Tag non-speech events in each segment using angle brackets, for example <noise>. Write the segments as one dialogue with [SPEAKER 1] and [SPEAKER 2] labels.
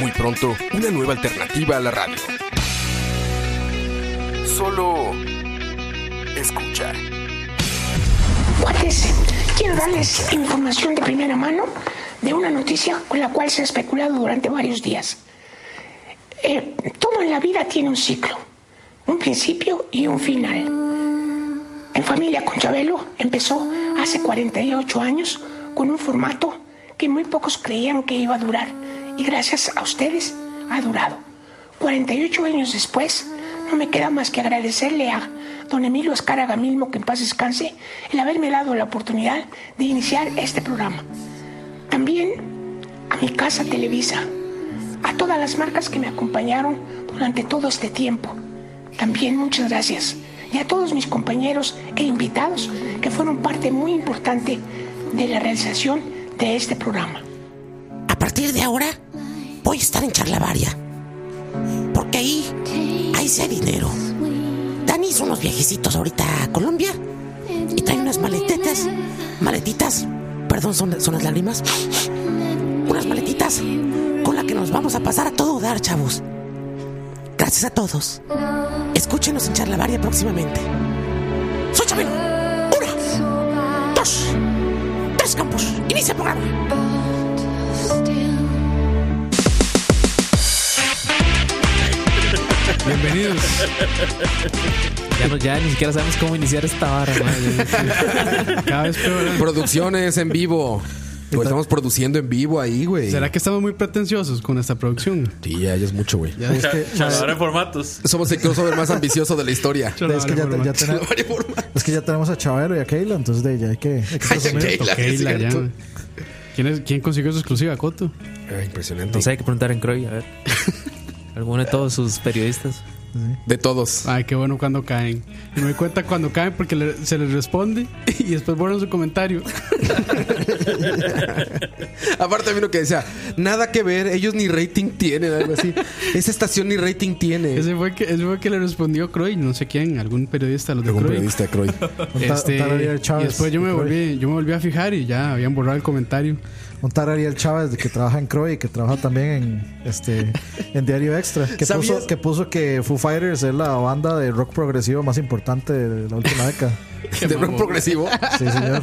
[SPEAKER 1] Muy pronto, una nueva alternativa a la radio. Solo escucha.
[SPEAKER 2] Cuates, quiero darles información de primera mano de una noticia con la cual se ha especulado durante varios días. Eh, todo en la vida tiene un ciclo, un principio y un final. En familia con Chabelo empezó hace 48 años con un formato que muy pocos creían que iba a durar y gracias a ustedes ha durado. 48 años después, no me queda más que agradecerle a don Emilio Escáraga mismo, que en paz descanse, el haberme dado la oportunidad de iniciar este programa. También a mi casa Televisa, a todas las marcas que me acompañaron durante todo este tiempo. También muchas gracias. Y a todos mis compañeros e invitados que fueron parte muy importante de la realización de este programa.
[SPEAKER 3] A partir de ahora voy a estar en Charlavaria. Porque ahí, ahí sí hay dinero. Dani hizo unos viajecitos ahorita a Colombia y trae unas maletetas, maletitas, perdón, son, son las lágrimas, unas maletitas con las que nos vamos a pasar a todo dar, chavos. Gracias a todos. Escúchenos en Charlavaria próximamente. Soy Chabelo. Una, dos, tres campos. Inicia el programa.
[SPEAKER 4] Bienvenidos.
[SPEAKER 5] Ya, no- ya ni siquiera sabemos cómo iniciar esta vara, madre.
[SPEAKER 4] Cada vez peor.
[SPEAKER 6] Producciones en vivo. Pues estamos produciendo en vivo ahí, güey.
[SPEAKER 4] ¿Será que estamos muy pretenciosos con esta producción?
[SPEAKER 6] Sí, ya, ya es mucho, güey.
[SPEAKER 7] Ya es que,
[SPEAKER 8] Charlador en formatos.
[SPEAKER 6] Somos el crossover más ambicioso de la historia.
[SPEAKER 7] es que ya, ya tenemos,
[SPEAKER 6] <laughs>
[SPEAKER 4] <laughs>
[SPEAKER 7] es que ya tenemos a Chabelo y a Keila, entonces de ella hay que, hay que presumir.
[SPEAKER 6] Keila,
[SPEAKER 4] Ok,
[SPEAKER 6] es
[SPEAKER 4] la
[SPEAKER 6] cierto.
[SPEAKER 4] llama. ¿Quién, es- ¿Quién consiguió su exclusiva, Coto?
[SPEAKER 6] Ay, Ah, impresionante.
[SPEAKER 5] No sé, hay que preguntar en Croy, a ver. <laughs> Alguno de todos sus periodistas.
[SPEAKER 6] De todos.
[SPEAKER 4] Ay, qué bueno cuando caen. Y me doy cuenta cuando caen porque le- se les responde y después borran su comentario.
[SPEAKER 6] Aparte había uno que decía, nada que ver, ellos ni rating tienen, algo así. Esa estación ni rating tiene.
[SPEAKER 4] Ese fue el que, ese fue el que le respondió Croy, no sé quién, algún periodista, los de
[SPEAKER 6] Algún
[SPEAKER 4] Croy.
[SPEAKER 6] periodista,
[SPEAKER 4] <laughs>
[SPEAKER 6] Croy.
[SPEAKER 7] Un ta-
[SPEAKER 4] Este,
[SPEAKER 7] un tal Ariel
[SPEAKER 4] y
[SPEAKER 7] Chávez
[SPEAKER 4] después yo
[SPEAKER 7] de
[SPEAKER 4] me,
[SPEAKER 7] Croy.
[SPEAKER 4] volví, yo me volví a fijar y ya habían borrado el comentario.
[SPEAKER 7] Un tal Ariel Chávez de que trabaja en Croy y que trabaja también en este en Diario Extra.
[SPEAKER 6] <laughs>
[SPEAKER 7] Que
[SPEAKER 6] ¿Sabías?
[SPEAKER 7] puso, que puso que Foo Fighters es la banda de rock progresivo más importante de la última década.
[SPEAKER 6] De rock progresivo.
[SPEAKER 7] Sí, señor.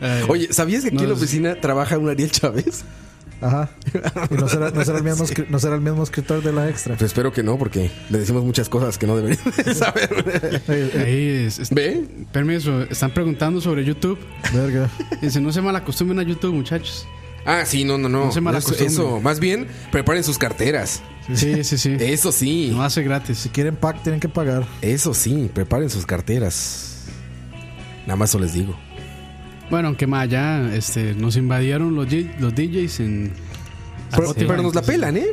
[SPEAKER 4] Ay,
[SPEAKER 6] Oye, ¿sabías que aquí en la
[SPEAKER 4] No,
[SPEAKER 6] oficina trabaja un Ariel Chávez?
[SPEAKER 7] Ajá. Y no será, no será el, mismo, escri- no será el mismo escritor de la Extra.
[SPEAKER 6] Pues espero que no, porque le decimos muchas cosas que no deberían
[SPEAKER 4] <laughs>
[SPEAKER 6] de saber.
[SPEAKER 7] Eh, eh,
[SPEAKER 4] ahí es- es-
[SPEAKER 6] ¿Ve?
[SPEAKER 4] permiso, están preguntando sobre YouTube.
[SPEAKER 7] verga.
[SPEAKER 4] Dice, no se malacostumbren a YouTube, muchachos.
[SPEAKER 6] Ah, sí, no, no, no.
[SPEAKER 4] No se mala
[SPEAKER 6] eso,
[SPEAKER 4] costumbre.
[SPEAKER 6] eso. más bien, preparen sus carteras.
[SPEAKER 4] Sí, sí, sí.
[SPEAKER 6] Eso sí,
[SPEAKER 4] No hace gratis.
[SPEAKER 7] Si quieren pack, tienen que pagar.
[SPEAKER 6] eso sí, preparen sus carteras. Nada más eso les digo.
[SPEAKER 4] Bueno, aunque más allá, este, nos invadieron los, G- los DJs en...
[SPEAKER 6] Pero,
[SPEAKER 4] Spotify,
[SPEAKER 6] pero nos la
[SPEAKER 4] entonces-
[SPEAKER 6] pelan, ¿eh?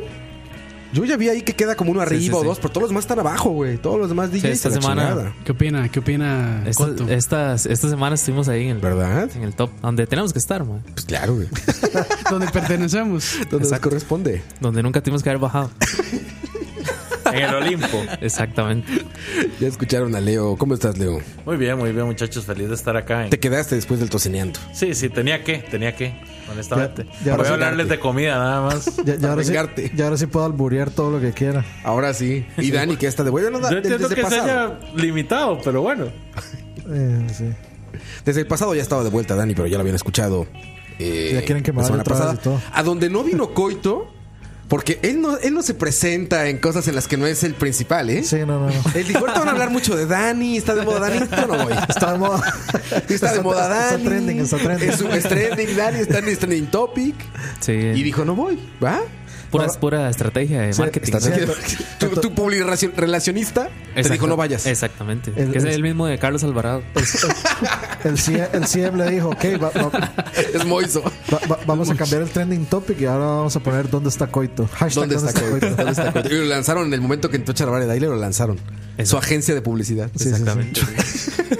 [SPEAKER 6] Yo ya vi ahí que queda como uno arriba
[SPEAKER 5] sí,
[SPEAKER 6] o
[SPEAKER 5] sí.
[SPEAKER 6] dos, pero todos los demás están abajo, güey. Todos los demás DJs.
[SPEAKER 5] esta
[SPEAKER 6] a la
[SPEAKER 5] semana-
[SPEAKER 6] chingada.
[SPEAKER 4] ¿Qué opina? ¿Qué opina
[SPEAKER 5] Esta,
[SPEAKER 4] Coto?
[SPEAKER 5] estas, esta semana estuvimos ahí en el,
[SPEAKER 6] ¿Verdad?
[SPEAKER 5] en el top, donde tenemos que estar, man.
[SPEAKER 6] Pues claro, güey.
[SPEAKER 4] <laughs> ¿Dónde pertenecemos?
[SPEAKER 6] Donde nos corresponde.
[SPEAKER 5] Donde nunca tuvimos que haber bajado.
[SPEAKER 8] <laughs> En el Olimpo.
[SPEAKER 5] Exactamente.
[SPEAKER 6] Ya escucharon a Leo. ¿Cómo estás, Leo?
[SPEAKER 8] Muy bien, muy bien, muchachos. Feliz de estar acá. en-
[SPEAKER 6] Te quedaste después del tocineando.
[SPEAKER 8] Sí, sí, tenía que, tenía que. Honestamente.
[SPEAKER 7] Ya- ya
[SPEAKER 8] Voy
[SPEAKER 7] vas
[SPEAKER 8] a
[SPEAKER 7] a
[SPEAKER 8] hablarles de comida nada más.
[SPEAKER 6] <laughs>
[SPEAKER 7] Ya, ya
[SPEAKER 6] Para
[SPEAKER 7] ahora sí,
[SPEAKER 6] vengarte.
[SPEAKER 7] ya ahora sí puedo alburear todo lo que quiera.
[SPEAKER 6] Ahora sí. Y Dani, que está de vuelta. No, da-
[SPEAKER 8] Yo
[SPEAKER 6] desde,
[SPEAKER 8] entiendo que
[SPEAKER 6] pasado.
[SPEAKER 8] se haya limitado, pero bueno.
[SPEAKER 7] Eh, sí.
[SPEAKER 6] Desde el pasado ya estaba de vuelta Dani, pero ya lo habían escuchado. eh,
[SPEAKER 7] Ya quieren que me
[SPEAKER 6] la semana
[SPEAKER 7] vaya otra vez y todo.
[SPEAKER 6] A donde no vino Coito, porque él no, él no se presenta en cosas en las que no es el principal, ¿eh?
[SPEAKER 7] Sí, no, no, no.
[SPEAKER 6] Él dijo, ahorita van a
[SPEAKER 1] <laughs>
[SPEAKER 6] hablar mucho de Dani, está de moda Dani, yo no voy.
[SPEAKER 7] Está de <laughs> moda.
[SPEAKER 6] Está de moda Dani.
[SPEAKER 7] Está trending, está
[SPEAKER 6] <laughs>
[SPEAKER 7] trending.
[SPEAKER 6] Es, un- es trending, Dani está en trending topic.
[SPEAKER 5] Sí.
[SPEAKER 6] Y dijo, no voy, ¿va?
[SPEAKER 5] pura, pura estrategia de marketing.
[SPEAKER 6] Está
[SPEAKER 5] ¿no?
[SPEAKER 7] sí.
[SPEAKER 6] tu, tu publirelacionista te
[SPEAKER 5] Exacto-
[SPEAKER 6] dijo, no vayas.
[SPEAKER 5] Exactamente.
[SPEAKER 7] El-
[SPEAKER 5] que es
[SPEAKER 7] el-
[SPEAKER 5] el mismo de Carlos Alvarado.
[SPEAKER 7] El CIEM, el CIEM le dijo, ok, va- va-
[SPEAKER 6] Es Moiso.
[SPEAKER 7] va- va- vamos a cambiar el trending topic y ahora vamos a poner dónde está Coito. Coito. Hashtag
[SPEAKER 6] ¿Dónde está Coito? ¿Dónde está Coito? Y lo lanzaron en el momento que entró Charvare Daile, lo lanzaron. Su agencia de publicidad.
[SPEAKER 7] Sí, sí, sí.
[SPEAKER 6] <laughs>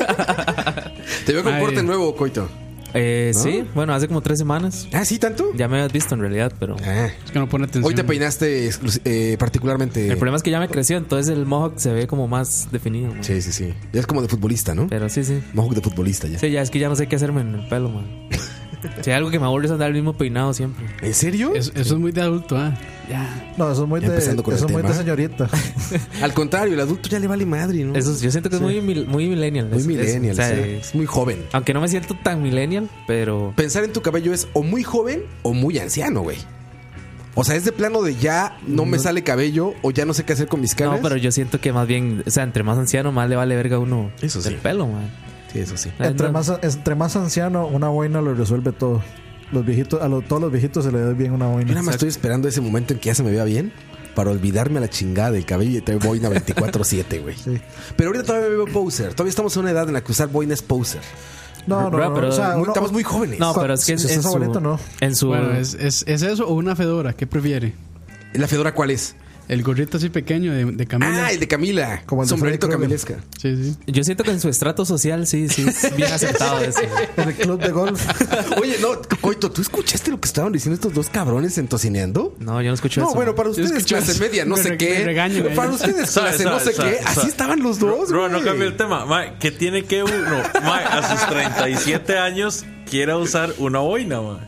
[SPEAKER 6] Te veo con
[SPEAKER 4] Ay.
[SPEAKER 6] corte nuevo, Coito.
[SPEAKER 5] Eh, Sí, bueno, hace como tres semanas.
[SPEAKER 6] Ah, sí, tanto.
[SPEAKER 5] Ya me habías visto en realidad, pero.
[SPEAKER 6] Ah.
[SPEAKER 4] Es que no pone atención.
[SPEAKER 6] Hoy te peinaste exclus- eh, particularmente.
[SPEAKER 5] El problema es que ya me creció, entonces el mohawk se ve como más definido. man.
[SPEAKER 6] Sí, sí, sí. Ya es como de futbolista, ¿no?
[SPEAKER 5] Pero sí, sí.
[SPEAKER 6] Mohawk de futbolista ya.
[SPEAKER 5] Sí, ya es que ya no sé qué hacerme en el pelo, <laughs> man. Si hay algo que me aburre es andar el mismo peinado siempre.
[SPEAKER 6] ¿En serio?
[SPEAKER 4] Es- eso es muy de adulto, ah. Ya.
[SPEAKER 7] No, eso es muy,
[SPEAKER 6] Ya
[SPEAKER 7] de,
[SPEAKER 6] empezando con el
[SPEAKER 7] eso es muy de
[SPEAKER 6] tema.
[SPEAKER 7] señorita.
[SPEAKER 6] Al contrario, el adulto ya le vale madre, ¿no?
[SPEAKER 5] Eso, yo siento que es muy, mil- muy millennial.
[SPEAKER 6] muy
[SPEAKER 5] eso- eso.
[SPEAKER 6] millennial.
[SPEAKER 5] O sea,
[SPEAKER 6] sí.
[SPEAKER 5] eh,
[SPEAKER 6] Es muy joven.
[SPEAKER 5] aunque no me siento tan millennial, pero.
[SPEAKER 6] Pensar en tu cabello es o muy joven o muy anciano, güey. O sea, es de plano de ya no me sale cabello o ya no sé qué hacer con mis canas.
[SPEAKER 5] No, pero yo siento que más bien, o sea, entre más anciano, más le vale verga a uno
[SPEAKER 6] Eso sí.
[SPEAKER 5] el pelo, man.
[SPEAKER 6] Sí, eso sí.
[SPEAKER 7] entre,
[SPEAKER 5] No,
[SPEAKER 7] más, entre más anciano, una boina lo resuelve todo. Los viejitos, a los- todos los viejitos se le da bien una
[SPEAKER 6] Yo nada
[SPEAKER 7] boina.
[SPEAKER 6] más estoy esperando ese momento en que ya se me vea bien para olvidarme a la chingada del cabello y traer boina 24-7, güey.
[SPEAKER 7] Sí.
[SPEAKER 6] Pero ahorita todavía me veo poser. Todavía estamos en una edad en la que usar boina es poser.
[SPEAKER 7] No, no,
[SPEAKER 5] Bro,
[SPEAKER 7] no.
[SPEAKER 5] pero-
[SPEAKER 7] o sea,
[SPEAKER 6] Muy-
[SPEAKER 7] uno-
[SPEAKER 6] estamos muy jóvenes.
[SPEAKER 5] No, pero es que en,
[SPEAKER 7] Si
[SPEAKER 5] en
[SPEAKER 7] estás
[SPEAKER 5] su,
[SPEAKER 7] abuelito, no.
[SPEAKER 5] en su.
[SPEAKER 4] Bueno, es, es, ¿es eso o una fedora? ¿Qué prefiere?
[SPEAKER 6] ¿La Fedora cuál es?
[SPEAKER 4] El gorrito así pequeño de, de Camila.
[SPEAKER 6] Ah, el de Camila.
[SPEAKER 7] Como el de
[SPEAKER 6] Sombrerito
[SPEAKER 7] Freddy Krueger.
[SPEAKER 6] camilesca.
[SPEAKER 4] Sí, sí.
[SPEAKER 5] Yo siento que en su estrato social sí, sí, es
[SPEAKER 6] <laughs>
[SPEAKER 5] bien aceptado eso.
[SPEAKER 7] En el club de golf.
[SPEAKER 6] Oye, no, Coito, ¿tú escuchaste lo que estaban diciendo estos dos cabrones en Tocineando?
[SPEAKER 5] No, yo no escucho
[SPEAKER 6] No,
[SPEAKER 5] eso.
[SPEAKER 6] bueno, para ustedes
[SPEAKER 4] escuché
[SPEAKER 6] clase
[SPEAKER 4] eso.
[SPEAKER 6] media, no
[SPEAKER 4] Me
[SPEAKER 6] sé
[SPEAKER 4] re-
[SPEAKER 6] qué.
[SPEAKER 4] me regaño, eh.
[SPEAKER 6] para ustedes clase no sé qué. Así estaban los dos,
[SPEAKER 8] Bro,
[SPEAKER 6] Pues, güey.
[SPEAKER 8] no cambia el tema. Ma, ¿Qué tiene que uno ma, a sus 37 años quiera usar una boina? Ma?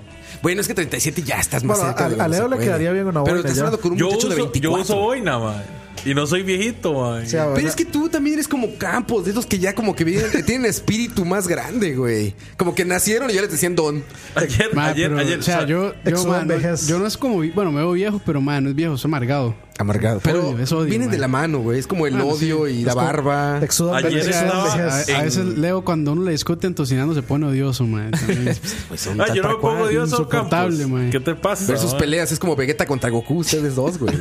[SPEAKER 6] Bueno, es que 37 ya estás más
[SPEAKER 7] Bueno,
[SPEAKER 6] cerca.
[SPEAKER 7] a-
[SPEAKER 6] de
[SPEAKER 7] a
[SPEAKER 6] donde
[SPEAKER 7] Leo
[SPEAKER 6] se
[SPEAKER 7] le
[SPEAKER 6] puede.
[SPEAKER 7] quedaría bien una
[SPEAKER 6] Pero
[SPEAKER 7] boina
[SPEAKER 6] estás
[SPEAKER 7] ya.
[SPEAKER 6] hablando con un
[SPEAKER 8] Yo
[SPEAKER 6] muchacho de
[SPEAKER 8] uso,
[SPEAKER 6] 24.
[SPEAKER 8] yo uso boina, ma. Y no soy viejito, ma.
[SPEAKER 7] O sea,
[SPEAKER 6] Pero
[SPEAKER 7] ¿verdad?
[SPEAKER 6] es que tú también eres como Campos, de esos que ya como que vienen- que tienen espíritu más grande, güey. Como que nacieron y ya les decían don.
[SPEAKER 8] Ayer,
[SPEAKER 4] Ma,
[SPEAKER 8] ayer,
[SPEAKER 4] pero,
[SPEAKER 8] ayer.
[SPEAKER 4] o sea,
[SPEAKER 8] sa-
[SPEAKER 4] yo, yo,
[SPEAKER 7] Exo
[SPEAKER 4] ma, no,
[SPEAKER 7] vejez.
[SPEAKER 4] yo no es como, vi- bueno, me veo viejo, pero man, no es viejo, es amargado.
[SPEAKER 6] Amargado. Pero
[SPEAKER 4] Odio, es odio,
[SPEAKER 6] vienen
[SPEAKER 4] man.
[SPEAKER 6] de la mano, güey. Es como el
[SPEAKER 4] Bueno, sí,
[SPEAKER 6] odio y la
[SPEAKER 7] como-
[SPEAKER 6] barba.
[SPEAKER 7] Exudan
[SPEAKER 8] Ayer
[SPEAKER 7] vejez,
[SPEAKER 8] estaba-
[SPEAKER 7] exudan
[SPEAKER 4] A,
[SPEAKER 7] vejez.
[SPEAKER 4] a- a veces
[SPEAKER 8] en-
[SPEAKER 4] Leo, cuando uno le discute entocinando, se pone odioso,
[SPEAKER 5] <laughs>
[SPEAKER 4] man. también.
[SPEAKER 6] Pues son
[SPEAKER 8] Ah,
[SPEAKER 6] tal
[SPEAKER 8] yo no
[SPEAKER 6] para
[SPEAKER 8] me pongo
[SPEAKER 6] cual.
[SPEAKER 8] odioso,
[SPEAKER 4] insoportable,
[SPEAKER 8] Campos.
[SPEAKER 4] ma.
[SPEAKER 8] ¿Qué te pasa?
[SPEAKER 6] Versus
[SPEAKER 8] ma?
[SPEAKER 6] peleas, es como Vegeta contra Goku, ustedes dos, güey.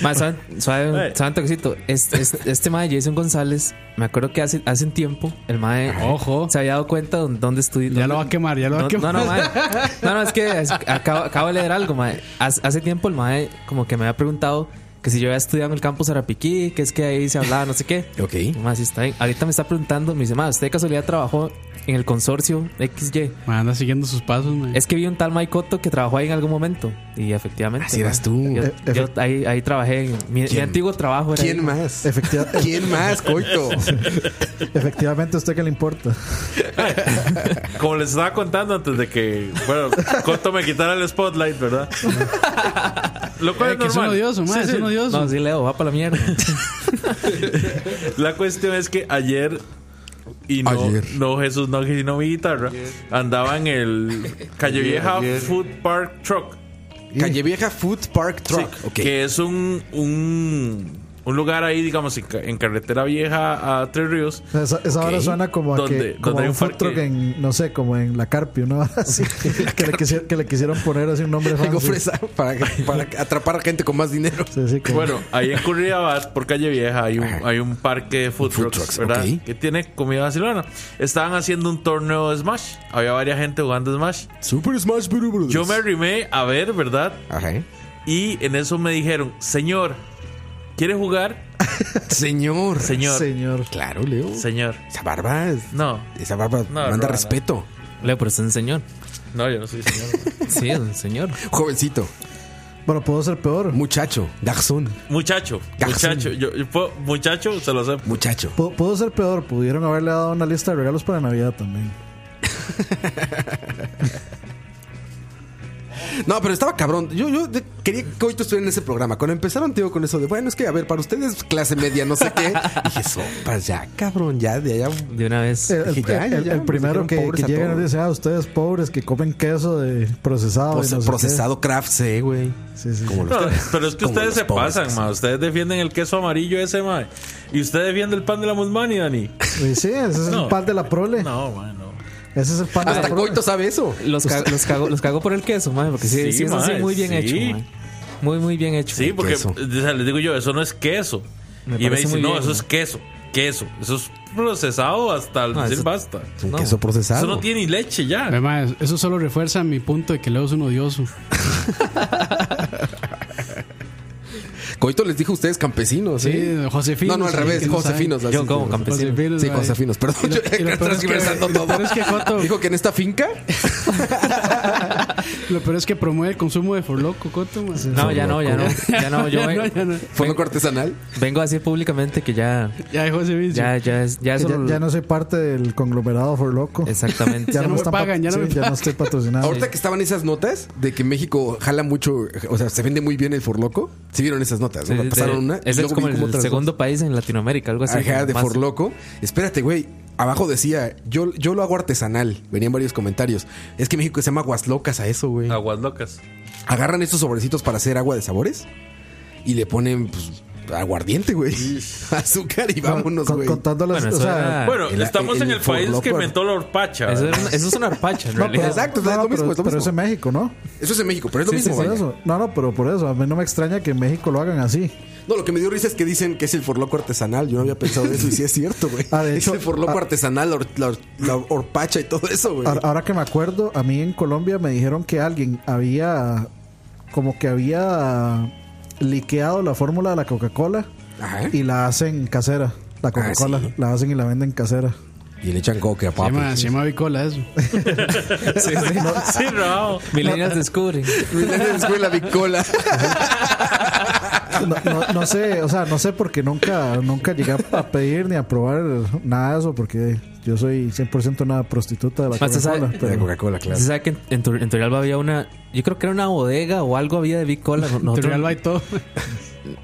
[SPEAKER 5] Más, ¿saben, saben,
[SPEAKER 8] Ay.
[SPEAKER 5] saben toquecito? Este, este, este mae Jason González, me acuerdo que hace, hace un tiempo el mae
[SPEAKER 4] Ojo.
[SPEAKER 5] se había dado cuenta dónde, dónde estudió.
[SPEAKER 4] Ya lo va a quemar, ya lo va a
[SPEAKER 5] No, no,
[SPEAKER 4] quemar.
[SPEAKER 5] no, mae. No, no, es que es- acabo, acabo de leer algo, mae. Hace, hace tiempo el mae como que me había preguntado que si yo había estudiado en el campus Arapiquí, que es que ahí se hablaba no sé qué.
[SPEAKER 6] Ok.
[SPEAKER 5] Mae, sí está bien. Ahorita me está preguntando, me dice, mae, ¿usted de casualidad trabajó en el consorcio XY?
[SPEAKER 4] Ma, anda siguiendo sus pasos, man.
[SPEAKER 5] Es que vi un tal Mike Cotto que trabajó ahí en algún momento. Y efectivamente.
[SPEAKER 6] Así
[SPEAKER 5] mae,
[SPEAKER 6] eras tú.
[SPEAKER 5] Yo,
[SPEAKER 7] Efe-
[SPEAKER 5] yo ahí, ahí trabajé. En, mi, mi
[SPEAKER 6] ¿Quién?
[SPEAKER 5] antiguo trabajo era.
[SPEAKER 6] ¿Quién
[SPEAKER 5] ahí.
[SPEAKER 6] más?
[SPEAKER 7] <laughs> Efectiva-
[SPEAKER 6] ¿Quién más, coito?
[SPEAKER 7] Efectivamente, ¿a usted qué le importa?
[SPEAKER 8] Como les estaba contando antes de que,
[SPEAKER 6] <laughs>
[SPEAKER 8] bueno, Coto me quitara el spotlight, ¿verdad? Lo cual
[SPEAKER 4] Eh,
[SPEAKER 8] es
[SPEAKER 4] que es un
[SPEAKER 8] normal.
[SPEAKER 4] odioso, man,
[SPEAKER 8] Sí,
[SPEAKER 4] es
[SPEAKER 8] sí.
[SPEAKER 4] un odioso.
[SPEAKER 5] No, sí, Leo, va para la mierda.
[SPEAKER 8] La cuestión es que ayer y no,
[SPEAKER 6] Ayer.
[SPEAKER 8] no Jesús no sino mi guitarra andaba en el Calle Vieja Food Park Truck,
[SPEAKER 6] Calle Vieja Food Park Truck.
[SPEAKER 8] sí,
[SPEAKER 6] ok.
[SPEAKER 8] que es un, un un lugar ahí digamos en, ca- en carretera vieja a Tres Ríos.
[SPEAKER 7] Esa, esa hora
[SPEAKER 6] Ok.
[SPEAKER 7] suena como a
[SPEAKER 8] ¿Dónde-
[SPEAKER 7] que como
[SPEAKER 8] dónde hay
[SPEAKER 7] a
[SPEAKER 8] un
[SPEAKER 7] un food
[SPEAKER 8] parque?
[SPEAKER 7] truck en, no sé, como en la Carpio, ¿no? <laughs>
[SPEAKER 6] <laughs>
[SPEAKER 7] Así que, le quisieron, que le quisieron poner así un nombre
[SPEAKER 6] Tengo
[SPEAKER 7] fancy.
[SPEAKER 6] fresa para, para atrapar gente con más dinero.
[SPEAKER 7] Sí, sí, como-
[SPEAKER 8] Bueno, ahí en Curridabat, por calle vieja, hay un,
[SPEAKER 6] Ajá.
[SPEAKER 8] hay un parque de food,
[SPEAKER 6] Food
[SPEAKER 8] trucks,
[SPEAKER 6] trucks,
[SPEAKER 8] ¿verdad?
[SPEAKER 6] ok.
[SPEAKER 8] Que tiene comida vacilona. Estaban haciendo un torneo de Smash. Había varias gente jugando Smash.
[SPEAKER 6] Super Smash Bros.
[SPEAKER 8] Yo me arrimé a ver, ¿verdad?
[SPEAKER 6] Ajá.
[SPEAKER 8] Y en eso me dijeron, señor, ¿quiere jugar?
[SPEAKER 6] Señor.
[SPEAKER 8] Señor,
[SPEAKER 7] señor.
[SPEAKER 6] Claro, Leo.
[SPEAKER 8] señor.
[SPEAKER 6] Esa barba. es-
[SPEAKER 8] No,
[SPEAKER 6] Esa barba manda
[SPEAKER 8] no, no.
[SPEAKER 6] respeto.
[SPEAKER 5] Leo, pero es un señor.
[SPEAKER 8] no, yo no soy señor.
[SPEAKER 6] <laughs>
[SPEAKER 5] Sí, es un señor.
[SPEAKER 6] Jovencito.
[SPEAKER 7] Bueno, puedo ser peor.
[SPEAKER 6] Muchacho. Dachshund.
[SPEAKER 8] muchacho,
[SPEAKER 6] Garzón.
[SPEAKER 8] muchacho, yo, yo puedo- muchacho, se lo acepto.
[SPEAKER 6] Muchacho.
[SPEAKER 7] Puedo, puedo ser peor. Pudieron haberle dado una lista de regalos para Navidad también.
[SPEAKER 6] No, pero estaba cabrón. Yo, yo de- quería que hoy tú estuvieras en ese programa. Cuando empezaron, te digo, con eso de, bueno, es que, a ver, para ustedes, clase media, no sé
[SPEAKER 4] <laughs>
[SPEAKER 6] qué. Dije, sopas, ya, cabrón, ya, de allá.
[SPEAKER 5] De una vez.
[SPEAKER 7] El, el-
[SPEAKER 6] Dije, ya, ya,
[SPEAKER 7] el-
[SPEAKER 6] ya,
[SPEAKER 7] el
[SPEAKER 6] nos
[SPEAKER 7] primero
[SPEAKER 6] dijeron
[SPEAKER 7] que,
[SPEAKER 6] pobres
[SPEAKER 7] que
[SPEAKER 6] a
[SPEAKER 7] llega
[SPEAKER 6] todos.
[SPEAKER 7] y dice, ah, ustedes pobres que comen queso de procesado. y
[SPEAKER 6] Proce-
[SPEAKER 7] no sé qué".
[SPEAKER 6] procesado craft, sí, güey.
[SPEAKER 7] Sí, sí, sí.
[SPEAKER 6] Como los
[SPEAKER 8] No,
[SPEAKER 6] tres.
[SPEAKER 8] pero es que
[SPEAKER 6] Como
[SPEAKER 8] ustedes
[SPEAKER 6] los
[SPEAKER 8] se
[SPEAKER 6] pobres
[SPEAKER 8] pasan,
[SPEAKER 6] que
[SPEAKER 8] ma. Ustedes defienden el queso amarillo ese, ma. Y ustedes defienden el pan de la Musmani, Dani.
[SPEAKER 7] Y sí, ese es
[SPEAKER 8] No.
[SPEAKER 7] el pan de la prole.
[SPEAKER 8] No, ma, no.
[SPEAKER 7] Ese es el pan de la
[SPEAKER 6] Hasta
[SPEAKER 7] prole.
[SPEAKER 6] Coito sabe eso.
[SPEAKER 5] Los, ca- los, cago, los cago por el queso, mae, porque sí,
[SPEAKER 8] Sí,
[SPEAKER 5] sí, es así
[SPEAKER 8] mae,
[SPEAKER 5] muy bien
[SPEAKER 8] sí.
[SPEAKER 5] hecho, mae. Muy, muy bien hecho.
[SPEAKER 8] Sí, porque
[SPEAKER 6] queso.
[SPEAKER 8] o sea, les digo yo, eso no es queso.
[SPEAKER 5] Me
[SPEAKER 8] y me
[SPEAKER 5] parece
[SPEAKER 8] dicen,
[SPEAKER 5] muy
[SPEAKER 8] no,
[SPEAKER 5] bien,
[SPEAKER 8] eso
[SPEAKER 5] ¿no?
[SPEAKER 8] es queso, queso. Eso es procesado hasta el
[SPEAKER 5] No,
[SPEAKER 8] decir
[SPEAKER 5] eso-
[SPEAKER 8] basta.
[SPEAKER 6] Es un
[SPEAKER 5] No.
[SPEAKER 6] queso procesado.
[SPEAKER 8] Eso no tiene ni leche ya.
[SPEAKER 4] Ve, ma, eso solo refuerza mi punto de que Leo es un odioso.
[SPEAKER 1] Coito les dijo a ustedes campesinos.
[SPEAKER 4] Sí,
[SPEAKER 1] ¿eh?
[SPEAKER 4] Josefinos.
[SPEAKER 1] No, no, al
[SPEAKER 4] ahí,
[SPEAKER 1] revés,
[SPEAKER 4] que no
[SPEAKER 1] Josefinos. así,
[SPEAKER 5] Yo como
[SPEAKER 6] <laughs>
[SPEAKER 1] sí,
[SPEAKER 5] campesino.
[SPEAKER 4] Josefinos,
[SPEAKER 1] Sí,
[SPEAKER 4] ahí.
[SPEAKER 1] Josefinos,
[SPEAKER 4] Y
[SPEAKER 1] perdón, <laughs>
[SPEAKER 4] lo-
[SPEAKER 1] yo
[SPEAKER 4] y lo peor es que-
[SPEAKER 1] transversando
[SPEAKER 4] y lo
[SPEAKER 1] todo.
[SPEAKER 4] peor es que Joto-
[SPEAKER 1] Dijo que en esta finca
[SPEAKER 4] Lo peor es que promueve el consumo de forloco, Coto. ma.
[SPEAKER 5] No, ya no, ya no. Ya no, yo
[SPEAKER 4] <laughs> Ya
[SPEAKER 5] ve-
[SPEAKER 4] no, ya no.
[SPEAKER 1] fue un artesanal.
[SPEAKER 5] vengo a decir públicamente que ya.
[SPEAKER 4] Ya dejó ese vicio.
[SPEAKER 5] Ya, ya, es- ya,
[SPEAKER 7] Que
[SPEAKER 5] eso
[SPEAKER 7] Ya,
[SPEAKER 5] lo-
[SPEAKER 7] ya no soy parte del conglomerado For Loco.
[SPEAKER 5] Exactamente.
[SPEAKER 4] Ya no
[SPEAKER 7] me
[SPEAKER 4] me
[SPEAKER 7] están pa-
[SPEAKER 4] pagan, ya no
[SPEAKER 7] sí,
[SPEAKER 4] me
[SPEAKER 7] no estoy patrocinado.
[SPEAKER 1] Ahorita que estaban esas notas de que México jala mucho, o sea, se vende muy bien el forloco. Sí vieron esas notas,
[SPEAKER 5] Sí,
[SPEAKER 1] ¿no?
[SPEAKER 5] de-
[SPEAKER 1] pasaron una. y
[SPEAKER 5] ese es
[SPEAKER 1] luego
[SPEAKER 5] como
[SPEAKER 1] vi
[SPEAKER 5] el
[SPEAKER 1] cómo otras
[SPEAKER 5] segundo país en Latinoamérica, algo así.
[SPEAKER 1] Ajá,
[SPEAKER 5] como
[SPEAKER 1] de
[SPEAKER 5] más-
[SPEAKER 1] Forloco. Espérate, güey. Abajo decía, yo, yo lo hago artesanal. Venían varios comentarios. Es que en México se llama aguas locas a eso,
[SPEAKER 5] Ah.
[SPEAKER 1] güey.
[SPEAKER 8] Aguas locas.
[SPEAKER 1] Agarran estos sobrecitos para hacer agua de sabores y le ponen, pues, aguardiente, güey. <laughs> Azúcar y
[SPEAKER 7] Con-
[SPEAKER 1] vámonos,
[SPEAKER 7] con-
[SPEAKER 1] güey.
[SPEAKER 7] contando las-
[SPEAKER 5] Bueno,
[SPEAKER 7] o
[SPEAKER 5] eso
[SPEAKER 7] sea,
[SPEAKER 5] era-
[SPEAKER 8] Bueno,
[SPEAKER 1] El-
[SPEAKER 8] estamos
[SPEAKER 1] el
[SPEAKER 8] en el país
[SPEAKER 1] Forloco.
[SPEAKER 8] que inventó la horpacha.
[SPEAKER 5] Eso, era una- eso es una arpacha, en
[SPEAKER 7] No, pero-
[SPEAKER 5] realidad.
[SPEAKER 1] Exacto, es lo
[SPEAKER 7] no, no,
[SPEAKER 1] mismo,
[SPEAKER 7] pero,
[SPEAKER 1] es lo
[SPEAKER 7] pero
[SPEAKER 1] mismo.
[SPEAKER 7] es en México, ¿no?
[SPEAKER 1] Eso es en México, pero es lo
[SPEAKER 5] Sí, sí,
[SPEAKER 1] mismo,
[SPEAKER 7] Por
[SPEAKER 1] vaya.
[SPEAKER 7] eso. No, no, pero por eso. A mí no me extraña que en México lo hagan así.
[SPEAKER 1] No, lo que me dio risa es que dicen que es el forloco artesanal. Yo no había pensado en eso y sí es cierto, güey.
[SPEAKER 7] <laughs> Ah, de hecho,
[SPEAKER 1] es el forloco
[SPEAKER 7] ah-
[SPEAKER 1] artesanal, la, hor- la hor- la horpacha y todo eso, güey.
[SPEAKER 7] Ahora, ahora que me acuerdo, a mí en Colombia me dijeron que alguien había. Como que había liqueado la fórmula de la Coca-Cola
[SPEAKER 1] Ajá. Ah,
[SPEAKER 7] y la hacen casera. La Coca-Cola
[SPEAKER 1] sí.
[SPEAKER 7] la hacen y la venden casera.
[SPEAKER 1] Y le echan coque a
[SPEAKER 4] Se
[SPEAKER 1] papi.
[SPEAKER 4] llama, se llama bicola eso.
[SPEAKER 5] Sí, sí.
[SPEAKER 8] Sí, no.
[SPEAKER 1] <laughs>
[SPEAKER 5] Millennials descubren.
[SPEAKER 1] la bicola.
[SPEAKER 7] No, no- no sé, o sea, no sé porque nunca, nunca llegué a pedir ni a probar nada de eso porque yo soy 100% una prostituta de la
[SPEAKER 5] Más se sabe-
[SPEAKER 7] Coca-Cola.
[SPEAKER 1] De
[SPEAKER 7] pero-
[SPEAKER 1] Coca-Cola, claro.
[SPEAKER 5] Se sabe que en, en, Tur- en Turrialba había una. Yo creo que era una bodega o algo había de <laughs> bicola.
[SPEAKER 4] En
[SPEAKER 5] Nosotros,
[SPEAKER 4] Turrialba hay todo. <laughs>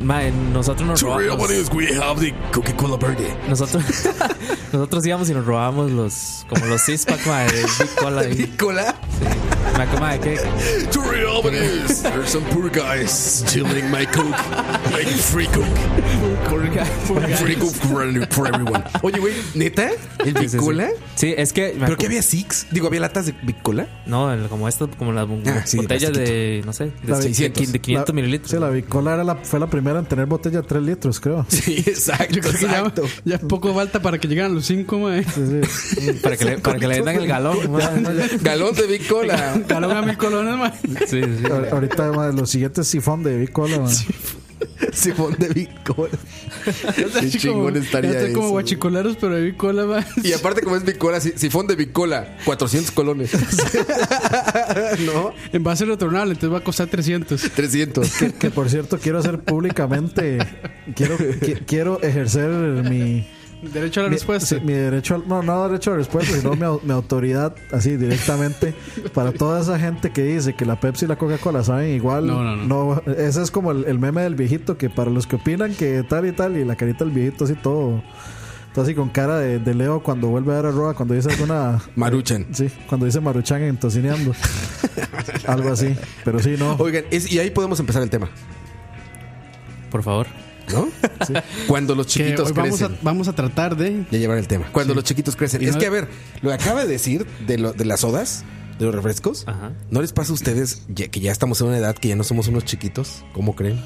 [SPEAKER 5] Mae, nosotros nos robamos.
[SPEAKER 9] we have the Coca-Cola Verde.
[SPEAKER 5] Nosotros, <laughs> nosotros íbamos y nos robamos los. Como los six pack, mae, de bicola. ahí.
[SPEAKER 1] ¿Bicola?
[SPEAKER 5] Mae, como, mae, ¿qué?
[SPEAKER 9] To real it
[SPEAKER 1] <laughs>
[SPEAKER 9] is. There's some poor guys stealing my coke. Like free coke. Free coke for, for everyone.
[SPEAKER 1] Oye, güey, ¿neta? ¿El
[SPEAKER 5] Sí, sí, sí.
[SPEAKER 1] bicola?
[SPEAKER 5] pues, Sí, es que. me
[SPEAKER 1] ¿Pero
[SPEAKER 5] acu-
[SPEAKER 1] qué había six? Digo, ¿había latas de bicola?
[SPEAKER 5] No, el- como estas, como las bu-
[SPEAKER 1] Ah, sí, de
[SPEAKER 5] botellas de, no sé, de,
[SPEAKER 7] La de
[SPEAKER 5] 600,
[SPEAKER 1] 600.
[SPEAKER 5] de 500
[SPEAKER 7] la-
[SPEAKER 5] mililitros.
[SPEAKER 7] Sí, la bicola era la, fue la primera en tener botella de 3 litros, creo.
[SPEAKER 1] Sí, exacto,
[SPEAKER 4] Que ya, ya poco falta para que llegaran los cinco, mae.
[SPEAKER 7] Sí, sí.
[SPEAKER 5] Para que, le, para que le vendan el galón.
[SPEAKER 8] <laughs>
[SPEAKER 5] madre.
[SPEAKER 1] Galón de
[SPEAKER 4] <laughs>
[SPEAKER 1] bicola.
[SPEAKER 4] Galón a mil colones, mae.
[SPEAKER 5] Sí, sí.
[SPEAKER 7] A- Ahorita, madre, los siguientes sifón de bicola, madre.
[SPEAKER 1] Sifón de bicola. Qué
[SPEAKER 4] Así como-
[SPEAKER 1] chingón
[SPEAKER 4] <laughs> ya
[SPEAKER 1] estaría
[SPEAKER 4] estoy como
[SPEAKER 1] eso.
[SPEAKER 4] guachicoleros, pero de bicola, mae.
[SPEAKER 1] Y aparte, como es bicola, si- sifón de bicola, 400 colones. ¿No?
[SPEAKER 4] En base retornable, entonces va a costar
[SPEAKER 1] <laughs>
[SPEAKER 4] 300.
[SPEAKER 1] 300.
[SPEAKER 7] Que, que, por cierto, quiero hacer públicamente. Quiero, qui- quiero ejercer mi.
[SPEAKER 4] Derecho a la
[SPEAKER 7] mi-
[SPEAKER 4] respuesta.
[SPEAKER 7] sí, mi derecho al- no, no derecho a respuesta, sino mi, au- mi autoridad, así directamente, para toda esa gente que dice que la Pepsi y la Coca-Cola saben igual.
[SPEAKER 4] No, no, no.
[SPEAKER 7] ese es como el, el meme del viejito, que para los que opinan que tal y tal, y la carita del viejito así todo, todo así con cara de, de Leo cuando vuelve a ver a Roa, cuando dice alguna...
[SPEAKER 1] Maruchan.
[SPEAKER 7] Sí, cuando dice Maruchan en Tocineando. Algo así, pero sí, no.
[SPEAKER 1] Oigan, es- y ahí podemos empezar el tema,
[SPEAKER 5] Por favor.
[SPEAKER 1] ¿no? Cuando los
[SPEAKER 4] que
[SPEAKER 1] chiquitos
[SPEAKER 4] hoy vamos a,
[SPEAKER 1] crecen.
[SPEAKER 4] vamos a tratar de.
[SPEAKER 1] Ya llevar el tema. Cuando los chiquitos crecen.
[SPEAKER 4] Y
[SPEAKER 1] es
[SPEAKER 4] no-
[SPEAKER 1] que, a ver, lo que acaba de decir de, lo- de las sodas, de los refrescos,
[SPEAKER 5] Ajá.
[SPEAKER 1] ¿no les pasa a ustedes ya- que ya estamos en una edad que ya no somos unos chiquitos? ¿Cómo creen?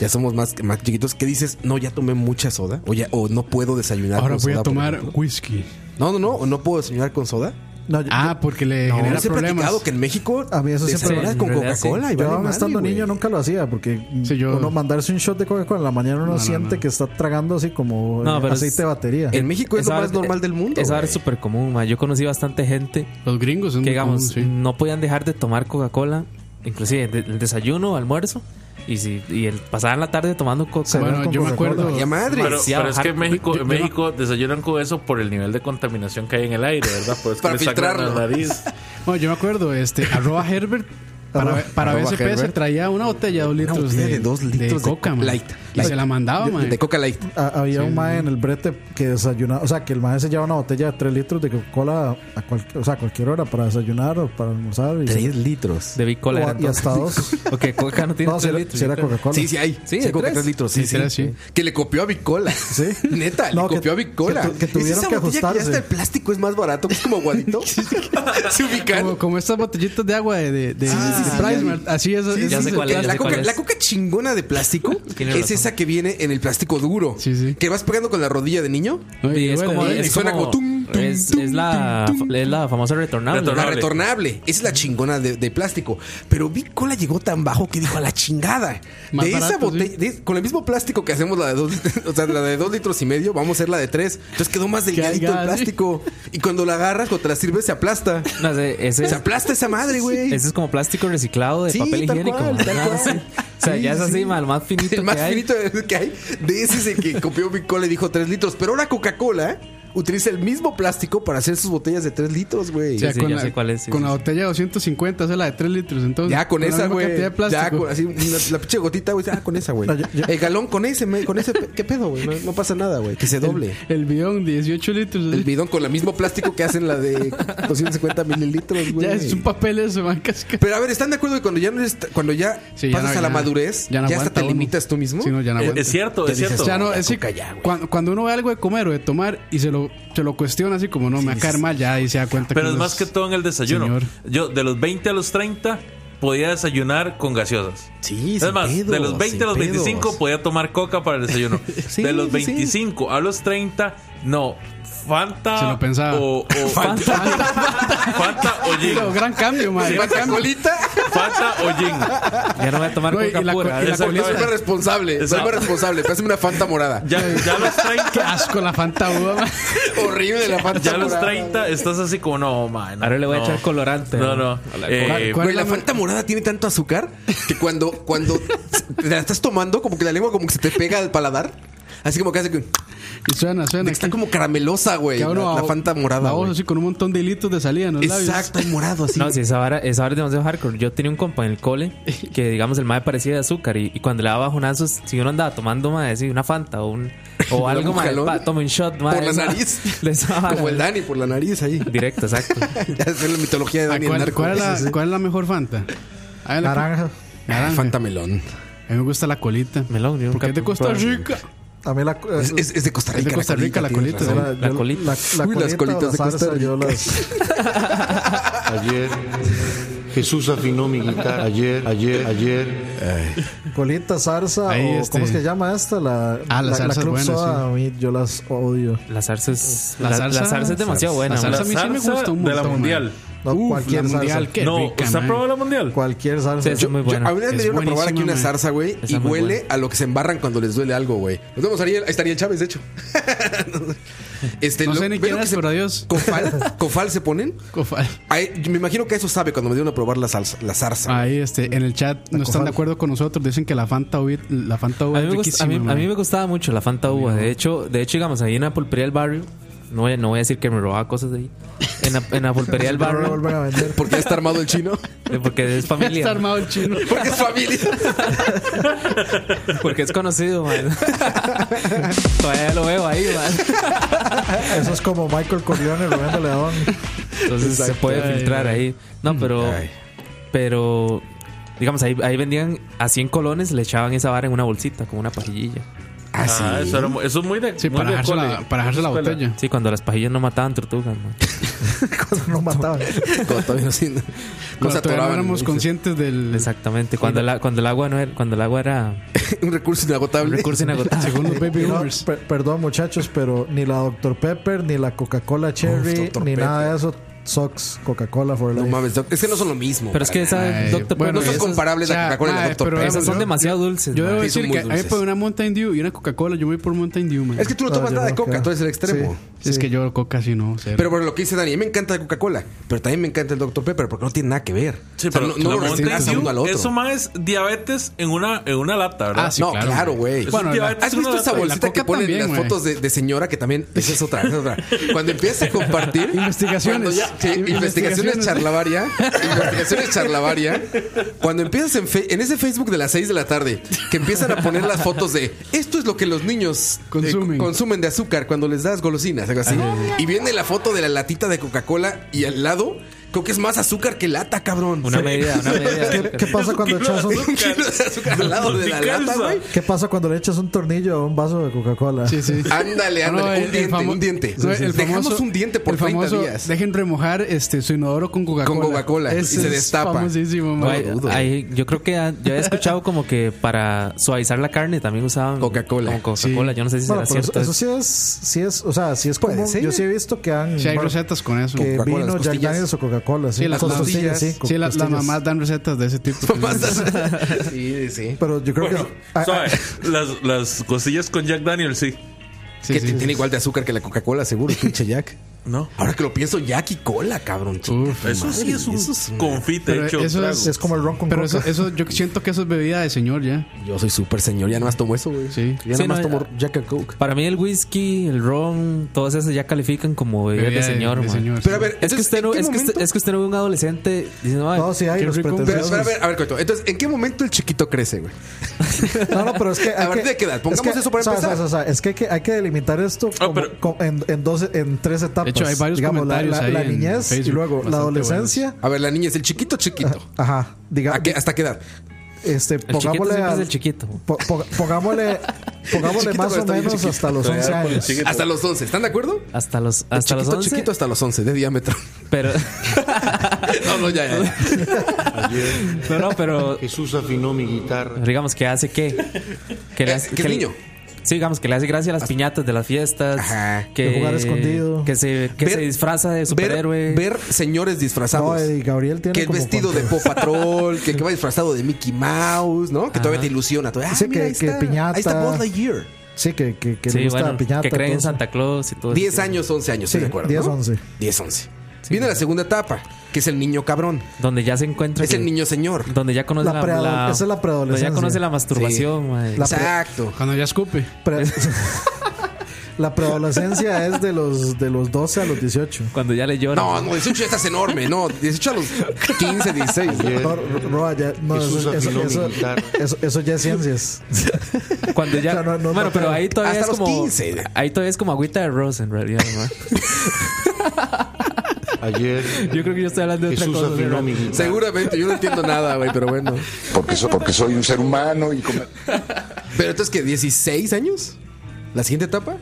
[SPEAKER 1] ya somos más, más chiquitos. ¿Qué dices? No, ya tomé mucha soda. O, ya, o no puedo desayunar
[SPEAKER 4] Ahora
[SPEAKER 1] con
[SPEAKER 4] voy
[SPEAKER 1] soda.
[SPEAKER 4] a
[SPEAKER 1] por
[SPEAKER 4] tomar
[SPEAKER 1] ejemplo.
[SPEAKER 4] whisky.
[SPEAKER 1] No, no, no. O no puedo desayunar con soda.
[SPEAKER 7] No, yo-
[SPEAKER 4] Ah, porque le
[SPEAKER 1] No,
[SPEAKER 4] genera
[SPEAKER 1] les he
[SPEAKER 4] problemas.
[SPEAKER 1] platicado que en México
[SPEAKER 7] A mí eso siempre
[SPEAKER 1] desayunas
[SPEAKER 5] me-
[SPEAKER 1] con
[SPEAKER 5] en realidad
[SPEAKER 1] Coca-Cola
[SPEAKER 5] sí.
[SPEAKER 1] y
[SPEAKER 7] Yo
[SPEAKER 1] vale
[SPEAKER 7] aún
[SPEAKER 1] madre,
[SPEAKER 7] estando
[SPEAKER 1] güey.
[SPEAKER 7] niño nunca lo hacía porque
[SPEAKER 4] Sí, yo-
[SPEAKER 7] uno mandarse un shot de Coca-Cola en la mañana uno
[SPEAKER 4] No, no,
[SPEAKER 7] siente
[SPEAKER 4] no.
[SPEAKER 7] que está tragando así como
[SPEAKER 5] No,
[SPEAKER 7] eh,
[SPEAKER 5] pero
[SPEAKER 7] aceite
[SPEAKER 5] es-
[SPEAKER 7] de batería.
[SPEAKER 1] En México es
[SPEAKER 5] Esa
[SPEAKER 1] lo
[SPEAKER 5] vara-
[SPEAKER 1] más normal del mundo.
[SPEAKER 5] Esa
[SPEAKER 1] güey.
[SPEAKER 5] hora es súper común, ma. Yo conocí bastante gente
[SPEAKER 4] Los gringos son
[SPEAKER 5] que,
[SPEAKER 4] muy
[SPEAKER 5] digamos,
[SPEAKER 4] comunes, sí.
[SPEAKER 1] mm,
[SPEAKER 5] no podían dejar de tomar Coca-Cola, inclusive de- el desayuno, almuerzo, y, si, y el, pasaban la tarde tomando Coca-Cola.
[SPEAKER 4] Bueno,
[SPEAKER 7] con
[SPEAKER 4] yo me
[SPEAKER 7] Coca-Cola.
[SPEAKER 4] acuerdo.
[SPEAKER 1] Vaya madre.
[SPEAKER 8] Pero,
[SPEAKER 5] Demasiado
[SPEAKER 8] pero es que en
[SPEAKER 5] hard-
[SPEAKER 4] yo-
[SPEAKER 8] México, en
[SPEAKER 4] yo no-
[SPEAKER 8] México desayunan con eso por el nivel de contaminación que hay en el aire, ¿verdad? Por eso
[SPEAKER 1] Para
[SPEAKER 8] que le sangran
[SPEAKER 1] filtrarlo.
[SPEAKER 8] la nariz.
[SPEAKER 4] Bueno, yo me acuerdo, este, arroba Herbert. Para, para
[SPEAKER 1] Arroba
[SPEAKER 4] BSP se
[SPEAKER 1] Herbert.
[SPEAKER 4] traía una botella de dos litros
[SPEAKER 1] botella
[SPEAKER 4] de,
[SPEAKER 1] de dos litros de
[SPEAKER 4] coca, man.
[SPEAKER 1] Light.
[SPEAKER 4] Y
[SPEAKER 1] Light.
[SPEAKER 4] se la mandaba, man.
[SPEAKER 1] De Coca Light.
[SPEAKER 7] A- había un mae en el brete que desayunaba, o sea, que el mae se llevaba una botella de 3 litros de Coca-Cola a, cual- o sea, a cualquier hora para desayunar o para almorzar. Y,
[SPEAKER 1] Tres litros.
[SPEAKER 5] De
[SPEAKER 7] o
[SPEAKER 5] bicola.
[SPEAKER 7] a-
[SPEAKER 5] eran
[SPEAKER 7] y hasta
[SPEAKER 5] dos.
[SPEAKER 7] dos.
[SPEAKER 5] <laughs> Ok, Coca no tiene
[SPEAKER 7] No, si
[SPEAKER 5] tres
[SPEAKER 7] era,
[SPEAKER 5] litros,
[SPEAKER 7] si
[SPEAKER 5] yo
[SPEAKER 7] era
[SPEAKER 5] creo.
[SPEAKER 7] Coca-Cola.
[SPEAKER 1] Sí, sí hay.
[SPEAKER 5] Sí,
[SPEAKER 1] Sí,
[SPEAKER 5] de
[SPEAKER 1] Coca
[SPEAKER 5] tres.
[SPEAKER 1] 3 litros. Sí,
[SPEAKER 4] Sí,
[SPEAKER 1] sí.
[SPEAKER 4] era así.
[SPEAKER 1] Que le copió a Bicola. Sí. <laughs> Neta,
[SPEAKER 7] No,
[SPEAKER 1] le
[SPEAKER 7] que-
[SPEAKER 1] copió a Bicola.
[SPEAKER 7] que tu- que
[SPEAKER 1] ¿Es
[SPEAKER 7] tuvieron
[SPEAKER 1] esa
[SPEAKER 7] que
[SPEAKER 1] botella ya
[SPEAKER 7] ajustarse.
[SPEAKER 1] hasta el plástico es más barato, que es como aguadito. <laughs> Se ubican.
[SPEAKER 4] Como, como estas botellitas de agua de, de, de,
[SPEAKER 1] sí,
[SPEAKER 4] de
[SPEAKER 1] sí,
[SPEAKER 4] Price
[SPEAKER 1] ya vi.
[SPEAKER 4] Mart. Así es.
[SPEAKER 1] Sí,
[SPEAKER 4] es-
[SPEAKER 5] ya
[SPEAKER 1] sí,
[SPEAKER 5] sé
[SPEAKER 1] sí,
[SPEAKER 5] cuál
[SPEAKER 1] que
[SPEAKER 5] es, ya
[SPEAKER 1] la,
[SPEAKER 5] sé
[SPEAKER 1] coca,
[SPEAKER 5] cuál es.
[SPEAKER 1] la coca chingona de plástico
[SPEAKER 5] Tiene
[SPEAKER 1] es
[SPEAKER 5] razón.
[SPEAKER 1] esa que viene en el plástico duro.
[SPEAKER 4] Sí, sí.
[SPEAKER 1] Que vas pegando con la rodilla de niño.
[SPEAKER 4] No,
[SPEAKER 5] Y es
[SPEAKER 4] huele,
[SPEAKER 5] como-
[SPEAKER 4] huele.
[SPEAKER 1] Y
[SPEAKER 5] es
[SPEAKER 1] suena
[SPEAKER 5] como-
[SPEAKER 1] como tum,
[SPEAKER 5] Es, es la, es la famosa retornable.
[SPEAKER 8] Retornable.
[SPEAKER 6] La retornable. Esa es la chingona de, de plástico. Pero Big Cola llegó tan bajo que dijo a la chingada.
[SPEAKER 4] Más
[SPEAKER 6] de esa
[SPEAKER 4] barato, sí.
[SPEAKER 6] botella, de- con el mismo plástico que hacemos la de dos, <laughs> lit- o sea, la de dos litros y medio, vamos a hacer la de tres. Entonces quedó más delgadito el
[SPEAKER 4] haga, sí.
[SPEAKER 6] plástico. Y cuando la agarras, cuando te la sirves, se aplasta. <laughs>
[SPEAKER 5] No sé, ese,
[SPEAKER 8] <laughs>
[SPEAKER 6] Se aplasta esa madre, güey.
[SPEAKER 5] ese es como plástico reciclado de
[SPEAKER 6] Sí,
[SPEAKER 5] papel
[SPEAKER 6] tal
[SPEAKER 5] higiénico.
[SPEAKER 6] cual,
[SPEAKER 5] ma.
[SPEAKER 6] tal
[SPEAKER 5] Nada
[SPEAKER 6] cual.
[SPEAKER 5] así. O sea,
[SPEAKER 6] Sí,
[SPEAKER 5] ya es así,
[SPEAKER 6] sí.
[SPEAKER 5] ma, el más finito
[SPEAKER 6] El más
[SPEAKER 5] que hay.
[SPEAKER 6] finito que hay. De ese es el que copió Big Cola y dijo tres litros. Pero ahora Coca-Cola utiliza el mismo plástico para hacer sus botellas de tres litros, güey.
[SPEAKER 5] Sí,
[SPEAKER 4] O sea,
[SPEAKER 5] sí,
[SPEAKER 4] con
[SPEAKER 5] ya
[SPEAKER 4] la,
[SPEAKER 5] sé cuál es, sí,
[SPEAKER 4] con
[SPEAKER 5] sí,
[SPEAKER 4] la
[SPEAKER 5] sí.
[SPEAKER 4] botella de 250, esa es la de 3 litros. Entonces,
[SPEAKER 6] Ya con
[SPEAKER 4] Pues, la
[SPEAKER 6] esa,
[SPEAKER 4] misma
[SPEAKER 6] güey.
[SPEAKER 4] cantidad de
[SPEAKER 6] Ya
[SPEAKER 4] plástico.
[SPEAKER 6] con así, una- la pinche gotita, güey. Ah, con esa, güey.
[SPEAKER 7] No, yo- yo-
[SPEAKER 6] El galón con ese, me- con ese. pe- ¿Qué pedo, güey? No, no pasa nada, güey. Que se doble.
[SPEAKER 4] El bidón, 18 litros.
[SPEAKER 6] El,
[SPEAKER 4] así.
[SPEAKER 6] bidón con el mismo plástico que hacen la de 250 mililitros, güey.
[SPEAKER 4] ya es un papel eso, man, casi. casi.
[SPEAKER 6] Pero a ver, ¿están de acuerdo que cuando ya no eres, cuando ya
[SPEAKER 4] Sí, ya
[SPEAKER 6] pasas
[SPEAKER 4] no-
[SPEAKER 6] a la
[SPEAKER 4] ya-
[SPEAKER 6] madurez, ya,
[SPEAKER 4] no
[SPEAKER 6] hasta
[SPEAKER 4] aguanta
[SPEAKER 6] te
[SPEAKER 4] uno.
[SPEAKER 6] limitas tú mismo?
[SPEAKER 4] Sí, no, ya no
[SPEAKER 8] Es,
[SPEAKER 4] aguanta.
[SPEAKER 8] es cierto, es cierto.
[SPEAKER 4] O sea, no,
[SPEAKER 6] La
[SPEAKER 4] es sí,
[SPEAKER 6] coca ya, güey.
[SPEAKER 4] cuando, cuando uno ve algo de comer o de tomar y se lo, se lo cuestiona así como no, me va a caer mal, ya y se da cuenta
[SPEAKER 8] Pero
[SPEAKER 4] que
[SPEAKER 8] es
[SPEAKER 4] no
[SPEAKER 8] más que todo en el desayuno.
[SPEAKER 4] Señor.
[SPEAKER 8] Yo de los 20 a los 30 podía desayunar con gaseosas.
[SPEAKER 6] Sí,
[SPEAKER 8] Es
[SPEAKER 6] sin
[SPEAKER 8] más, de
[SPEAKER 6] pedos,
[SPEAKER 8] los 20 a los
[SPEAKER 6] sin
[SPEAKER 8] 25
[SPEAKER 6] pedos.
[SPEAKER 8] podía tomar coca para el desayuno.
[SPEAKER 6] Sí,
[SPEAKER 8] de los
[SPEAKER 6] sí, sí.
[SPEAKER 8] 25 a los 30, no. Fanta
[SPEAKER 4] Se lo pensaba.
[SPEAKER 8] o, o- Fanta,
[SPEAKER 4] <laughs>
[SPEAKER 8] o gin.
[SPEAKER 4] Pero gran cambio, man. gran
[SPEAKER 6] ¿La
[SPEAKER 4] cambio.
[SPEAKER 6] colita?
[SPEAKER 8] Fanta o gin.
[SPEAKER 5] Ya no voy a tomar
[SPEAKER 4] No, y
[SPEAKER 5] coca
[SPEAKER 4] la-
[SPEAKER 5] pura.
[SPEAKER 4] y la
[SPEAKER 5] Esa-
[SPEAKER 4] colita.
[SPEAKER 6] Soy más responsable. Soy
[SPEAKER 8] Exacto.
[SPEAKER 6] más responsable. Pásame una fanta morada.
[SPEAKER 8] Ya, ya a los 30,
[SPEAKER 4] Qué asco la Fanta uva, man.
[SPEAKER 6] <laughs> Horrible la fanta
[SPEAKER 8] ya a los
[SPEAKER 6] morada.
[SPEAKER 8] 30 estás así como, no, man. no,
[SPEAKER 5] Ahora le voy a
[SPEAKER 8] no.
[SPEAKER 5] echar colorante. ma.
[SPEAKER 8] No, no. Eh,
[SPEAKER 4] ¿Cuál
[SPEAKER 6] Güey, la
[SPEAKER 4] es la-
[SPEAKER 6] Fanta morada tiene tanto azúcar que cuando, cuando te la estás tomando, como que la lengua como que se te pega al paladar. Así como que hace que
[SPEAKER 4] Y suena, suena.
[SPEAKER 6] está
[SPEAKER 4] aquí.
[SPEAKER 6] como caramelosa, güey.
[SPEAKER 4] Que
[SPEAKER 6] La,
[SPEAKER 4] uno
[SPEAKER 6] la
[SPEAKER 4] a-
[SPEAKER 6] Fanta morada.
[SPEAKER 4] la voz
[SPEAKER 6] güey.
[SPEAKER 4] así con un montón de hilitos de salida en los labios.
[SPEAKER 6] Exacto, el morado así.
[SPEAKER 5] No, sí, esa vara, esa vara es demasiado hardcore. Yo tenía un compa en el cole que, digamos, el mae parecía de azúcar y, y cuando le daba bajonazos, si uno andaba tomando, mae, sí, una Fanta o, un,
[SPEAKER 1] <laughs>
[SPEAKER 5] o algo,
[SPEAKER 6] Le daba un
[SPEAKER 5] mae,
[SPEAKER 6] jalón.
[SPEAKER 5] pa, tome un shot, mae.
[SPEAKER 6] Por la
[SPEAKER 5] esa-
[SPEAKER 6] nariz.
[SPEAKER 5] <laughs> de esa vara.
[SPEAKER 6] como el Dani por la nariz ahí.
[SPEAKER 5] Directo, exacto.
[SPEAKER 6] <laughs> Ya es la mitología de
[SPEAKER 4] Ah,
[SPEAKER 6] Dani el
[SPEAKER 4] ¿Cuál,
[SPEAKER 6] narco.
[SPEAKER 4] cuál es
[SPEAKER 6] Sí,
[SPEAKER 4] la,
[SPEAKER 6] sí.
[SPEAKER 4] ¿Cuál es la mejor Fanta? A ver, la-
[SPEAKER 7] Naranja.
[SPEAKER 4] naranja.
[SPEAKER 6] Fanta melón.
[SPEAKER 4] A mí me gusta la colita.
[SPEAKER 5] Melón, yo
[SPEAKER 4] ¿Por
[SPEAKER 5] nunca
[SPEAKER 4] qué te
[SPEAKER 5] he
[SPEAKER 4] Costa
[SPEAKER 5] probado.
[SPEAKER 4] Rica?
[SPEAKER 7] A mí la.
[SPEAKER 6] Es, es- es de Costa Rica.
[SPEAKER 4] Es de Costa Rica, la
[SPEAKER 6] tienes
[SPEAKER 4] colita,
[SPEAKER 6] razón.
[SPEAKER 7] era-
[SPEAKER 5] la
[SPEAKER 7] yo-
[SPEAKER 5] colita.
[SPEAKER 7] La,
[SPEAKER 6] Uy, las
[SPEAKER 7] colita o la
[SPEAKER 6] colitas de Costa
[SPEAKER 7] salsa, yo
[SPEAKER 6] Rica.
[SPEAKER 7] las-
[SPEAKER 10] Ayer <laughs> Jesús afinó mi guitarra. Ayer, ayer, ayer.
[SPEAKER 7] colita, salsa.
[SPEAKER 4] Ahí,
[SPEAKER 7] o, ¿Cómo es
[SPEAKER 4] este-
[SPEAKER 7] que llama esta? La,
[SPEAKER 4] Ah, la
[SPEAKER 7] la,
[SPEAKER 4] salsa es
[SPEAKER 7] club
[SPEAKER 4] buena,
[SPEAKER 7] soda,
[SPEAKER 4] sí.
[SPEAKER 7] a mí yo las odio.
[SPEAKER 5] La salsa es,
[SPEAKER 4] La
[SPEAKER 5] la,
[SPEAKER 4] salsa-
[SPEAKER 5] la salsa es demasiado buena.
[SPEAKER 4] la
[SPEAKER 5] mae.
[SPEAKER 4] salsa a mí sí me
[SPEAKER 8] salsa
[SPEAKER 4] gusta un
[SPEAKER 8] de la
[SPEAKER 4] montón,
[SPEAKER 8] mundial.
[SPEAKER 7] No,
[SPEAKER 4] Uf,
[SPEAKER 7] cualquier
[SPEAKER 4] la
[SPEAKER 7] salsa.
[SPEAKER 4] mundial, qué
[SPEAKER 8] no,
[SPEAKER 4] rica,
[SPEAKER 8] ¿usted ha
[SPEAKER 4] man.
[SPEAKER 8] probado la mundial?
[SPEAKER 7] Cualquier
[SPEAKER 5] Sí,
[SPEAKER 7] salsa.
[SPEAKER 5] es muy
[SPEAKER 6] Yo-
[SPEAKER 5] buena.
[SPEAKER 6] a mí me
[SPEAKER 4] Es
[SPEAKER 6] dieron a probar aquí
[SPEAKER 4] buenísima,
[SPEAKER 6] una
[SPEAKER 4] man.
[SPEAKER 6] zarza, güey,
[SPEAKER 5] Está
[SPEAKER 6] y
[SPEAKER 5] muy
[SPEAKER 6] huele
[SPEAKER 5] buena.
[SPEAKER 6] a lo que se embarran cuando les duele algo, güey. Nos vemos, Ariel. Ahí estaría Chávez, de hecho. este,
[SPEAKER 4] No
[SPEAKER 6] lo-
[SPEAKER 4] sé ni
[SPEAKER 6] ¿ven
[SPEAKER 4] quién
[SPEAKER 6] lo que
[SPEAKER 4] es,
[SPEAKER 6] se-
[SPEAKER 4] pero adiós.
[SPEAKER 6] Cofal, cofal se ponen.
[SPEAKER 4] Cofal.
[SPEAKER 6] Ay, yo me imagino que eso sabe cuando me dieron a probar la salsa. La zarza.
[SPEAKER 4] Ahí, este, en el chat no están
[SPEAKER 7] cojal.
[SPEAKER 4] de acuerdo con nosotros. Dicen que la Fanta uva, la Fanta uva
[SPEAKER 5] A mí,
[SPEAKER 4] es
[SPEAKER 5] me gust- a,
[SPEAKER 4] riquísima.
[SPEAKER 5] mí, a
[SPEAKER 4] man.
[SPEAKER 5] mí me gustaba mucho la Fanta Uva. De hecho, de hecho, digamos, ahí en la pulpería del barrio, no voy, a- no voy a decir que me robaba cosas de ahí. En la, en la pulpería
[SPEAKER 7] <laughs>
[SPEAKER 5] del
[SPEAKER 7] Pero no la
[SPEAKER 5] barrio,
[SPEAKER 7] vuelven a
[SPEAKER 1] <laughs>
[SPEAKER 7] vender.
[SPEAKER 6] Porque ya está armado
[SPEAKER 4] <laughs>
[SPEAKER 6] el chino.
[SPEAKER 5] eh, porque es
[SPEAKER 4] Ya está
[SPEAKER 5] familia,
[SPEAKER 4] armado el chino.
[SPEAKER 6] Porque es familia.
[SPEAKER 5] porque es conocido, <laughs> man. Todavía lo veo ahí, man.
[SPEAKER 7] Eso es como Michael Corleone robándole a <laughs> Don.
[SPEAKER 5] Entonces se puede filtrar ahí. No, pero. Pero. Digamos, ahí, ahí vendían a 100 colones, le echaban esa vara en una bolsita, con una pajillilla.
[SPEAKER 6] Ah, sí.
[SPEAKER 8] Ah, eso, era mu- eso es muy de.
[SPEAKER 4] Sí,
[SPEAKER 8] muy
[SPEAKER 4] para
[SPEAKER 8] de
[SPEAKER 4] dejarse,
[SPEAKER 8] cole.
[SPEAKER 4] la, para dejarse la
[SPEAKER 8] Escuela.
[SPEAKER 4] botella.
[SPEAKER 5] Sí, cuando las pajillas no mataban tortugas, <laughs> man.
[SPEAKER 7] Cuando no mataba.
[SPEAKER 6] Cuando todavía no, se- no se
[SPEAKER 4] Cuando todavía no
[SPEAKER 6] atoraban.
[SPEAKER 4] éramos conscientes del.
[SPEAKER 5] Exactamente. Cuando, la, cuando el agua no era, cuando el agua era
[SPEAKER 6] <laughs> un recurso inagotable.
[SPEAKER 5] un recurso <laughs> inagotable.
[SPEAKER 4] Según los baby
[SPEAKER 7] Y no,
[SPEAKER 4] boomers.
[SPEAKER 7] per- perdón, muchachos, pero ni la Dr. Pepper, ni la Coca-Cola
[SPEAKER 6] Uf,
[SPEAKER 7] Cherry,
[SPEAKER 6] Dr.
[SPEAKER 7] ni nada
[SPEAKER 6] Pepper.
[SPEAKER 7] de eso. Sox, Coca-Cola for
[SPEAKER 6] No
[SPEAKER 7] life.
[SPEAKER 6] mames, doc, es que no son lo mismo.
[SPEAKER 5] Pero es que
[SPEAKER 6] para nada.
[SPEAKER 5] esa
[SPEAKER 4] Ay,
[SPEAKER 5] Dr.
[SPEAKER 4] bueno,
[SPEAKER 5] Pepper
[SPEAKER 6] no son
[SPEAKER 5] esas-
[SPEAKER 6] comparables la
[SPEAKER 4] o sea,
[SPEAKER 6] Coca-Cola y la
[SPEAKER 4] madre,
[SPEAKER 6] Dr.
[SPEAKER 4] pero
[SPEAKER 6] Pepper.
[SPEAKER 5] Esas son
[SPEAKER 4] Yo-
[SPEAKER 5] demasiado dulces.
[SPEAKER 4] Yo debo
[SPEAKER 5] man.
[SPEAKER 6] Sí, son
[SPEAKER 4] decir
[SPEAKER 6] muy
[SPEAKER 4] que a mí
[SPEAKER 6] dulces.
[SPEAKER 4] por una Mountain Dew y una Coca-Cola, yo voy por Mountain Dew, man.
[SPEAKER 6] Es que tú no
[SPEAKER 7] No,
[SPEAKER 6] tomas
[SPEAKER 7] yo
[SPEAKER 6] nada de
[SPEAKER 7] no
[SPEAKER 6] coca,
[SPEAKER 7] creo.
[SPEAKER 6] tú eres el extremo.
[SPEAKER 7] Sí.
[SPEAKER 4] Es que yo Coca si no. cero.
[SPEAKER 6] Pero bueno, lo que dice Dani, a mí me encanta la Coca-Cola, pero también me encanta el Dr. Pepper porque no tiene nada que ver.
[SPEAKER 8] Sí,
[SPEAKER 6] O sea,
[SPEAKER 8] pero
[SPEAKER 6] no, no
[SPEAKER 8] la
[SPEAKER 6] lo
[SPEAKER 8] Mountain
[SPEAKER 6] reemplaza
[SPEAKER 8] Dew,
[SPEAKER 6] uno al otro.
[SPEAKER 8] Eso más es diabetes en una, en una lata, ¿verdad?
[SPEAKER 4] Ah, sí,
[SPEAKER 6] no,
[SPEAKER 4] claro.
[SPEAKER 6] claro, güey.
[SPEAKER 8] Eso
[SPEAKER 4] Bueno,
[SPEAKER 8] es
[SPEAKER 4] la-
[SPEAKER 8] diabetes
[SPEAKER 6] ¿Has
[SPEAKER 8] en una
[SPEAKER 6] visto esa
[SPEAKER 8] lata.
[SPEAKER 4] la
[SPEAKER 6] bolsita
[SPEAKER 4] Coca
[SPEAKER 6] que ponen
[SPEAKER 4] también,
[SPEAKER 6] las
[SPEAKER 4] güey.
[SPEAKER 6] fotos de, de señora que también esa es otra? esa es otra. Cuando empiezas a compartir
[SPEAKER 4] <laughs> Investigaciones.
[SPEAKER 6] cuando ya- sí, investigaciones
[SPEAKER 4] Investigaciones.
[SPEAKER 6] charlavaria, investigaciones charlavaria. Cuando empiezas en, fe- en ese Facebook de las 6 de la tarde que empiezan a poner las fotos de esto es lo que los niños eh,
[SPEAKER 4] Consumen.
[SPEAKER 6] consumen de azúcar cuando les das golosinas, algo así. Y viene la foto de la latita de Coca-Cola y al lado Creo que es más azúcar que lata, cabrón.
[SPEAKER 5] Una medida, una medida. de
[SPEAKER 7] ¿Qué,
[SPEAKER 5] azúcar.
[SPEAKER 7] qué pasa
[SPEAKER 8] <laughs>
[SPEAKER 7] cuando echas un,
[SPEAKER 6] Un kilo de azúcar <laughs> al lado de la lata, güey.
[SPEAKER 7] ¿Qué pasa cuando le echas un tornillo a un vaso de Coca-Cola?
[SPEAKER 4] Sí, sí.
[SPEAKER 6] Ándale, ándale.
[SPEAKER 4] No,
[SPEAKER 6] un,
[SPEAKER 4] el- el
[SPEAKER 6] diente,
[SPEAKER 4] famo-
[SPEAKER 6] un diente,
[SPEAKER 4] no, el
[SPEAKER 6] Dejamos
[SPEAKER 4] famoso-
[SPEAKER 6] un diente por
[SPEAKER 4] el
[SPEAKER 6] 30
[SPEAKER 4] famoso,
[SPEAKER 6] días.
[SPEAKER 4] Dejen remojar este, su inodoro con Coca-Cola.
[SPEAKER 6] Con Coca-Cola, y
[SPEAKER 4] Ese
[SPEAKER 6] se
[SPEAKER 4] es
[SPEAKER 6] destapa.
[SPEAKER 4] famosísimo,
[SPEAKER 5] No,
[SPEAKER 4] man.
[SPEAKER 5] hay- hay- yo creo que ah, yo he escuchado como que para suavizar la carne también usaban
[SPEAKER 6] Coca-Cola.
[SPEAKER 5] como Coca-Cola. Yo no sé si
[SPEAKER 7] Bueno,
[SPEAKER 5] será
[SPEAKER 7] pero
[SPEAKER 5] cierto.
[SPEAKER 7] eso sí es, sí es, o sea, sí es
[SPEAKER 6] Puede
[SPEAKER 7] común.
[SPEAKER 6] ser.
[SPEAKER 7] Yo sí he visto que han
[SPEAKER 4] Sí, hay
[SPEAKER 7] bueno,
[SPEAKER 4] recetas con eso.
[SPEAKER 7] que
[SPEAKER 6] Coca-Cola,
[SPEAKER 7] vino
[SPEAKER 6] las
[SPEAKER 7] Jack
[SPEAKER 6] costillas.
[SPEAKER 7] Daniels o Coca-Cola, sí,
[SPEAKER 4] Sí, las
[SPEAKER 7] Con
[SPEAKER 4] costillas.
[SPEAKER 7] costillas, sí, con
[SPEAKER 4] Sí, la- las
[SPEAKER 7] costillas.
[SPEAKER 4] mamás dan recetas de ese tipo.
[SPEAKER 6] <laughs>
[SPEAKER 4] <laughs>
[SPEAKER 6] sí, sí.
[SPEAKER 7] Pero yo creo
[SPEAKER 8] Bueno,
[SPEAKER 7] que ah, ah,
[SPEAKER 8] suave. eh, Las, las costillas con Jack Daniel, sí.
[SPEAKER 4] Sí,
[SPEAKER 6] que
[SPEAKER 4] sí,
[SPEAKER 6] te-
[SPEAKER 4] sí.
[SPEAKER 6] tiene igual de azúcar que la Coca-Cola, <laughs> seguro, pinche Jack.
[SPEAKER 8] No.
[SPEAKER 6] Ahora que lo pienso, Jack y cola, cabrón. chica.
[SPEAKER 4] Uf.
[SPEAKER 8] Eso sí es un
[SPEAKER 6] Eso es una-
[SPEAKER 8] confite
[SPEAKER 4] Pero
[SPEAKER 8] hecho.
[SPEAKER 4] eso
[SPEAKER 8] trago.
[SPEAKER 4] es-
[SPEAKER 7] es como el ron con
[SPEAKER 4] Pero
[SPEAKER 7] coca.
[SPEAKER 4] eso, eso, yo siento que eso es bebida de señor ya.
[SPEAKER 6] Yo soy súper señor, ya nomás tomo eso, güey.
[SPEAKER 4] Sí.
[SPEAKER 6] Ya
[SPEAKER 5] Sí,
[SPEAKER 6] nomás
[SPEAKER 5] no,
[SPEAKER 6] tomo Jack and Coke.
[SPEAKER 5] Para mí el whisky, el ron, todas esas ya califican como bebidas de señor, man.
[SPEAKER 6] Pero a ver,
[SPEAKER 5] Es que,
[SPEAKER 6] entonces,
[SPEAKER 5] usted
[SPEAKER 6] ¿en
[SPEAKER 5] no,
[SPEAKER 6] qué
[SPEAKER 5] es, que usted,
[SPEAKER 6] momento?
[SPEAKER 5] es que usted no ve un adolescente diciendo, "Ay,
[SPEAKER 7] No, sí hay
[SPEAKER 4] Qué
[SPEAKER 7] los
[SPEAKER 4] rico.
[SPEAKER 6] este Pero, pero a
[SPEAKER 7] pretenciosos.
[SPEAKER 6] ver, a ver, Coito. Entonces, ¿en qué momento el chiquito crece, güey?
[SPEAKER 7] No, no, pero
[SPEAKER 6] <laughs>
[SPEAKER 7] es que. hay
[SPEAKER 6] partir
[SPEAKER 7] que-
[SPEAKER 6] de qué edad?
[SPEAKER 7] es
[SPEAKER 6] Pongamos
[SPEAKER 7] que-
[SPEAKER 6] eso para
[SPEAKER 7] o sea,
[SPEAKER 6] empezar.
[SPEAKER 7] o sea, o sea, es que hay que, hay que delimitar esto
[SPEAKER 8] Ah,
[SPEAKER 7] como-
[SPEAKER 8] pero-
[SPEAKER 7] como en, en, dos, en tres etapas.
[SPEAKER 4] hecho, hay varios
[SPEAKER 7] digamos, la-
[SPEAKER 4] comentarios
[SPEAKER 7] la,
[SPEAKER 4] ahí
[SPEAKER 7] la
[SPEAKER 4] en
[SPEAKER 7] niñez y
[SPEAKER 4] Facebook
[SPEAKER 7] luego la
[SPEAKER 4] bastante
[SPEAKER 7] adolescencia.
[SPEAKER 6] A ver, la niña es el chiquito chiquito.
[SPEAKER 7] Ajá, digamos.
[SPEAKER 6] ¿A qué- ¿Hasta qué edad?
[SPEAKER 7] Este,
[SPEAKER 5] el chiquito
[SPEAKER 7] pongámosle.
[SPEAKER 5] siempre es
[SPEAKER 7] al-
[SPEAKER 5] el chiquito.
[SPEAKER 7] po- po- pongámosle
[SPEAKER 6] <laughs>
[SPEAKER 7] pongámosle
[SPEAKER 6] Chiquito,
[SPEAKER 7] más
[SPEAKER 6] pero
[SPEAKER 7] o
[SPEAKER 6] está bien
[SPEAKER 7] menos
[SPEAKER 6] chiquito.
[SPEAKER 7] hasta los 11
[SPEAKER 8] Todavía con el
[SPEAKER 7] años.
[SPEAKER 8] chiquito.
[SPEAKER 6] Hasta los 11. ¿Están de acuerdo?
[SPEAKER 5] Hasta los,
[SPEAKER 6] De
[SPEAKER 5] hasta los
[SPEAKER 6] chiquito
[SPEAKER 5] 11.
[SPEAKER 6] chiquito hasta los 11 de diámetro.
[SPEAKER 5] Pero,
[SPEAKER 6] <laughs> no, no, ya, ya, ya.
[SPEAKER 10] Ayer
[SPEAKER 5] no, no, pero
[SPEAKER 10] Jesús afinó mi guitarra.
[SPEAKER 5] digamos que hace qué. Que
[SPEAKER 6] Eh, que es
[SPEAKER 5] le-
[SPEAKER 6] niño.
[SPEAKER 5] Sí, digamos que le hace gracia a las piñatas de las fiestas.
[SPEAKER 6] Ajá.
[SPEAKER 5] Que,
[SPEAKER 7] De jugar escondido.
[SPEAKER 5] Que se, que
[SPEAKER 6] Ver-
[SPEAKER 5] se disfraza de superhéroe.
[SPEAKER 6] Ver, <laughs> ver señores
[SPEAKER 7] No,
[SPEAKER 6] disfrazados.
[SPEAKER 7] y Gabriel tiene
[SPEAKER 6] que el
[SPEAKER 7] como
[SPEAKER 6] vestido de
[SPEAKER 7] cuatro.
[SPEAKER 6] Paw Patrol, que, que va disfrazado de Mickey Mouse, ¿no? Que todavía te ilusiona. Todavía, ah,
[SPEAKER 7] Dice
[SPEAKER 6] mira,
[SPEAKER 7] que-
[SPEAKER 6] ahí
[SPEAKER 7] que
[SPEAKER 6] está.
[SPEAKER 7] piñata.
[SPEAKER 6] Ahí está Buzz Lightyear.
[SPEAKER 7] Sí, que, que, que le
[SPEAKER 5] sí,
[SPEAKER 7] gusta
[SPEAKER 5] bueno,
[SPEAKER 7] la piñata.
[SPEAKER 5] que creen en
[SPEAKER 7] todo eso.
[SPEAKER 5] Santa Claus y todo
[SPEAKER 6] 10
[SPEAKER 5] eso.
[SPEAKER 6] años, 11 años, ¿eh?
[SPEAKER 7] Sí,
[SPEAKER 6] ¿estoy de acuerdo?
[SPEAKER 7] 10,
[SPEAKER 6] ¿no?
[SPEAKER 7] 11.
[SPEAKER 6] 10, 11. Viene la segunda etapa, que es el niño cabrón.
[SPEAKER 5] Donde ya se encuentra.
[SPEAKER 6] Es el
[SPEAKER 5] que-
[SPEAKER 6] niño señor.
[SPEAKER 5] Donde ya conoce
[SPEAKER 7] La
[SPEAKER 5] la,
[SPEAKER 7] preado-
[SPEAKER 5] la-
[SPEAKER 7] esa es la
[SPEAKER 5] donde
[SPEAKER 7] preadolescencia.
[SPEAKER 5] ya conoce la masturbación, mae.
[SPEAKER 7] La-
[SPEAKER 6] Exacto.
[SPEAKER 4] Cuando ya escupe.
[SPEAKER 5] <laughs>
[SPEAKER 7] Pre- la preadolescencia es de los, de los 12 a los 18.
[SPEAKER 5] Cuando ya le llora.
[SPEAKER 6] No, no, 18 ya estás enorme. No, 18 a los 15, 16.
[SPEAKER 10] Ayer
[SPEAKER 7] No, Roa, ya, no,
[SPEAKER 10] Jesús
[SPEAKER 7] eso, eso-
[SPEAKER 10] afinó mi
[SPEAKER 7] eso-
[SPEAKER 10] guitarra.
[SPEAKER 7] eso- eso ya es ciencias.
[SPEAKER 5] Cuando ya.
[SPEAKER 7] O sea, no- no-
[SPEAKER 5] bueno,
[SPEAKER 7] no-
[SPEAKER 5] pero ahí todavía
[SPEAKER 6] hasta
[SPEAKER 5] es
[SPEAKER 6] los
[SPEAKER 5] como.
[SPEAKER 6] 15.
[SPEAKER 5] Ahí todavía es como agüita de rose en realidad, mae.
[SPEAKER 10] <laughs> Ayer
[SPEAKER 5] Yo creo que yo estoy hablando de otra
[SPEAKER 10] Jesús
[SPEAKER 5] cosa.
[SPEAKER 10] afinó
[SPEAKER 5] ¿verdad?
[SPEAKER 10] mi guitarra.
[SPEAKER 6] Seguramente, yo no entiendo nada, güey, pero bueno.
[SPEAKER 11] Porque, so- porque soy un ser humano y como-
[SPEAKER 6] Pero entonces, que ¿16 años? ¿La siguiente etapa?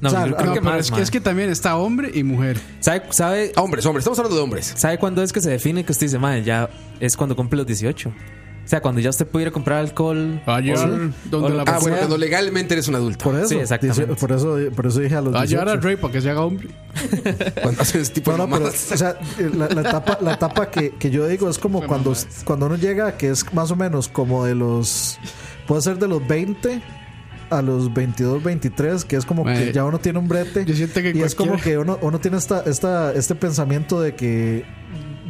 [SPEAKER 5] No,
[SPEAKER 7] O sea,
[SPEAKER 5] yo creo
[SPEAKER 4] No,
[SPEAKER 5] que
[SPEAKER 4] pero
[SPEAKER 5] más,
[SPEAKER 4] es, que,
[SPEAKER 5] mae.
[SPEAKER 4] es que también está hombre y mujer.
[SPEAKER 5] ¿Sabe, sabe,
[SPEAKER 6] Ah, hombres, hombres. Estamos hablando de hombres.
[SPEAKER 5] ¿Sabe cuándo es que se define que usted dice, madre, ya es cuando cumple los 18? O sea, cuando ya usted pudiera comprar alcohol.
[SPEAKER 4] Va a llevar donde
[SPEAKER 5] o lo
[SPEAKER 4] la
[SPEAKER 5] que
[SPEAKER 6] Ah, bueno,
[SPEAKER 5] sea.
[SPEAKER 6] cuando legalmente eres un adulto.
[SPEAKER 7] Por eso,
[SPEAKER 5] Sí, exactamente.
[SPEAKER 7] dice- por eso, por eso dije a los
[SPEAKER 4] Ah, ya
[SPEAKER 7] 18.
[SPEAKER 4] ahora Drake para que se haga hombre.
[SPEAKER 6] Cuando haces ese tipo
[SPEAKER 7] No,
[SPEAKER 6] de
[SPEAKER 7] no, pero, o
[SPEAKER 6] mamadas.
[SPEAKER 7] sea, eh, la, la etapa, la etapa que, que yo digo es como cuando, cuando uno llega, que es más o menos como de los. Puede ser de los 20 a los 22, 23, que es como
[SPEAKER 4] Mae,
[SPEAKER 6] Eh,
[SPEAKER 7] que ya uno tiene un brete.
[SPEAKER 4] yo siento que
[SPEAKER 7] y es como
[SPEAKER 4] cualquiera-
[SPEAKER 7] que uno, uno tiene esta, esta, este pensamiento de que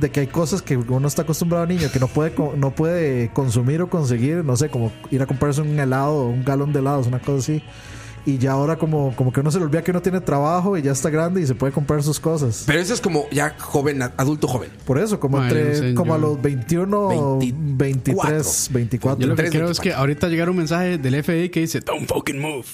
[SPEAKER 7] de que hay cosas que uno está acostumbrado niño que no puede co- no puede consumir o conseguir no sé como ir a comprarse un helado un galón de helados una cosa así y ya ahora como como que uno se le olvida que uno tiene trabajo y ya está grande y se puede comprar sus cosas
[SPEAKER 6] Pero eso es como ya joven, a- adulto joven.
[SPEAKER 7] por eso, como
[SPEAKER 4] Bueno,
[SPEAKER 7] entre
[SPEAKER 4] señor.
[SPEAKER 7] como a los 21, 23,
[SPEAKER 6] 24.
[SPEAKER 7] 24.
[SPEAKER 4] Yo lo que
[SPEAKER 6] Tres
[SPEAKER 4] creo es
[SPEAKER 6] veinticuatro.
[SPEAKER 4] que ahorita llegará un mensaje del FBI que dice: Don't fucking
[SPEAKER 6] <laughs>
[SPEAKER 4] move.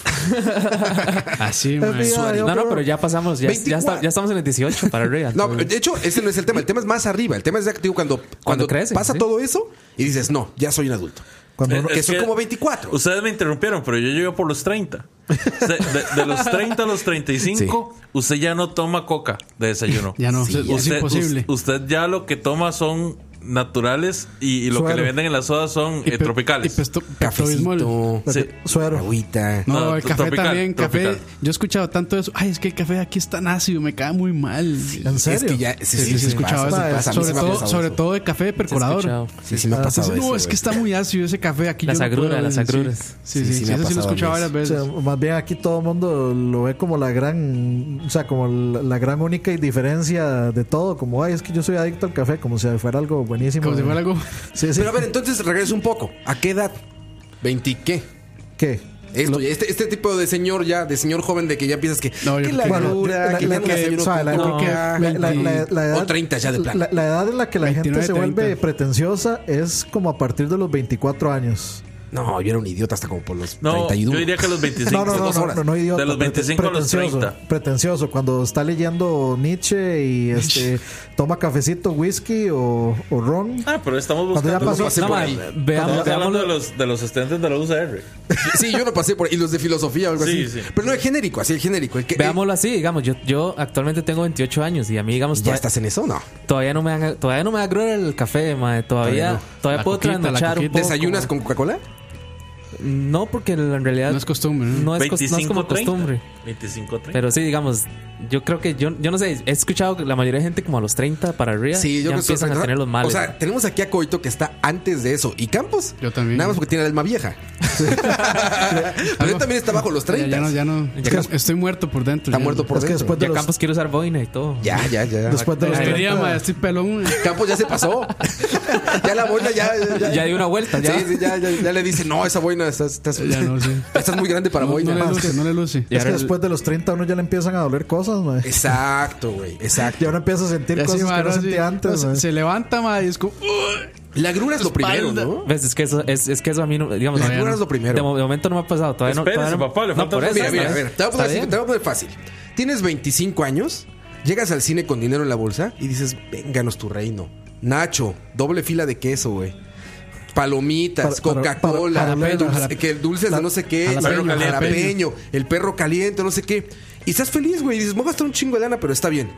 [SPEAKER 4] Así, man.
[SPEAKER 7] FBI,
[SPEAKER 6] suena.
[SPEAKER 5] No, no, pero ya pasamos, ya, ya,
[SPEAKER 6] 24.
[SPEAKER 5] está- ya estamos en el 18 para
[SPEAKER 1] <laughs>
[SPEAKER 5] arriba.
[SPEAKER 6] No, de hecho, ese no es el tema. El tema es más arriba. El tema es ya, digo, cuando, cuando,
[SPEAKER 5] crecen,
[SPEAKER 6] pasa
[SPEAKER 5] sí.
[SPEAKER 6] todo eso y dices, no, ya soy un adulto.
[SPEAKER 7] Cuando uno-
[SPEAKER 6] que son como 24.
[SPEAKER 8] Ustedes me interrumpieron, pero yo llegué por los 30. Se- De,
[SPEAKER 7] <laughs>
[SPEAKER 8] de los 30 a los 35, usted ya no toma coca de desayuno.
[SPEAKER 4] Ya no, es- es imposible.
[SPEAKER 8] us- Usted ya lo que toma son naturales y, y lo que
[SPEAKER 7] Suero.
[SPEAKER 8] le venden en las sodas son
[SPEAKER 4] pe-
[SPEAKER 8] eh, tropicales.
[SPEAKER 4] Y pesto- peptobismol.
[SPEAKER 6] Cafecito,
[SPEAKER 7] lo que-
[SPEAKER 8] sí.
[SPEAKER 7] suero.
[SPEAKER 6] agüita.
[SPEAKER 4] No,
[SPEAKER 8] No,
[SPEAKER 4] el
[SPEAKER 8] t-
[SPEAKER 4] café
[SPEAKER 8] tropical,
[SPEAKER 4] también, café.
[SPEAKER 8] tropical.
[SPEAKER 4] Yo he escuchado tanto eso. Ay, es que el café de aquí es tan ácido, me cae muy mal.
[SPEAKER 7] ¿En serio?
[SPEAKER 6] Es que ya, sí, sí,
[SPEAKER 4] Sí, sí, he escuchado
[SPEAKER 6] pasa,
[SPEAKER 4] eso.
[SPEAKER 6] sí pasa. A mí
[SPEAKER 4] sobre
[SPEAKER 6] sí me ha
[SPEAKER 4] todo,
[SPEAKER 6] pasado
[SPEAKER 4] sobre
[SPEAKER 6] eso.
[SPEAKER 4] todo de café de percolador.
[SPEAKER 5] Escuchado.
[SPEAKER 6] Sí, Ah, sí me ha pasado
[SPEAKER 4] Entonces,
[SPEAKER 6] eso.
[SPEAKER 4] no, es
[SPEAKER 6] güey.
[SPEAKER 4] que está muy ácido ese café. Aquí
[SPEAKER 5] Las
[SPEAKER 4] yo no puedo,
[SPEAKER 5] agruras, las
[SPEAKER 4] sí.
[SPEAKER 5] agruras.
[SPEAKER 4] Sí,
[SPEAKER 6] Sí, sí,
[SPEAKER 4] sí,
[SPEAKER 6] me
[SPEAKER 4] sí,
[SPEAKER 6] ha
[SPEAKER 4] eso sí lo he
[SPEAKER 6] pasado
[SPEAKER 4] escuchado
[SPEAKER 6] a mí
[SPEAKER 4] varias
[SPEAKER 7] O
[SPEAKER 4] veces.
[SPEAKER 7] sea, más bien aquí todo el mundo lo ve como la gran, o sea, como la, la gran única y diferencia de todo. Como, ay, es que yo soy adicto al café, como si fuera algo buenísimo.
[SPEAKER 4] Como si fuera algo.
[SPEAKER 7] Sí, sí.
[SPEAKER 6] Pero a ver, entonces regreso un poco. ¿A qué edad? ¿20 qué?
[SPEAKER 7] ¿Qué?
[SPEAKER 6] Esto, ya, este, este tipo de señor ya, de señor joven de que ya piensas que.
[SPEAKER 4] No, yo
[SPEAKER 6] que
[SPEAKER 4] creo
[SPEAKER 6] la
[SPEAKER 4] que-
[SPEAKER 7] Bueno,
[SPEAKER 6] gordura,
[SPEAKER 7] la-
[SPEAKER 6] que ya
[SPEAKER 7] la- la-
[SPEAKER 6] desayuno
[SPEAKER 7] o sea, la-
[SPEAKER 6] con
[SPEAKER 7] yo creo que ah,
[SPEAKER 6] coca.
[SPEAKER 7] la- la- la- la edad-
[SPEAKER 6] O 30 ya de plano.
[SPEAKER 7] La, la edad en la que la gente se
[SPEAKER 4] 29,
[SPEAKER 7] vuelve
[SPEAKER 4] 30.
[SPEAKER 7] pretenciosa es como a partir de los 24 años.
[SPEAKER 6] No, yo era un idiota hasta como por los
[SPEAKER 8] No,
[SPEAKER 6] 31.
[SPEAKER 8] yo diría que los 25.
[SPEAKER 7] No, no, no,
[SPEAKER 8] Dos
[SPEAKER 7] no,
[SPEAKER 8] horas.
[SPEAKER 7] no, no, idiota.
[SPEAKER 8] De los 25 a los
[SPEAKER 7] pretencioso,
[SPEAKER 8] 30.
[SPEAKER 7] Pretencioso, cuando está leyendo Nietzsche y este toma cafecito, whisky o, o ron.
[SPEAKER 8] Ah, pero estamos
[SPEAKER 7] Cuando ya
[SPEAKER 8] buscando.
[SPEAKER 7] pasó-
[SPEAKER 8] Estamos
[SPEAKER 7] No,
[SPEAKER 8] por
[SPEAKER 7] ma,
[SPEAKER 8] ahí.
[SPEAKER 7] veamos-
[SPEAKER 8] Estamos hablando de los, de los estudiantes de la UCR.
[SPEAKER 6] Sí, yo no pasé por. Y los de filosofía o algo
[SPEAKER 8] Sí,
[SPEAKER 6] así.
[SPEAKER 8] sí.
[SPEAKER 6] Pero no es genérico, así el genérico. El que,
[SPEAKER 5] Veámoslo así, digamos, yo, yo actualmente tengo 28 años y a mí, digamos,
[SPEAKER 6] ¿Ya
[SPEAKER 5] todavía,
[SPEAKER 6] estás en eso no?
[SPEAKER 5] todavía no me dan- todavía no me da gruel el café, madre, todavía todavía,
[SPEAKER 6] Todavía no.
[SPEAKER 4] La
[SPEAKER 5] puedo
[SPEAKER 4] coquita, la
[SPEAKER 5] trasnochar un
[SPEAKER 4] coquita.
[SPEAKER 5] poco.
[SPEAKER 6] ¿Desayunas
[SPEAKER 5] mae.
[SPEAKER 6] con Coca-Cola?
[SPEAKER 5] No, porque en realidad
[SPEAKER 4] No es costumbre, ¿no?
[SPEAKER 5] no es, cos- no es como
[SPEAKER 8] 25, 30.
[SPEAKER 5] costumbre.
[SPEAKER 8] 25, 30.
[SPEAKER 5] Pero sí, digamos, yo creo que yo, yo no sé, he escuchado que la mayoría de gente como a los 30 para arriba
[SPEAKER 6] Sí, yo
[SPEAKER 5] ya
[SPEAKER 6] creo que
[SPEAKER 5] empiezan a tener los males.
[SPEAKER 6] O sea, tenemos aquí a Coito que está antes de eso. ¿Y Campos?
[SPEAKER 4] Yo también.
[SPEAKER 6] Nada más porque tiene el alma vieja.
[SPEAKER 4] <laughs>
[SPEAKER 6] Pero él también está bajo los
[SPEAKER 4] Ya,
[SPEAKER 6] 30.
[SPEAKER 4] ya no, ya no. Estoy muerto por dentro.
[SPEAKER 6] Está
[SPEAKER 4] ya.
[SPEAKER 6] muerto por
[SPEAKER 7] es que
[SPEAKER 6] dentro.
[SPEAKER 7] después de
[SPEAKER 5] ya
[SPEAKER 7] los,
[SPEAKER 5] Campos quiere usar boina y todo.
[SPEAKER 6] Ya, ya, ya.
[SPEAKER 7] después de los
[SPEAKER 4] Este día,
[SPEAKER 7] 30,
[SPEAKER 4] ma, estoy pelón. ma.
[SPEAKER 6] Campos ya
[SPEAKER 4] <laughs>
[SPEAKER 6] se pasó. ya la boina ya. Ya,
[SPEAKER 5] Ya dio una vuelta, ya.
[SPEAKER 6] Sí, sí, ya, ya, ya le dice, no, esa boina estás, estás,
[SPEAKER 4] Ya no, sí.
[SPEAKER 6] estás muy grande para
[SPEAKER 4] No,
[SPEAKER 6] boina.
[SPEAKER 4] no le luce, no le luce.
[SPEAKER 5] Ya
[SPEAKER 7] es que
[SPEAKER 5] era el-
[SPEAKER 7] después de los 30 a uno ya le empiezan a doler cosas, man.
[SPEAKER 6] Exacto, güey. Exacto.
[SPEAKER 7] Ya uno empieza a sentir
[SPEAKER 4] Ya sí,
[SPEAKER 7] cosas
[SPEAKER 4] ma,
[SPEAKER 7] que
[SPEAKER 4] ahora
[SPEAKER 7] no
[SPEAKER 4] sí.
[SPEAKER 7] sentía antes,
[SPEAKER 4] No,
[SPEAKER 7] man.
[SPEAKER 4] se, se levanta, ma, y es como. "Uy".
[SPEAKER 6] La grura es lo primero,
[SPEAKER 4] Espalda.
[SPEAKER 6] ¿no?
[SPEAKER 5] ¿Ves? Es que eso, es, es que eso a mí no, digamos,
[SPEAKER 6] La
[SPEAKER 5] todavía
[SPEAKER 6] grura
[SPEAKER 5] no-
[SPEAKER 6] es lo primero.
[SPEAKER 5] De, mo- de momento no me ha pasado. Todavía no,
[SPEAKER 8] Espérese,
[SPEAKER 5] todavía no-
[SPEAKER 8] papá, le
[SPEAKER 5] no,
[SPEAKER 8] falta
[SPEAKER 5] por
[SPEAKER 8] un-
[SPEAKER 5] eso.
[SPEAKER 6] Mira,
[SPEAKER 5] está
[SPEAKER 6] mira, a
[SPEAKER 5] bien.
[SPEAKER 6] ver, te voy a poner,
[SPEAKER 5] Está
[SPEAKER 6] así,
[SPEAKER 5] bien.
[SPEAKER 6] te voy a poner fácil. Tienes 25 años, llegas al cine con dinero en la bolsa y dices, vénganos tu reino. Nacho, doble fila de queso, güey. Palomitas,
[SPEAKER 7] Para- para-
[SPEAKER 6] Coca-Cola,
[SPEAKER 7] para- jalapeño,
[SPEAKER 6] dulce-
[SPEAKER 7] jalape-
[SPEAKER 6] que dulces de no sé qué,
[SPEAKER 4] jalapeño,
[SPEAKER 6] jalapeño,
[SPEAKER 4] jalapeño.
[SPEAKER 6] el perro caliente, no sé qué. Y estás feliz, güey. Y dices, me voy a gastar un chingo de lana, pero está bien.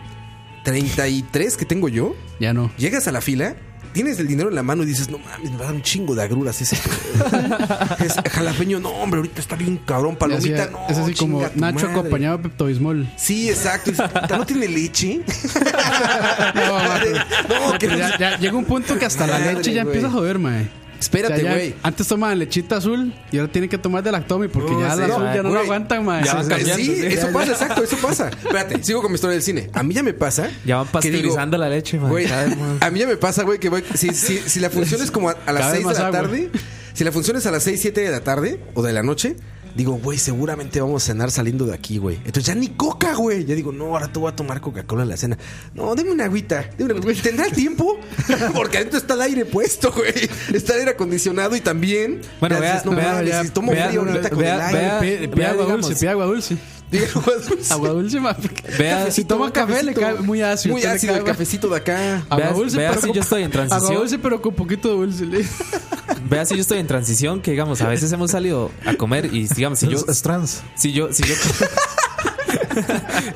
[SPEAKER 6] 33 que tengo yo,
[SPEAKER 4] Ya no.
[SPEAKER 6] llegas a la fila, tienes el dinero en la mano y dices, no mames, me va a dar un chingo de agruras ese.
[SPEAKER 4] <laughs>
[SPEAKER 6] es jalapeño, no, hombre, ahorita está bien cabrón. Palomita,
[SPEAKER 4] Ya sí,
[SPEAKER 6] no.
[SPEAKER 4] Es así como
[SPEAKER 6] chinga tu
[SPEAKER 4] Nacho
[SPEAKER 6] madre.
[SPEAKER 4] acompañado de Pepto Bismol.
[SPEAKER 6] Sí, exacto. Dices, "Puta, ¿No
[SPEAKER 4] <laughs>
[SPEAKER 6] tiene leche?
[SPEAKER 4] No, ma, pero-
[SPEAKER 6] <laughs> no, que
[SPEAKER 4] pero ya, ya llega un punto que hasta la
[SPEAKER 6] Madre,
[SPEAKER 4] leche ya empieza a
[SPEAKER 6] güey.
[SPEAKER 4] joder, mae.
[SPEAKER 6] Espérate,
[SPEAKER 4] O sea, ya
[SPEAKER 6] güey.
[SPEAKER 4] Antes tomaban lechita azul y ahora tienen que tomar de lactomi porque
[SPEAKER 6] No,
[SPEAKER 4] ya
[SPEAKER 6] sí,
[SPEAKER 4] la azul
[SPEAKER 6] no,
[SPEAKER 4] ya no lo
[SPEAKER 6] güey.
[SPEAKER 4] aguantan, mae.
[SPEAKER 5] Ya van
[SPEAKER 4] Sí,
[SPEAKER 5] cambiando.
[SPEAKER 6] Pues, Sí,
[SPEAKER 5] sí,
[SPEAKER 6] eso
[SPEAKER 5] ya, <laughs>
[SPEAKER 6] pasa, exacto, eso pasa. Espérate, sigo con mi historia del cine. A mí ya me pasa.
[SPEAKER 5] Ya van
[SPEAKER 6] que digo,
[SPEAKER 5] pasteurizando la leche, man.
[SPEAKER 6] Güey,
[SPEAKER 5] Cada vez más.
[SPEAKER 6] a mí ya me pasa, güey, que voy- si, si- si la función es como a, a las
[SPEAKER 4] Cada vez
[SPEAKER 6] 6 de
[SPEAKER 4] más
[SPEAKER 6] la
[SPEAKER 4] agua.
[SPEAKER 6] tarde, si la función es a las 6, 7 de la tarde o de la noche, digo, güey, seguramente vamos a cenar saliendo de aquí, güey. Entonces ya ni coca, güey. Ya digo, no, ahora tú voy a tomar Coca-Cola en la cena. No, deme una agüita. Deme una agüita. ¿Tendrá el tiempo? <laughs> Porque adentro está el aire puesto, güey. Está el aire acondicionado y también.
[SPEAKER 5] Bueno,
[SPEAKER 6] ya
[SPEAKER 5] vea-
[SPEAKER 6] <laughs> dices, no
[SPEAKER 5] vea-
[SPEAKER 6] mames,
[SPEAKER 5] ya-
[SPEAKER 6] si tomo
[SPEAKER 5] vea-
[SPEAKER 6] frío ahorita con
[SPEAKER 5] vea-
[SPEAKER 6] el aire.
[SPEAKER 5] vea-
[SPEAKER 4] Pide, pide agua
[SPEAKER 5] digamos.
[SPEAKER 4] dulce, pide agua dulce. <laughs>
[SPEAKER 6] Digo, agua dulce.
[SPEAKER 4] Agua dulce, mae. porque-
[SPEAKER 5] Vea-
[SPEAKER 4] si toma café, le cae muy ácido.
[SPEAKER 6] Muy
[SPEAKER 4] usted le
[SPEAKER 6] ácido
[SPEAKER 4] cae,
[SPEAKER 6] el
[SPEAKER 4] mae.
[SPEAKER 6] cafecito de acá.
[SPEAKER 4] Agua
[SPEAKER 5] Veas-
[SPEAKER 4] dulce,
[SPEAKER 5] veas
[SPEAKER 4] pero
[SPEAKER 5] si
[SPEAKER 4] con-
[SPEAKER 5] yo estoy en transición.
[SPEAKER 4] Agua dulce, pero con poquito de dulce. le-
[SPEAKER 5] Vea si yo estoy en transición, que digamos, a veces hemos salido a comer y digamos, si yo,
[SPEAKER 7] Es, es
[SPEAKER 4] <laughs>
[SPEAKER 7] trans.
[SPEAKER 5] si yo, si yo, <laughs>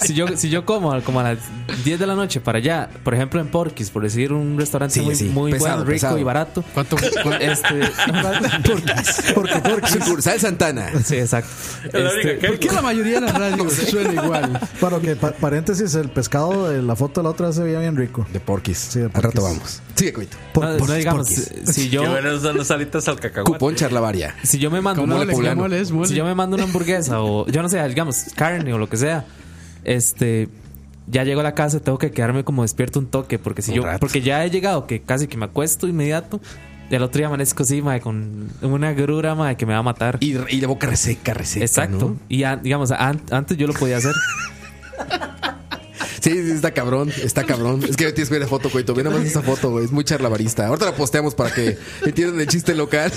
[SPEAKER 5] si yo, si yo como al- como a las 10 de la noche para allá, por ejemplo en Porky's, por decir un restaurante
[SPEAKER 6] Sí,
[SPEAKER 5] muy,
[SPEAKER 6] sí,
[SPEAKER 5] muy
[SPEAKER 6] pesado,
[SPEAKER 5] bueno, rico
[SPEAKER 6] pesado.
[SPEAKER 5] y barato.
[SPEAKER 4] ¿Cuánto? cuánto- <laughs>
[SPEAKER 5] Este, <laughs>
[SPEAKER 6] Porque, porque. Sucursal Santana.
[SPEAKER 5] sí, exacto.
[SPEAKER 8] la
[SPEAKER 5] Este,
[SPEAKER 8] única que-
[SPEAKER 4] ¿Por qué la mayoría de las radios suena igual?
[SPEAKER 7] <laughs> Bueno, que pa- paréntesis, el pescado de la foto de la otra vez se veía bien rico.
[SPEAKER 6] De Porquis.
[SPEAKER 7] Sí, de
[SPEAKER 6] Al
[SPEAKER 7] Porky's.
[SPEAKER 6] rato vamos. Sigue, Coito.
[SPEAKER 5] no, no, digamos,
[SPEAKER 4] eh,
[SPEAKER 5] si yo,
[SPEAKER 8] Qué buenas son las alitas al cacahuate.
[SPEAKER 6] Cupón charlavaria.
[SPEAKER 5] si yo me mando
[SPEAKER 4] Como
[SPEAKER 5] una-
[SPEAKER 4] mole, como mole, es mole.
[SPEAKER 5] si yo me mando una hamburguesa o yo no sé, digamos, carne o lo que sea, este ya llego a la casa, tengo que quedarme como despierto un toque, porque si
[SPEAKER 6] Un
[SPEAKER 5] yo,
[SPEAKER 6] rato.
[SPEAKER 5] porque ya he llegado que casi que me acuesto inmediato, y al otro día amanezco así, mae, con una grura, mae, que me va a matar.
[SPEAKER 6] Y, y la boca reseca, reseca.
[SPEAKER 5] Exacto.
[SPEAKER 6] ¿no?
[SPEAKER 5] Y an- digamos, an- antes yo lo podía
[SPEAKER 6] <laughs>
[SPEAKER 5] hacer.
[SPEAKER 6] Sí, sí, está cabrón. Está cabrón. Es que tienes que ver la foto, Coito. Ve nada más esa foto, güey. Es muy charlavarista. Ahorita la posteamos para que entiendan el chiste local.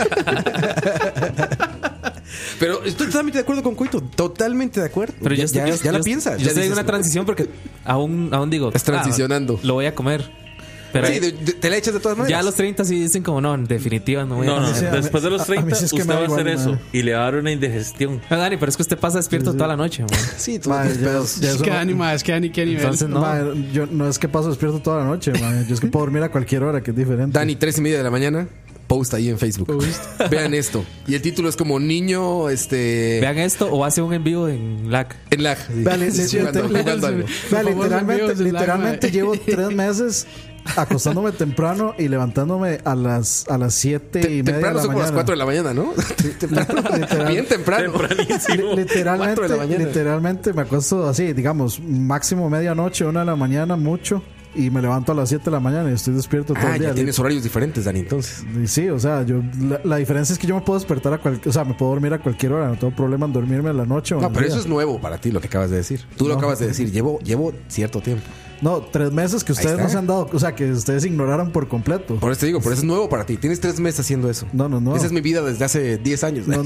[SPEAKER 6] Pero estoy totalmente de acuerdo con Coito. Totalmente de acuerdo.
[SPEAKER 5] Pero
[SPEAKER 6] ya,
[SPEAKER 5] yo estoy,
[SPEAKER 6] ya,
[SPEAKER 5] yo-
[SPEAKER 6] ya la
[SPEAKER 5] yo-
[SPEAKER 6] piensas.
[SPEAKER 5] Yo
[SPEAKER 6] ya
[SPEAKER 5] estoy en
[SPEAKER 6] dices,
[SPEAKER 5] una transición porque aún, aún digo.
[SPEAKER 6] Estás transicionando.
[SPEAKER 5] ah, lo voy a comer. Pero
[SPEAKER 6] Sí, de- de- te la echas de todas
[SPEAKER 5] ya
[SPEAKER 6] maneras.
[SPEAKER 5] a los 30 sí dicen como no, en definitiva no voy a
[SPEAKER 8] No, no,
[SPEAKER 5] comer.
[SPEAKER 7] sí, a mí-
[SPEAKER 8] después de
[SPEAKER 7] a-
[SPEAKER 8] los
[SPEAKER 7] a mí
[SPEAKER 8] 30,
[SPEAKER 7] sí es que
[SPEAKER 8] usted
[SPEAKER 7] me da
[SPEAKER 8] va a hacer
[SPEAKER 7] igual,
[SPEAKER 8] eso
[SPEAKER 7] madre.
[SPEAKER 8] y le va a dar una indigestión.
[SPEAKER 5] No, Dani, pero es que usted pasa despierto toda la noche, man.
[SPEAKER 6] Sí, tú
[SPEAKER 7] Ma,
[SPEAKER 6] tienes
[SPEAKER 7] ya-
[SPEAKER 6] pedos.
[SPEAKER 7] ya
[SPEAKER 4] Es
[SPEAKER 7] eso
[SPEAKER 4] que
[SPEAKER 7] no-
[SPEAKER 4] Dani, mae, es que Dani, qué nivel.
[SPEAKER 5] Entonces no.
[SPEAKER 7] Ma, yo no es que paso despierto toda la noche, ma. yo es que puedo dormir a cualquier hora, que es diferente.
[SPEAKER 6] Dani, tres y media de la mañana. Post ahí en Facebook. Vean esto. Y el título es como niño, este.
[SPEAKER 5] Vean esto o hace un en vivo en
[SPEAKER 6] <laughs>
[SPEAKER 5] LAC.
[SPEAKER 6] En lag.
[SPEAKER 7] Vea, li- li-
[SPEAKER 6] Jugando algo,
[SPEAKER 7] li-
[SPEAKER 6] jugando algo.
[SPEAKER 7] vea,
[SPEAKER 4] Por favor,
[SPEAKER 7] literalmente,
[SPEAKER 4] amigos del
[SPEAKER 7] literalmente
[SPEAKER 4] alma.
[SPEAKER 7] llevo tres meses acostándome temprano y levantándome a las a las siete y media de
[SPEAKER 6] Temprano
[SPEAKER 7] la
[SPEAKER 6] son como las
[SPEAKER 7] mañana.
[SPEAKER 6] 4 de la mañana, ¿no? Temprano.
[SPEAKER 7] Literal.
[SPEAKER 6] <laughs> Bien temprano.
[SPEAKER 7] Li-
[SPEAKER 6] Cuatro de la
[SPEAKER 7] Literalmente,
[SPEAKER 6] mañana.
[SPEAKER 7] literalmente me acuesto así, digamos, máximo medianoche, una de la mañana, mucho. y me levanto a las 7 de la mañana y estoy despierto todo
[SPEAKER 6] Ah,
[SPEAKER 7] el día.
[SPEAKER 6] ya tienes horarios diferentes, Dani, entonces.
[SPEAKER 7] Y Sí, o sea, yo la, la diferencia es que yo me puedo despertar a cualquier, o sea, me puedo dormir a cualquier hora, no tengo problema en dormirme a la noche o en
[SPEAKER 6] No,
[SPEAKER 7] el
[SPEAKER 6] pero
[SPEAKER 7] día.
[SPEAKER 6] eso es nuevo para ti, lo que acabas de decir. Tú lo
[SPEAKER 7] No.
[SPEAKER 6] acabas de decir, llevo, llevo cierto tiempo.
[SPEAKER 7] No, tres meses que ustedes
[SPEAKER 6] está.
[SPEAKER 7] no se han dado, o sea, que ustedes ignoraron por completo.
[SPEAKER 6] Por eso te digo, por eso es nuevo para ti. Tienes tres meses haciendo eso.
[SPEAKER 7] No, no, no.
[SPEAKER 6] Esa es mi vida desde hace 10 años. <laughs>
[SPEAKER 7] No,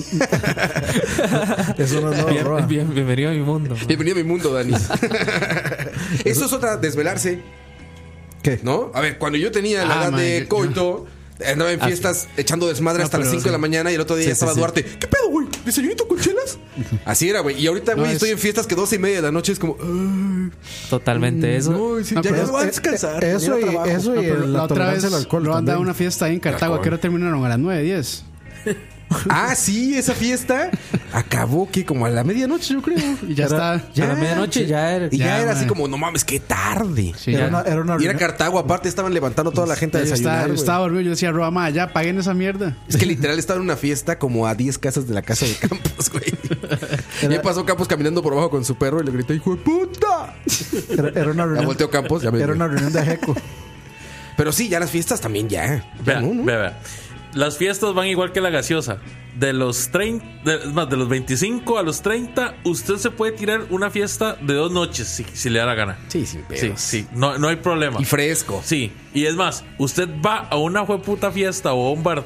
[SPEAKER 7] Eso no es nuevo,
[SPEAKER 5] Bien-
[SPEAKER 7] Roa.
[SPEAKER 5] bien- bienvenido a mi mundo. man.
[SPEAKER 6] Bienvenido a mi mundo, Dani. <laughs> Eso es otra desvelarse,
[SPEAKER 7] ¿Qué?
[SPEAKER 6] ¿no? A ver, cuando yo tenía la
[SPEAKER 4] Ah,
[SPEAKER 6] edad
[SPEAKER 4] man,
[SPEAKER 6] de
[SPEAKER 4] yo-
[SPEAKER 6] coito, andaba en
[SPEAKER 5] Ah,
[SPEAKER 6] fiestas echando desmadre
[SPEAKER 4] No,
[SPEAKER 6] hasta las
[SPEAKER 4] pero
[SPEAKER 6] 5 de
[SPEAKER 4] sí.
[SPEAKER 6] la mañana y el otro día
[SPEAKER 5] Sí, sí,
[SPEAKER 6] estaba
[SPEAKER 5] sí.
[SPEAKER 6] Duarte. ¿Qué pedo, güey? ¿Desayunito con chelas? Así era, güey. Y ahorita,
[SPEAKER 4] No,
[SPEAKER 6] güey,
[SPEAKER 4] es-
[SPEAKER 6] estoy en fiestas que 12 y media de la noche es como. "Ay,
[SPEAKER 5] Totalmente eso.
[SPEAKER 6] no, sí,
[SPEAKER 4] No,
[SPEAKER 6] ya
[SPEAKER 4] pero
[SPEAKER 6] ya
[SPEAKER 4] es-
[SPEAKER 6] voy a
[SPEAKER 7] eh,
[SPEAKER 6] descansar.
[SPEAKER 7] eh,
[SPEAKER 6] mañana
[SPEAKER 7] Eso y,
[SPEAKER 6] trabajo".
[SPEAKER 7] eso
[SPEAKER 4] No,
[SPEAKER 7] y
[SPEAKER 4] pero
[SPEAKER 7] el- la,
[SPEAKER 4] la otra
[SPEAKER 7] tolerancia
[SPEAKER 4] vez
[SPEAKER 7] al alcohol.
[SPEAKER 4] lo andaba a
[SPEAKER 7] también.
[SPEAKER 4] una fiesta ahí en Cartago. ¿A qué hora terminaron? A las 9, 10.
[SPEAKER 6] Ah, sí, esa fiesta acabó que como a la medianoche, yo creo.
[SPEAKER 4] Y ya está.
[SPEAKER 5] a la medianoche ya era-
[SPEAKER 6] Y ya,
[SPEAKER 4] ya,
[SPEAKER 6] era así
[SPEAKER 4] man.
[SPEAKER 6] como, no mames, qué tarde.
[SPEAKER 4] Sí,
[SPEAKER 7] Era
[SPEAKER 4] ya.
[SPEAKER 7] una, era una
[SPEAKER 6] Y era
[SPEAKER 7] reunión-
[SPEAKER 6] Cartago, aparte estaban levantando toda la gente a
[SPEAKER 4] Ya yo estaba,
[SPEAKER 6] desayunar.
[SPEAKER 4] yo
[SPEAKER 6] güey.
[SPEAKER 4] estaba dormido. Yo decía, Roa, ma, ya paguen esa mierda.
[SPEAKER 6] Es que literal estaba en una fiesta como a 10 casas de la casa de Campos, güey. Y ahí pasó Campos caminando por abajo con su perro y le gritó, hijo de puta.
[SPEAKER 7] era, era una
[SPEAKER 6] Ya
[SPEAKER 7] reunión.
[SPEAKER 6] volteó Campos, ya me
[SPEAKER 7] Era una reunión de Ajeco.
[SPEAKER 6] Pero sí, ya las fiestas también ya. Ya
[SPEAKER 8] Vea,
[SPEAKER 6] no, ¿no?
[SPEAKER 8] vea, vea. Las fiestas van igual que la gaseosa. De los 30, de, más de los 25 a los 30, usted se puede tirar una fiesta de dos noches si, si le da la gana.
[SPEAKER 6] Sí, sin
[SPEAKER 8] Sí,
[SPEAKER 6] pedos.
[SPEAKER 8] sí, no, no hay problema.
[SPEAKER 6] Y fresco.
[SPEAKER 8] Sí, y es más, usted va a una puta fiesta o a un bar,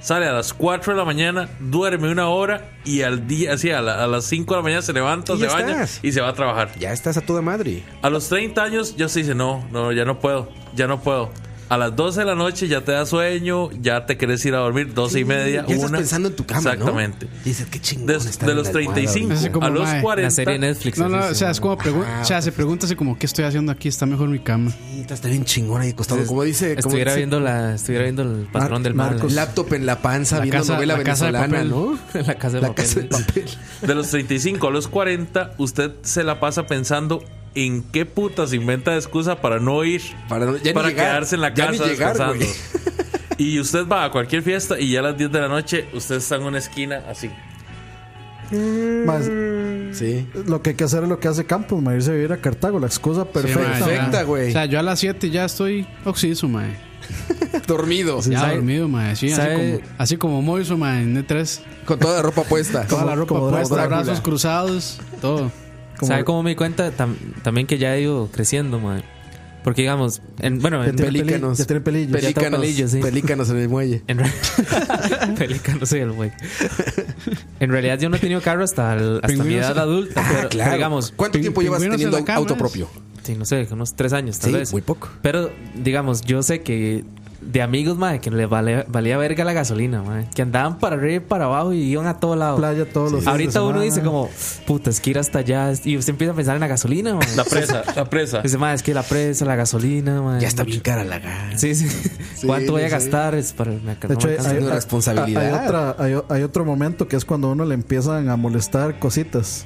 [SPEAKER 8] sale a las 4 de la mañana, duerme una hora y al día, así a, la- a las 5 de la mañana se levanta,
[SPEAKER 6] Y
[SPEAKER 8] se
[SPEAKER 6] ya
[SPEAKER 8] baña
[SPEAKER 6] estás.
[SPEAKER 8] y se va a trabajar.
[SPEAKER 6] Ya estás a toda madre.
[SPEAKER 8] A los 30 años ya se dice, no, no, ya no puedo, ya no puedo. A las 12 de la noche ya te da sueño, ya te querés ir a dormir, 12 y media,
[SPEAKER 6] Ya estás
[SPEAKER 8] una.
[SPEAKER 6] pensando en tu cama,
[SPEAKER 8] Exactamente.
[SPEAKER 6] ¿no? Dices, qué chingón.
[SPEAKER 8] Des-
[SPEAKER 6] estar
[SPEAKER 8] de
[SPEAKER 6] en
[SPEAKER 8] los
[SPEAKER 6] la almohada,
[SPEAKER 8] 35
[SPEAKER 4] Así como,
[SPEAKER 8] a los
[SPEAKER 4] mae,
[SPEAKER 8] 40.
[SPEAKER 5] La serie de Netflix.
[SPEAKER 4] No, no,
[SPEAKER 5] así,
[SPEAKER 4] o sea,
[SPEAKER 5] sí,
[SPEAKER 4] es como pregun- o sea, se pregunta así como, ¿qué estoy haciendo aquí? Está mejor mi cama.
[SPEAKER 6] güey. Sí, está bien chingón ahí acostado. Como dice, como
[SPEAKER 5] Estuviera
[SPEAKER 6] dice-
[SPEAKER 5] viendo la estuviera viendo el patrón del mal.
[SPEAKER 7] Narcos.
[SPEAKER 6] laptop en la panza,
[SPEAKER 4] La
[SPEAKER 6] viendo
[SPEAKER 4] casa-
[SPEAKER 6] novela
[SPEAKER 4] la casa de papel.
[SPEAKER 6] venezolana, ¿no?
[SPEAKER 5] <laughs> La casa de
[SPEAKER 6] La
[SPEAKER 5] papel.
[SPEAKER 6] casa de papel.
[SPEAKER 8] De los 35 a los 40, usted se la pasa pensando en qué putas inventa de excusa para no ir.
[SPEAKER 6] Para no- ya ni llegar.
[SPEAKER 8] quedarse en la
[SPEAKER 6] Ya
[SPEAKER 8] casa
[SPEAKER 6] ni llegar,
[SPEAKER 8] descansando.
[SPEAKER 6] güey.
[SPEAKER 8] Y usted va a cualquier fiesta y ya a las 10 de la noche usted está en una esquina así.
[SPEAKER 7] Más,
[SPEAKER 6] Sí.
[SPEAKER 7] lo que hay que hacer es lo que hace Campos, ma, irse a vivir a Cartago. La excusa perfecta.
[SPEAKER 4] Sí, mae,
[SPEAKER 6] Perfecta,
[SPEAKER 4] ya.
[SPEAKER 6] güey.
[SPEAKER 4] O sea, yo a las 7 ya estoy oxiso, mae.
[SPEAKER 6] <laughs> Dormido.
[SPEAKER 4] Ya
[SPEAKER 5] ¿Sabe?
[SPEAKER 4] dormido, mae. Sí, así
[SPEAKER 5] ¿Sabe?
[SPEAKER 4] como, así como Moiso, mae, en E E3.
[SPEAKER 6] Con toda la ropa puesta.
[SPEAKER 4] Toda
[SPEAKER 7] Como-
[SPEAKER 4] la ropa
[SPEAKER 7] como
[SPEAKER 4] puesta,
[SPEAKER 7] Drácula.
[SPEAKER 4] brazos cruzados, todo.
[SPEAKER 5] ¿Sabe cómo me di cuenta? Tam- también que ya he ido creciendo, man. Porque digamos, en, bueno, en,
[SPEAKER 7] Ya tiene
[SPEAKER 6] pelícanos.
[SPEAKER 7] peli- Ya tiene pelillos.
[SPEAKER 5] Peli- Ya tengo
[SPEAKER 6] Pelícanos,
[SPEAKER 5] palillos, sí.
[SPEAKER 6] pelícanos en el muelle.
[SPEAKER 5] En <laughs> realidad. Pelícano soy el
[SPEAKER 6] <laughs>
[SPEAKER 5] güey. En realidad yo no he tenido carro hasta, el- hasta mi
[SPEAKER 4] Pingüinos-
[SPEAKER 5] edad adulta.
[SPEAKER 6] Ah,
[SPEAKER 5] pero, Ah, pero digamos,
[SPEAKER 6] ¿Cuánto
[SPEAKER 4] pin-
[SPEAKER 6] tiempo llevas
[SPEAKER 4] pingüinos en
[SPEAKER 6] teniendo
[SPEAKER 4] la cama
[SPEAKER 6] auto
[SPEAKER 4] es-
[SPEAKER 6] propio?
[SPEAKER 5] sí, no sé, unos tres años tal
[SPEAKER 6] Sí,
[SPEAKER 5] vez.
[SPEAKER 6] muy poco.
[SPEAKER 5] Pero digamos, yo sé que de amigos, madre, que les vale- valía verga la gasolina, madre. Que andaban para arriba y para abajo y iban a todo lado.
[SPEAKER 7] Playa todos los días de
[SPEAKER 5] Ahorita uno
[SPEAKER 7] semana.
[SPEAKER 5] dice como, puta, es que ir hasta allá. Y usted empieza a pensar en la gasolina, madre.
[SPEAKER 8] La presa, la presa.
[SPEAKER 5] Dice, madre, es que la presa, la gasolina, madre.
[SPEAKER 6] Ya está bien cara la gas.
[SPEAKER 5] Sí, sí. ¿Cuánto voy a
[SPEAKER 6] sí.
[SPEAKER 5] gastar? Es para me ac- no
[SPEAKER 7] De
[SPEAKER 5] me
[SPEAKER 7] hecho,
[SPEAKER 5] alcanza.
[SPEAKER 7] hay,
[SPEAKER 6] una
[SPEAKER 7] hay-
[SPEAKER 6] responsabilidad.
[SPEAKER 7] hay otra- hay- hay otro momento que es cuando a uno le empiezan a molestar cositas.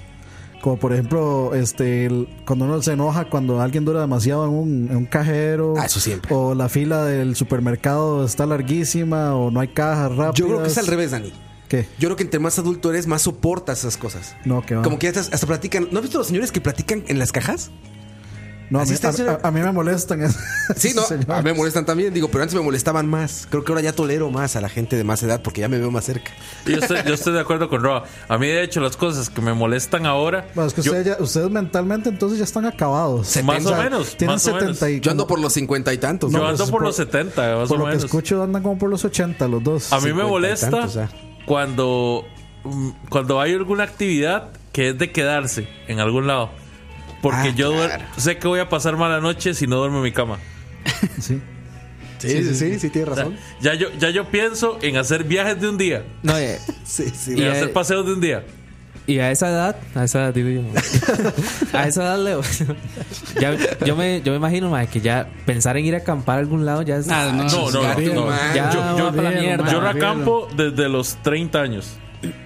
[SPEAKER 7] Como por ejemplo, este el- cuando uno se enoja cuando alguien dura demasiado en un, en un cajero.
[SPEAKER 6] Ah, eso siempre.
[SPEAKER 7] O la fila del supermercado está larguísima o no hay cajas rápidas.
[SPEAKER 6] Yo creo que es al revés, Dani.
[SPEAKER 7] ¿Qué?
[SPEAKER 6] Yo creo que entre más adulto eres, más soportas esas cosas.
[SPEAKER 7] No, que va.
[SPEAKER 6] Como que ya estás- hasta platican. ¿No has visto los señores que platican en las cajas?
[SPEAKER 7] No, a
[SPEAKER 6] Así
[SPEAKER 7] mí,
[SPEAKER 6] está,
[SPEAKER 7] a-
[SPEAKER 6] señora.
[SPEAKER 7] a- a mí me molestan. es-
[SPEAKER 6] Sí, no.
[SPEAKER 7] esos señores.
[SPEAKER 6] A mí me molestan también. Digo, pero antes me molestaban más. Creo que ahora ya tolero más a la gente de más edad porque ya me veo más cerca.
[SPEAKER 8] Yo estoy, yo estoy de acuerdo con Roa. A mí, de hecho, las cosas que me molestan ahora.
[SPEAKER 7] Bueno, es que
[SPEAKER 8] yo-
[SPEAKER 7] ustedes, ya- ustedes mentalmente entonces ya están acabados.
[SPEAKER 8] más o
[SPEAKER 7] sea,
[SPEAKER 8] menos.
[SPEAKER 7] Tienen
[SPEAKER 8] más o menos.
[SPEAKER 7] 70 y
[SPEAKER 6] Yo ando por los cincuenta y tantos.
[SPEAKER 8] Yo
[SPEAKER 6] ¿no?
[SPEAKER 8] ando
[SPEAKER 7] pues,
[SPEAKER 8] por
[SPEAKER 7] por-
[SPEAKER 8] los 70, más
[SPEAKER 7] por
[SPEAKER 8] o
[SPEAKER 7] lo que
[SPEAKER 8] menos.
[SPEAKER 7] escucho andan como por los 80 los dos.
[SPEAKER 8] A mí me
[SPEAKER 6] 50 y
[SPEAKER 8] molesta
[SPEAKER 6] tantos, ah.
[SPEAKER 8] cuando, mm, cuando hay alguna actividad que es de quedarse en algún lado. Porque
[SPEAKER 6] Ah,
[SPEAKER 8] yo duer-
[SPEAKER 6] claro.
[SPEAKER 8] sé que voy a pasar mala noche si no duermo en mi cama.
[SPEAKER 7] Sí.
[SPEAKER 6] Sí, sí, sí, sí, tienes
[SPEAKER 8] O sea,
[SPEAKER 6] razón.
[SPEAKER 8] ya, yo, ya yo pienso en hacer viajes de un día
[SPEAKER 5] No, eh,
[SPEAKER 6] Sí, sí.
[SPEAKER 8] y,
[SPEAKER 5] Y,
[SPEAKER 8] hacer
[SPEAKER 5] eh,
[SPEAKER 8] paseos de un día.
[SPEAKER 5] y a esa edad, a esa edad digo yo. madre.
[SPEAKER 7] <laughs>
[SPEAKER 5] A esa edad Leo. <laughs> ya, yo me, yo me imagino, madre, que ya pensar en ir a acampar a algún lado ya es.
[SPEAKER 4] Ah, no,
[SPEAKER 8] No, no, no.
[SPEAKER 4] olvídalo,
[SPEAKER 8] no.
[SPEAKER 6] man.
[SPEAKER 5] ya
[SPEAKER 8] Yo, yo-
[SPEAKER 5] va para la
[SPEAKER 4] olvídalo,
[SPEAKER 5] mierda.
[SPEAKER 8] yo no
[SPEAKER 4] man.
[SPEAKER 8] acampo desde los 30 años.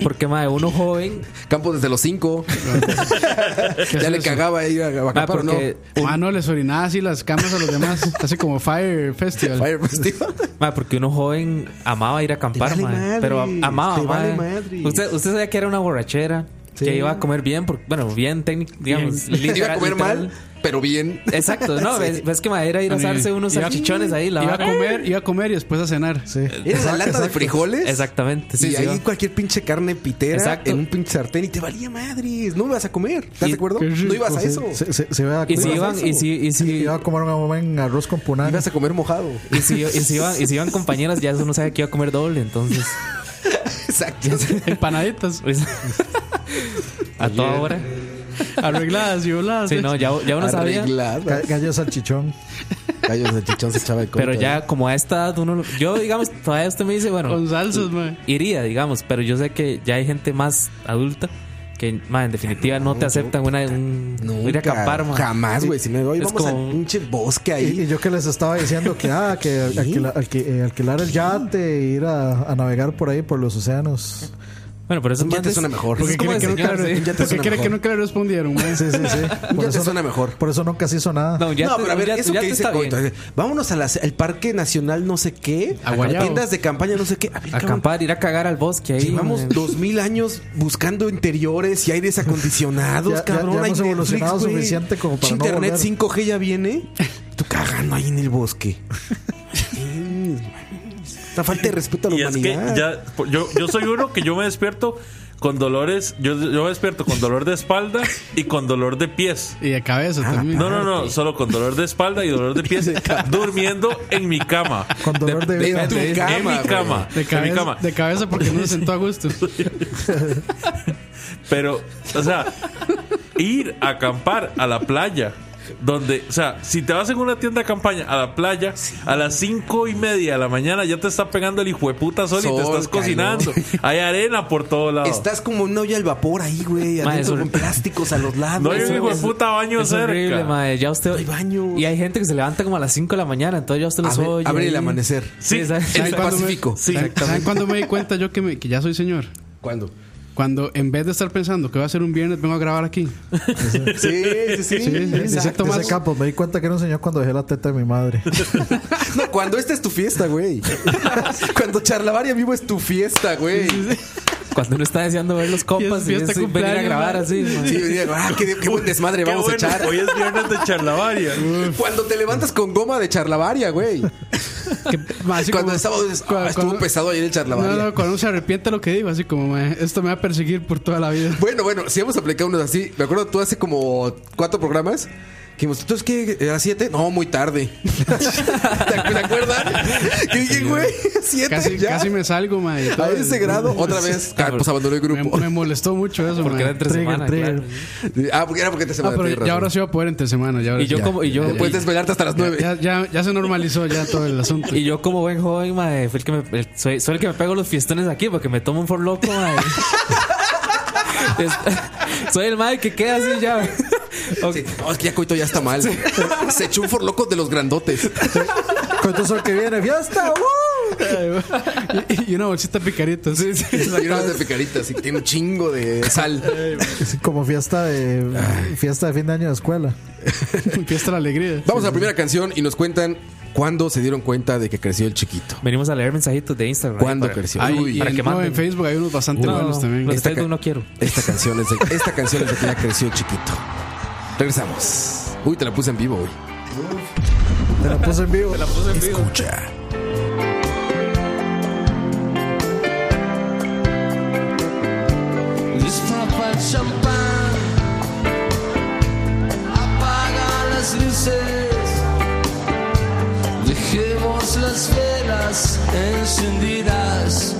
[SPEAKER 5] Porque, madre, uno joven.
[SPEAKER 6] Campo desde los
[SPEAKER 5] <laughs>
[SPEAKER 6] cinco.
[SPEAKER 4] ¿Qué
[SPEAKER 6] <laughs> ya
[SPEAKER 4] es
[SPEAKER 6] le
[SPEAKER 4] eso?
[SPEAKER 6] cagaba ir a
[SPEAKER 5] madre,
[SPEAKER 6] acampar, ¿no?
[SPEAKER 5] porque,
[SPEAKER 4] Ah, no, les orinaba así las camas a los demás. Así como Fire Festival.
[SPEAKER 6] <laughs> Fire Festival.
[SPEAKER 5] madre, porque uno joven amaba ir a acampar,
[SPEAKER 6] vale
[SPEAKER 5] madre.
[SPEAKER 6] madre,
[SPEAKER 5] pero am- amaba,
[SPEAKER 6] te vale
[SPEAKER 5] madre.
[SPEAKER 6] madre.
[SPEAKER 5] Usted, usted sabía que era una borrachera. que iba a comer bien, porque, bueno, bien técnico, digamos.
[SPEAKER 1] Bien.
[SPEAKER 5] <laughs> literal-
[SPEAKER 1] Iba a comer
[SPEAKER 5] literal.
[SPEAKER 1] mal, pero bien.
[SPEAKER 5] Exacto, ¿no?
[SPEAKER 1] Sí.
[SPEAKER 5] Ves, ves que madera ir a asarse unos
[SPEAKER 4] Iba-
[SPEAKER 5] salchichones ahí, la
[SPEAKER 4] Iba a
[SPEAKER 5] vara.
[SPEAKER 4] comer, iba a comer y después a cenar.
[SPEAKER 7] Sí.
[SPEAKER 6] Era la lata de frijoles.
[SPEAKER 5] Exactamente, sí,
[SPEAKER 6] y
[SPEAKER 5] sí,
[SPEAKER 6] ahí
[SPEAKER 5] va.
[SPEAKER 6] cualquier pinche carne pitera
[SPEAKER 5] Exacto.
[SPEAKER 6] en un pinche sartén y te valía madres. No ibas a comer. ¿Estás
[SPEAKER 5] Y-
[SPEAKER 6] de acuerdo?
[SPEAKER 4] qué rico,
[SPEAKER 6] No ibas a
[SPEAKER 7] Sí,
[SPEAKER 6] eso.
[SPEAKER 7] Se, se- se iba a
[SPEAKER 5] Y si
[SPEAKER 7] comer-
[SPEAKER 5] iban, y si, y si,
[SPEAKER 7] iba a comer un en arroz con punán.
[SPEAKER 6] Ibas a comer mojado. <laughs>
[SPEAKER 5] y si, y si iban, y si iban compañeras, ya uno sabe que iba a comer doble, entonces. <laughs>
[SPEAKER 4] <laughs>
[SPEAKER 6] Exacto.
[SPEAKER 4] Empanaditas
[SPEAKER 5] pues, a toda hora.
[SPEAKER 4] arregladas y voladas. eh,
[SPEAKER 5] Sí, no, ya, ya uno sabía.
[SPEAKER 7] Ga-
[SPEAKER 6] Arregladas.
[SPEAKER 7] Gallo salchichón.
[SPEAKER 6] Gallos de chichón se echaba de
[SPEAKER 5] Pero
[SPEAKER 6] coca.
[SPEAKER 5] ya, como a esta edad, uno. Yo, digamos, todavía usted me dice, bueno,
[SPEAKER 6] <laughs>
[SPEAKER 4] Con salsas, mae.
[SPEAKER 5] iría, digamos, pero yo sé que ya hay gente más adulta que, ma, en definitiva, no, te aceptan una, un,
[SPEAKER 6] Nunca,
[SPEAKER 5] ir a acampar, ma.
[SPEAKER 6] Jamás, güey. Si me voy,
[SPEAKER 5] Es
[SPEAKER 6] vamos a
[SPEAKER 5] como-
[SPEAKER 6] un pinche bosque
[SPEAKER 7] Y,
[SPEAKER 6] <laughs>
[SPEAKER 7] y
[SPEAKER 6] ahí.
[SPEAKER 7] yo que les estaba diciendo que, ah, que alquila- alqui- eh, alquilar el yate, e ir a, a navegar por ahí, por los océanos.
[SPEAKER 5] Bueno, pero eso
[SPEAKER 6] Un
[SPEAKER 5] más
[SPEAKER 6] yate
[SPEAKER 5] es-
[SPEAKER 6] suena mejor.
[SPEAKER 5] eso Es
[SPEAKER 6] Porque
[SPEAKER 5] como de
[SPEAKER 6] cree que nunca-
[SPEAKER 5] señor, sí.
[SPEAKER 6] ya te
[SPEAKER 4] ¿Por qué
[SPEAKER 6] suena
[SPEAKER 4] cree que
[SPEAKER 6] mejor.
[SPEAKER 4] nunca le respondieron, mae?
[SPEAKER 7] Sí, sí, sí. <laughs> Por
[SPEAKER 6] Ya te
[SPEAKER 7] eso,
[SPEAKER 6] suena mejor.
[SPEAKER 7] por eso nunca se hizo nada.
[SPEAKER 5] No, <laughs> ya
[SPEAKER 6] no,
[SPEAKER 5] te-
[SPEAKER 6] pero a ver,
[SPEAKER 5] ya-
[SPEAKER 6] eso
[SPEAKER 5] ya
[SPEAKER 6] que
[SPEAKER 5] te
[SPEAKER 6] dice
[SPEAKER 5] está bien.
[SPEAKER 6] Coito, eh, Vámonos al el Parque Nacional no sé qué, a
[SPEAKER 4] Guayabo.
[SPEAKER 6] tiendas de campaña no sé qué. A ver, cabrón,
[SPEAKER 5] Acampar, ir a cagar al bosque ahí.
[SPEAKER 6] Llevamos
[SPEAKER 5] man.
[SPEAKER 6] dos mil años buscando interiores y aires acondicionados,
[SPEAKER 7] <laughs> Ya- ya-
[SPEAKER 6] cabrón.
[SPEAKER 7] ya
[SPEAKER 6] hay
[SPEAKER 7] hemos evolucionado
[SPEAKER 6] Netflix, güey.
[SPEAKER 7] suficiente como para
[SPEAKER 6] Pinche
[SPEAKER 7] no
[SPEAKER 6] Internet
[SPEAKER 7] volver.
[SPEAKER 6] 5G ya
[SPEAKER 7] <laughs>
[SPEAKER 6] viene. Tú cagando ahí en el bosque. La falta de respeto a la
[SPEAKER 8] Y es que
[SPEAKER 6] humanidad.
[SPEAKER 8] ya, yo, yo soy uno que yo me despierto con dolores, yo, yo me despierto con dolor de espalda y con dolor de pies.
[SPEAKER 4] Y de cabeza
[SPEAKER 6] Ah,
[SPEAKER 4] también.
[SPEAKER 8] No, no, no, solo con dolor de espalda y dolor de pies durmiendo en mi cama.
[SPEAKER 7] Con dolor de,
[SPEAKER 6] de-
[SPEAKER 7] vida.
[SPEAKER 6] tu
[SPEAKER 8] en
[SPEAKER 6] cama,
[SPEAKER 8] mi cama.
[SPEAKER 4] De
[SPEAKER 8] en mi
[SPEAKER 4] cabeza,
[SPEAKER 8] cama.
[SPEAKER 4] de cabeza porque no se sentó a gusto.
[SPEAKER 8] Pero, o sea, ir a acampar a la playa. Donde, o sea, si te vas en una tienda de campaña a la playa, a las cinco y media de la mañana ya te está pegando el hijo de puta sol, y
[SPEAKER 6] Sol,
[SPEAKER 8] te estás
[SPEAKER 6] calor.
[SPEAKER 8] cocinando. Hay arena por todos lados.
[SPEAKER 6] Estás como una olla al vapor ahí, güey.
[SPEAKER 5] Ma,
[SPEAKER 6] Adentro
[SPEAKER 5] eso-
[SPEAKER 6] con plásticos a los
[SPEAKER 8] <laughs>
[SPEAKER 6] lados.
[SPEAKER 8] No hay
[SPEAKER 5] Eso-
[SPEAKER 8] un hijo de
[SPEAKER 5] eso-
[SPEAKER 8] puta baño
[SPEAKER 5] es
[SPEAKER 8] cerca.
[SPEAKER 5] horrible, mae. Ya usted.
[SPEAKER 6] hay baños.
[SPEAKER 5] Y hay gente que se levanta como a las 5 de la mañana, entonces ya usted los
[SPEAKER 6] Abre-
[SPEAKER 5] oye.
[SPEAKER 6] abre
[SPEAKER 5] ahí.
[SPEAKER 6] el amanecer.
[SPEAKER 5] Sí,
[SPEAKER 8] Sí.
[SPEAKER 5] exacto.
[SPEAKER 6] El
[SPEAKER 4] cuándo me-
[SPEAKER 6] Pacífico.
[SPEAKER 4] ¿Saben- ¿Saben cuándo me di cuenta yo que, me- que ya soy señor?
[SPEAKER 6] ¿Cuándo?
[SPEAKER 4] Cuando en vez de estar pensando que va a ser un viernes, vengo a grabar aquí.
[SPEAKER 6] Sí, sí, sí.
[SPEAKER 7] Dice,
[SPEAKER 4] Exacto,
[SPEAKER 7] dice
[SPEAKER 4] más-
[SPEAKER 7] Campos, me di cuenta que era un señor cuando dejé la teta de
[SPEAKER 6] <laughs>
[SPEAKER 7] mi madre.
[SPEAKER 6] No, <laughs> cuando esta es tu fiesta,
[SPEAKER 7] <laughs>
[SPEAKER 6] güey. cuando Charlavaria vivo es tu fiesta, güey.
[SPEAKER 5] Cuando uno está deseando ver los compas y,
[SPEAKER 4] fiesta,
[SPEAKER 5] es- venir a
[SPEAKER 4] cumpleaños,
[SPEAKER 5] grabar
[SPEAKER 4] mae.
[SPEAKER 5] así. mae.
[SPEAKER 6] Sí, yo digo, ah, qué, qué buen desmadre
[SPEAKER 8] Qué
[SPEAKER 6] vamos
[SPEAKER 8] bueno,
[SPEAKER 6] a echar. Mm.
[SPEAKER 8] Hoy es viernes de charlavaria.
[SPEAKER 6] Cuando te levantas con goma de charlavaria, güey.
[SPEAKER 4] Que- ma, así
[SPEAKER 6] Cuando
[SPEAKER 4] como-
[SPEAKER 6] estábamos dices, "Ah,
[SPEAKER 4] cuando-
[SPEAKER 6] estuvo
[SPEAKER 4] cuando-
[SPEAKER 6] pesado ayer el charlavaria.
[SPEAKER 4] No, no, cuando uno se arrepiente de lo que digo, así como, mae, esto me va a perseguir por toda la vida.
[SPEAKER 6] Bueno, bueno, si hemos aplicado unos así. Me acuerdo tú hace como cuatro programas. Que dijimos, ¿entonces qué? Eh, ¿A las siete? No, muy tarde. <laughs> ¿Te acu- te acuerdas? Que dije, güey, siete
[SPEAKER 4] Casi,
[SPEAKER 6] ya.
[SPEAKER 4] casi me salgo, mae. y todo.
[SPEAKER 6] A ese grado, otra vez. Ah, pues abandonó el
[SPEAKER 4] Me,
[SPEAKER 6] grupo.
[SPEAKER 4] me molestó mucho eso,
[SPEAKER 5] Porque
[SPEAKER 4] mae.
[SPEAKER 5] era entre
[SPEAKER 7] Trigger,
[SPEAKER 5] semana,
[SPEAKER 7] trigger.
[SPEAKER 5] claro.
[SPEAKER 6] <laughs> Ah, porque era porque te se
[SPEAKER 4] Ah, pero ya ahora sí va a poder entre semana. Ya ahora
[SPEAKER 5] Y yo
[SPEAKER 4] sí.
[SPEAKER 5] como- y yo-
[SPEAKER 4] ya,
[SPEAKER 6] Puedes desvelarte hasta las nueve.
[SPEAKER 4] ya, ya- ya se normalizó ya todo el asunto.
[SPEAKER 5] Y yo como buen joven, mae, fui el que me, el- soy, soy el que me pego los fiestones aquí porque me tomo un for loco, mae. <laughs> Es- soy el mae que queda así ya. <laughs> Ok.
[SPEAKER 6] Sí. No, es que ya Coito ya está mal. <laughs> Se echó un forloco de los grandotes. Este,
[SPEAKER 7] Cuento eso que viene, fiesta, ¡uh!
[SPEAKER 4] y, y una bolsita picarita. Sí, <laughs> sí.
[SPEAKER 6] Y unas de picaritas y tiene un chingo de Eh, sal.
[SPEAKER 7] Es Como fiesta de fiesta de fin de año de escuela.
[SPEAKER 4] Fiesta de la alegría.
[SPEAKER 6] Vamos a la primera canción y nos cuentan cuándo se dieron cuenta de que creció el chiquito.
[SPEAKER 5] Venimos a leer mensajitos de Instagram.
[SPEAKER 6] ¿Cuándo
[SPEAKER 5] Para-
[SPEAKER 6] creció?
[SPEAKER 4] Ay,
[SPEAKER 6] Uy.
[SPEAKER 4] y
[SPEAKER 5] para
[SPEAKER 4] en-
[SPEAKER 5] que
[SPEAKER 4] no,
[SPEAKER 5] manden.
[SPEAKER 4] en Facebook hay unos bastante
[SPEAKER 5] No,
[SPEAKER 4] buenos también.
[SPEAKER 5] los de
[SPEAKER 6] Esta
[SPEAKER 5] Facebook
[SPEAKER 6] ca-
[SPEAKER 5] no quiero.
[SPEAKER 6] Esta canción es de, esta canción es de que ya creció el chiquito. Regresamos. Uy, te la puse en vivo, güey.
[SPEAKER 7] Te la puse en vivo.
[SPEAKER 6] Escucha.
[SPEAKER 12] Lista para el champán. Apaga las luces. Dejemos las velas encendidas.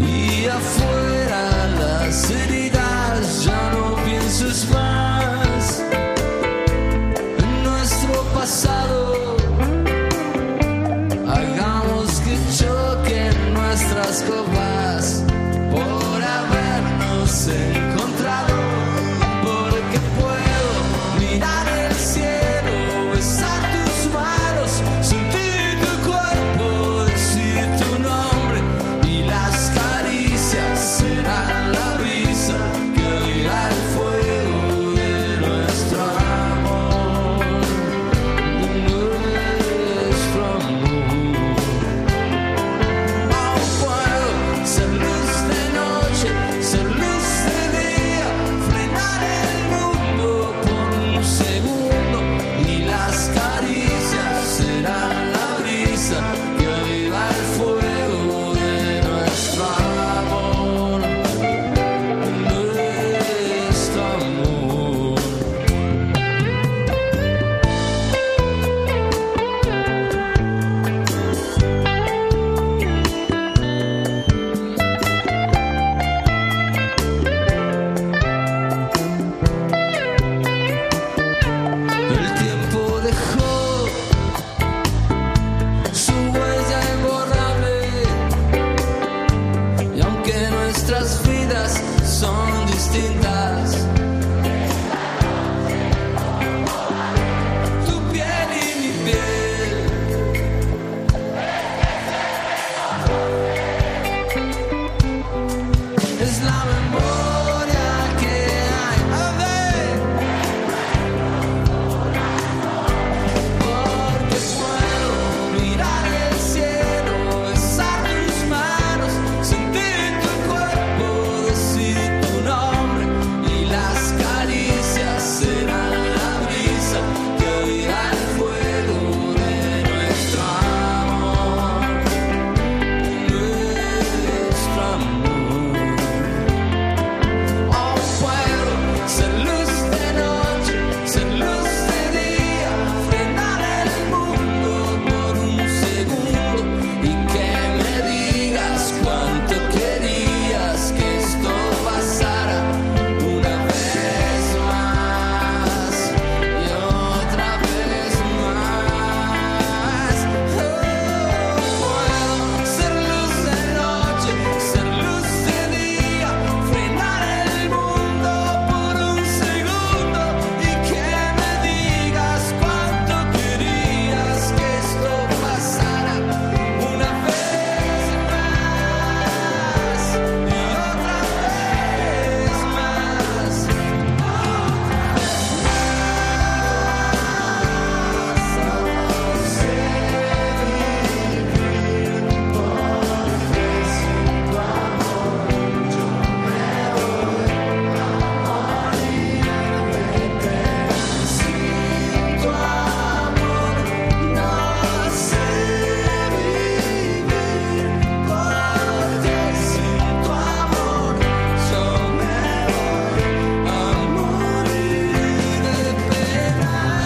[SPEAKER 12] Y afuera las heridas. Ya no pienses más en nuestro pasado. Hagamos que choquen nuestras copas por habernos encontrado.
[SPEAKER 8] la memoria que hay. A ver. Porque puedo mirar el cielo, besar tus manos, sentir tu cuerpo, decir tu nombre y las caricias serán la brisa que oirá el fuego de nuestro amor, nuestro amor. Oh puedo ser luz de noche, ser luz de día, frenar el mundo por un segundo y que me digas cuánto querías que esto pasara una vez más y otra vez más. Oh, puedo ser luz de noche, ser luz de día, frenar el mundo por un segundo y que me digas cuánto querías que esto pasara una vez más y otra vez más. Sin tu amor no sé vivir, porque sin tu amor yo me voy a morir de pena.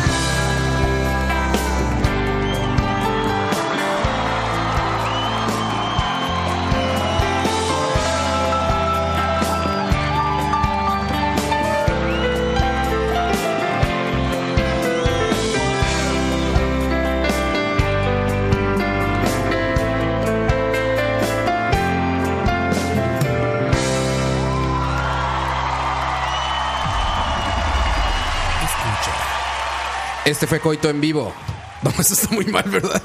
[SPEAKER 1] Este fue Coito en vivo. No, eso está muy mal, ¿verdad?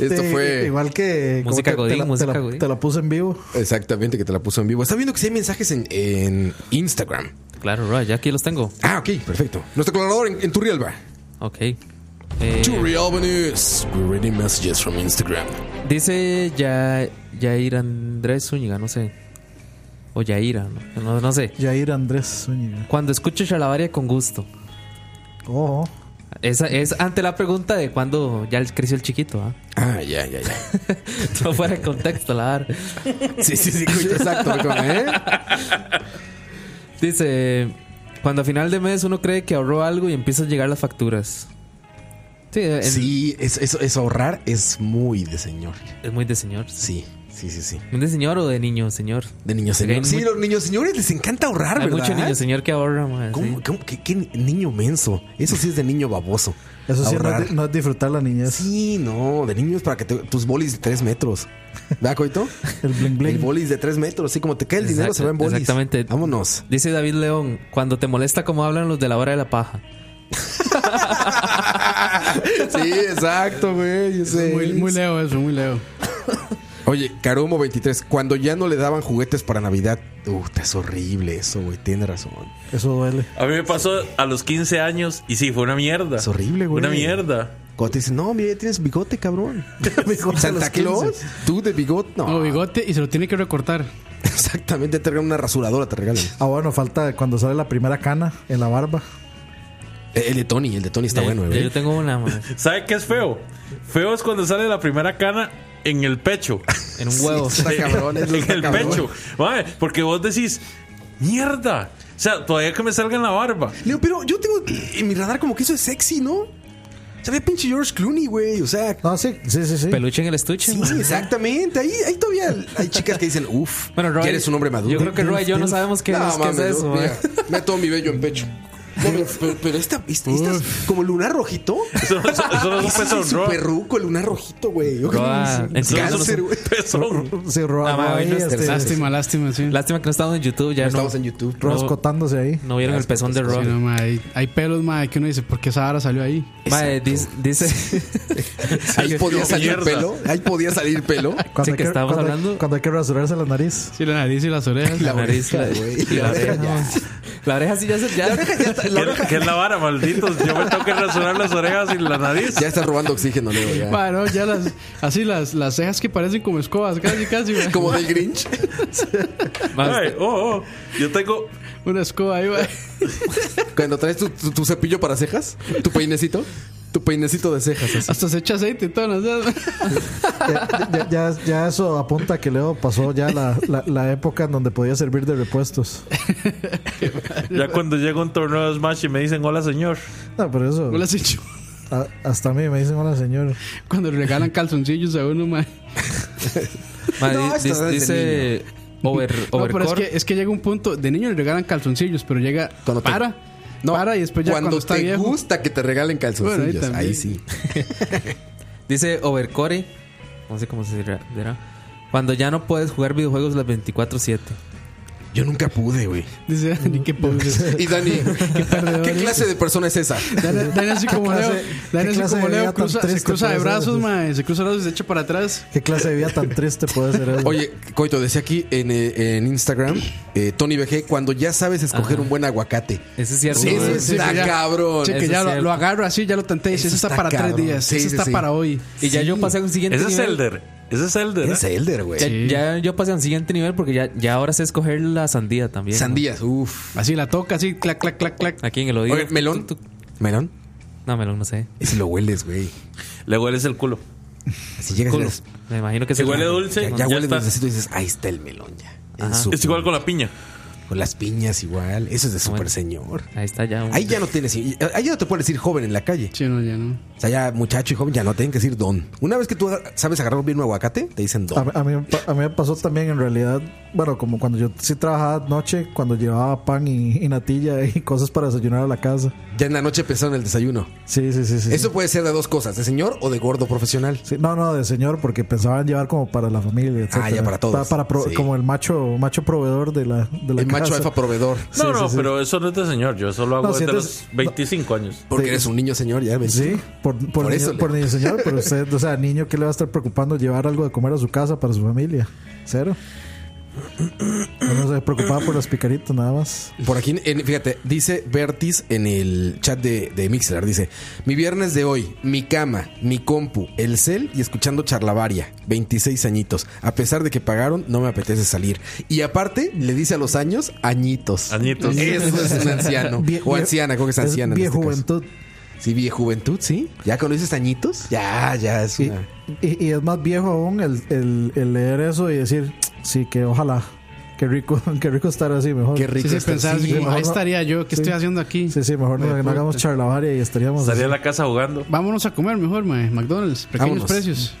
[SPEAKER 1] Esto
[SPEAKER 7] Sí,
[SPEAKER 1] fue.
[SPEAKER 7] Igual que. como
[SPEAKER 5] Música
[SPEAKER 7] que
[SPEAKER 5] Godín,
[SPEAKER 7] te la,
[SPEAKER 5] música
[SPEAKER 7] te la-
[SPEAKER 5] Godín.
[SPEAKER 7] te la puse en vivo.
[SPEAKER 1] Exactamente, que te la puso en vivo. Está viendo que sí hay mensajes en, en Instagram.
[SPEAKER 5] Claro, Roy, ya aquí los tengo.
[SPEAKER 1] Ah, ok, perfecto. Nuestro colaborador en, en Turrialba.
[SPEAKER 5] Ok. Eh,
[SPEAKER 1] Turrialba News. We're reading messages from Instagram.
[SPEAKER 5] dice ya Yair Andrés Zúñiga, no sé. O Yaira, no, no, no sé.
[SPEAKER 7] Jair Andrés Zúñiga.
[SPEAKER 5] Cuando escucho Chalabaria con gusto.
[SPEAKER 7] Oh.
[SPEAKER 5] Esa es ante la pregunta de cuando ya creció el chiquito, ¿ah? <laughs>
[SPEAKER 1] Ah, ya, ya, ya.
[SPEAKER 5] No fuera de contexto, la verdad.
[SPEAKER 1] Sí, sí, sí, Coito, exacto. fue como, ¿eh?
[SPEAKER 5] Dice, cuando a final de mes uno cree que ahorró algo y empiezan a llegar las facturas. Sí, en-
[SPEAKER 1] Sí, es, es- es ahorrar es muy de señor.
[SPEAKER 5] es muy de señor.
[SPEAKER 1] Sí, sí, sí, sí.
[SPEAKER 5] ¿De señor o de niño, señor?
[SPEAKER 1] De niño señor.
[SPEAKER 5] hay
[SPEAKER 1] Sí,
[SPEAKER 5] mu-
[SPEAKER 1] los niños señores les encanta ahorrar,
[SPEAKER 5] Hay
[SPEAKER 1] Ah, ¿verdad?
[SPEAKER 5] mucho niño señor que ahorra, mae,
[SPEAKER 1] ¿Cómo-
[SPEAKER 5] sí.
[SPEAKER 1] cómo- qué, qué niño menso? Eso sí es de niño baboso.
[SPEAKER 7] Eso sí, no
[SPEAKER 1] Ahorrar.
[SPEAKER 7] es, di- no es disfrutar la niñez.
[SPEAKER 1] Sí, no, de niños para que te- tus bolis de 3 metros. ¿Verdad, Coito?
[SPEAKER 7] El bling
[SPEAKER 1] El
[SPEAKER 7] <laughs> bling.
[SPEAKER 1] bolis de 3 metros, así como te cae el dinero,
[SPEAKER 5] Exacto-
[SPEAKER 1] se va en bolis.
[SPEAKER 5] exactamente. <laughs>
[SPEAKER 1] Vámonos. <laughs>
[SPEAKER 5] Dice David León, cuando te molesta como hablan los de la hora de la paja.
[SPEAKER 1] sí, exacto, güey. yo sé.
[SPEAKER 4] Muy, muy leo eso, muy leo.
[SPEAKER 1] Oye, Carumo 23, cuando ya no le daban juguetes para Navidad. Uf, es horrible eso, güey. Tiene razón.
[SPEAKER 7] Eso duele.
[SPEAKER 13] A mí me pasó a los 15 años y sí, fue una mierda.
[SPEAKER 1] Es horrible, güey.
[SPEAKER 13] Una mierda.
[SPEAKER 1] Cuando te dicen, no, mira, ya tienes bigote, cabrón. <laughs> Santa Claus, ¿eh? tú de bigote. <laughs> No,
[SPEAKER 4] No, bigote y se lo tiene que recortar.
[SPEAKER 1] exactamente. Te regalan una rasuradora, te regalan.
[SPEAKER 7] Ah, bueno, falta cuando sale la primera cana en la barba.
[SPEAKER 1] Eh, El de Tony, el de Tony está
[SPEAKER 5] Ya-
[SPEAKER 1] bueno, ¿eh?
[SPEAKER 5] ya
[SPEAKER 1] güey.
[SPEAKER 5] Yo tengo una, mae,
[SPEAKER 13] ¿Sabe qué es feo? Feo es cuando sale la primera cana en el pecho.
[SPEAKER 5] en un huevo.
[SPEAKER 1] Está cabrón, <laughs> eso
[SPEAKER 13] en
[SPEAKER 1] está
[SPEAKER 13] el
[SPEAKER 1] cabrón.
[SPEAKER 13] pecho. Mae, porque vos decís, mierda. O sea, todavía que me salga en la barba.
[SPEAKER 1] Leo, pero yo tengo en mi radar como que eso es sexy, ¿no? Ya ve pinche George Clooney, güey. O sea,
[SPEAKER 7] No, sí, sí, sí. sí.
[SPEAKER 5] Peluche en el estuche.
[SPEAKER 1] sí,
[SPEAKER 5] mae.
[SPEAKER 1] exactamente. Ahí, ahí todavía hay chicas que dicen, uff,
[SPEAKER 5] Bueno, Roy,
[SPEAKER 1] ya eres un hombre maduro.
[SPEAKER 5] Yo creo que Roy y yo no sabemos qué,
[SPEAKER 1] No,
[SPEAKER 5] es, qué es
[SPEAKER 1] mames,
[SPEAKER 5] eso,
[SPEAKER 1] yo-
[SPEAKER 5] mae.
[SPEAKER 1] mira, Meto mi bello en pecho. <laughs>
[SPEAKER 6] No, pero, pero- pero esta, esta- esta es como lunar rojito.
[SPEAKER 8] Eso no- eso no es un
[SPEAKER 6] Ese
[SPEAKER 8] pezón,
[SPEAKER 6] es
[SPEAKER 8] Roa.
[SPEAKER 6] súper ruco, el lunar rojito, güey. Yo
[SPEAKER 5] Roa,
[SPEAKER 6] creo que es un
[SPEAKER 5] entonces-
[SPEAKER 6] Cáncer, güey.
[SPEAKER 7] Sí, Roa,
[SPEAKER 5] Ah, ma,
[SPEAKER 7] Roa
[SPEAKER 5] hoy
[SPEAKER 7] ahí,
[SPEAKER 5] no es
[SPEAKER 7] este,
[SPEAKER 5] tercero.
[SPEAKER 4] Lástima, lástima, sí.
[SPEAKER 5] Lástima que no estamos en YouTube. Ya no,
[SPEAKER 6] Estamos en YouTube.
[SPEAKER 5] no-
[SPEAKER 7] rascotándose ahí.
[SPEAKER 5] no vieron el pezón pues, de
[SPEAKER 4] Sí,
[SPEAKER 5] Rob.
[SPEAKER 4] no, ma, hay, hay pelos, ma, que uno dice, ¿por qué Sahara salió ahí?
[SPEAKER 5] Mae, dice, dice- <laughs>
[SPEAKER 6] Ahí podía
[SPEAKER 8] Dios,
[SPEAKER 6] salir
[SPEAKER 8] mierda.
[SPEAKER 6] pelo. Ahí podía salir pelo.
[SPEAKER 7] Cuando,
[SPEAKER 5] Sí,
[SPEAKER 7] hay
[SPEAKER 5] que
[SPEAKER 7] que,
[SPEAKER 5] estábamos
[SPEAKER 7] cuando hay-
[SPEAKER 5] hablando-
[SPEAKER 7] cuando hay que rasurarse la nariz.
[SPEAKER 4] Sí, la nariz y las orejas.
[SPEAKER 6] La
[SPEAKER 5] nariz,
[SPEAKER 6] oreja,
[SPEAKER 5] la-
[SPEAKER 6] güey.
[SPEAKER 5] y la oreja, la oreja sí ya se. Ya,
[SPEAKER 8] ¿Qué, qué es la vara, malditos? Yo me tengo que rasurar las orejas y la nariz.
[SPEAKER 6] Ya está robando oxígeno, Leo. ya.
[SPEAKER 4] Ma, no, ya las, así las, las cejas que parecen como escobas, casi, casi, ma.
[SPEAKER 6] Como del Grinch.
[SPEAKER 5] Mae,
[SPEAKER 8] Ay, oh, oh, yo tengo.
[SPEAKER 4] una escoba ahí, ma.
[SPEAKER 6] Cuando traes tu, tu- tu cepillo para cejas, tu peinecito, tu peinecito de cejas. Así.
[SPEAKER 4] Hasta se echa aceite y todo, ¿no? <laughs>
[SPEAKER 7] Ya, ya- ya- ya eso apunta a que Leo pasó ya la, la- la época en donde podía servir de repuestos.
[SPEAKER 8] Ya cuando llega un torneo de Smash y me dicen, hola, señor.
[SPEAKER 7] No, pero eso.
[SPEAKER 4] ¿Cómo las hecho?
[SPEAKER 7] a- hasta a mí me dicen hola señor.
[SPEAKER 4] Cuando le regalan calzoncillos a uno, ma.
[SPEAKER 5] mae,
[SPEAKER 6] No,
[SPEAKER 5] di- dice-
[SPEAKER 6] esto es de
[SPEAKER 5] dice. Over,
[SPEAKER 4] No, pero es
[SPEAKER 5] overcore.
[SPEAKER 4] que, es que llega un punto, de niño le regalan calzoncillos, pero llega,
[SPEAKER 6] Cuando te-
[SPEAKER 4] para, para y después ya cuando, está
[SPEAKER 6] te
[SPEAKER 4] viejo.
[SPEAKER 6] gusta que te regalen
[SPEAKER 4] Bueno, ahí
[SPEAKER 6] calzoncillos,
[SPEAKER 4] también.
[SPEAKER 6] ahí, sí.
[SPEAKER 5] Dice Overcore. No sé cómo se dirá. dirá. Cuando ya no puedes jugar videojuegos las 24-7.
[SPEAKER 6] Yo nunca pude, güey.
[SPEAKER 4] Dice Dani, qué pobre.
[SPEAKER 6] Y <laughs> Dani,
[SPEAKER 4] perdedor
[SPEAKER 6] ¿qué
[SPEAKER 4] eres.
[SPEAKER 6] clase de persona es esa?
[SPEAKER 4] Dani,
[SPEAKER 7] <laughs>
[SPEAKER 4] Dani así como
[SPEAKER 7] ¿Qué
[SPEAKER 4] Leo,
[SPEAKER 7] clase-
[SPEAKER 4] Dani
[SPEAKER 7] qué
[SPEAKER 4] así
[SPEAKER 7] clase
[SPEAKER 4] como
[SPEAKER 7] de
[SPEAKER 4] Leo
[SPEAKER 7] vida tan
[SPEAKER 4] cruza, se
[SPEAKER 7] triste
[SPEAKER 4] cruza de
[SPEAKER 7] puede ser?
[SPEAKER 4] brazos, ma, se cruza de brazos y se echa para atrás.
[SPEAKER 7] ¿Qué clase de vida
[SPEAKER 6] <laughs>
[SPEAKER 7] tan triste puede ser eso?
[SPEAKER 6] Oye, Coito, decía aquí en, eh, en Instagram, eh, Tony BG, cuando ya sabes escoger un buen aguacate.
[SPEAKER 5] Ese es cierto.
[SPEAKER 6] Sí,
[SPEAKER 5] mae.
[SPEAKER 6] sí, sí. Está
[SPEAKER 4] que ya-
[SPEAKER 6] cabrón.
[SPEAKER 4] sí, que
[SPEAKER 5] Eso
[SPEAKER 4] ya
[SPEAKER 5] es
[SPEAKER 4] lo,
[SPEAKER 5] cierto.
[SPEAKER 4] lo agarro así, ya lo tenté. y dice,
[SPEAKER 6] Eso
[SPEAKER 4] Eso está,
[SPEAKER 6] está
[SPEAKER 4] para
[SPEAKER 6] cabrón.
[SPEAKER 4] tres días,
[SPEAKER 6] Sí,
[SPEAKER 4] eso
[SPEAKER 6] sí,
[SPEAKER 4] está
[SPEAKER 6] sí.
[SPEAKER 4] para hoy.
[SPEAKER 5] Y ya yo pasé a un siguiente
[SPEAKER 8] Ese es
[SPEAKER 5] nivel.
[SPEAKER 8] Elder. Ese es Elder. ¿eh?
[SPEAKER 6] Es Elder, güey.
[SPEAKER 5] Ya, ya yo pasé a un siguiente nivel porque ya, ya ahora sé escoger la sandía también. ¿no?
[SPEAKER 6] Sandías, uff.
[SPEAKER 4] Así la toca, así, clac, clac, clac, clac.
[SPEAKER 5] Aquí en el odio.
[SPEAKER 6] Oye, melón. ¿Melón?
[SPEAKER 5] No, melón, no sé.
[SPEAKER 6] Ese lo hueles, güey.
[SPEAKER 8] Le hueles el culo.
[SPEAKER 6] Si llegas y
[SPEAKER 5] Culo.
[SPEAKER 6] dices,
[SPEAKER 5] Me imagino que
[SPEAKER 8] Si
[SPEAKER 5] es el
[SPEAKER 8] huele
[SPEAKER 5] melón.
[SPEAKER 8] dulce,
[SPEAKER 6] ya,
[SPEAKER 8] ya
[SPEAKER 6] ya hueles
[SPEAKER 8] está.
[SPEAKER 6] dulcecito y dices, ahí está el melón ya. En
[SPEAKER 5] Ajá.
[SPEAKER 6] su-
[SPEAKER 8] Es igual con la piña.
[SPEAKER 6] con las piñas igual. Eso es de super
[SPEAKER 5] Bueno.
[SPEAKER 6] señor.
[SPEAKER 5] Ahí está ya.
[SPEAKER 6] Ahí ya no tienes, ahí ya no te puedes decir joven en la calle.
[SPEAKER 4] Sí, no, ya no.
[SPEAKER 6] O sea, ya muchacho y joven ya no tienen que decir don. Una vez que tú agar- sabes agarrar bien un aguacate, te dicen
[SPEAKER 7] A,
[SPEAKER 6] don.
[SPEAKER 7] mí- a mí, me pa- a mí me pasó también en realidad, bueno, como cuando yo sí trabajaba noche, cuando llevaba pan y, y natilla y cosas para desayunar a la casa.
[SPEAKER 6] Ya en la noche pensaron en el desayuno.
[SPEAKER 7] Sí, sí, sí, sí.
[SPEAKER 6] Eso puede ser de dos cosas, de señor o de gordo profesional.
[SPEAKER 7] Sí, no, no, de señor, porque pensaban llevar como para la familia,
[SPEAKER 6] Ah, ya
[SPEAKER 7] etcétera.
[SPEAKER 6] para todos.
[SPEAKER 7] Pa- Para, pro-
[SPEAKER 6] Sí.
[SPEAKER 7] como el macho macho proveedor de la, de la
[SPEAKER 6] El macho
[SPEAKER 7] casa.
[SPEAKER 6] alfa proveedor.
[SPEAKER 7] Sí,
[SPEAKER 8] no,
[SPEAKER 7] sí,
[SPEAKER 8] no,
[SPEAKER 7] sí.
[SPEAKER 8] pero eso no es de señor. Yo eso lo hago
[SPEAKER 7] No, si
[SPEAKER 8] desde
[SPEAKER 7] antes-
[SPEAKER 8] los 25 años.
[SPEAKER 6] Porque
[SPEAKER 7] Sí.
[SPEAKER 6] eres un niño señor, ya ves.
[SPEAKER 7] Sí, por, por,
[SPEAKER 6] Por
[SPEAKER 7] niño,
[SPEAKER 6] eso le-
[SPEAKER 7] por niño señor,
[SPEAKER 6] <laughs>
[SPEAKER 7] pero usted, o sea, niño, ¿qué le va a estar preocupando llevar algo de comer a su casa para su familia? Cero. No se preocupaba por los picaritos nada más.
[SPEAKER 6] Por aquí, en- fíjate, dice Vertis en el chat de, de Mixler, dice, mi viernes de hoy, mi cama, mi compu, el cel y escuchando charlavaria, 26 añitos. A pesar de que pagaron, no me apetece salir. Y aparte, le dice a los años, añitos.
[SPEAKER 8] Añitos.
[SPEAKER 6] Eso es un anciano.
[SPEAKER 7] Vie-
[SPEAKER 6] o anciana, creo que es anciana. en este caso.
[SPEAKER 7] viejuventud.
[SPEAKER 6] Sí, viejuventud, sí. Ya cuando dices añitos, ya, ya es
[SPEAKER 7] Y,
[SPEAKER 6] una-
[SPEAKER 7] y- y es más viejo aún el, el- el leer eso y decir, sí, que ojalá, qué rico, <laughs> qué rico estar así mejor.
[SPEAKER 6] Qué rico
[SPEAKER 4] Sí, sí,
[SPEAKER 6] estar
[SPEAKER 4] pensar así
[SPEAKER 6] así.
[SPEAKER 4] como,
[SPEAKER 7] sí,
[SPEAKER 4] ahí
[SPEAKER 7] no, no.
[SPEAKER 4] estaría yo, ¿qué
[SPEAKER 7] Sí.
[SPEAKER 4] estoy haciendo aquí?
[SPEAKER 7] Sí, sí, mejor no,
[SPEAKER 4] Joder,
[SPEAKER 7] no
[SPEAKER 4] puta.
[SPEAKER 7] hagamos charlavaria y estaríamos...
[SPEAKER 8] Estaría en
[SPEAKER 7] así.
[SPEAKER 8] la casa jugando.
[SPEAKER 4] Vámonos a comer mejor, ma. McDonald's, pequeños
[SPEAKER 6] Vámonos.
[SPEAKER 7] <laughs>
[SPEAKER 4] precios.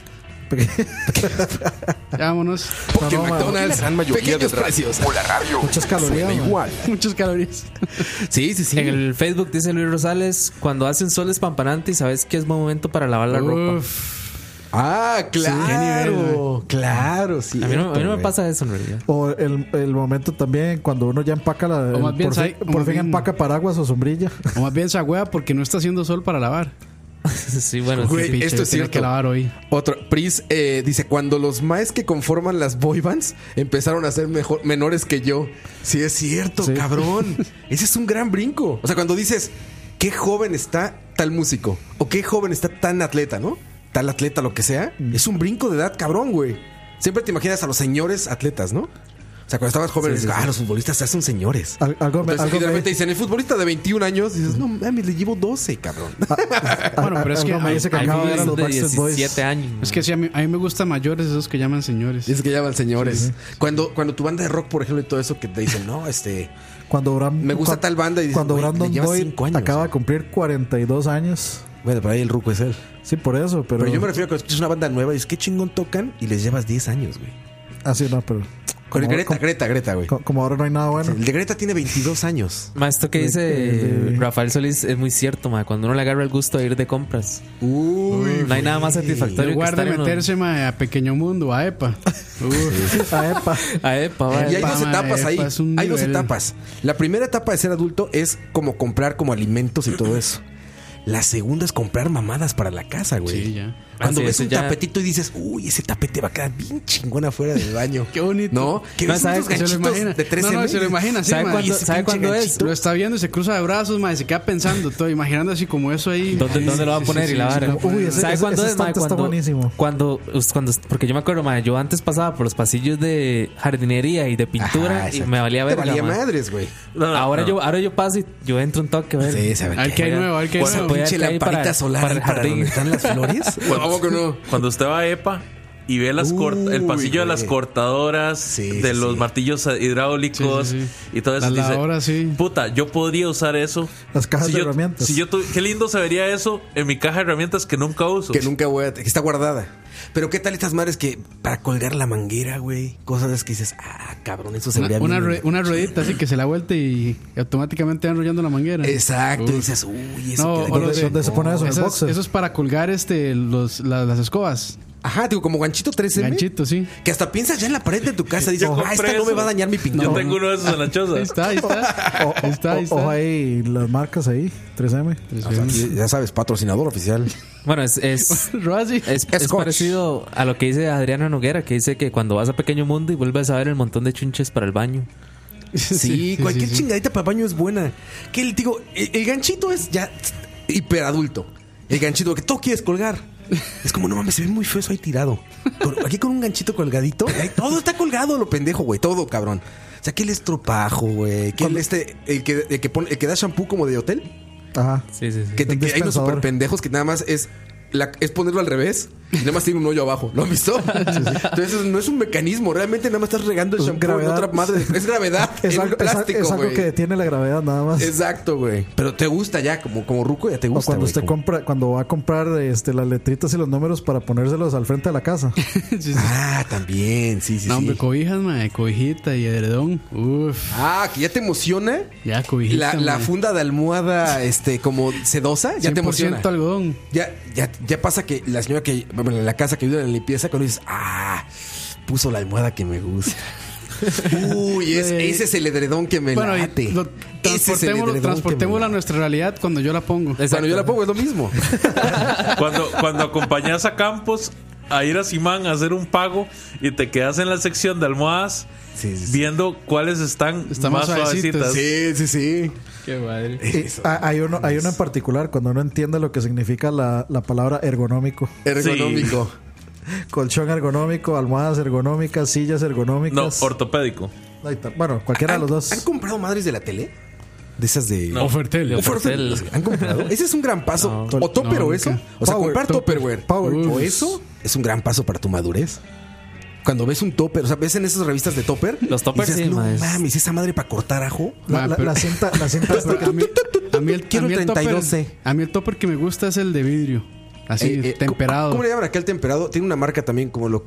[SPEAKER 4] Ya, Vámonos. <laughs>
[SPEAKER 6] Porque
[SPEAKER 7] No, no,
[SPEAKER 6] McDonald's,
[SPEAKER 1] gran mayoría
[SPEAKER 6] pequeños
[SPEAKER 1] de ra-
[SPEAKER 6] precios.
[SPEAKER 1] o la radio.
[SPEAKER 7] Muchas calorías. man.
[SPEAKER 6] Igual.
[SPEAKER 4] Muchas calorías.
[SPEAKER 6] Sí, sí, sí.
[SPEAKER 5] En el Facebook dice Luis Rosales: Cuando hacen sol espampanante y sabes que es buen momento para lavar la ropa.
[SPEAKER 4] Uf,
[SPEAKER 6] Ah, claro, claro, sí.
[SPEAKER 5] A mí no, a mí no me
[SPEAKER 6] güey.
[SPEAKER 5] pasa eso en realidad. <laughs>
[SPEAKER 7] O el, el momento también cuando uno ya empaca la... el-
[SPEAKER 4] más bien
[SPEAKER 7] por
[SPEAKER 4] sai-
[SPEAKER 7] fin,
[SPEAKER 4] o
[SPEAKER 7] por
[SPEAKER 4] más
[SPEAKER 7] fin
[SPEAKER 4] bien-
[SPEAKER 7] empaca paraguas o sombrilla. <laughs>
[SPEAKER 4] o más bien esa hueá porque no está haciendo sol para lavar.
[SPEAKER 5] sí, bueno.
[SPEAKER 6] Güey,
[SPEAKER 5] sí.
[SPEAKER 4] Piche,
[SPEAKER 6] esto es
[SPEAKER 4] tiene
[SPEAKER 6] cierto.
[SPEAKER 4] que lavar hoy.
[SPEAKER 6] Otro, Pris eh, dice, cuando los maes que conforman las boybands empezaron a ser mejor, menores que yo. Sí, es cierto,
[SPEAKER 7] Sí. <laughs>
[SPEAKER 6] cabrón. Ese es un gran brinco. O sea, cuando dices, qué joven está tal músico o qué joven está tan atleta, ¿no? Tal atleta, lo que sea.
[SPEAKER 7] Mm.
[SPEAKER 6] Es un brinco de edad, cabrón, güey. Siempre te imaginas a los señores atletas, ¿no? O sea, cuando estabas joven, dices, ah, los futbolistas ya son señores.
[SPEAKER 7] Al- algo me-
[SPEAKER 6] Entonces,
[SPEAKER 7] algo
[SPEAKER 6] y de
[SPEAKER 7] me-
[SPEAKER 6] repente dicen, el futbolista de 21 años, dices, no mames, le llevo 12, cabrón.
[SPEAKER 4] Bueno, pero es
[SPEAKER 7] algo
[SPEAKER 4] que
[SPEAKER 7] me
[SPEAKER 4] hay-
[SPEAKER 7] dice que
[SPEAKER 4] hay
[SPEAKER 7] acabo de ver a
[SPEAKER 5] Son
[SPEAKER 7] los
[SPEAKER 5] de
[SPEAKER 7] Backstreet Boys.
[SPEAKER 5] 17
[SPEAKER 6] Mm.
[SPEAKER 5] años.
[SPEAKER 4] Es que sí, a mí, a mí me gustan mayores esos que llaman señores.
[SPEAKER 6] Dice que llaman señores. Cuando, cuando tu banda de rock, por ejemplo, y todo eso que te dicen, no, este.
[SPEAKER 7] Cuando Bram-
[SPEAKER 6] Me gusta
[SPEAKER 7] cua-
[SPEAKER 6] tal banda y dices,
[SPEAKER 7] cuando
[SPEAKER 6] "Güey,
[SPEAKER 7] Brandon
[SPEAKER 6] le llevas
[SPEAKER 7] Boyd
[SPEAKER 6] cinco años,
[SPEAKER 7] acaba
[SPEAKER 6] güey".
[SPEAKER 7] de cumplir 42 años.
[SPEAKER 6] Bueno, pero ahí el ruco es él.
[SPEAKER 7] Sí, por eso, pero,
[SPEAKER 6] Pero yo me refiero a que es una banda nueva y dices, qué chingón tocan y les llevas 10 años, güey.
[SPEAKER 7] así Ah, no, pero
[SPEAKER 6] Con el Greta, Greta, Greta, güey.
[SPEAKER 7] Como ahora no hay nada bueno.
[SPEAKER 6] El de Greta tiene 22 años.
[SPEAKER 5] Más esto que dice Rafael Solís es muy cierto, ma. Cuando uno le agarra el gusto de ir de compras.
[SPEAKER 6] Uy,
[SPEAKER 5] no hay nada más
[SPEAKER 4] En
[SPEAKER 5] satisfactorio que
[SPEAKER 4] lugar de
[SPEAKER 5] estar en un-
[SPEAKER 4] meterse mae, a Pequeño Mundo, a
[SPEAKER 6] <laughs>
[SPEAKER 4] EPA. Uf.
[SPEAKER 7] <laughs> Ah, epa.
[SPEAKER 5] A EPA, va.
[SPEAKER 6] Y hay
[SPEAKER 4] Epa,
[SPEAKER 6] dos
[SPEAKER 4] mae,
[SPEAKER 6] etapas
[SPEAKER 4] epa,
[SPEAKER 6] ahí.
[SPEAKER 4] es un
[SPEAKER 6] Hay dos
[SPEAKER 4] nivel.
[SPEAKER 6] etapas. La primera etapa de ser adulto es como comprar como alimentos y todo eso. La segunda es comprar mamadas para la casa, güey.
[SPEAKER 4] Sí, ya.
[SPEAKER 6] Cuando
[SPEAKER 5] Así
[SPEAKER 6] ves
[SPEAKER 5] es,
[SPEAKER 6] un
[SPEAKER 5] ya.
[SPEAKER 6] tapetito y dices, uy, ese tapete va a quedar bien chingón afuera del baño.
[SPEAKER 4] <laughs> Qué bonito.
[SPEAKER 6] ¿No? Que
[SPEAKER 5] No,
[SPEAKER 6] ves
[SPEAKER 5] ¿sabes?
[SPEAKER 6] unos
[SPEAKER 4] Se lo
[SPEAKER 6] ganchitos
[SPEAKER 4] imagina.
[SPEAKER 6] de 13
[SPEAKER 4] no, no, se lo
[SPEAKER 6] meses.
[SPEAKER 4] imagina, sí,
[SPEAKER 5] ¿Sabe
[SPEAKER 4] mae.
[SPEAKER 5] cuándo-
[SPEAKER 4] Y ese
[SPEAKER 5] sabe
[SPEAKER 4] pinche
[SPEAKER 5] cuándo es?
[SPEAKER 4] ganchito. Lo está viendo y se cruza de brazos, mae, se queda pensando, todo, imaginando así como eso ahí.
[SPEAKER 5] ¿Dónde,
[SPEAKER 4] Sí,
[SPEAKER 5] dónde lo va a
[SPEAKER 4] sí,
[SPEAKER 5] poner
[SPEAKER 4] sí,
[SPEAKER 5] y la
[SPEAKER 4] sí,
[SPEAKER 5] vara?
[SPEAKER 4] sí, lo-
[SPEAKER 7] Uy, ese-
[SPEAKER 5] ¿Sabe
[SPEAKER 7] ese-
[SPEAKER 5] cuándo
[SPEAKER 7] ese
[SPEAKER 5] es, mae?
[SPEAKER 7] estante está
[SPEAKER 5] Cuando-
[SPEAKER 7] buenísimo.
[SPEAKER 5] Cuando, us- cuando, porque yo me acuerdo, mae, yo antes pasaba por los pasillos de jardinería y de pintura y
[SPEAKER 6] Ajá, Ah, exacto.
[SPEAKER 5] me valía
[SPEAKER 6] Te
[SPEAKER 5] ver
[SPEAKER 6] valía madres, güey.
[SPEAKER 5] ahora,
[SPEAKER 8] no.
[SPEAKER 5] Yo, ahora yo paso y yo entro un toque a ver.
[SPEAKER 6] Sí, se
[SPEAKER 4] A ver
[SPEAKER 6] aventó.
[SPEAKER 4] qué hay nuevo, a ver qué hay
[SPEAKER 5] Cuando
[SPEAKER 4] nuevo.
[SPEAKER 5] puede-
[SPEAKER 6] Pinche
[SPEAKER 5] que hay
[SPEAKER 6] lamparita
[SPEAKER 5] para-
[SPEAKER 6] solar
[SPEAKER 5] para
[SPEAKER 6] ahí
[SPEAKER 5] el
[SPEAKER 6] para
[SPEAKER 5] jardín.
[SPEAKER 6] donde están las flores. Vamos que no.
[SPEAKER 8] Cuando usted va a EPA y ve las cort-
[SPEAKER 6] Uy,
[SPEAKER 8] el pasillo de
[SPEAKER 6] güey.
[SPEAKER 8] las cortadoras,
[SPEAKER 6] Sí,
[SPEAKER 8] de
[SPEAKER 6] sí,
[SPEAKER 8] los
[SPEAKER 6] sí.
[SPEAKER 8] martillos hidráulicos
[SPEAKER 4] Sí, sí,
[SPEAKER 8] y todo eso.
[SPEAKER 4] La
[SPEAKER 8] dice,
[SPEAKER 4] lavadora, sí.
[SPEAKER 8] Puta, yo podría usar eso.
[SPEAKER 7] Las cajas
[SPEAKER 8] Si
[SPEAKER 7] de
[SPEAKER 8] yo-
[SPEAKER 7] herramientas.
[SPEAKER 8] Si yo tu- qué lindo se vería eso en mi caja de herramientas que nunca uso.
[SPEAKER 6] Que nunca voy a. que está guardada. Pero qué tal estas madres que para colgar la manguera, güey. Cosas que dices, ah, cabrón, eso se vería
[SPEAKER 4] Una, una,
[SPEAKER 6] bien.
[SPEAKER 4] ru- una ruedita así que se la vuelta y automáticamente va enrollando la manguera.
[SPEAKER 6] Exacto.
[SPEAKER 4] Uf.
[SPEAKER 6] Dices, uy, eso
[SPEAKER 4] No,
[SPEAKER 6] queda-
[SPEAKER 4] o lo
[SPEAKER 7] ¿Dónde-
[SPEAKER 4] de-
[SPEAKER 7] dónde se pone eso? ¿En el
[SPEAKER 4] Eso es,
[SPEAKER 7] boxer?
[SPEAKER 4] eso es para colgar este los, la- las escobas.
[SPEAKER 6] Ajá, digo, como ganchito 13.
[SPEAKER 4] Ganchito, sí.
[SPEAKER 6] Que hasta piensas ya en la pared de tu
[SPEAKER 8] <laughs>
[SPEAKER 6] casa. Dices,
[SPEAKER 8] Yo
[SPEAKER 6] ah,
[SPEAKER 8] compré
[SPEAKER 6] esta no
[SPEAKER 8] eso.
[SPEAKER 6] me va a dañar mi pintura.
[SPEAKER 8] Yo tengo uno de esos en la choza.
[SPEAKER 4] Ahí está, ahí está.
[SPEAKER 7] <laughs> O-
[SPEAKER 4] Ahí está, ahí
[SPEAKER 7] o-
[SPEAKER 4] está.
[SPEAKER 7] Ojo ahí, las marcas ahí, 3M.
[SPEAKER 4] Tres
[SPEAKER 6] O sea,
[SPEAKER 4] veces.
[SPEAKER 6] aquí, ya sabes, patrocinador oficial.
[SPEAKER 5] <laughs> Bueno, es, es,
[SPEAKER 4] Rosy.
[SPEAKER 5] es, es
[SPEAKER 6] Scotch.
[SPEAKER 5] parecido a lo que dice Adriana Noguera, que dice que cuando vas a Pequeño Mundo y vuelves a ver el montón de chunches para el baño.
[SPEAKER 4] <laughs>
[SPEAKER 6] Sí, cualquier chingadita para baño es buena. Que el, digo, el, el ganchito es ya hiperadulto. El ganchito que todo quieres colgar. Es como, no mames, se ve muy feo eso ahí tirado. Con- aquí con un ganchito colgadito. ahí todo está colgado, lo pendejo, güey. Todo, cabrón. O sea, que el estropajo, güey. Que el, este, el, que, el, que pone- el que da shampoo como de hotel.
[SPEAKER 7] Ajá.
[SPEAKER 5] Sí, sí, sí.
[SPEAKER 6] Que, te-
[SPEAKER 7] Un
[SPEAKER 6] que hay unos
[SPEAKER 7] dispensador.
[SPEAKER 6] super pendejos que nada más es, la- es ponerlo al revés y nada más tiene un hoyo abajo. ¿Lo han
[SPEAKER 7] <laughs>
[SPEAKER 6] visto? Entonces eso no es un mecanismo. Realmente nada más estás regando el
[SPEAKER 7] Es
[SPEAKER 6] shampoo en
[SPEAKER 7] gravedad.
[SPEAKER 6] otra madre. Es gravedad.
[SPEAKER 7] <laughs> Es,
[SPEAKER 6] en
[SPEAKER 7] algo, es al-
[SPEAKER 6] plástico,
[SPEAKER 7] es algo
[SPEAKER 6] güey.
[SPEAKER 7] que detiene la gravedad nada más.
[SPEAKER 6] Exacto, güey. Pero te gusta ya, como, como Ruco ya te
[SPEAKER 7] o
[SPEAKER 6] gusta.
[SPEAKER 7] cuando
[SPEAKER 6] güey,
[SPEAKER 7] usted
[SPEAKER 6] como-
[SPEAKER 7] compra, cuando va a comprar este, las letritas y los números para ponérselos al frente de la casa.
[SPEAKER 6] <laughs> Ah, también, sí, sí,
[SPEAKER 4] No,
[SPEAKER 6] sí.
[SPEAKER 4] hombre, cobijas, mae, cobijita y edredón. Uf,
[SPEAKER 6] Ah, que ya te emociona.
[SPEAKER 4] ya
[SPEAKER 6] La,
[SPEAKER 4] cobijita.
[SPEAKER 6] la
[SPEAKER 4] mae.
[SPEAKER 6] funda de almohada, este, como sedosa, ya te
[SPEAKER 4] 100%
[SPEAKER 6] emociona.
[SPEAKER 4] algodón.
[SPEAKER 6] Ya, ya, ya pasa que la señora que, bueno, en la casa que ayuda en la limpieza, cuando dices, ah, puso la almohada que
[SPEAKER 4] <laughs>
[SPEAKER 6] me gusta. Uy, es-
[SPEAKER 4] Eh,
[SPEAKER 6] ese es el edredón que me
[SPEAKER 4] Bueno, y
[SPEAKER 6] late.
[SPEAKER 4] lo-
[SPEAKER 6] Ese es el
[SPEAKER 4] transportémoslo,
[SPEAKER 6] edredón que me
[SPEAKER 4] transportémoslo a
[SPEAKER 6] late.
[SPEAKER 4] nuestra realidad cuando yo la pongo.
[SPEAKER 6] Cuando yo la pongo es lo mismo.
[SPEAKER 4] <laughs>
[SPEAKER 8] Cuando, cuando acompañas a Campos a ir a Simán a hacer un pago y te quedas en la sección de almohadas
[SPEAKER 6] Sí, sí, sí.
[SPEAKER 8] viendo cuáles están
[SPEAKER 4] Están
[SPEAKER 8] más
[SPEAKER 4] más suavecitas.
[SPEAKER 6] Sí,
[SPEAKER 8] suavecitas.
[SPEAKER 6] sí, sí.
[SPEAKER 4] Qué madre.
[SPEAKER 6] Eso.
[SPEAKER 7] Ah, hay, uno, hay uno en particular, cuando uno entiende lo que significa la, la palabra ergonómico.
[SPEAKER 6] Ergonómico.
[SPEAKER 7] Colchón ergonómico, almohadas ergonómicas, sillas
[SPEAKER 8] No,
[SPEAKER 7] ergonómicas.
[SPEAKER 8] ortopédico.
[SPEAKER 7] Ahí está. bueno, cualquiera de Ah, los
[SPEAKER 6] ¿Han- ¿Han
[SPEAKER 1] Ah,
[SPEAKER 7] dos.
[SPEAKER 6] comprado madres de la tele? De esas de.
[SPEAKER 4] Ofertel.
[SPEAKER 5] Ofertel.
[SPEAKER 6] <laughs> ¿Han comprado? Ese es un gran paso. o topper
[SPEAKER 4] no,
[SPEAKER 6] o
[SPEAKER 4] nunca.
[SPEAKER 6] eso. O sea,
[SPEAKER 7] Power,
[SPEAKER 6] comprar
[SPEAKER 7] topper,
[SPEAKER 6] topperware.
[SPEAKER 7] power.
[SPEAKER 6] o
[SPEAKER 4] Uf.
[SPEAKER 6] eso es un gran paso para tu madurez. Cuando ves un topper, o sea, ves en esas revistas de topper.
[SPEAKER 5] Los toppers
[SPEAKER 6] y dices,
[SPEAKER 5] sí,
[SPEAKER 6] no
[SPEAKER 5] maes.
[SPEAKER 6] mames, esa madre para cortar ajo.
[SPEAKER 7] La,
[SPEAKER 4] Ma,
[SPEAKER 7] la-
[SPEAKER 4] pero-
[SPEAKER 7] la cinta, la cinta
[SPEAKER 4] A
[SPEAKER 6] <laughs>
[SPEAKER 4] mí, a mí el,
[SPEAKER 6] Quiero
[SPEAKER 4] a mí el
[SPEAKER 6] 32,
[SPEAKER 4] topper,
[SPEAKER 6] eh.
[SPEAKER 4] a mí el topper que me gusta es el de vidrio. Así,
[SPEAKER 6] Eh, eh,
[SPEAKER 4] temperado.
[SPEAKER 6] ¿Cómo le llaman aquel temperado? Tiene una marca también como lo,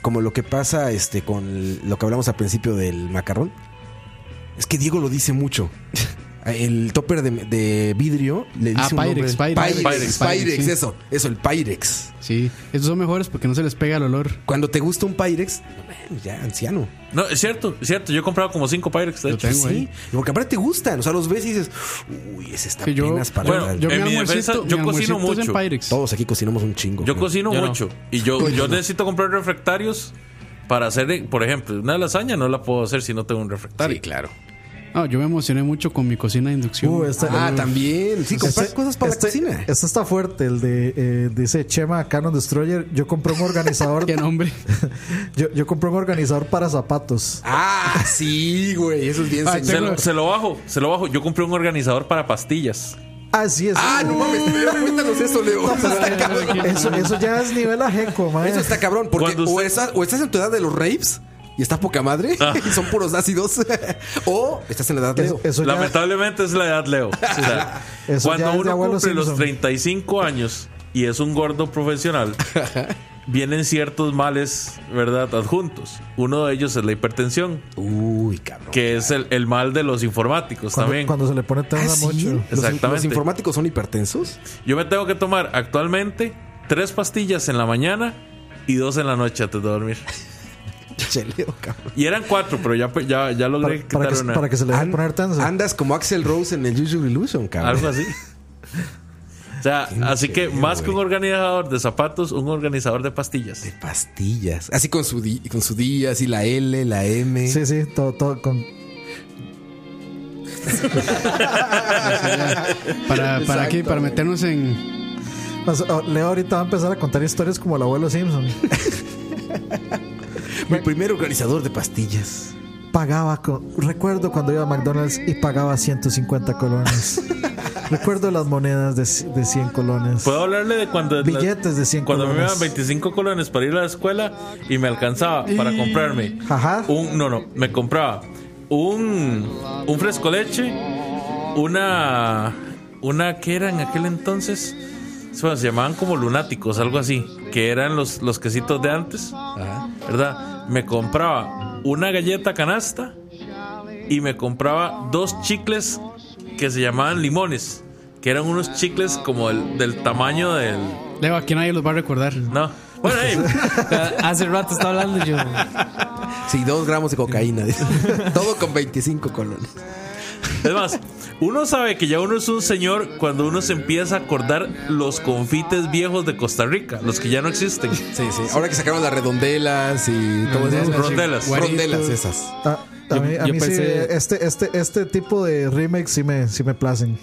[SPEAKER 6] como lo que pasa este, con lo que hablamos al principio del macarrón. Es que Diego lo
[SPEAKER 4] <laughs>
[SPEAKER 6] dice mucho. El topper de, de vidrio le dice
[SPEAKER 4] Ah,
[SPEAKER 6] un nombre.
[SPEAKER 4] Pyrex, Pyrex.
[SPEAKER 6] Pyrex,
[SPEAKER 4] Pyrex,
[SPEAKER 6] Pyrex,
[SPEAKER 4] sí.
[SPEAKER 6] eso, eso, el Pyrex.
[SPEAKER 4] Sí, esos son mejores porque no se les pega el olor.
[SPEAKER 6] Cuando te gusta un Pyrex, no, ya anciano.
[SPEAKER 8] No, es cierto, es cierto. Yo he comprado como cinco Pyrex, de
[SPEAKER 4] Yo
[SPEAKER 8] hecho.
[SPEAKER 4] tengo
[SPEAKER 6] Sí,
[SPEAKER 4] ahí.
[SPEAKER 6] y porque aparte te gustan, o sea, los ves y dices, uy, ese está
[SPEAKER 4] Sí, yo-
[SPEAKER 6] apenas para
[SPEAKER 8] Bueno,
[SPEAKER 4] Yo
[SPEAKER 8] En
[SPEAKER 4] mi
[SPEAKER 8] mi
[SPEAKER 4] almuercito,
[SPEAKER 8] defensa,
[SPEAKER 4] mi
[SPEAKER 8] yo
[SPEAKER 4] almuercito
[SPEAKER 8] cocino
[SPEAKER 4] es en
[SPEAKER 8] mucho.
[SPEAKER 4] Pyrex.
[SPEAKER 6] Todos aquí cocinamos un chingo.
[SPEAKER 8] Yo
[SPEAKER 6] ¿no?
[SPEAKER 8] cocino
[SPEAKER 5] Yo no.
[SPEAKER 8] mucho. Y yo, yo necesito comprar refractarios para hacer, por ejemplo, una lasaña no la puedo hacer si no tengo un refractario.
[SPEAKER 6] Sí, claro.
[SPEAKER 4] No, yo me emocioné mucho con mi cocina de inducción.
[SPEAKER 7] Uh, este-
[SPEAKER 6] Ah, también. Sí, comprar
[SPEAKER 7] Este-
[SPEAKER 6] cosas para
[SPEAKER 7] este-
[SPEAKER 6] la cocina.
[SPEAKER 7] Este está fuerte, el de eh, dice Chema Canon Destroyer. Yo compré un
[SPEAKER 6] <laughs>
[SPEAKER 7] organizador.
[SPEAKER 4] Qué nombre.
[SPEAKER 7] <laughs> yo, yo compré un organizador para zapatos.
[SPEAKER 6] Ah, sí, güey, eso es bien
[SPEAKER 4] Ah,
[SPEAKER 8] Se
[SPEAKER 6] señor.
[SPEAKER 4] tengo-
[SPEAKER 8] lo, se lo bajo, se lo bajo. Yo compré un organizador para pastillas.
[SPEAKER 7] Así es.
[SPEAKER 6] Ah, no mames, pero cuéntanos eso, Leo.
[SPEAKER 1] pues,
[SPEAKER 6] Eso está cabrón.
[SPEAKER 7] Eso, eso ya es nivel ajeco, mae.
[SPEAKER 6] Eso está cabrón, porque
[SPEAKER 8] Cuando Ah.
[SPEAKER 6] o,
[SPEAKER 8] usted-
[SPEAKER 6] estás, o estás en tu edad de los rapes y estás poca madre <laughs> y son puros ácidos, <laughs> o estás en la edad de
[SPEAKER 7] Eso-
[SPEAKER 6] Leo.
[SPEAKER 7] eso ya-
[SPEAKER 8] Lamentablemente es la edad, Leo. O sea,
[SPEAKER 7] Eso ya
[SPEAKER 8] cuando
[SPEAKER 7] es de
[SPEAKER 8] uno
[SPEAKER 7] abuelo
[SPEAKER 8] cumple los
[SPEAKER 7] Simpson. <laughs>
[SPEAKER 8] 35 años y es un gordo profesional, vienen ciertos males, ¿verdad? Adjuntos. Uno de ellos es la hipertensión.
[SPEAKER 6] Uy, cabrón.
[SPEAKER 8] Que es el, el mal de los informáticos
[SPEAKER 7] Cuando,
[SPEAKER 8] también.
[SPEAKER 7] cuando se le pone tan
[SPEAKER 6] Ah,
[SPEAKER 7] la mocho.
[SPEAKER 8] Exactamente.
[SPEAKER 6] ¿Los informáticos
[SPEAKER 1] <laughs>
[SPEAKER 6] son hipertensos?
[SPEAKER 8] Yo me tengo que tomar actualmente tres pastillas en la mañana y dos en la noche antes de dormir.
[SPEAKER 6] Cheleo, cabrón.
[SPEAKER 8] Y eran cuatro, pero ya, ya, ya logré
[SPEAKER 7] Para, para
[SPEAKER 8] quitar
[SPEAKER 7] que,
[SPEAKER 8] una.
[SPEAKER 7] para que se le
[SPEAKER 6] Ah,
[SPEAKER 7] vaya a poner tenso.
[SPEAKER 6] Andas como Axel Rose en el Juju Illusion, cabrón.
[SPEAKER 8] Algo así. O sea, así que
[SPEAKER 6] cheleo,
[SPEAKER 8] más que un
[SPEAKER 6] güey.
[SPEAKER 8] organizador de zapatos, un organizador de pastillas.
[SPEAKER 6] Pastillas. Así con su, di- con su día, así la L, la M.
[SPEAKER 7] Sí, sí, todo, todo con.
[SPEAKER 4] Para, para aquí,
[SPEAKER 6] Exacto,
[SPEAKER 4] para
[SPEAKER 6] güey.
[SPEAKER 4] meternos en.
[SPEAKER 7] O sea, Leo ahorita va a empezar a contar historias como el abuelo Simpson.
[SPEAKER 6] Mi primer organizador de pastillas.
[SPEAKER 7] Pagaba con. Recuerdo cuando iba a McDonald's y pagaba 150 colones. Recuerdo las monedas de, c- de 100 colones.
[SPEAKER 8] Puedo hablarle de cuando.
[SPEAKER 7] Billetes de 100
[SPEAKER 8] Cuando me
[SPEAKER 7] colones.
[SPEAKER 8] daban 25 colones para ir a la escuela y me alcanzaba para comprarme
[SPEAKER 7] Ajá.
[SPEAKER 8] un. No, no, me compraba un. Un fresco leche, una. Una que era en aquel entonces. se- se llamaban como lunáticos, algo así. Que eran los, los quesitos de antes. ¿Verdad? Me compraba una galleta canasta y me compraba dos chicles que se llamaban limones. Que eran unos chicles como el, del tamaño del,
[SPEAKER 4] Leo, aquí nadie los va a recordar.
[SPEAKER 8] no. Bueno, hey,
[SPEAKER 5] Ah, Hace rato estaba hablando yo.
[SPEAKER 6] Sí, dos gramos de cocaína. dice. <laughs> Todo con 25 colones.
[SPEAKER 8] es más, uno sabe que ya uno es un señor cuando uno se empieza a acordar los confites viejos de Costa Rica, los que ya no existen.
[SPEAKER 6] Sí, sí. Ahora que sacaron las redondelas y todo eso.
[SPEAKER 4] Redondelas,
[SPEAKER 8] Rondelas.
[SPEAKER 4] guaritos.
[SPEAKER 6] Rondelas esas.
[SPEAKER 7] A, Ah, a
[SPEAKER 5] Yo-
[SPEAKER 7] mí, a
[SPEAKER 5] yo
[SPEAKER 7] mí sí,
[SPEAKER 5] pensé-
[SPEAKER 7] este, este, este tipo de remakes sí me, sí me placen.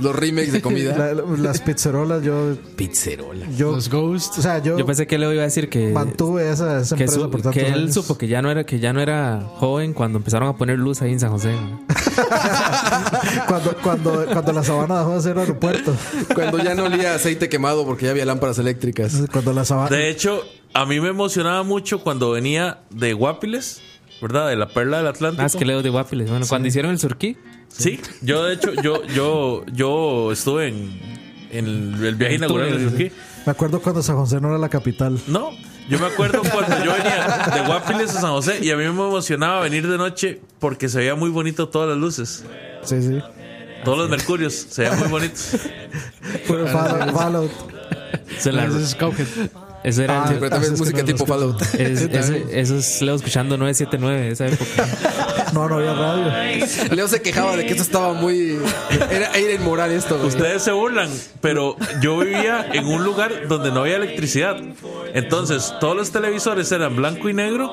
[SPEAKER 6] Los remakes de
[SPEAKER 5] ¿Eh?
[SPEAKER 6] <laughs> comida.
[SPEAKER 7] La- las pizzerolas, yo.
[SPEAKER 6] Pizzerola.
[SPEAKER 7] yo
[SPEAKER 4] Los Ghosts.
[SPEAKER 7] o sea, yo,
[SPEAKER 5] Yo pensé que Leo iba a decir que.
[SPEAKER 7] mantuve esa, esa
[SPEAKER 5] Que,
[SPEAKER 7] empresa
[SPEAKER 5] su-
[SPEAKER 7] por tantos
[SPEAKER 5] que él
[SPEAKER 7] años.
[SPEAKER 5] supo que ya no era que ya no era joven cuando empezaron a poner luz ahí en San José.
[SPEAKER 7] <laughs> cuando, cuando, cuando la sabana dejó de ser aeropuerto.
[SPEAKER 6] Cuando ya no olía aceite quemado porque ya había lámparas eléctricas.
[SPEAKER 7] Cuando la sabana.
[SPEAKER 8] De hecho, a mí me emocionaba mucho cuando venía de Guapiles, ¿verdad? De la perla del Atlántico.
[SPEAKER 5] Más Ah, que Leo de Guapiles. Bueno, cuando hicieron el surquí,
[SPEAKER 8] Sí, yo de hecho, yo, yo, yo estuve en, en el, el viaje inaugural de Turquía.
[SPEAKER 7] Me acuerdo cuando San José no era la capital.
[SPEAKER 8] No, yo me acuerdo cuando yo venía de Guapiles a San José y a mí me emocionaba venir de noche porque se veía muy bonito todas las luces.
[SPEAKER 7] Sí, sí.
[SPEAKER 8] Todos los mercurios se veían muy bonitos.
[SPEAKER 7] Fue Fallout. Fallout.
[SPEAKER 5] se la-
[SPEAKER 4] Los
[SPEAKER 6] <laughs>
[SPEAKER 4] Cuphead.
[SPEAKER 5] eso era.
[SPEAKER 7] Ah,
[SPEAKER 5] el-
[SPEAKER 6] Pero también
[SPEAKER 7] Ah,
[SPEAKER 6] es
[SPEAKER 7] sí,
[SPEAKER 6] música
[SPEAKER 7] claro,
[SPEAKER 6] tipo
[SPEAKER 7] los-
[SPEAKER 6] Fallout.
[SPEAKER 5] es- ese- eso es Leo escuchando 979 de esa época.
[SPEAKER 7] No, no había radio.
[SPEAKER 6] Leo se quejaba de que esto estaba muy. Era Aiden Moral
[SPEAKER 1] <laughs>
[SPEAKER 6] esto, güey.
[SPEAKER 8] Ustedes se burlan, pero yo vivía en un lugar donde no había electricidad. Entonces, todos los televisores eran blanco y negro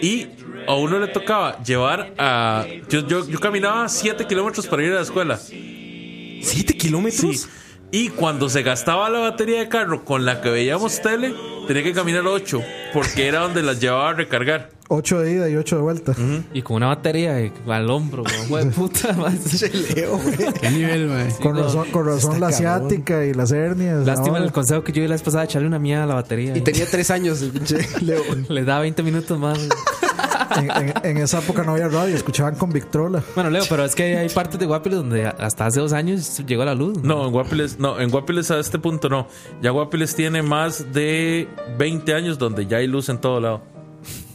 [SPEAKER 8] y a uno le tocaba llevar a... Yo, yo, yo caminaba 7 kilómetros para ir a la escuela.
[SPEAKER 6] ¿Siete kilómetros?
[SPEAKER 8] Sí. Y cuando se gastaba la batería de carro con la que veíamos tele, tenía que caminar 8, porque era donde las llevaba a recargar.
[SPEAKER 7] 8 de ida y 8 de vuelta.
[SPEAKER 5] Y con una batería de- al hombro, como, "Jue de puta. <laughs> madre".
[SPEAKER 6] Leo, güey.
[SPEAKER 4] Qué nivel,
[SPEAKER 6] <laughs>
[SPEAKER 4] mae.
[SPEAKER 7] Con razón, con razón la
[SPEAKER 6] cabrón.
[SPEAKER 7] asiática y las hernias.
[SPEAKER 5] Lástima
[SPEAKER 7] ahora.
[SPEAKER 5] el consejo que yo di la vez pasada, echarle una mía a la batería.
[SPEAKER 6] Y tenía tres años el pinche Leo.
[SPEAKER 5] <laughs>
[SPEAKER 6] <laughs>
[SPEAKER 5] Le da 20 minutos más.
[SPEAKER 7] en, en- en esa época no había radio, escuchaban con Victrola.
[SPEAKER 5] Bueno, Leo, pero es que hay partes de Guapiles donde hasta hace dos años llegó la luz.
[SPEAKER 8] No, en Guapiles, no, en Guapiles a este punto no. Ya Guapiles tiene más de 20 años donde ya hay luz en todo lado.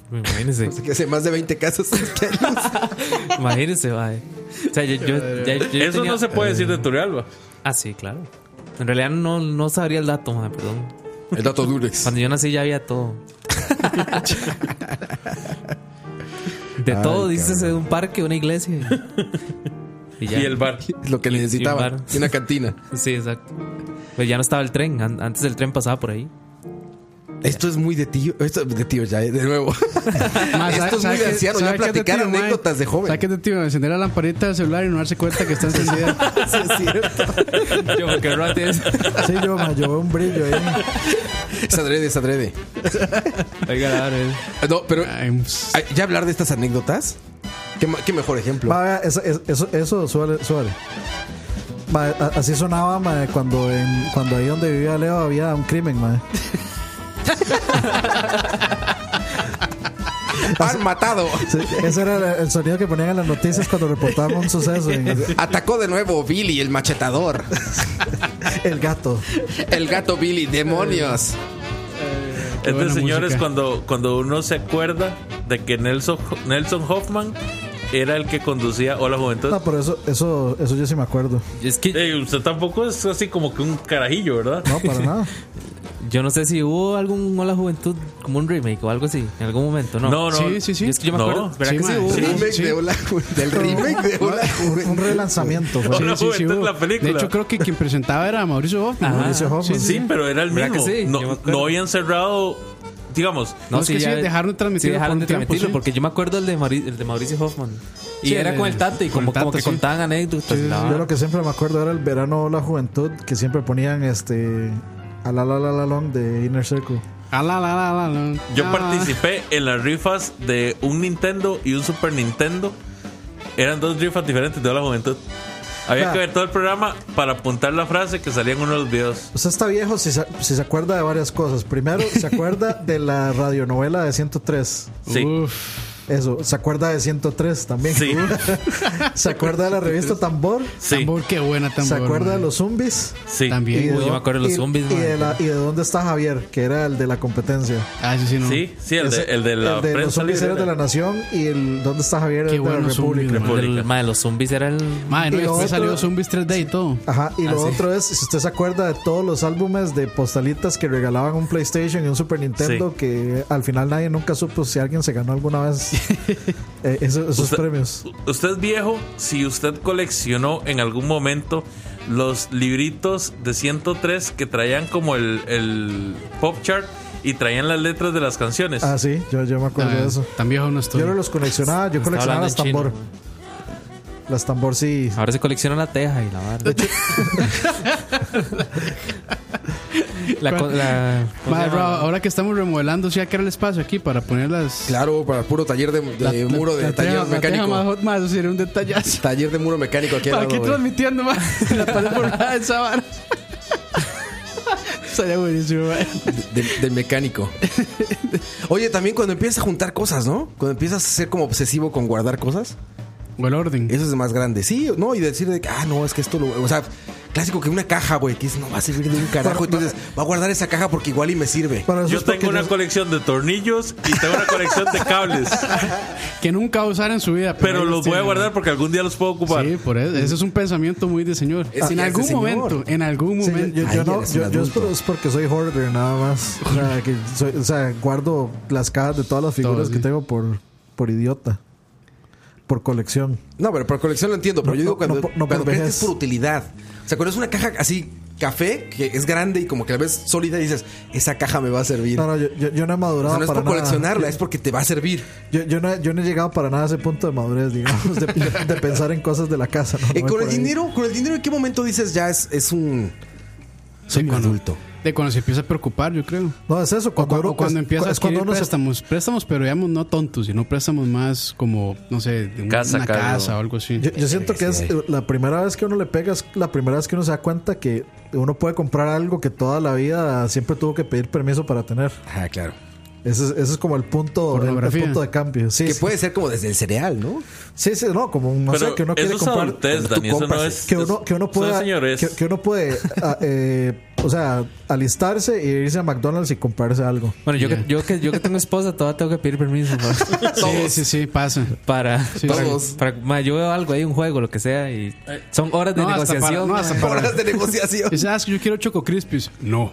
[SPEAKER 5] Imagínense.
[SPEAKER 6] Que hace más de 20 casas.
[SPEAKER 5] Imagínense, mae. O sea, yo, yo- ya- yo
[SPEAKER 8] Eso
[SPEAKER 5] tenía-
[SPEAKER 8] no se puede decir de Turrialba.
[SPEAKER 5] Ah, sí, claro. En realidad no, no sabría el dato, mae, perdón.
[SPEAKER 6] <laughs> El dato Durex.
[SPEAKER 5] Cuando yo nací ya había todo. De todo, dices, de un parque, una iglesia. Y ya.
[SPEAKER 8] Y
[SPEAKER 5] <laughs>
[SPEAKER 8] el bar.
[SPEAKER 6] Lo que
[SPEAKER 5] Y un
[SPEAKER 6] necesitaba.
[SPEAKER 5] bar.
[SPEAKER 6] Y una cantina.
[SPEAKER 5] Sí, exacto. Pero ya no estaba el tren. An- Antes el tren pasaba por ahí.
[SPEAKER 6] <laughs> Esto es muy de tío. Esto de tío ya, eh, de <laughs> nuevo.
[SPEAKER 4] Mae,
[SPEAKER 6] Esto
[SPEAKER 4] ¿sabe- sabe
[SPEAKER 6] es muy de
[SPEAKER 4] qué-
[SPEAKER 6] anciano, ya
[SPEAKER 4] sabe qué es
[SPEAKER 6] platicar
[SPEAKER 4] tío, mae?
[SPEAKER 6] anécdotas de joven.
[SPEAKER 4] ¿Sabe qué es de tío? Encender la lamparita del celular y no darse cuenta
[SPEAKER 6] <laughs>
[SPEAKER 4] que está encendida.
[SPEAKER 6] Sí, es cierto.
[SPEAKER 5] Yo, porque no antes.
[SPEAKER 7] Sí, yo, ma, yo veo un brillo ahí.
[SPEAKER 6] Es adrede, es adrede.
[SPEAKER 5] Oiga, la
[SPEAKER 4] eh.
[SPEAKER 5] verdad.
[SPEAKER 6] No, pero
[SPEAKER 4] Ay, pues, ps-
[SPEAKER 6] ay, ya hablar de estas anécdotas. Qué, ma- qué mejor ejemplo.
[SPEAKER 7] Ma, vea, eso, eso, eso suele, suele. Ma, a- así sonaba ma, cuando, en, cuando ahí donde vivía Leo había un crimen, ma.
[SPEAKER 6] Han matado.
[SPEAKER 7] Sí, ese era el- el sonido que ponían en las noticias cuando reportaban un suceso. en-
[SPEAKER 6] Atacó de nuevo Billy, el machetador.
[SPEAKER 7] el gato.
[SPEAKER 6] El gato Billy, demonios.
[SPEAKER 8] Este
[SPEAKER 4] buena
[SPEAKER 8] señor es
[SPEAKER 4] música.
[SPEAKER 8] cuando, cuando uno se acuerda de que Nelson, Nelson Hoffman era el que conducía Hola Juventud.
[SPEAKER 7] No, pero eso, eso, eso yo sí me acuerdo.
[SPEAKER 5] Es que
[SPEAKER 8] Ey, usted tampoco es así como que un carajillo, ¿verdad?
[SPEAKER 7] No, para nada.
[SPEAKER 5] yo no sé si hubo algún Hola Juventud como un remake o algo así en algún momento, ¿no?
[SPEAKER 8] No, no.
[SPEAKER 4] Sí, sí, sí.
[SPEAKER 5] Es que yo me
[SPEAKER 8] No.
[SPEAKER 5] acuerdo. ¿Verdad
[SPEAKER 4] Sí,
[SPEAKER 5] que
[SPEAKER 4] mae.
[SPEAKER 5] sí hubo?
[SPEAKER 4] Ah, Sí.
[SPEAKER 6] remake de Hola <laughs> Juventud. Del remake de Hola
[SPEAKER 7] Un
[SPEAKER 6] Juventud.
[SPEAKER 7] relanzamiento. fue.
[SPEAKER 8] No, no,
[SPEAKER 4] sí,
[SPEAKER 8] esta es
[SPEAKER 4] hubo.
[SPEAKER 8] la película.
[SPEAKER 4] De hecho, creo que quien presentaba era Mauricio Hoffman.
[SPEAKER 5] Ajá.
[SPEAKER 7] Mauricio Hoffman.
[SPEAKER 4] Sí, sí,
[SPEAKER 8] Sí, pero era el
[SPEAKER 5] ¿Verdad
[SPEAKER 8] mismo.
[SPEAKER 5] que sí? Yo me
[SPEAKER 8] No,
[SPEAKER 5] acuerdo.
[SPEAKER 8] no habían cerrado, digamos,
[SPEAKER 4] No, es que sí, dejaron de transmitirlo
[SPEAKER 5] Sí, dejaron
[SPEAKER 4] por un
[SPEAKER 5] de
[SPEAKER 4] tiempo,
[SPEAKER 5] transmitirlo,
[SPEAKER 4] sí.
[SPEAKER 5] porque yo me acuerdo el de, Mauri- el de Mauricio Hoffman. Y
[SPEAKER 4] Sí,
[SPEAKER 5] era
[SPEAKER 4] el-
[SPEAKER 5] con el Tate y
[SPEAKER 4] con
[SPEAKER 5] como,
[SPEAKER 4] el Tate,
[SPEAKER 5] como que
[SPEAKER 4] sí.
[SPEAKER 5] contaban anécdotas. Pues la
[SPEAKER 7] Yo
[SPEAKER 5] vara.
[SPEAKER 7] lo que siempre me acuerdo era el verano la juventud, que siempre ponían este. A la la la la long de Inner Circle.
[SPEAKER 4] Ah, la, la, la, la, la.
[SPEAKER 8] yo
[SPEAKER 4] Ah.
[SPEAKER 8] participé en las rifas de un Nintendo y un Super Nintendo. Eran dos rifas diferentes de Hola Juventud. Había
[SPEAKER 7] Ah.
[SPEAKER 8] que ver todo el programa para apuntar la frase que salía en uno de los videos.
[SPEAKER 7] Usted está viejo si se, si se acuerda de varias cosas. Primero, se acuerda de la radionovela de 103.
[SPEAKER 8] Sí.
[SPEAKER 4] Ah. Uf.
[SPEAKER 7] Eso, se acuerda de 103 también.
[SPEAKER 8] Sí.
[SPEAKER 7] <laughs> se acuerda de la revista Tambor.
[SPEAKER 8] Sí,
[SPEAKER 4] Tambor, qué buena tambor.
[SPEAKER 7] se acuerda de
[SPEAKER 4] mae.
[SPEAKER 7] los zombies.
[SPEAKER 8] sí.
[SPEAKER 4] También.
[SPEAKER 5] Uy, yo me acuerdo de los
[SPEAKER 7] y-
[SPEAKER 5] zombies,
[SPEAKER 7] y,
[SPEAKER 5] man.
[SPEAKER 7] de la- y de dónde está Javier, que era el de la competencia.
[SPEAKER 4] Ah, sí, sí, no.
[SPEAKER 8] Sí, sí, el,
[SPEAKER 7] Ese-
[SPEAKER 8] de, el de la
[SPEAKER 7] el de los
[SPEAKER 8] prensa
[SPEAKER 7] zombies
[SPEAKER 8] libre.
[SPEAKER 7] era de la nación y el dónde está Javier era
[SPEAKER 4] Qué
[SPEAKER 7] el de la
[SPEAKER 4] buenos zombies, mae.
[SPEAKER 7] República.
[SPEAKER 5] Del-
[SPEAKER 8] República.
[SPEAKER 5] mae, los zombies era el.
[SPEAKER 4] Mae, no,
[SPEAKER 7] Y lo
[SPEAKER 4] después
[SPEAKER 7] otro-
[SPEAKER 4] salió Zombies 3D y todo.
[SPEAKER 7] Ajá, y lo
[SPEAKER 5] Ah, sí.
[SPEAKER 7] otro es, si usted se acuerda de todos los álbumes de postalitas que regalaban un PlayStation y un Super Nintendo, que al final nadie nunca supo si alguien se ganó alguna vez eh, esos, esos
[SPEAKER 8] Usted-
[SPEAKER 7] premios.
[SPEAKER 8] Usted es viejo si usted coleccionó en algún momento los libritos de 103 que traían como el, el pop chart y traían las letras de las canciones.
[SPEAKER 7] Ah, sí, yo, yo me acuerdo
[SPEAKER 4] Ah,
[SPEAKER 7] de eso.
[SPEAKER 4] Tan viejo no
[SPEAKER 7] Yo
[SPEAKER 4] estoy.
[SPEAKER 7] no los coleccionaba, yo coleccionaba
[SPEAKER 5] hablando
[SPEAKER 7] las
[SPEAKER 5] en chino,
[SPEAKER 7] tambor. Las tambor sí.
[SPEAKER 5] Ahora se colecciona la teja y la barra. la, co- la- ¿cómo se
[SPEAKER 4] Mae, bro,
[SPEAKER 5] llama?
[SPEAKER 4] ahora que estamos remodelando, sí, acá era el espacio aquí para poner las.
[SPEAKER 6] Claro, para puro taller de, de
[SPEAKER 4] la-
[SPEAKER 6] muro de
[SPEAKER 4] la teja-
[SPEAKER 6] taller
[SPEAKER 4] la teja
[SPEAKER 6] mecánico.
[SPEAKER 4] más hot, mae, eso sería un detallazo.
[SPEAKER 6] Taller de muro mecánico aquí al
[SPEAKER 4] ¿Para
[SPEAKER 6] lado,
[SPEAKER 4] qué
[SPEAKER 6] güey.
[SPEAKER 4] transmitiendo, mae? <laughs> La pared borrada de esa vara. <laughs> Sería buenísimo, mae.
[SPEAKER 6] De-
[SPEAKER 4] <laughs>
[SPEAKER 6] del, mecánico. Oye, también cuando empiezas a juntar cosas, ¿no? Cuando empiezas a ser como obsesivo con guardar cosas,
[SPEAKER 4] O el orden.
[SPEAKER 6] eso es más grande. Sí, no, y decir de que, ah, no, es que esto lo. O sea, clásico que una caja, güey, que dices, no va a servir de un carajo. Entonces, va a guardar esa caja porque igual y me sirve.
[SPEAKER 7] Para esos
[SPEAKER 8] Yo tengo una
[SPEAKER 7] pequeños-
[SPEAKER 8] colección de tornillos y tengo una colección de
[SPEAKER 7] <laughs>
[SPEAKER 8] cables,
[SPEAKER 4] Que nunca va a usar en su vida.
[SPEAKER 8] pero
[SPEAKER 4] ahí
[SPEAKER 8] los voy a
[SPEAKER 4] tiene,
[SPEAKER 8] guardar
[SPEAKER 4] mae.
[SPEAKER 8] porque algún día los puedo ocupar.
[SPEAKER 4] Sí, por eso. Eso es un pensamiento muy de señor.
[SPEAKER 6] Es
[SPEAKER 7] Ah,
[SPEAKER 6] que
[SPEAKER 4] en
[SPEAKER 6] ya es de
[SPEAKER 4] algún
[SPEAKER 6] señor.
[SPEAKER 4] momento, en algún
[SPEAKER 7] Sí, yo-
[SPEAKER 4] momento.
[SPEAKER 7] yo, yo
[SPEAKER 6] Ahí
[SPEAKER 7] no,
[SPEAKER 6] eres un
[SPEAKER 7] yo- yo es,
[SPEAKER 6] adulto.
[SPEAKER 7] por- es porque soy hoarder nada más. O sea, que soy- o sea, guardo las cajas de todas las figuras
[SPEAKER 4] Todo, sí.
[SPEAKER 7] que tengo por, por idiota. Por colección.
[SPEAKER 6] No, pero por colección lo entiendo, pero
[SPEAKER 7] No,
[SPEAKER 6] yo digo
[SPEAKER 7] no,
[SPEAKER 6] cuando,
[SPEAKER 7] no, no por
[SPEAKER 6] cuando crees que es
[SPEAKER 7] vejez.
[SPEAKER 6] por utilidad. O sea, cuando es una caja así, café, que es grande y como que la ves sólida y dices, esa caja me va a servir.
[SPEAKER 7] No, no, yo, yo- yo no he
[SPEAKER 6] O
[SPEAKER 7] madurado
[SPEAKER 6] sea, no es
[SPEAKER 7] para
[SPEAKER 6] por
[SPEAKER 7] nada.
[SPEAKER 6] coleccionarla, es porque te va a
[SPEAKER 7] <laughs>
[SPEAKER 6] servir.
[SPEAKER 7] Yo, yo no, he- yo no he llegado para nada a ese punto de madurez, digamos, de, <laughs> de- de pensar en cosas de la casa. ¿no? No
[SPEAKER 6] Eh,
[SPEAKER 7] voy
[SPEAKER 6] con
[SPEAKER 7] por
[SPEAKER 6] el
[SPEAKER 7] ahí.
[SPEAKER 6] dinero, con el dinero, ¿en qué momento dices ya es, es un
[SPEAKER 4] Sí,
[SPEAKER 6] soy un
[SPEAKER 4] cuando-
[SPEAKER 6] adulto?
[SPEAKER 4] De cuando se empieza a preocupar, yo creo.
[SPEAKER 7] No, es eso. Cuando,
[SPEAKER 4] O
[SPEAKER 7] uno-
[SPEAKER 4] cu- o cuando
[SPEAKER 7] es-
[SPEAKER 4] empieza a
[SPEAKER 7] es cuando
[SPEAKER 4] adquirir
[SPEAKER 7] uno se-
[SPEAKER 4] préstamos, préstamos, pero digamos no tontos, sino préstamos más como, no sé, de un-
[SPEAKER 8] Casa,
[SPEAKER 4] una
[SPEAKER 8] carro.
[SPEAKER 4] casa o algo así.
[SPEAKER 7] Yo, yo siento que es eh, la primera vez que uno le pega, es la primera vez que uno se da cuenta que uno puede comprar algo que toda la vida siempre tuvo que pedir permiso para tener.
[SPEAKER 6] Ah, claro.
[SPEAKER 7] Ese es, ese es como el punto, el- el
[SPEAKER 4] Pornografía.
[SPEAKER 7] punto de cambio. Sí,
[SPEAKER 6] Que
[SPEAKER 7] sí.
[SPEAKER 6] puede ser como desde el cereal, ¿no?
[SPEAKER 7] Sí, sí, no, como un- no
[SPEAKER 8] Pero
[SPEAKER 7] sé, que uno
[SPEAKER 8] eso
[SPEAKER 7] quiere
[SPEAKER 8] es
[SPEAKER 7] comprar.
[SPEAKER 8] adultez,
[SPEAKER 6] tú
[SPEAKER 8] Dani, eso no
[SPEAKER 6] compras,
[SPEAKER 8] es...
[SPEAKER 7] que uno, que uno
[SPEAKER 8] son
[SPEAKER 7] pueda.
[SPEAKER 8] señores.
[SPEAKER 7] Que, que uno puede, a- <laughs> eh, o sea, alistarse y irse a McDonald's y comprarse algo. <laughs>
[SPEAKER 5] Bueno, yo,
[SPEAKER 4] Ya.
[SPEAKER 5] que, yo, que, yo que tengo esposa, todavía tengo que pedir
[SPEAKER 4] <laughs>
[SPEAKER 5] permiso. ¿no?
[SPEAKER 4] Sí, sí, sí, pasa.
[SPEAKER 5] Para,
[SPEAKER 4] Sí,
[SPEAKER 5] para,
[SPEAKER 4] todos.
[SPEAKER 5] para- ma, yo veo algo ahí, un juego, lo que sea, y son horas de
[SPEAKER 4] No, hasta
[SPEAKER 5] negociación.
[SPEAKER 4] para- no,
[SPEAKER 5] ma.
[SPEAKER 4] hasta para-
[SPEAKER 6] <laughs>
[SPEAKER 7] <laughs>
[SPEAKER 6] Horas de negociación.
[SPEAKER 4] Dice, ah, es que yo quiero Choco Crispies. No.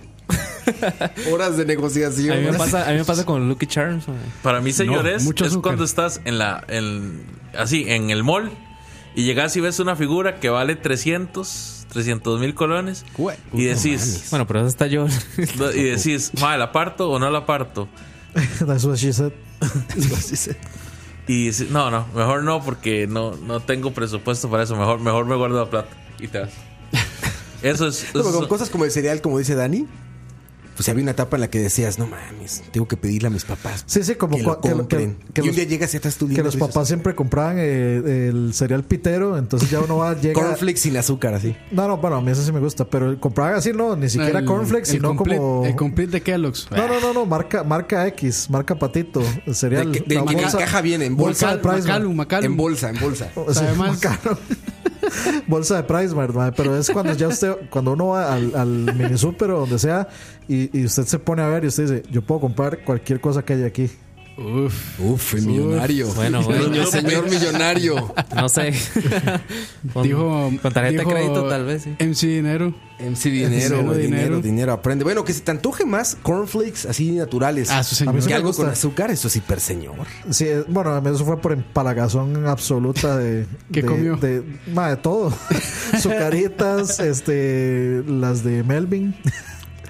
[SPEAKER 6] Horas de negociación.
[SPEAKER 5] a, mí me pasa, a mí me pasa con Lucky Charms. ma.
[SPEAKER 8] Para mí, señores,
[SPEAKER 4] mucho
[SPEAKER 8] es
[SPEAKER 4] azúcar.
[SPEAKER 8] cuando estás en la. En, así, en el mall. Y llegas y ves una figura que vale 300, 300 mil colones.
[SPEAKER 6] Güey,
[SPEAKER 8] Y decís,
[SPEAKER 5] Bueno, pero eso está yo. <laughs>
[SPEAKER 8] y decís, madre, ¿la parto o no la parto?
[SPEAKER 7] That's what she said.
[SPEAKER 8] Y dices, no, no, mejor no porque no, no tengo presupuesto para eso. Mejor, mejor me guardo la plata. Y te vas. Eso es.
[SPEAKER 6] No,
[SPEAKER 8] eso
[SPEAKER 6] pero con
[SPEAKER 8] es-
[SPEAKER 6] cosas como el cereal, como dice Dani, pues había una etapa en la que decías, no mames, tengo que pedirle a mis papás.
[SPEAKER 7] Sí, sí, como
[SPEAKER 6] que lo
[SPEAKER 7] cua- que lo- que-
[SPEAKER 6] compren.
[SPEAKER 7] que
[SPEAKER 6] y un
[SPEAKER 7] los-
[SPEAKER 6] día llegas y estás tu
[SPEAKER 7] Que
[SPEAKER 6] dinero
[SPEAKER 7] los
[SPEAKER 6] y dices,
[SPEAKER 7] papás siempre compraban eh, el cereal pitero, entonces
[SPEAKER 6] <laughs>
[SPEAKER 7] ya uno va, llega,
[SPEAKER 6] Cornflakes sin azúcar, así.
[SPEAKER 7] No, no, bueno, a mí eso sí me gusta, pero el comprar así no, ni siquiera
[SPEAKER 4] El-
[SPEAKER 7] cornflakes,
[SPEAKER 4] el
[SPEAKER 7] sino
[SPEAKER 4] complete-
[SPEAKER 7] como
[SPEAKER 4] El complete de Kellogg's.
[SPEAKER 7] No, no, no, no, marca marca X, marca Patito, el cereal.
[SPEAKER 6] De que- de
[SPEAKER 7] la
[SPEAKER 6] que en caja viene, en bolsa.
[SPEAKER 7] de Price,
[SPEAKER 4] Macalum, Macalum.
[SPEAKER 7] <laughs>
[SPEAKER 6] En bolsa, en bolsa.
[SPEAKER 7] Sí,
[SPEAKER 4] Sabe más.
[SPEAKER 7] Macalum. bolsa de Price, pero es cuando ya usted, cuando uno va al, al mini super o donde sea, y, y usted se pone a ver y usted dice, yo puedo comprar cualquier cosa que haya aquí.
[SPEAKER 5] Uf,
[SPEAKER 1] Uf, millonario.
[SPEAKER 5] Bueno, bueno.
[SPEAKER 1] Niño, señor
[SPEAKER 4] <laughs>
[SPEAKER 1] millonario.
[SPEAKER 5] No sé. Con-
[SPEAKER 4] Dijo.
[SPEAKER 5] con tarjeta
[SPEAKER 4] dijo
[SPEAKER 5] de crédito, tal vez.
[SPEAKER 4] <laughs>
[SPEAKER 5] sí.
[SPEAKER 4] MC Dinero.
[SPEAKER 1] MC dinero,
[SPEAKER 4] Dinero,
[SPEAKER 1] güey, dinero, dinero,
[SPEAKER 4] dinero.
[SPEAKER 1] Aprende. Bueno, que se te antoje más cornflakes así naturales.
[SPEAKER 4] Ah, su
[SPEAKER 7] A mí
[SPEAKER 4] señor.
[SPEAKER 7] sí
[SPEAKER 1] Que
[SPEAKER 7] me
[SPEAKER 1] algo
[SPEAKER 7] gusta.
[SPEAKER 1] con azúcar, eso sí, per señor.
[SPEAKER 7] Sí, eh, bueno, a mí eso fue por empalagazón absoluta de.
[SPEAKER 4] <laughs> ¿Qué
[SPEAKER 7] de-
[SPEAKER 4] comió?
[SPEAKER 7] De, ma,
[SPEAKER 4] <laughs>
[SPEAKER 7] de todo. Sucaritas, este, las de Melvin,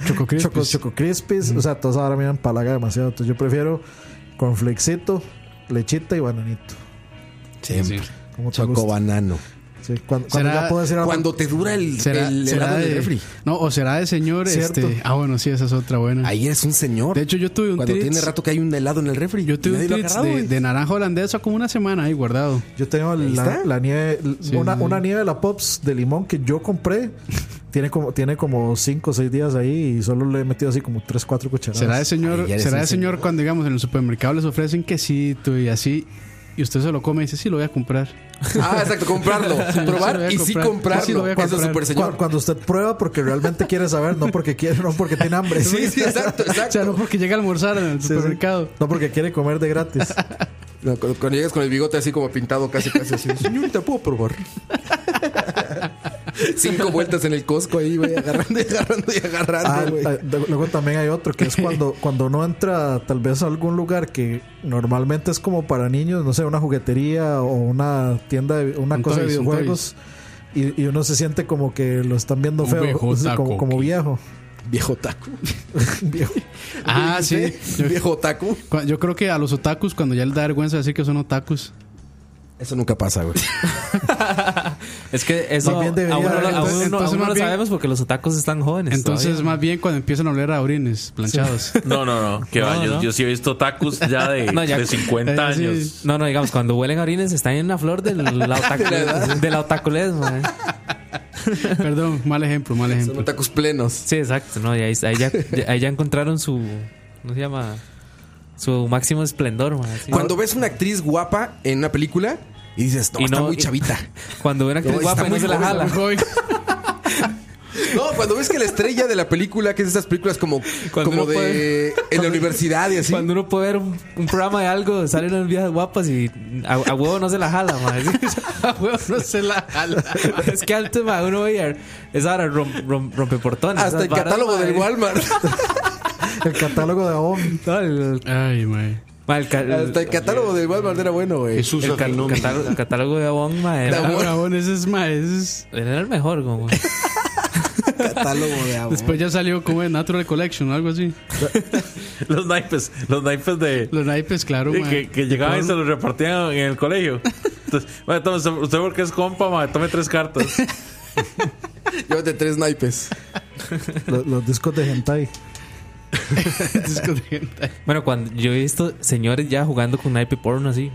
[SPEAKER 4] Choco Crispis.
[SPEAKER 7] Choco, Choco Crispies. O sea, todas ahora me empalaga demasiado. Entonces yo prefiero con flexito, lechita y bananito.
[SPEAKER 1] Siempre.
[SPEAKER 7] Como te
[SPEAKER 6] Choco
[SPEAKER 7] gusta.
[SPEAKER 6] banano.
[SPEAKER 7] Sí, cuando, cuando
[SPEAKER 4] ¿Será-
[SPEAKER 7] ya puedo decir algo.
[SPEAKER 1] Cuando te dura el,
[SPEAKER 4] ¿Será,
[SPEAKER 1] el
[SPEAKER 4] será
[SPEAKER 1] helado del
[SPEAKER 4] de- Mm.
[SPEAKER 1] refri.
[SPEAKER 4] No, o será de señor.
[SPEAKER 7] Cierto.
[SPEAKER 4] Este, ah, bueno, sí, esa es otra buena.
[SPEAKER 1] Ahí eres un señor.
[SPEAKER 4] De hecho, yo tuve un
[SPEAKER 1] cuando
[SPEAKER 4] treats-
[SPEAKER 1] tiene rato que hay un helado en el refri.
[SPEAKER 4] Yo tuve
[SPEAKER 1] Nadie
[SPEAKER 4] un
[SPEAKER 1] lo ha
[SPEAKER 4] treats
[SPEAKER 1] agarrado,
[SPEAKER 4] de, <laughs>
[SPEAKER 1] güey.
[SPEAKER 4] de naranja holandesa como una semana ahí guardado.
[SPEAKER 7] Yo tengo la,
[SPEAKER 1] está.
[SPEAKER 7] la nieve, l-
[SPEAKER 4] Sí,
[SPEAKER 7] una,
[SPEAKER 4] sí, sí.
[SPEAKER 7] una nieve de la Pops de limón que
[SPEAKER 4] <laughs>
[SPEAKER 7] yo compré. Tiene como, tiene como 5 o 6 días ahí y solo le he metido así como 3, 4 cucharadas.
[SPEAKER 4] ¿Será de señor,
[SPEAKER 1] Ay, ya eres
[SPEAKER 4] será
[SPEAKER 1] un
[SPEAKER 4] de señor cuando, digamos, en el supermercado les ofrecen quesito y así, y usted se lo come y dice, sí, lo voy a comprar?
[SPEAKER 1] Ah, exacto, comprarlo. Probar
[SPEAKER 4] Sí,
[SPEAKER 1] y
[SPEAKER 4] lo voy a
[SPEAKER 1] sí
[SPEAKER 4] comprar. Sí,
[SPEAKER 1] comprarlo.
[SPEAKER 4] lo voy a
[SPEAKER 1] Eso es
[SPEAKER 4] comprar.
[SPEAKER 1] súper
[SPEAKER 7] Cu-
[SPEAKER 1] señor.
[SPEAKER 7] Cuando usted prueba porque realmente quiere saber, no porque quiere, no porque tiene hambre.
[SPEAKER 1] Sí, sí,
[SPEAKER 4] <laughs>
[SPEAKER 1] exacto,
[SPEAKER 4] O sea, no
[SPEAKER 1] exacto.
[SPEAKER 4] porque llega a almorzar en el
[SPEAKER 7] Sí, sí. <laughs>
[SPEAKER 4] supermercado.
[SPEAKER 7] No porque quiere comer de gratis.
[SPEAKER 1] No, cuando, cuando llegas con el bigote así como pintado casi casi así. Señorita, ¿puedo probar? Cinco vueltas en el Costco ahí, güey, agarrando y agarrando y
[SPEAKER 7] Ah,
[SPEAKER 1] agarrando, güey.
[SPEAKER 7] eh, de- luego también hay otro que es cuando, cuando uno entra tal vez a algún lugar que normalmente es como para niños, no sé, una juguetería o una tienda, de, una
[SPEAKER 4] Un
[SPEAKER 7] cosa de
[SPEAKER 4] Toys, un
[SPEAKER 7] videojuegos. Y, y uno se siente como que lo están viendo
[SPEAKER 4] Un
[SPEAKER 7] feo,
[SPEAKER 4] viejo
[SPEAKER 7] o sea, <laughs> como,
[SPEAKER 4] taco,
[SPEAKER 7] como
[SPEAKER 4] que-
[SPEAKER 7] viejo.
[SPEAKER 1] Viejo taco.
[SPEAKER 7] Viejo.
[SPEAKER 4] Ah, sí. Yo,
[SPEAKER 1] Viejo taco.
[SPEAKER 4] cu- yo creo que a los otakus, cuando ya les da vergüenza decir que son otakus.
[SPEAKER 1] Eso nunca pasa, güey.
[SPEAKER 5] Es que eso a
[SPEAKER 7] También
[SPEAKER 5] uno,
[SPEAKER 7] debería
[SPEAKER 5] a uno
[SPEAKER 7] haber-
[SPEAKER 4] entonces-
[SPEAKER 5] no- a
[SPEAKER 4] entonces
[SPEAKER 5] uno
[SPEAKER 4] más
[SPEAKER 5] lo
[SPEAKER 4] bien-
[SPEAKER 5] sabemos porque los atacos están jóvenes.
[SPEAKER 4] Entonces,
[SPEAKER 5] todavía.
[SPEAKER 4] más bien cuando empiezan a oler a orines planchados.
[SPEAKER 8] No, no, no. Que
[SPEAKER 5] No,
[SPEAKER 8] va. Yo,
[SPEAKER 5] no.
[SPEAKER 8] yo sí he visto tacos ya de,
[SPEAKER 5] No, ya-
[SPEAKER 8] de 50
[SPEAKER 4] Eh, sí.
[SPEAKER 8] años.
[SPEAKER 5] No, no, digamos, cuando huelen a orines están en la
[SPEAKER 4] <laughs>
[SPEAKER 5] flor del- la otacu- de la otaculez, mae.
[SPEAKER 4] Perdón, mal ejemplo, mal
[SPEAKER 1] Son
[SPEAKER 4] ejemplo.
[SPEAKER 1] tacos plenos.
[SPEAKER 5] Sí, exacto, no, y ahí, ahí ya, ya- ahí ya encontraron su, ¿cómo se llama? Su máximo esplendor, mae, sí.
[SPEAKER 1] Cuando ves una actriz guapa en una película y dices, no,
[SPEAKER 5] Y
[SPEAKER 1] está
[SPEAKER 5] no-
[SPEAKER 1] muy
[SPEAKER 5] y- <laughs>
[SPEAKER 1] chavita.
[SPEAKER 5] Cuando ven a actriz
[SPEAKER 1] No, está
[SPEAKER 5] guapa y no
[SPEAKER 1] muy
[SPEAKER 5] se la
[SPEAKER 1] joven,
[SPEAKER 5] jala.
[SPEAKER 4] Hoy,
[SPEAKER 1] No, cuando ves que la estrella de la película, que es estas películas como,
[SPEAKER 5] Cuando
[SPEAKER 1] como
[SPEAKER 5] uno
[SPEAKER 1] de
[SPEAKER 5] puede-
[SPEAKER 1] en la universidad y así.
[SPEAKER 5] Cuando uno puede ver un, un programa de algo, salen unas viejas guapas y a, a huevo no se la jala, mae. Sí, <laughs> o sea,
[SPEAKER 4] a huevo no se la jala.
[SPEAKER 5] <laughs> Es que antes, mae, uno veía esa hora rom, rom- rompeportones.
[SPEAKER 1] Hasta
[SPEAKER 5] esas
[SPEAKER 1] el
[SPEAKER 5] varas,
[SPEAKER 1] catálogo
[SPEAKER 5] mae.
[SPEAKER 1] del
[SPEAKER 5] <laughs>
[SPEAKER 1] Walmart.
[SPEAKER 7] El catálogo de Avon.
[SPEAKER 5] No, el-
[SPEAKER 4] Ay, mae.
[SPEAKER 5] mae, el ca-
[SPEAKER 1] Hasta el catálogo del Walmart era bueno, güey.
[SPEAKER 10] Jesús
[SPEAKER 5] El, ca- el
[SPEAKER 10] Afinómeno.
[SPEAKER 5] catálogo, el catálogo de Avon, mae,
[SPEAKER 1] De
[SPEAKER 5] era,
[SPEAKER 1] Avon.
[SPEAKER 4] Ahora, bueno, Ah, ese es mae. ese es-
[SPEAKER 5] era el mejor, como.
[SPEAKER 1] Catálogo <laughs> de amor.
[SPEAKER 4] Después ya salió como de Natural Collection o algo así.
[SPEAKER 8] <laughs> Los naipes. Los naipes de.
[SPEAKER 4] Los naipes, claro,
[SPEAKER 8] de
[SPEAKER 4] mae.
[SPEAKER 8] que, que llegaban y se los repartían en el colegio.
[SPEAKER 5] <laughs>
[SPEAKER 8] Entonces, mae, tome, usted porque es compa, mae, tome tres cartas.
[SPEAKER 1] Llévate tres naipes.
[SPEAKER 7] lo- Los, discos de hentai.
[SPEAKER 4] Disco de hentai.
[SPEAKER 5] Bueno, cuando yo he visto señores ya jugando con naipe porno así,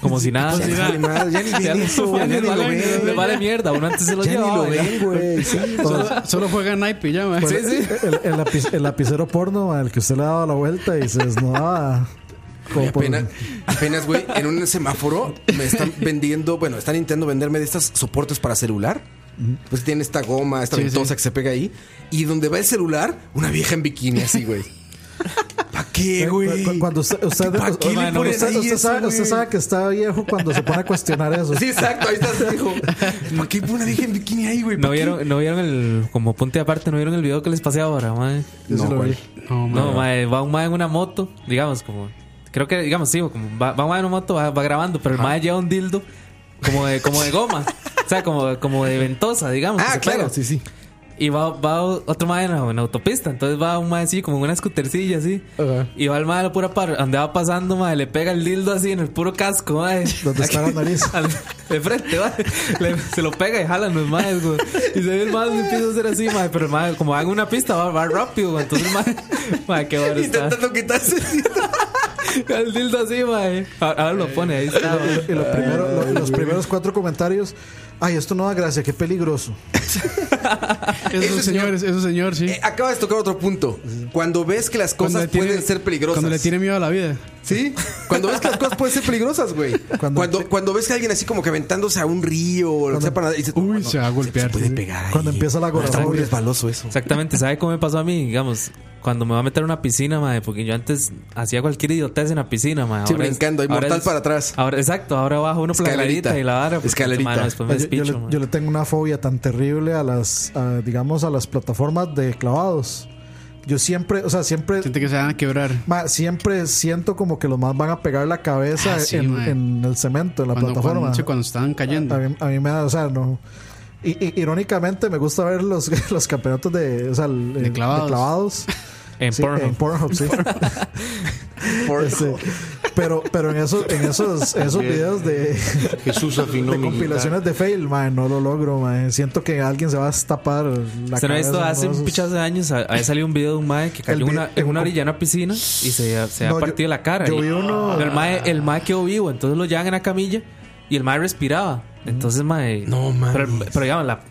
[SPEAKER 5] como
[SPEAKER 8] <laughs>
[SPEAKER 5] si nada.
[SPEAKER 1] Ya ni madre, ya ni ven
[SPEAKER 5] <laughs> Ya les
[SPEAKER 1] eso, ya ni
[SPEAKER 5] vale,
[SPEAKER 1] lo
[SPEAKER 5] les
[SPEAKER 1] ven.
[SPEAKER 5] vale mierda, uno antes se
[SPEAKER 1] <laughs>
[SPEAKER 5] lo
[SPEAKER 1] Ya ni
[SPEAKER 5] llevaba.
[SPEAKER 1] lo
[SPEAKER 5] ya.
[SPEAKER 1] ven, güey. Sí.
[SPEAKER 4] Solo, solo juega naipe ya, mae. <laughs>
[SPEAKER 7] Bueno, El, el lapic- el lapicero porno al que usted le daba la vuelta y se desnudaba. Como
[SPEAKER 1] Y
[SPEAKER 7] por-
[SPEAKER 1] apenas, apenas, güey, en un semáforo me están vendiendo, bueno, están intentando venderme de estas soportes para celular. Pues tiene esta goma, esta
[SPEAKER 4] Sí,
[SPEAKER 1] ventosa
[SPEAKER 4] sí.
[SPEAKER 1] que se pega ahí. Y donde va el celular, una vieja en bikini así, güey. ¿Para qué,
[SPEAKER 7] Cu-
[SPEAKER 1] güey?
[SPEAKER 7] cu- Cuando usted, usted,
[SPEAKER 1] ¿Para qué le
[SPEAKER 7] usted-
[SPEAKER 1] ponen
[SPEAKER 7] usted-
[SPEAKER 1] ahí
[SPEAKER 7] usted
[SPEAKER 1] eso,
[SPEAKER 7] sabe, usted
[SPEAKER 1] güey?
[SPEAKER 7] sabe que está viejo cuando se pone a cuestionar eso.
[SPEAKER 1] Sí, exacto, ahí estás, hijo. ¿Para qué pone una vieja en bikini ahí, güey?
[SPEAKER 5] No
[SPEAKER 1] ¿Pa' qué?
[SPEAKER 5] vieron, no vieron el, como punto de aparte, no vieron el video que les pasé ahora, mae.
[SPEAKER 7] Yo sí
[SPEAKER 1] No,
[SPEAKER 7] lo
[SPEAKER 1] güey.
[SPEAKER 7] vi.
[SPEAKER 4] No, mae.
[SPEAKER 5] No, mae, va un mae en una moto, digamos, como, creo que, digamos, sí, como va, va un mae en una moto, va, va grabando, pero el mae lleva un dildo como de, como de goma, o sea, como, como de ventosa, digamos. que
[SPEAKER 1] Ah,
[SPEAKER 5] se
[SPEAKER 1] claro,
[SPEAKER 5] pega.
[SPEAKER 1] sí, sí.
[SPEAKER 5] Y va, va otro mae en la, en la autopista. Entonces va un mae así, como en una scootercilla así. Y va el mae a la pura par. Donde va pasando, mae, le pega el dildo así en el puro casco, mae.
[SPEAKER 7] Donde está
[SPEAKER 1] <laughs>
[SPEAKER 7] la nariz.
[SPEAKER 5] Al- de frente, mae. Le- se lo pega y jalan los maes, güey. Y se ve el mae y empieza a hacer así, mae. Pero el mae, como va <laughs> en una pista, va, va rápido, güey. Entonces el mae, mae, qué bueno está.
[SPEAKER 1] Intentando quitarse.
[SPEAKER 5] El dildo así, mae. Ahora lo pone, ahí está. mae.
[SPEAKER 7] Y lo primero- lo- los primeros cuatro comentarios. Ay, esto no da gracia, qué peligroso.
[SPEAKER 4] Esos
[SPEAKER 6] Ese
[SPEAKER 4] señores, esos señores, sí.
[SPEAKER 6] <laughs> Eh, acabas de tocar otro punto. Cuando ves que las
[SPEAKER 4] Cuando
[SPEAKER 6] cosas
[SPEAKER 4] le tiene-
[SPEAKER 6] pueden ser peligrosas.
[SPEAKER 4] Cuando le tiene miedo a la vida.
[SPEAKER 6] ¿Sí? Cuando ves que las cosas pueden ser peligrosas, güey. Cuando, cuando, ves que alguien así como que aventándose a un río o lo que sea para nada. y dices,
[SPEAKER 4] Uy,
[SPEAKER 6] "No,
[SPEAKER 4] se va a golpear.
[SPEAKER 6] puede pegar. ahí".
[SPEAKER 7] Cuando empieza la
[SPEAKER 6] Está muy
[SPEAKER 7] agorafobia.
[SPEAKER 6] resbaloso eso.
[SPEAKER 5] Exactamente, ¿sabe cómo me pasó a mí? Digamos, cuando me va a meter a una piscina, mae, porque yo antes hacía cualquier idiotez en la piscina, mae.
[SPEAKER 6] Sí,
[SPEAKER 5] Ahora es-
[SPEAKER 6] brincando, hay
[SPEAKER 5] ahora
[SPEAKER 6] mortal
[SPEAKER 5] es-
[SPEAKER 6] para atrás.
[SPEAKER 5] Ahora, exacto, ahora bajo uno por la
[SPEAKER 6] Escalerita.
[SPEAKER 5] escalerita y la vara. porque,
[SPEAKER 6] Escalerita.
[SPEAKER 5] mae, no, después me
[SPEAKER 7] Yo, yo
[SPEAKER 5] despicho,
[SPEAKER 7] le,
[SPEAKER 5] mae.
[SPEAKER 7] yo le tengo una fobia tan terrible a las, a, digamos, a las plataformas de clavados. Yo siempre, o sea, siempre,
[SPEAKER 4] Siente que se van a quebrar.
[SPEAKER 7] ma, siempre siento como que los más van a pegar la cabeza
[SPEAKER 4] Ah, sí,
[SPEAKER 7] en,
[SPEAKER 4] mae.
[SPEAKER 7] en el cemento, en la
[SPEAKER 4] Cuando,
[SPEAKER 7] plataforma. Ah,
[SPEAKER 4] cuando, sí, cuando estaban cayendo.
[SPEAKER 7] A mí, a mí me da, o sea, no. Y, y- irónicamente me gusta ver los, <laughs> los campeonatos de, o sea, el- el- de
[SPEAKER 4] clavados.
[SPEAKER 7] clavados.
[SPEAKER 5] <laughs> En
[SPEAKER 7] Sí,
[SPEAKER 5] Pornhub.
[SPEAKER 7] en Pornhub, sí. Este, pero, pero en esos, en esos, en esos
[SPEAKER 10] Bien.
[SPEAKER 7] videos de,
[SPEAKER 10] Jesús afinó
[SPEAKER 7] de
[SPEAKER 10] mi
[SPEAKER 7] compilaciones de fail, man, no lo logro, man. Siento que alguien se va a destapar la
[SPEAKER 5] ¿Usted no ha
[SPEAKER 7] cabeza,
[SPEAKER 5] visto
[SPEAKER 7] ¿no?
[SPEAKER 5] hace un
[SPEAKER 7] Esos-
[SPEAKER 5] pichazo de años? ha- Había salido un video de un mae que cayó en
[SPEAKER 7] vi-
[SPEAKER 5] una,
[SPEAKER 7] en
[SPEAKER 5] en una
[SPEAKER 7] un-
[SPEAKER 5] orilla de una piscina y se, se
[SPEAKER 7] No,
[SPEAKER 5] ha
[SPEAKER 7] yo-
[SPEAKER 5] partido la cara.
[SPEAKER 7] yo
[SPEAKER 5] Y-
[SPEAKER 7] vi uno-
[SPEAKER 5] pero el mae, el mae quedó vivo, entonces lo llevan en la camilla y el mae respiraba. Entonces, mae.
[SPEAKER 6] No, mames.
[SPEAKER 5] Pero, pero digamos, la,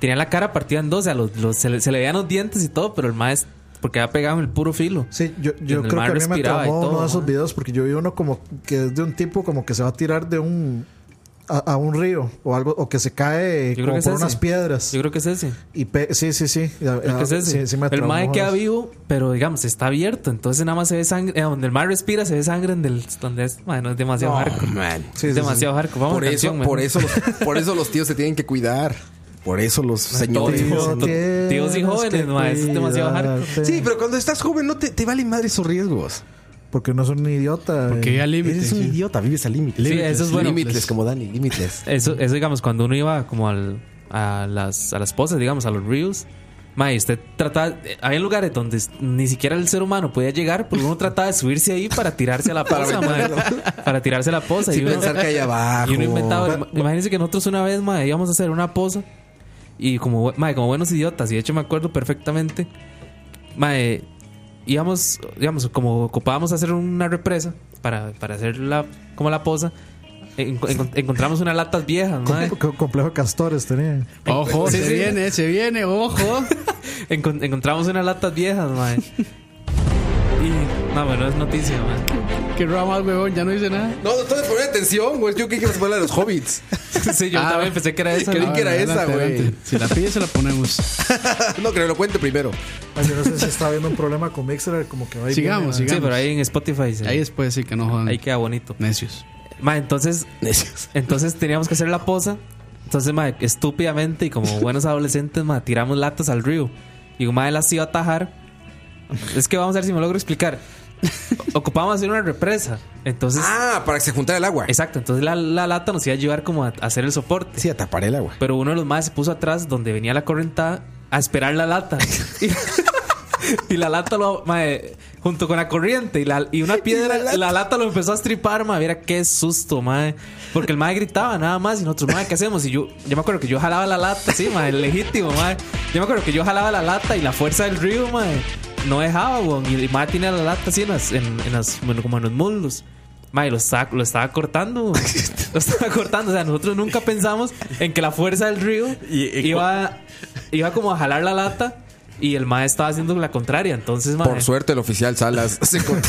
[SPEAKER 5] tenía la cara partida en dos, o sea, los- los- se, le, se le veían los dientes y todo, pero el mae es porque había pegado en el puro filo.
[SPEAKER 7] Sí, yo,
[SPEAKER 5] Y
[SPEAKER 7] yo
[SPEAKER 5] el
[SPEAKER 7] creo
[SPEAKER 5] mae
[SPEAKER 7] que a mí me
[SPEAKER 5] respiraba y
[SPEAKER 7] traumó uno
[SPEAKER 5] todo,
[SPEAKER 7] de esos
[SPEAKER 5] man.
[SPEAKER 7] videos porque yo vi uno como que es de un tipo como que se va a tirar de un a, a un río o algo o que se cae
[SPEAKER 5] creo
[SPEAKER 7] como
[SPEAKER 5] que
[SPEAKER 7] por
[SPEAKER 5] es ese.
[SPEAKER 7] unas piedras.
[SPEAKER 5] Yo creo que es ese.
[SPEAKER 7] Y pe- sí, sí, sí. Ya-
[SPEAKER 5] Creo
[SPEAKER 7] ya-
[SPEAKER 5] que es ese.
[SPEAKER 7] sí, sí me
[SPEAKER 5] el
[SPEAKER 7] traumó,
[SPEAKER 5] mae queda
[SPEAKER 7] joder.
[SPEAKER 5] vivo, pero digamos, está abierto. Entonces nada más se ve sangre. eh, donde el mae respira, se ve sangre en del, donde es. Mae, no es demasiado hardcore.
[SPEAKER 6] man.
[SPEAKER 7] Sí, sí,
[SPEAKER 5] es
[SPEAKER 7] sí.
[SPEAKER 5] demasiado hardcore. Vamos
[SPEAKER 6] Por
[SPEAKER 5] a
[SPEAKER 6] eso,
[SPEAKER 5] canción,
[SPEAKER 6] por
[SPEAKER 5] mejor.
[SPEAKER 6] eso, los, por eso los tíos se tienen que cuidar. Por eso los señores.
[SPEAKER 5] Tío.
[SPEAKER 7] Tío,
[SPEAKER 5] Tíos y
[SPEAKER 7] tienes
[SPEAKER 5] jóvenes,
[SPEAKER 7] que
[SPEAKER 5] ma, eso es demasiado hardcore.
[SPEAKER 7] cuidarte.
[SPEAKER 6] Sí, pero cuando estás joven no te, te valen madre esos riesgos.
[SPEAKER 7] Porque no es un idiota.
[SPEAKER 4] Porque
[SPEAKER 7] eh.
[SPEAKER 4] ya límite.
[SPEAKER 6] Eres un
[SPEAKER 4] sí.
[SPEAKER 6] idiota, vives al límite.
[SPEAKER 5] Sí, eso es bueno.
[SPEAKER 6] Límites, como Dani,
[SPEAKER 5] <laughs>
[SPEAKER 6] límites.
[SPEAKER 5] <laughs> Eso, eso digamos, cuando uno iba como al, a, las, a las pozas, digamos, a los ríos, mae, usted trataba, eh, había lugares donde s- ni siquiera el ser humano podía llegar, porque uno trataba de subirse ahí para tirarse a la
[SPEAKER 6] <laughs> Para
[SPEAKER 5] poza, mae, para tirarse a la poza.
[SPEAKER 6] Sin
[SPEAKER 5] y uno-
[SPEAKER 6] pensar que hay abajo.
[SPEAKER 5] Y uno inventaba, ima- imagínense que nosotros una vez, madre, íbamos a hacer una posa y como, bu- mae, como buenos idiotas, y de hecho me acuerdo perfectamente, madre, íbamos, digamos, como ocupábamos hacer una represa para, para hacer la, como la posa, en- en- encontramos unas latas viejas, madre.
[SPEAKER 7] Co- complejo de castores tenía.
[SPEAKER 4] <laughs> Ojo,
[SPEAKER 5] Sí,
[SPEAKER 4] se
[SPEAKER 5] sí.
[SPEAKER 4] viene, se viene, ojo.
[SPEAKER 5] <laughs> Encon- encontramos unas latas viejas, madre. Y, no, bueno, es noticia, madre.
[SPEAKER 4] Qué rama, huevón, ya no hice nada.
[SPEAKER 6] No, no estoy poniendo atención, güey. Yo creí que ibas a hablar de los hobbits.
[SPEAKER 5] <laughs> Sí, yo
[SPEAKER 4] Ah,
[SPEAKER 5] también
[SPEAKER 4] <laughs>
[SPEAKER 5] pensé que era esa.
[SPEAKER 6] creí
[SPEAKER 5] ¿no?
[SPEAKER 6] que era
[SPEAKER 4] Adelante,
[SPEAKER 6] esa, güey.
[SPEAKER 4] adelante. Si la pide, se la ponemos.
[SPEAKER 6] no, creo que lo cuente primero.
[SPEAKER 7] Ay, yo no sé si está habiendo un problema con Mixer, como que va y
[SPEAKER 4] Sigamos,
[SPEAKER 7] viene,
[SPEAKER 5] Sí,
[SPEAKER 4] sigamos.
[SPEAKER 5] pero ahí en Spotify. se-
[SPEAKER 4] Ahí después sí que no jodan.
[SPEAKER 5] ahí queda bonito.
[SPEAKER 4] Necios.
[SPEAKER 5] Ma, entonces, <laughs> entonces teníamos que hacer la posa. Entonces, ma, estúpidamente y como buenos adolescentes, ma, tiramos latas al río. Y un mae las iba a tajar. Es que vamos a ver si me logro explicar. Ocupábamos hacer una represa. Entonces,
[SPEAKER 6] Ah, para que se juntara el agua.
[SPEAKER 5] exacto. Entonces la, la lata nos iba a ayudar como a, a hacer el soporte.
[SPEAKER 6] Sí, a tapar el agua.
[SPEAKER 5] Pero uno de los más se puso atrás donde venía la correntada a esperar la <laughs> lata. Y, y la lata lo mae, junto con la corriente y, la, <laughs> y una piedra, la,
[SPEAKER 6] lata.
[SPEAKER 5] lata? lo empezó a stripar, mae. Mira qué susto, mae. Porque el mae gritaba nada más y nosotros, mae, ¿qué hacemos? Y yo, yo me acuerdo que yo jalaba la lata, sí, mae, legítimo, mae. Yo me acuerdo que yo jalaba la lata y la fuerza del río, mae, no dejaba, weón. Y el mae tenía la lata así en las, en, en las, bueno, como en los muslos. Mae, lo estaba, lo estaba cortando, weón. lo estaba cortando. O sea, nosotros nunca pensamos en que la fuerza del río
[SPEAKER 8] Y- y
[SPEAKER 5] iba, iba como a jalar la lata y el mae estaba haciendo la contraria. Entonces, mae,
[SPEAKER 6] Por suerte, el oficial Salas
[SPEAKER 5] <laughs>
[SPEAKER 6] se contó.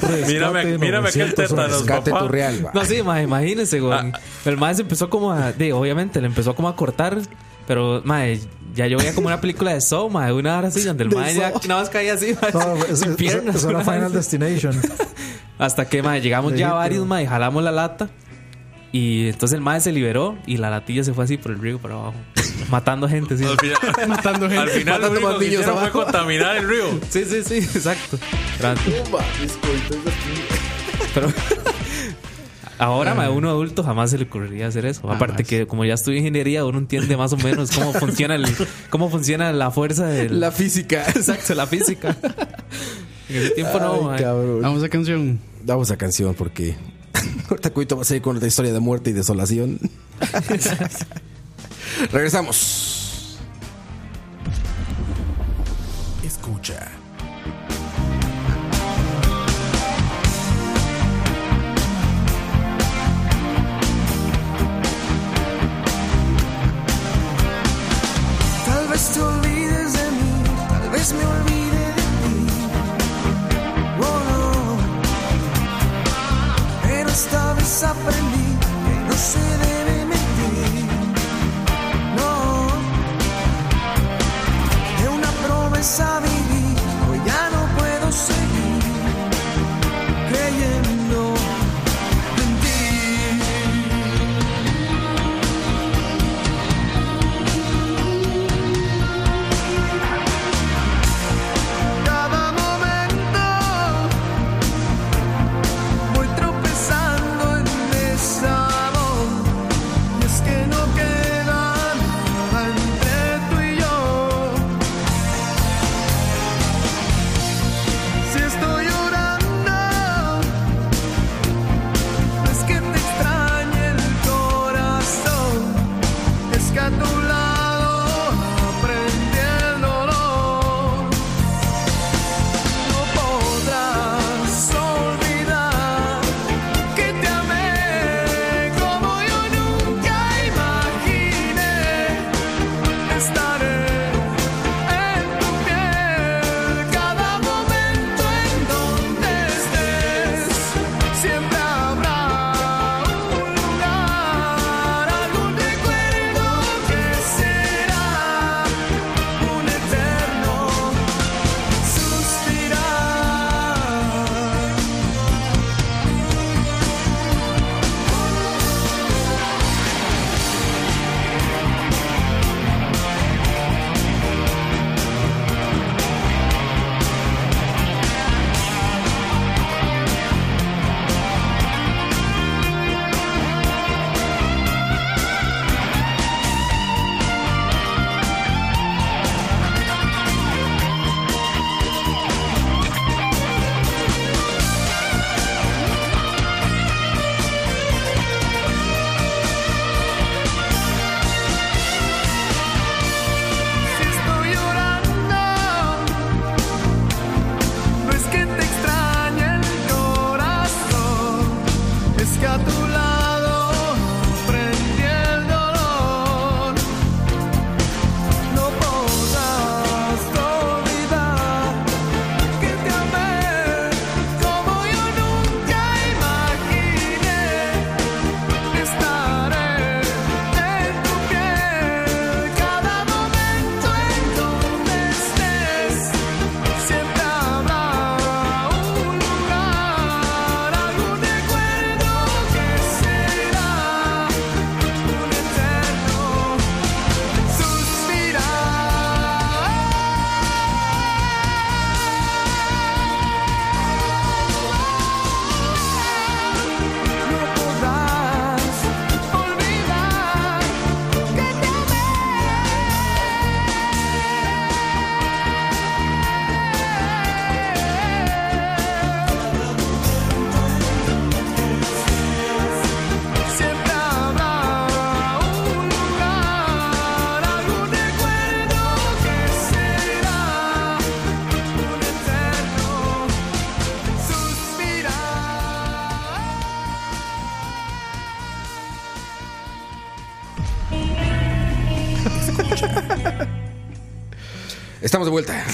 [SPEAKER 7] Rescate
[SPEAKER 8] Mírame- mírame aquel
[SPEAKER 7] 900
[SPEAKER 8] tétano.
[SPEAKER 7] horas.
[SPEAKER 6] Rescate
[SPEAKER 8] papá.
[SPEAKER 6] tu real, va.
[SPEAKER 5] No, sí, mae, imagínense, güey. El mae se empezó como a. De, obviamente, le empezó como a cortar. Pero, mae, ya yo veía como una película de Saw, mae, una hora así, donde el mae ya nada más caía así, mae,
[SPEAKER 7] No, es,
[SPEAKER 5] sin
[SPEAKER 7] es-
[SPEAKER 5] piernas,
[SPEAKER 7] es una
[SPEAKER 5] una <laughs>
[SPEAKER 7] Final
[SPEAKER 5] vez.
[SPEAKER 7] Destination.
[SPEAKER 5] Hasta que, mae, llegamos ya
[SPEAKER 7] Legítimo.
[SPEAKER 5] varios, mae, jalamos la lata. Y entonces el mae se liberó y la latilla se fue así por el río para abajo, <laughs> matando gente, sí.
[SPEAKER 8] Al final,
[SPEAKER 4] Matando gente. <laughs>
[SPEAKER 8] al final
[SPEAKER 6] Matando
[SPEAKER 8] lo único que
[SPEAKER 6] bandillos
[SPEAKER 8] hicieron fue
[SPEAKER 6] abajo.
[SPEAKER 8] contaminar el río.
[SPEAKER 5] Sí, sí, <laughs> sí, exacto. Grande. Pero <laughs> ahora mae, a uno adulto jamás se le ocurriría hacer eso. Aparte
[SPEAKER 4] Jamás.
[SPEAKER 5] que como ya estudié ingeniería, uno entiende más o menos cómo funciona el, cómo funciona la fuerza de
[SPEAKER 6] La física.
[SPEAKER 5] <laughs> exacto, la
[SPEAKER 6] <laughs>
[SPEAKER 5] física. En ese tiempo no, mae.
[SPEAKER 6] Ay, cabrón.
[SPEAKER 4] Vamos a canción.
[SPEAKER 6] Damos a canción porque. <laughs> Ahorita Cuito va a seguir con la historia de muerte y
[SPEAKER 5] <laughs>
[SPEAKER 6] desolación. Regresamos. Escucha. Oh, Estamos de vuelta.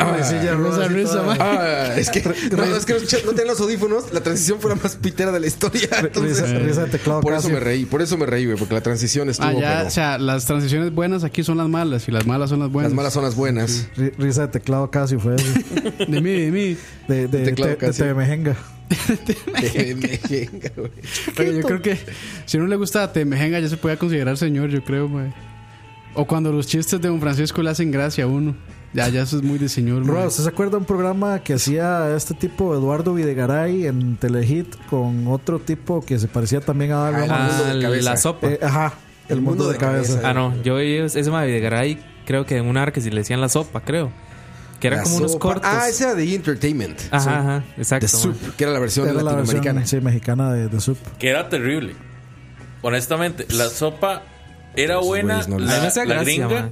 [SPEAKER 4] Ah, silla de ruedas
[SPEAKER 6] risa,
[SPEAKER 4] y
[SPEAKER 6] risa,
[SPEAKER 4] toda-
[SPEAKER 6] ma. Ah, es que no, no, es que no, escuché- no tenía los audífonos, la transición fue la más pitera de la historia. Entonces,
[SPEAKER 7] risa- risa de teclado
[SPEAKER 6] por eso
[SPEAKER 7] Casio.
[SPEAKER 6] me reí, por eso me reí, güey, porque la transición estuvo.
[SPEAKER 4] Ah, ya,
[SPEAKER 6] pero
[SPEAKER 4] o sea, las transiciones buenas aquí son las malas y las malas son las buenas.
[SPEAKER 6] las malas son las buenas.
[SPEAKER 7] Ri- Risa de teclado Casio fue eso.
[SPEAKER 4] De mí, de mí.
[SPEAKER 5] <laughs>
[SPEAKER 7] De, de,
[SPEAKER 6] Teclado
[SPEAKER 7] te- de
[SPEAKER 6] Casio.
[SPEAKER 7] TV Mejenga.
[SPEAKER 6] <laughs> Te mejenga, güey.
[SPEAKER 4] Oye, yo creo que si no le gusta Temejenga ya se puede considerar señor, yo creo, mae. O cuando los chistes de don Francisco le hacen gracia a uno. Ya, ya eso es muy de señor, mae.
[SPEAKER 7] Bro, ¿usted se acuerda de un programa que hacía este tipo Eduardo Videgaray en Telehit con otro tipo que se parecía también a Adal Ramones?
[SPEAKER 5] Ah, la sopa.
[SPEAKER 7] Eh, ajá, el, mundo, de, cabeza.
[SPEAKER 5] Ah, no, yo vi ese ese madre de Garay, creo que en un arca si le decían la sopa, creo. Que era
[SPEAKER 6] La
[SPEAKER 5] como unos
[SPEAKER 6] sopa.
[SPEAKER 5] cortos.
[SPEAKER 6] Ah, esa era de E! Entertainment.
[SPEAKER 5] Ajá,
[SPEAKER 6] Sí.
[SPEAKER 5] ajá, exacto.
[SPEAKER 6] The Soup, que era la versión
[SPEAKER 7] Era la
[SPEAKER 6] latinoamericana.
[SPEAKER 7] versión sí, mexicana de, de Sup.
[SPEAKER 8] Que era terrible. Honestamente, la sopa era buena.
[SPEAKER 6] güeyes no
[SPEAKER 8] la,
[SPEAKER 6] les-
[SPEAKER 5] a mí me hacía
[SPEAKER 8] la
[SPEAKER 5] gracia,
[SPEAKER 8] gringa.
[SPEAKER 5] ma.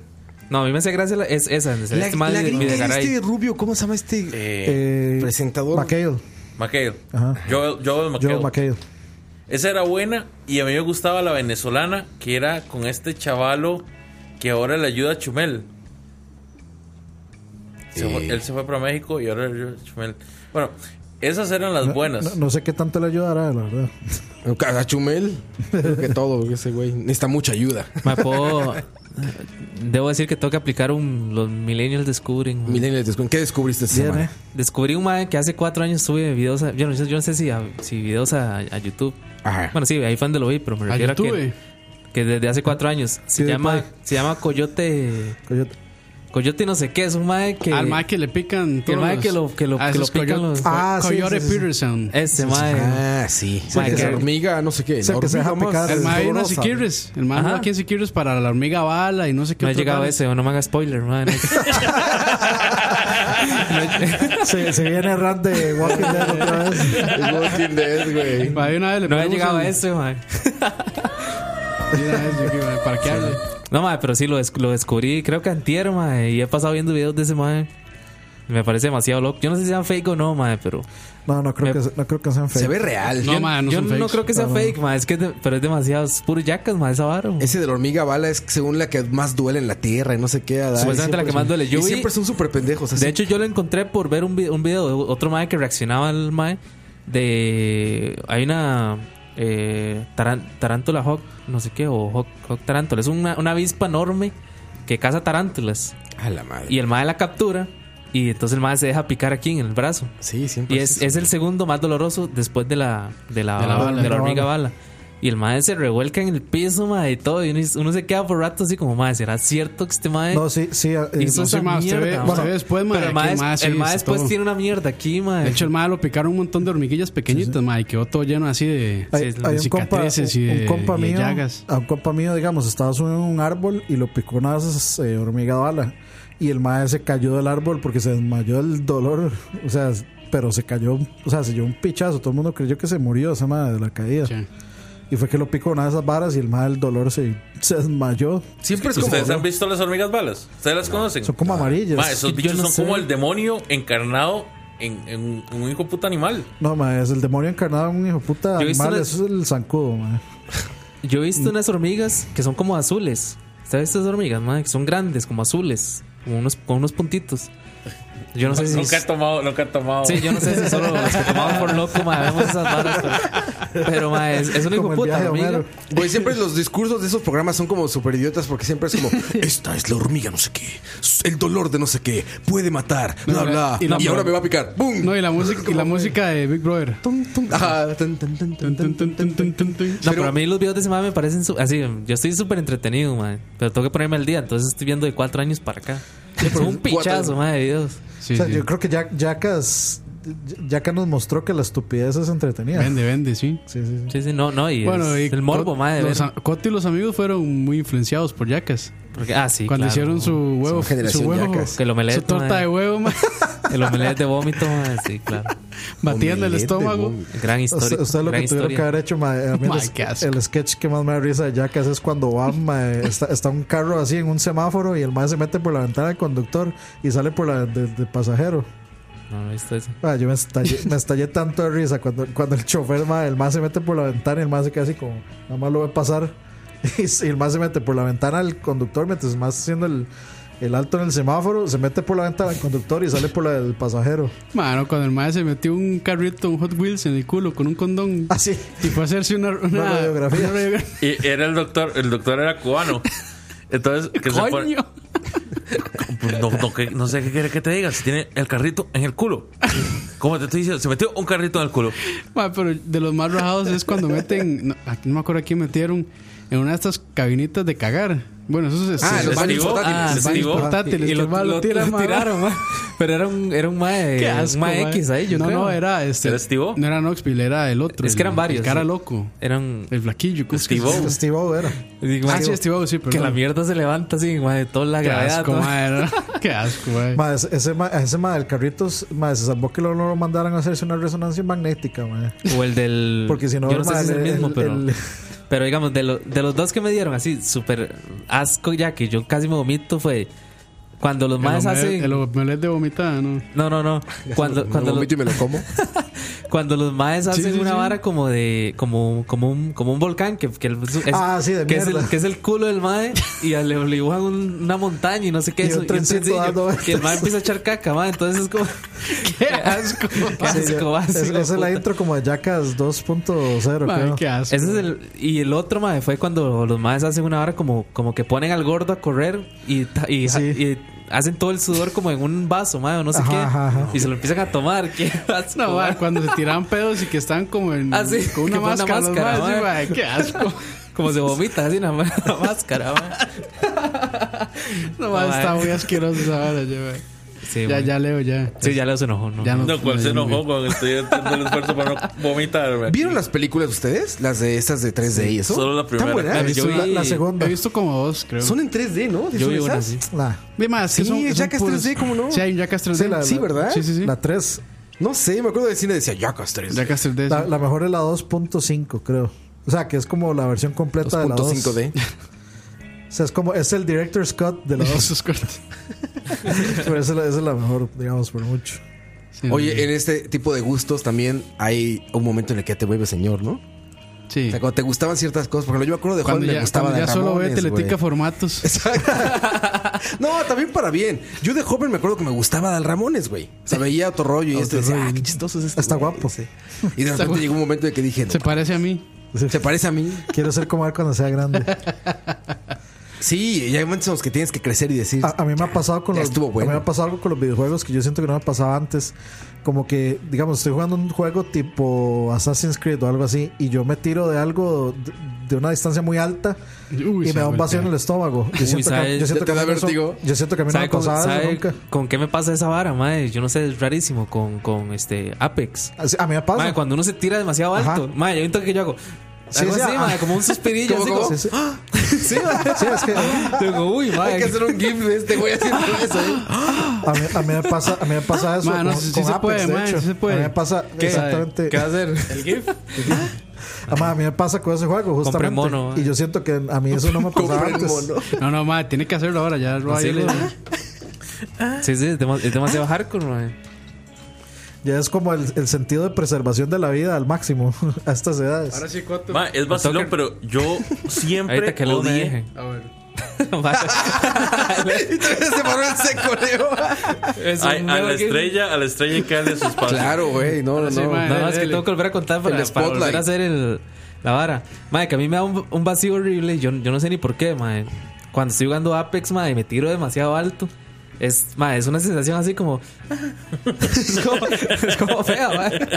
[SPEAKER 5] No, a mí me hacía gracia la- es esa, es
[SPEAKER 6] La,
[SPEAKER 5] este madre
[SPEAKER 6] la
[SPEAKER 5] de
[SPEAKER 6] gringa era
[SPEAKER 5] Videgaray. <laughs>
[SPEAKER 6] este rubio, ¿cómo se llama este
[SPEAKER 8] Eh,
[SPEAKER 7] Eh,
[SPEAKER 6] presentador?
[SPEAKER 7] McHale.
[SPEAKER 8] McHale.
[SPEAKER 7] Ajá.
[SPEAKER 8] Joel, Joel
[SPEAKER 7] Joe
[SPEAKER 8] McHale.
[SPEAKER 7] McHale.
[SPEAKER 8] Esa era buena y a mí me gustaba la venezolana, que era con este chavalo que ahora le ayuda a Chumel. Se
[SPEAKER 6] Eh.
[SPEAKER 8] fue- él se fue para México y ahora le ayuda a Chumel. Bueno, esas eran las buenas.
[SPEAKER 7] No, no sé qué tanto le ayudará, la verdad.
[SPEAKER 6] A Chumel, creo que todo, ese güey. Necesita mucha ayuda.
[SPEAKER 5] Ma, puedo- Debo decir que tengo que aplicar un, los Millennials Descubren. ma.
[SPEAKER 6] Millennial Descu- ¿qué descubriste esta
[SPEAKER 7] Bien,
[SPEAKER 6] semana?
[SPEAKER 7] eh.
[SPEAKER 5] Descubrí un mae que hace cuatro años sube videos a, yo, no, yo no sé si, a- si videos a, a YouTube.
[SPEAKER 6] Ajá.
[SPEAKER 5] Bueno, sí, ahí fue donde lo vi, pero me
[SPEAKER 4] A
[SPEAKER 5] refiero a,
[SPEAKER 4] YouTube.
[SPEAKER 5] que, que desde hace cuatro años. Se
[SPEAKER 7] Sí,
[SPEAKER 5] llama,
[SPEAKER 7] Pai.
[SPEAKER 5] se llama Coyote.
[SPEAKER 7] Coyote.
[SPEAKER 5] Coyote no sé qué, es un mae que.
[SPEAKER 4] Al mae que le pican todos
[SPEAKER 5] mae
[SPEAKER 4] los-
[SPEAKER 5] que lo- que lo-
[SPEAKER 4] Ah,
[SPEAKER 5] que lo
[SPEAKER 4] esos
[SPEAKER 5] pican
[SPEAKER 4] coyo-
[SPEAKER 5] los-
[SPEAKER 7] Ah, sí,
[SPEAKER 4] Coyote
[SPEAKER 7] sí, sí, sí.
[SPEAKER 4] Peterson.
[SPEAKER 5] Este mae.
[SPEAKER 6] Ah, sí.
[SPEAKER 5] Ma,
[SPEAKER 6] Que
[SPEAKER 5] que-
[SPEAKER 6] es hormiga, no sé qué.
[SPEAKER 7] sea,
[SPEAKER 6] la
[SPEAKER 7] que se deja
[SPEAKER 6] hormiga más-
[SPEAKER 7] picar.
[SPEAKER 4] El mae vino a
[SPEAKER 7] Rosa.
[SPEAKER 4] Siquirres. El mae
[SPEAKER 5] Ajá.
[SPEAKER 4] andaba aquí en Siquirres para la hormiga bala y no sé qué.
[SPEAKER 5] no he
[SPEAKER 4] otro
[SPEAKER 5] llegado a
[SPEAKER 4] tal.
[SPEAKER 5] ese, no me haga spoiler, mae. No he-
[SPEAKER 7] <laughs> Se, se viene Rand de Walking Dead otra vez.
[SPEAKER 6] El Walking Dead, güey.
[SPEAKER 4] Mae, de una vez le
[SPEAKER 5] No <laughs> había
[SPEAKER 4] ponemos
[SPEAKER 5] llegado
[SPEAKER 4] el-
[SPEAKER 5] a ese, mae.
[SPEAKER 4] de una vez, yo que, mae, ¿Para qué hable?
[SPEAKER 5] No, mae, pero sí lo, des- lo descubrí, creo que antier, mae. Y he pasado viendo videos de ese mae. Me parece demasiado loco. Yo no sé si sean fake o no, mae, pero.
[SPEAKER 7] No, no
[SPEAKER 5] Me-
[SPEAKER 7] creo, que, no creo que sean fake.
[SPEAKER 6] Se ve real.
[SPEAKER 4] No, mae, no
[SPEAKER 5] yo
[SPEAKER 4] son
[SPEAKER 5] no
[SPEAKER 4] fakes.
[SPEAKER 5] creo que sea
[SPEAKER 7] No, no.
[SPEAKER 5] fake, mae. Es que, es de- pero es demasiado. Es puro yacas, mae, esa vara. mae.
[SPEAKER 6] Ese de la hormiga bala es según la que más duele en la tierra y no sé qué. a dar.
[SPEAKER 5] Supuestamente la
[SPEAKER 6] Y
[SPEAKER 5] que
[SPEAKER 6] siempre
[SPEAKER 5] más
[SPEAKER 6] son-
[SPEAKER 5] duele. Yo
[SPEAKER 6] y
[SPEAKER 5] vi-
[SPEAKER 6] siempre son súper pendejos. Así.
[SPEAKER 5] De hecho, yo lo encontré por ver un video, un video de otro mae que reaccionaba al mae de. Hay una. Eh, taran- tarántula Hawk, no sé qué, o Hawk, Hawk Tarántula. Es una, una avispa enorme que caza tarántulas.
[SPEAKER 6] a la madre.
[SPEAKER 5] Y el mae la captura. Y entonces el mae se deja picar aquí en el brazo.
[SPEAKER 6] sí, siempre.
[SPEAKER 5] Y es,
[SPEAKER 6] Pues sí.
[SPEAKER 5] es el segundo más doloroso después de la, de la,
[SPEAKER 4] De la bala.
[SPEAKER 5] de la hormiga bala. Y el mae se revuelca en el piso, mae, y todo. Y uno, uno se queda por rato así como, mae, ¿será cierto que este mae
[SPEAKER 7] No, sí, sí. eh,
[SPEAKER 5] hizo
[SPEAKER 4] no sé,
[SPEAKER 5] esa
[SPEAKER 4] mae, usted ve-
[SPEAKER 5] mierda?
[SPEAKER 4] usted
[SPEAKER 5] mae?
[SPEAKER 4] ve después, mae,
[SPEAKER 5] Pero el
[SPEAKER 4] que
[SPEAKER 5] mae,
[SPEAKER 4] el
[SPEAKER 5] es-
[SPEAKER 4] mae sí
[SPEAKER 5] el mae
[SPEAKER 4] hizo
[SPEAKER 5] después
[SPEAKER 4] todo.
[SPEAKER 5] tiene una mierda aquí, mae.
[SPEAKER 4] De hecho, el mae lo picaron un montón de hormiguillas pequeñitas, mae, y quedó todo lleno así de,
[SPEAKER 7] Hay,
[SPEAKER 4] Pues de
[SPEAKER 7] hay un compa,
[SPEAKER 4] cicatrices y
[SPEAKER 7] un
[SPEAKER 4] de,
[SPEAKER 7] compa
[SPEAKER 4] y de
[SPEAKER 7] mío,
[SPEAKER 4] llagas.
[SPEAKER 7] a un compa mío, digamos, estaba subido en un árbol y lo picó una de esas eh, hormiga bala. Y el mae se cayó del árbol porque se desmayó del dolor. O sea, pero se cayó, o sea, se dio un pichazo. Todo el mundo creyó que se murió esa madre de la caída.
[SPEAKER 4] Sí.
[SPEAKER 7] Y fue que lo picó una de esas varas y el mae del dolor se, se desmayó.
[SPEAKER 6] siempre es como.
[SPEAKER 8] ¿Ustedes han visto las hormigas balas? ¿Ustedes las conocen?
[SPEAKER 7] Son como amarillas.
[SPEAKER 8] Ma, esos
[SPEAKER 5] Yo
[SPEAKER 8] bichos
[SPEAKER 5] no
[SPEAKER 8] son
[SPEAKER 5] sé.
[SPEAKER 8] como el demonio encarnado en, en un- en un hijo puta animal.
[SPEAKER 7] No, mae, es el demonio encarnado en un hijo puta
[SPEAKER 5] Yo he visto
[SPEAKER 7] animal.
[SPEAKER 5] una-
[SPEAKER 7] Eso es el zancudo, mae.
[SPEAKER 5] Yo he
[SPEAKER 4] mm.
[SPEAKER 5] visto unas hormigas que son como azules. ¿Sabes estas hormigas, mae? Que son grandes, como azules, como unos, con unos puntitos. Yo no sé si.
[SPEAKER 8] nunca he tomado, nunca he tomado.
[SPEAKER 5] Oh, Sí, yo no sé si solo los que tomamos por loco, mae, vemos esas varas. Pero, pero mae, es, es una
[SPEAKER 7] Como el
[SPEAKER 5] hijueputa
[SPEAKER 7] viaje de
[SPEAKER 5] hormiga.
[SPEAKER 7] Homero.
[SPEAKER 6] Güey, siempre los discursos de esos programas son como súper idiotas porque siempre
[SPEAKER 4] <laughs>
[SPEAKER 6] es como: Esta es la hormiga, no sé qué. El dolor de no sé qué. Puede matar. Bla, bla.
[SPEAKER 4] y
[SPEAKER 6] Y,
[SPEAKER 4] la-
[SPEAKER 6] ahora me va a picar.
[SPEAKER 4] <laughs>
[SPEAKER 6] ¡Bum!
[SPEAKER 4] No, y la música, y la música de Big Brother.
[SPEAKER 6] Tum, tum, ah, tun, tun, tun, tun,
[SPEAKER 4] Tun,
[SPEAKER 6] tun.
[SPEAKER 4] tun, tun, tun, tun, tun, tun.
[SPEAKER 5] No,
[SPEAKER 6] Pero-
[SPEAKER 5] pero, a mí los videos de ese mae me parecen su- así. Yo estoy súper entretenido, mae. Pero tengo que ponerme al día. Entonces estoy viendo de cuatro años para acá. Es un pichazo, mae, de videos.
[SPEAKER 4] Sí,
[SPEAKER 7] o sea,
[SPEAKER 4] sí.
[SPEAKER 7] yo creo que Jack, Jackass, Jackass nos mostró que la estupidez es entretenida.
[SPEAKER 4] Vende, vende, sí.
[SPEAKER 7] Sí, sí, sí.
[SPEAKER 5] Sí, sí, no, no. Y
[SPEAKER 4] Bueno,
[SPEAKER 5] es
[SPEAKER 4] y
[SPEAKER 5] el morbo,
[SPEAKER 4] Cot-
[SPEAKER 5] mae. de
[SPEAKER 4] los
[SPEAKER 5] ver.
[SPEAKER 4] a- Coti y los amigos fueron muy influenciados por Yacas.
[SPEAKER 5] Porque- ah, sí.
[SPEAKER 4] cuando
[SPEAKER 5] claro.
[SPEAKER 4] hicieron su huevo, su
[SPEAKER 6] generación
[SPEAKER 4] huevo,
[SPEAKER 6] Jackass.
[SPEAKER 5] Que lo melete,
[SPEAKER 4] su torta
[SPEAKER 5] mae.
[SPEAKER 4] de huevo,
[SPEAKER 7] <laughs>
[SPEAKER 4] ma,
[SPEAKER 5] El omelette de vómito, mae, sí, claro.
[SPEAKER 4] batida en el
[SPEAKER 6] Omelette de
[SPEAKER 4] estómago.
[SPEAKER 6] vómito.
[SPEAKER 5] Gran
[SPEAKER 7] O sea,
[SPEAKER 5] historia.
[SPEAKER 7] Usted lo que
[SPEAKER 5] gran
[SPEAKER 7] tuvieron que
[SPEAKER 5] historia.
[SPEAKER 7] haber hecho, ma, a
[SPEAKER 5] <laughs>
[SPEAKER 7] mí
[SPEAKER 4] Ma,
[SPEAKER 7] el-
[SPEAKER 4] qué asco.
[SPEAKER 7] el, sketch que más me da risa de Jackass es cuando va, ma, está, está un carro así en un semáforo y el mae se mete por la ventana del conductor y sale por la del del pasajero.
[SPEAKER 5] No, no he visto eso.
[SPEAKER 7] Ma, yo me estallé, me estallé tanto de risa cuando, cuando el chofer, ma, el mae se mete por la ventana y el mae se queda así como, nada más lo ve pasar. <laughs> Y, sí, el más se mete por la ventana al conductor mientras el más está haciendo el, el alto en el semáforo. Se mete por la ventana al conductor y sale por la del pasajero. <laughs>
[SPEAKER 4] Mano, cuando el maestro se metió un carrito, un Hot Wheels en el culo con un condón.
[SPEAKER 7] <laughs> Así.
[SPEAKER 4] Y fue a hacerse una, una,
[SPEAKER 7] radiografía.
[SPEAKER 4] una radiografía.
[SPEAKER 8] Y era el doctor, el doctor era cubano. Entonces, <laughs> que se pone- pues,
[SPEAKER 4] Coño.
[SPEAKER 8] no, no, que- no sé qué quiere que te diga. Si tiene el carrito en el culo. Como te estoy diciendo, se metió un carrito en el culo.
[SPEAKER 4] Ma, pero de los más rajados es cuando meten, no, aquí no me acuerdo a quién metieron, en una de estas cabinitas de cagar. Bueno, eso es.
[SPEAKER 6] Ah,
[SPEAKER 4] es-
[SPEAKER 6] los
[SPEAKER 8] ¿Se
[SPEAKER 6] baños
[SPEAKER 8] estigó?
[SPEAKER 6] portátiles.
[SPEAKER 8] Ah,
[SPEAKER 4] los
[SPEAKER 8] ¿se
[SPEAKER 4] baños
[SPEAKER 8] estigó?
[SPEAKER 4] portátiles,
[SPEAKER 5] Y
[SPEAKER 4] que
[SPEAKER 5] lo,
[SPEAKER 4] el ma lo
[SPEAKER 5] lo-
[SPEAKER 4] tira,
[SPEAKER 5] lo
[SPEAKER 4] ma.
[SPEAKER 5] tiraron, ma. Pero era un, era un mae,
[SPEAKER 4] Qué asco,
[SPEAKER 5] un mae
[SPEAKER 4] ma.
[SPEAKER 5] X ahí, yo
[SPEAKER 4] no,
[SPEAKER 5] creo.
[SPEAKER 4] no, era este.
[SPEAKER 8] ¿Era Steve-O?
[SPEAKER 4] No era Knoxville, era el otro.
[SPEAKER 5] Es que
[SPEAKER 4] el-
[SPEAKER 5] eran varios,
[SPEAKER 4] El cara
[SPEAKER 5] sí.
[SPEAKER 4] loco.
[SPEAKER 5] Eran.
[SPEAKER 4] El flaquillo. ¿cómo es que
[SPEAKER 8] Steve-O.
[SPEAKER 4] se llama?
[SPEAKER 7] Steve O era.
[SPEAKER 5] digo,
[SPEAKER 4] Ah,
[SPEAKER 5] ma,
[SPEAKER 4] sí, Steve-O, sí,
[SPEAKER 5] Que
[SPEAKER 4] perdón.
[SPEAKER 5] la mierda se levanta así, ma, de toda la
[SPEAKER 4] Qué
[SPEAKER 5] gravedad.
[SPEAKER 4] asco,
[SPEAKER 5] ma.
[SPEAKER 4] ma, era- <laughs> Qué asco, ma.
[SPEAKER 7] Ma, ese, ese ma, ese ma del carrito, ma, se salvó que lo, no lo mandaran a hacerse una resonancia magnética, ma.
[SPEAKER 5] <laughs> O el del.
[SPEAKER 7] Porque si no,
[SPEAKER 5] yo no
[SPEAKER 7] ma,
[SPEAKER 5] sé si es el
[SPEAKER 7] el-
[SPEAKER 5] mismo,
[SPEAKER 7] el-
[SPEAKER 5] pero.
[SPEAKER 7] el-
[SPEAKER 5] Pero digamos, de, lo- de los dos que me dieron así, súper asco ya, que yo casi me vomito, fue. Cuando los maes
[SPEAKER 4] el omelet-
[SPEAKER 5] hacen.
[SPEAKER 4] El omelet de vomitada, ¿no?
[SPEAKER 5] No, no, no. Cuando, cuando,
[SPEAKER 11] lo
[SPEAKER 5] lo-
[SPEAKER 11] vomito y me lo
[SPEAKER 6] <laughs>
[SPEAKER 11] como.
[SPEAKER 5] cuando los maes hacen
[SPEAKER 4] sí,
[SPEAKER 5] una
[SPEAKER 4] sí.
[SPEAKER 5] vara como de. como, como un, como un volcán que, que el- es,
[SPEAKER 7] Ah, sí, de
[SPEAKER 5] que es el,
[SPEAKER 7] mierda.
[SPEAKER 5] que es el culo del mae y a- le le dibujan un- una montaña y no sé qué
[SPEAKER 7] Y
[SPEAKER 5] eso,
[SPEAKER 7] un trencito dando vueltas.
[SPEAKER 5] que el mae empieza a echar caca, mae. Entonces es como.
[SPEAKER 4] Qué asco.
[SPEAKER 5] <laughs> Qué
[SPEAKER 7] Sí,
[SPEAKER 5] asco,
[SPEAKER 7] ya-
[SPEAKER 5] mae,
[SPEAKER 7] es-
[SPEAKER 5] sí,
[SPEAKER 7] Esa es la
[SPEAKER 5] puta.
[SPEAKER 7] intro como de Jackass 2.0,
[SPEAKER 4] Ma,
[SPEAKER 7] creo.
[SPEAKER 4] qué asco.
[SPEAKER 5] Ese es el, y el otro, mae, fue cuando los maes hacen una hora como, como que ponen al gordo a correr y, ta- y,
[SPEAKER 7] Sí.
[SPEAKER 5] y hacen todo el sudor como en un vaso, mae, o no sé
[SPEAKER 7] Ajá,
[SPEAKER 5] qué.
[SPEAKER 7] ajá, ajá.
[SPEAKER 5] Y se lo empiezan a tomar. <laughs> Qué asco,
[SPEAKER 4] No, ma,
[SPEAKER 5] <laughs> mae.
[SPEAKER 4] cuando <laughs> se tiraban pedos y que estaban como en,
[SPEAKER 5] Ah, sí,
[SPEAKER 4] Mm, con
[SPEAKER 5] que
[SPEAKER 4] una
[SPEAKER 5] fue una
[SPEAKER 4] máscara. los
[SPEAKER 5] máscara,
[SPEAKER 4] maes, sí,
[SPEAKER 5] ma.
[SPEAKER 4] ma, Qué asco.
[SPEAKER 5] <laughs> Como se vomita así una, la máscara, mae.
[SPEAKER 4] <laughs> No, ma,
[SPEAKER 5] No,
[SPEAKER 4] está
[SPEAKER 5] ma.
[SPEAKER 4] muy asqueroso esa vara, ya, ma.
[SPEAKER 5] Sí,
[SPEAKER 4] Ya,
[SPEAKER 5] mae.
[SPEAKER 4] ya leo, ya.
[SPEAKER 5] Sí, ya los enojó, ¿no?
[SPEAKER 4] Ya no.
[SPEAKER 8] No, cuál se enojó con estoy haciendo el esfuerzo para no vomitar. güey.
[SPEAKER 6] ¿Vieron las películas ustedes? Las de estas de 3D y eso.
[SPEAKER 8] Solo la primera.
[SPEAKER 6] Están buenas.
[SPEAKER 8] Claro,
[SPEAKER 5] yo
[SPEAKER 7] La,
[SPEAKER 5] vi-
[SPEAKER 7] la segunda.
[SPEAKER 4] He visto como dos, creo.
[SPEAKER 6] Son en 3D, ¿no?
[SPEAKER 5] Yo vi
[SPEAKER 6] ¿Son
[SPEAKER 5] una
[SPEAKER 6] esas?
[SPEAKER 5] así.
[SPEAKER 7] Nah.
[SPEAKER 4] De más, que
[SPEAKER 6] Sí,
[SPEAKER 4] son, que son
[SPEAKER 6] Jackass 3D, ¿cómo no?
[SPEAKER 4] Sí, hay un Jackass 3D.
[SPEAKER 7] Sí, la-
[SPEAKER 6] Sí,
[SPEAKER 7] la-
[SPEAKER 6] ¿verdad?
[SPEAKER 4] Sí, sí, sí.
[SPEAKER 7] La 3.
[SPEAKER 6] No sé, me acuerdo de cine decía Jackass 3D.
[SPEAKER 4] Jackass 3D. sí.
[SPEAKER 7] La, la mejor es la 2.5, creo. O sea, que es como la versión completa de la 2.
[SPEAKER 4] <laughs>
[SPEAKER 6] 2.5D.
[SPEAKER 7] O sea, es como, es el director Scott de la 2.
[SPEAKER 4] <laughs> Esos cortes.
[SPEAKER 7] pero esa, es la- esa es la mejor, digamos, por mucho.
[SPEAKER 4] Sí,
[SPEAKER 6] Oye, en este tipo de gustos también hay un momento en el que te vuelves señor, ¿no?
[SPEAKER 4] sí.
[SPEAKER 6] O sea, cuando te gustaban ciertas cosas, por ejemplo, yo me acuerdo de Juan
[SPEAKER 4] Cuando
[SPEAKER 6] me
[SPEAKER 4] ya,
[SPEAKER 6] gustaba
[SPEAKER 4] cuando
[SPEAKER 6] de
[SPEAKER 4] ya solo ve
[SPEAKER 6] Ramones,
[SPEAKER 4] Teletica
[SPEAKER 6] güey.
[SPEAKER 4] formatos.
[SPEAKER 6] Exacto. <laughs> No, también para bien. Yo de joven me acuerdo que me gustaba Dal Ramones, güey. O sea, veía <laughs> otro rollo y este decía, ah, qué chistoso es este.
[SPEAKER 7] Está
[SPEAKER 6] güey".
[SPEAKER 7] guapo.
[SPEAKER 6] Sí. Y <laughs> de repente
[SPEAKER 4] guapo.
[SPEAKER 6] llegó un momento en que dije, no,
[SPEAKER 4] Se parece a mí.
[SPEAKER 6] ¿se parece a mí?
[SPEAKER 7] Quiero ser como él cuando sea grande.
[SPEAKER 6] Sí, y hay momentos en los que tienes que crecer y decir,
[SPEAKER 7] A, a mí me ha pasado con
[SPEAKER 6] Ya
[SPEAKER 7] los,
[SPEAKER 6] estuvo bueno.
[SPEAKER 7] a mí me ha pasado algo con los videojuegos que yo siento que no me pasaba antes. Como que, digamos, estoy jugando un juego tipo Assassin's Creed o algo así y yo me tiro de algo de, de una distancia muy alta
[SPEAKER 4] Uy,
[SPEAKER 7] y
[SPEAKER 4] se
[SPEAKER 7] me da un
[SPEAKER 4] voltea.
[SPEAKER 7] vacío en el estómago. Yo
[SPEAKER 5] Uy,
[SPEAKER 7] siento que,
[SPEAKER 5] ¿sabes?
[SPEAKER 7] yo siento
[SPEAKER 6] ¿Te
[SPEAKER 7] que a
[SPEAKER 6] da
[SPEAKER 7] mí eso-
[SPEAKER 6] vértigo?
[SPEAKER 7] yo siento que a mí no
[SPEAKER 5] ¿Sabe,
[SPEAKER 7] me ha
[SPEAKER 5] con,
[SPEAKER 7] pasado eso
[SPEAKER 5] sabe
[SPEAKER 7] nunca.
[SPEAKER 5] con qué me pasa esa vara, mae? Yo no sé, es rarísimo con, con este Apex.
[SPEAKER 7] Así- A mí me pasa.
[SPEAKER 5] Mae, cuando uno se tira demasiado
[SPEAKER 7] Ajá.
[SPEAKER 5] alto, mae, yo siento que yo hago.
[SPEAKER 7] Sí,
[SPEAKER 5] algo
[SPEAKER 7] sí,
[SPEAKER 5] así,
[SPEAKER 7] ah.
[SPEAKER 5] mae, como
[SPEAKER 4] <laughs>
[SPEAKER 5] un suspirillo, así como.
[SPEAKER 7] Sí,
[SPEAKER 5] <laughs>
[SPEAKER 7] sí. Sí, es que a
[SPEAKER 4] <laughs>
[SPEAKER 5] Digo, uy, mae.
[SPEAKER 6] hay que hacer un GIF de este güey haciendo eso, ¿eh?
[SPEAKER 7] mí, a mí me pasa, a mí me pasa eso.
[SPEAKER 4] Mano,
[SPEAKER 7] con-
[SPEAKER 4] sí- sí
[SPEAKER 7] con
[SPEAKER 4] se
[SPEAKER 7] Apex,
[SPEAKER 4] puede,
[SPEAKER 7] de
[SPEAKER 4] man,
[SPEAKER 7] hecho.
[SPEAKER 4] sí se puede.
[SPEAKER 7] A mí me pasa
[SPEAKER 5] ¿Qué?
[SPEAKER 7] exactamente.
[SPEAKER 5] ¿Qué va a hacer? ¿El GIF?
[SPEAKER 7] Ah, ma, A mí me pasa con ese juego, justamente.
[SPEAKER 5] mono,
[SPEAKER 7] y
[SPEAKER 5] eh.
[SPEAKER 7] yo siento que a mí eso no me pasaba
[SPEAKER 6] Compren
[SPEAKER 7] antes.
[SPEAKER 6] mono.
[SPEAKER 4] No, no, ma, tiene que hacerlo ahora. Ya lo
[SPEAKER 5] Sí,
[SPEAKER 4] hay-
[SPEAKER 5] le- sí, sí, es, dema- es demasiado hardcore, mae.
[SPEAKER 7] Ya es como el, el sentido de preservación de la vida al máximo <laughs> a estas edades.
[SPEAKER 4] Ahora sí, ¿cuánto?
[SPEAKER 8] Ma, es vacilón, pero yo siempre
[SPEAKER 5] Ahorita que lo
[SPEAKER 8] odié.
[SPEAKER 5] deje.
[SPEAKER 4] A ver.
[SPEAKER 5] <laughs>
[SPEAKER 6] Y todavía <laughs> se paró el seco, Leo.
[SPEAKER 5] Es
[SPEAKER 8] Ay,
[SPEAKER 5] un
[SPEAKER 8] a la
[SPEAKER 5] nuevo game.
[SPEAKER 8] estrella, a la estrella que darle su espacio.
[SPEAKER 6] <laughs> Claro, güey, no, no,
[SPEAKER 4] Sí,
[SPEAKER 6] no.
[SPEAKER 4] ma.
[SPEAKER 5] No, no,
[SPEAKER 4] Dale,
[SPEAKER 5] es que
[SPEAKER 4] dale.
[SPEAKER 5] tengo que volver a contar para,
[SPEAKER 6] El
[SPEAKER 5] para volver
[SPEAKER 6] spotlight.
[SPEAKER 5] a hacer el, la vara. Madre, que a mí me da un, un vacío horrible. y Yo, yo no sé ni por qué, madre. Cuando estoy jugando Apex, madre, me tiro demasiado alto. Es, madre, es una sensación así como. <laughs> es, como es como fea, madre.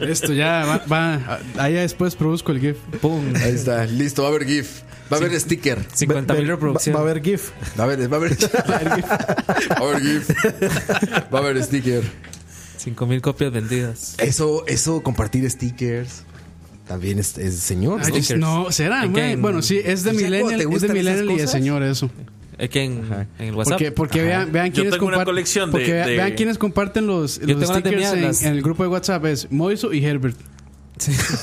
[SPEAKER 4] Esto ya va, va- Ahí ya después produzco el GIF.
[SPEAKER 5] Pum.
[SPEAKER 6] Ahí está, listo, va a haber GIF. Va a haber sticker.
[SPEAKER 5] 50 mil
[SPEAKER 7] Ve-
[SPEAKER 5] reproducciones.
[SPEAKER 7] Va, va a haber GIF.
[SPEAKER 6] Va a haber, va a haber, <laughs> va a haber GIF. Va a haber sticker.
[SPEAKER 5] 5 mil copias vendidas.
[SPEAKER 6] Eso, eso, compartir stickers. También es, es señor.
[SPEAKER 4] Ay, pues,
[SPEAKER 6] ¿no?
[SPEAKER 5] stickers.
[SPEAKER 4] no, será,
[SPEAKER 5] Again.
[SPEAKER 4] ma. Bueno, sí, es de
[SPEAKER 6] ¿Ya cuando
[SPEAKER 4] Millennial,
[SPEAKER 6] te
[SPEAKER 4] es de
[SPEAKER 6] gustan
[SPEAKER 4] Millennial
[SPEAKER 6] esas
[SPEAKER 4] y de
[SPEAKER 6] cosas?
[SPEAKER 4] señor eso.
[SPEAKER 5] Aquí en, en el WhatsApp.
[SPEAKER 4] Porque, porque vean, vean
[SPEAKER 8] Yo
[SPEAKER 4] quiénes
[SPEAKER 8] tengo una
[SPEAKER 4] compart-
[SPEAKER 8] colección de-
[SPEAKER 4] porque vea-
[SPEAKER 8] de-
[SPEAKER 4] vean quiénes comparten los, los
[SPEAKER 5] tengo las de
[SPEAKER 4] stickers
[SPEAKER 5] mía,
[SPEAKER 4] en,
[SPEAKER 5] las-
[SPEAKER 4] en el grupo de WhatsApp es Moiso y Herbert.
[SPEAKER 5] Sí, sí.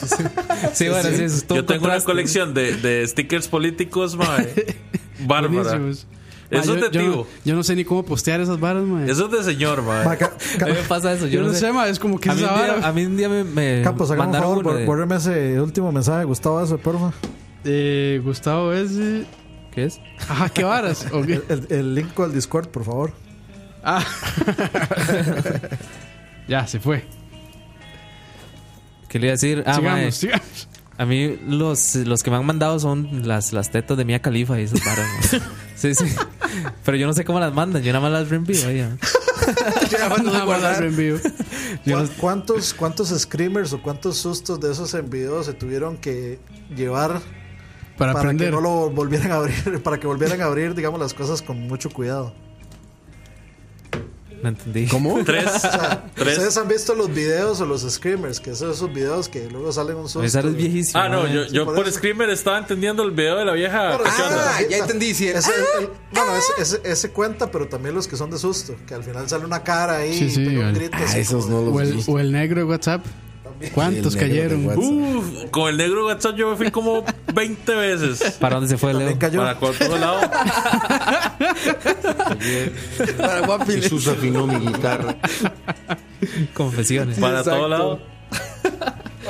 [SPEAKER 5] Sí, bueno, sí, eso es todo
[SPEAKER 8] Yo tengo una
[SPEAKER 5] contraste. <laughs>
[SPEAKER 8] colección de, de stickers políticos, mae. eh. Bárbara.
[SPEAKER 4] Buenísimos. Ma,
[SPEAKER 8] Eso es
[SPEAKER 4] yo,
[SPEAKER 8] de
[SPEAKER 4] yo no-
[SPEAKER 8] tío.
[SPEAKER 4] yo no sé ni cómo postear esas varas, mae.
[SPEAKER 8] Eso es de señor, eh.
[SPEAKER 7] Ma,
[SPEAKER 8] mae.
[SPEAKER 7] ca-
[SPEAKER 5] A
[SPEAKER 7] ca-
[SPEAKER 5] mí me pasa eso. Yo,
[SPEAKER 4] Yo no sé, ma, es como que
[SPEAKER 5] a
[SPEAKER 4] es
[SPEAKER 5] mí, un
[SPEAKER 4] esa
[SPEAKER 5] día,
[SPEAKER 4] vara.
[SPEAKER 5] a mí un día me, me
[SPEAKER 7] Campos, hagamos un
[SPEAKER 5] Eh, mandaron
[SPEAKER 7] favor,
[SPEAKER 5] uno
[SPEAKER 7] bor-
[SPEAKER 5] de-
[SPEAKER 7] bórreme ese último mensaje, Gustavo, ese porfa.
[SPEAKER 4] Eh, Gustavo es. eh,
[SPEAKER 5] ¿Qué es?
[SPEAKER 4] <laughs> Ajá, qué varas. Ok.
[SPEAKER 5] <laughs>
[SPEAKER 7] El, el- el link al Discord, por favor.
[SPEAKER 4] Ah. ya, se fue.
[SPEAKER 5] ¿Qué le iba a decir? Ah, mae,
[SPEAKER 4] sigamos,
[SPEAKER 5] <laughs>
[SPEAKER 4] sigamos.
[SPEAKER 5] a mí los, los que me han mandado son las, las tetas de Mia Califa y esas varas. mae. Sí, sí. Pero yo no sé cómo las mandan. Yo nada más las reenvío. oiga.
[SPEAKER 4] Nada más las reenvío.
[SPEAKER 7] ¿Cuá- ¿Cuántos, ¿Cuántos screamers o cuántos sustos de esos envíos se tuvieron que llevar
[SPEAKER 4] Para,
[SPEAKER 7] para que
[SPEAKER 4] aprender.
[SPEAKER 7] no lo volvieran a abrir? <laughs> Para que volvieran a abrir, digamos, las cosas con mucho cuidado.
[SPEAKER 5] No entendí.
[SPEAKER 1] ¿Cómo?
[SPEAKER 8] Tres.
[SPEAKER 6] <laughs>
[SPEAKER 7] O sea,
[SPEAKER 8] Tres.
[SPEAKER 7] ustedes han visto los videos o los screamers, que son esos videos que luego salen un susto.
[SPEAKER 5] Esa es
[SPEAKER 7] y-
[SPEAKER 5] viejísima.
[SPEAKER 8] Ah, no,
[SPEAKER 5] mae.
[SPEAKER 8] yo, yo
[SPEAKER 7] por
[SPEAKER 8] por
[SPEAKER 7] eso.
[SPEAKER 8] Screamer estaba entendiendo el video de la vieja
[SPEAKER 7] Por-
[SPEAKER 8] cachonda.
[SPEAKER 6] Ah, ya entendí. Sí, Ah.
[SPEAKER 7] Ese- el- bueno, ese, ese- ese cuenta, pero también los que son de susto, que al final sale una cara ahí
[SPEAKER 4] Sí, sí,
[SPEAKER 7] y pega un
[SPEAKER 4] al-
[SPEAKER 7] grito.
[SPEAKER 6] Ah,
[SPEAKER 7] así
[SPEAKER 6] esos
[SPEAKER 7] como-
[SPEAKER 6] no
[SPEAKER 4] O
[SPEAKER 6] los
[SPEAKER 4] el,
[SPEAKER 6] vi.
[SPEAKER 4] o el negro de WhatsApp. ¿Cuántos
[SPEAKER 6] El negro de
[SPEAKER 4] cayeron?
[SPEAKER 6] WhatsApp.
[SPEAKER 8] Uf, con el negro WhatsApp yo me fui como 20
[SPEAKER 5] <laughs>
[SPEAKER 8] veces.
[SPEAKER 5] ¿Para dónde se fue Leo?
[SPEAKER 7] También cayó.
[SPEAKER 8] Para con todo lado.
[SPEAKER 6] <laughs>
[SPEAKER 10] Jesús afinó mi guitarra.
[SPEAKER 5] Confesiones.
[SPEAKER 8] Para todo
[SPEAKER 6] exacto.
[SPEAKER 8] lado.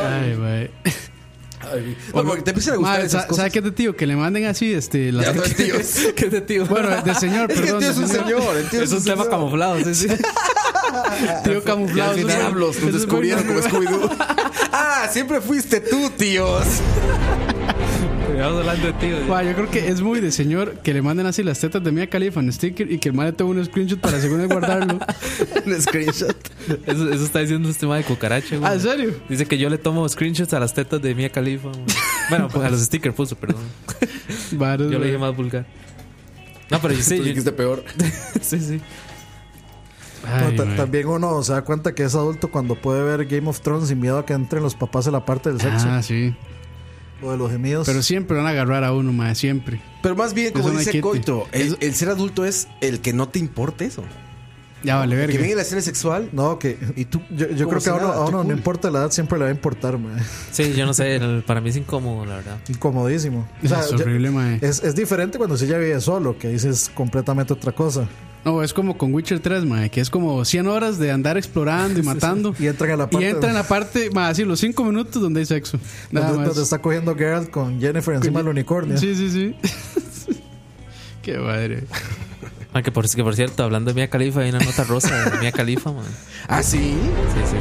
[SPEAKER 4] Ay, mae.
[SPEAKER 6] No, porque te empiezan a gustar
[SPEAKER 4] Mae,
[SPEAKER 6] esas
[SPEAKER 4] sa- ¿Sabe
[SPEAKER 6] cosas.
[SPEAKER 4] qué es de tío? Que le manden así, este. Las...
[SPEAKER 6] Ya, no, tío. Es
[SPEAKER 5] ¿Qué es de tío?
[SPEAKER 4] Bueno, de señor,
[SPEAKER 6] que el
[SPEAKER 4] perdón.
[SPEAKER 6] tío es
[SPEAKER 4] de
[SPEAKER 6] un señor. el tío
[SPEAKER 5] es un
[SPEAKER 6] señor.
[SPEAKER 5] tema camuflado. Sí, sí.
[SPEAKER 4] Tío camuflado.
[SPEAKER 6] Al
[SPEAKER 4] eso es-
[SPEAKER 6] final los
[SPEAKER 4] eso es
[SPEAKER 6] nos descubrieron como
[SPEAKER 4] bueno.
[SPEAKER 6] Scooby-Doo. <laughs> Ah, siempre fuiste tú, tíos.
[SPEAKER 5] Estamos hablando de tío.
[SPEAKER 4] Guau, yo creo que es muy de señor que le manden así las tetas de Mia Khalifa en sticker y que el mae tome un screenshot para según él
[SPEAKER 6] <laughs>
[SPEAKER 4] guardarlo.
[SPEAKER 6] Un screenshot.
[SPEAKER 5] Eso, eso está diciendo este tema de cucaracha, güey.
[SPEAKER 4] Ah, ¿en serio?
[SPEAKER 5] Dice que yo le tomo screenshots a las tetas de Mia Khalifa. güey. Bueno, pues a los stickers puso, perdón.
[SPEAKER 4] Varas,
[SPEAKER 5] Yo lo
[SPEAKER 4] mae.
[SPEAKER 5] dije más vulgar. No, pero yo sí,
[SPEAKER 6] Tú
[SPEAKER 5] yo-
[SPEAKER 6] dijiste peor.
[SPEAKER 5] sí, sí.
[SPEAKER 4] Ay,
[SPEAKER 7] No, ta-
[SPEAKER 4] mae.
[SPEAKER 7] también uno se da cuenta que es adulto cuando puede ver Game of Thrones sin miedo a que entren los papás en la parte del sexo
[SPEAKER 4] Ah, sí.
[SPEAKER 7] o de los gemidos.
[SPEAKER 4] Pero siempre van a agarrar a uno, mae, siempre.
[SPEAKER 6] Pero más bien, como
[SPEAKER 4] Eso no hay
[SPEAKER 6] dice
[SPEAKER 4] quite.
[SPEAKER 6] Coito, el, el ser adulto es el que no te importe eso.
[SPEAKER 4] Ya vale,
[SPEAKER 6] Que venga
[SPEAKER 4] verga.
[SPEAKER 6] la escena sexual.
[SPEAKER 7] No, que
[SPEAKER 6] Y tú,
[SPEAKER 7] yo, yo
[SPEAKER 6] como
[SPEAKER 7] creo
[SPEAKER 6] si
[SPEAKER 7] que a uno,
[SPEAKER 6] nada,
[SPEAKER 7] a
[SPEAKER 6] tú
[SPEAKER 7] uno no
[SPEAKER 6] cool.
[SPEAKER 7] importa la edad, siempre le va a importar, man.
[SPEAKER 5] Sí, yo no sé. el- Para mí es incómodo, la verdad.
[SPEAKER 7] Incomodísimo. O sea,
[SPEAKER 4] Es
[SPEAKER 7] ya-
[SPEAKER 4] horrible, mae.
[SPEAKER 7] es, es diferente cuando se ya vive solo, que dices completamente otra cosa.
[SPEAKER 4] No, es como con Witcher 3, mae, que es como 100 horas de andar
[SPEAKER 7] <laughs>
[SPEAKER 4] explorando y matando.
[SPEAKER 7] Y entran a la
[SPEAKER 4] Y
[SPEAKER 7] parte
[SPEAKER 4] entra en la parte, mae, así los 5 minutos donde hay sexo. Nada
[SPEAKER 7] donde,
[SPEAKER 4] más.
[SPEAKER 7] donde está cogiendo Geralt con Jennifer encima del unicornio.
[SPEAKER 4] Sí, sí, sí. <laughs> Qué madre.
[SPEAKER 5] Ah, que por, que por cierto, hablando de Mia Khalifa, hay una nota rosa de Mia Khalifa, man. Sí,
[SPEAKER 6] Ah, sí.
[SPEAKER 5] sí,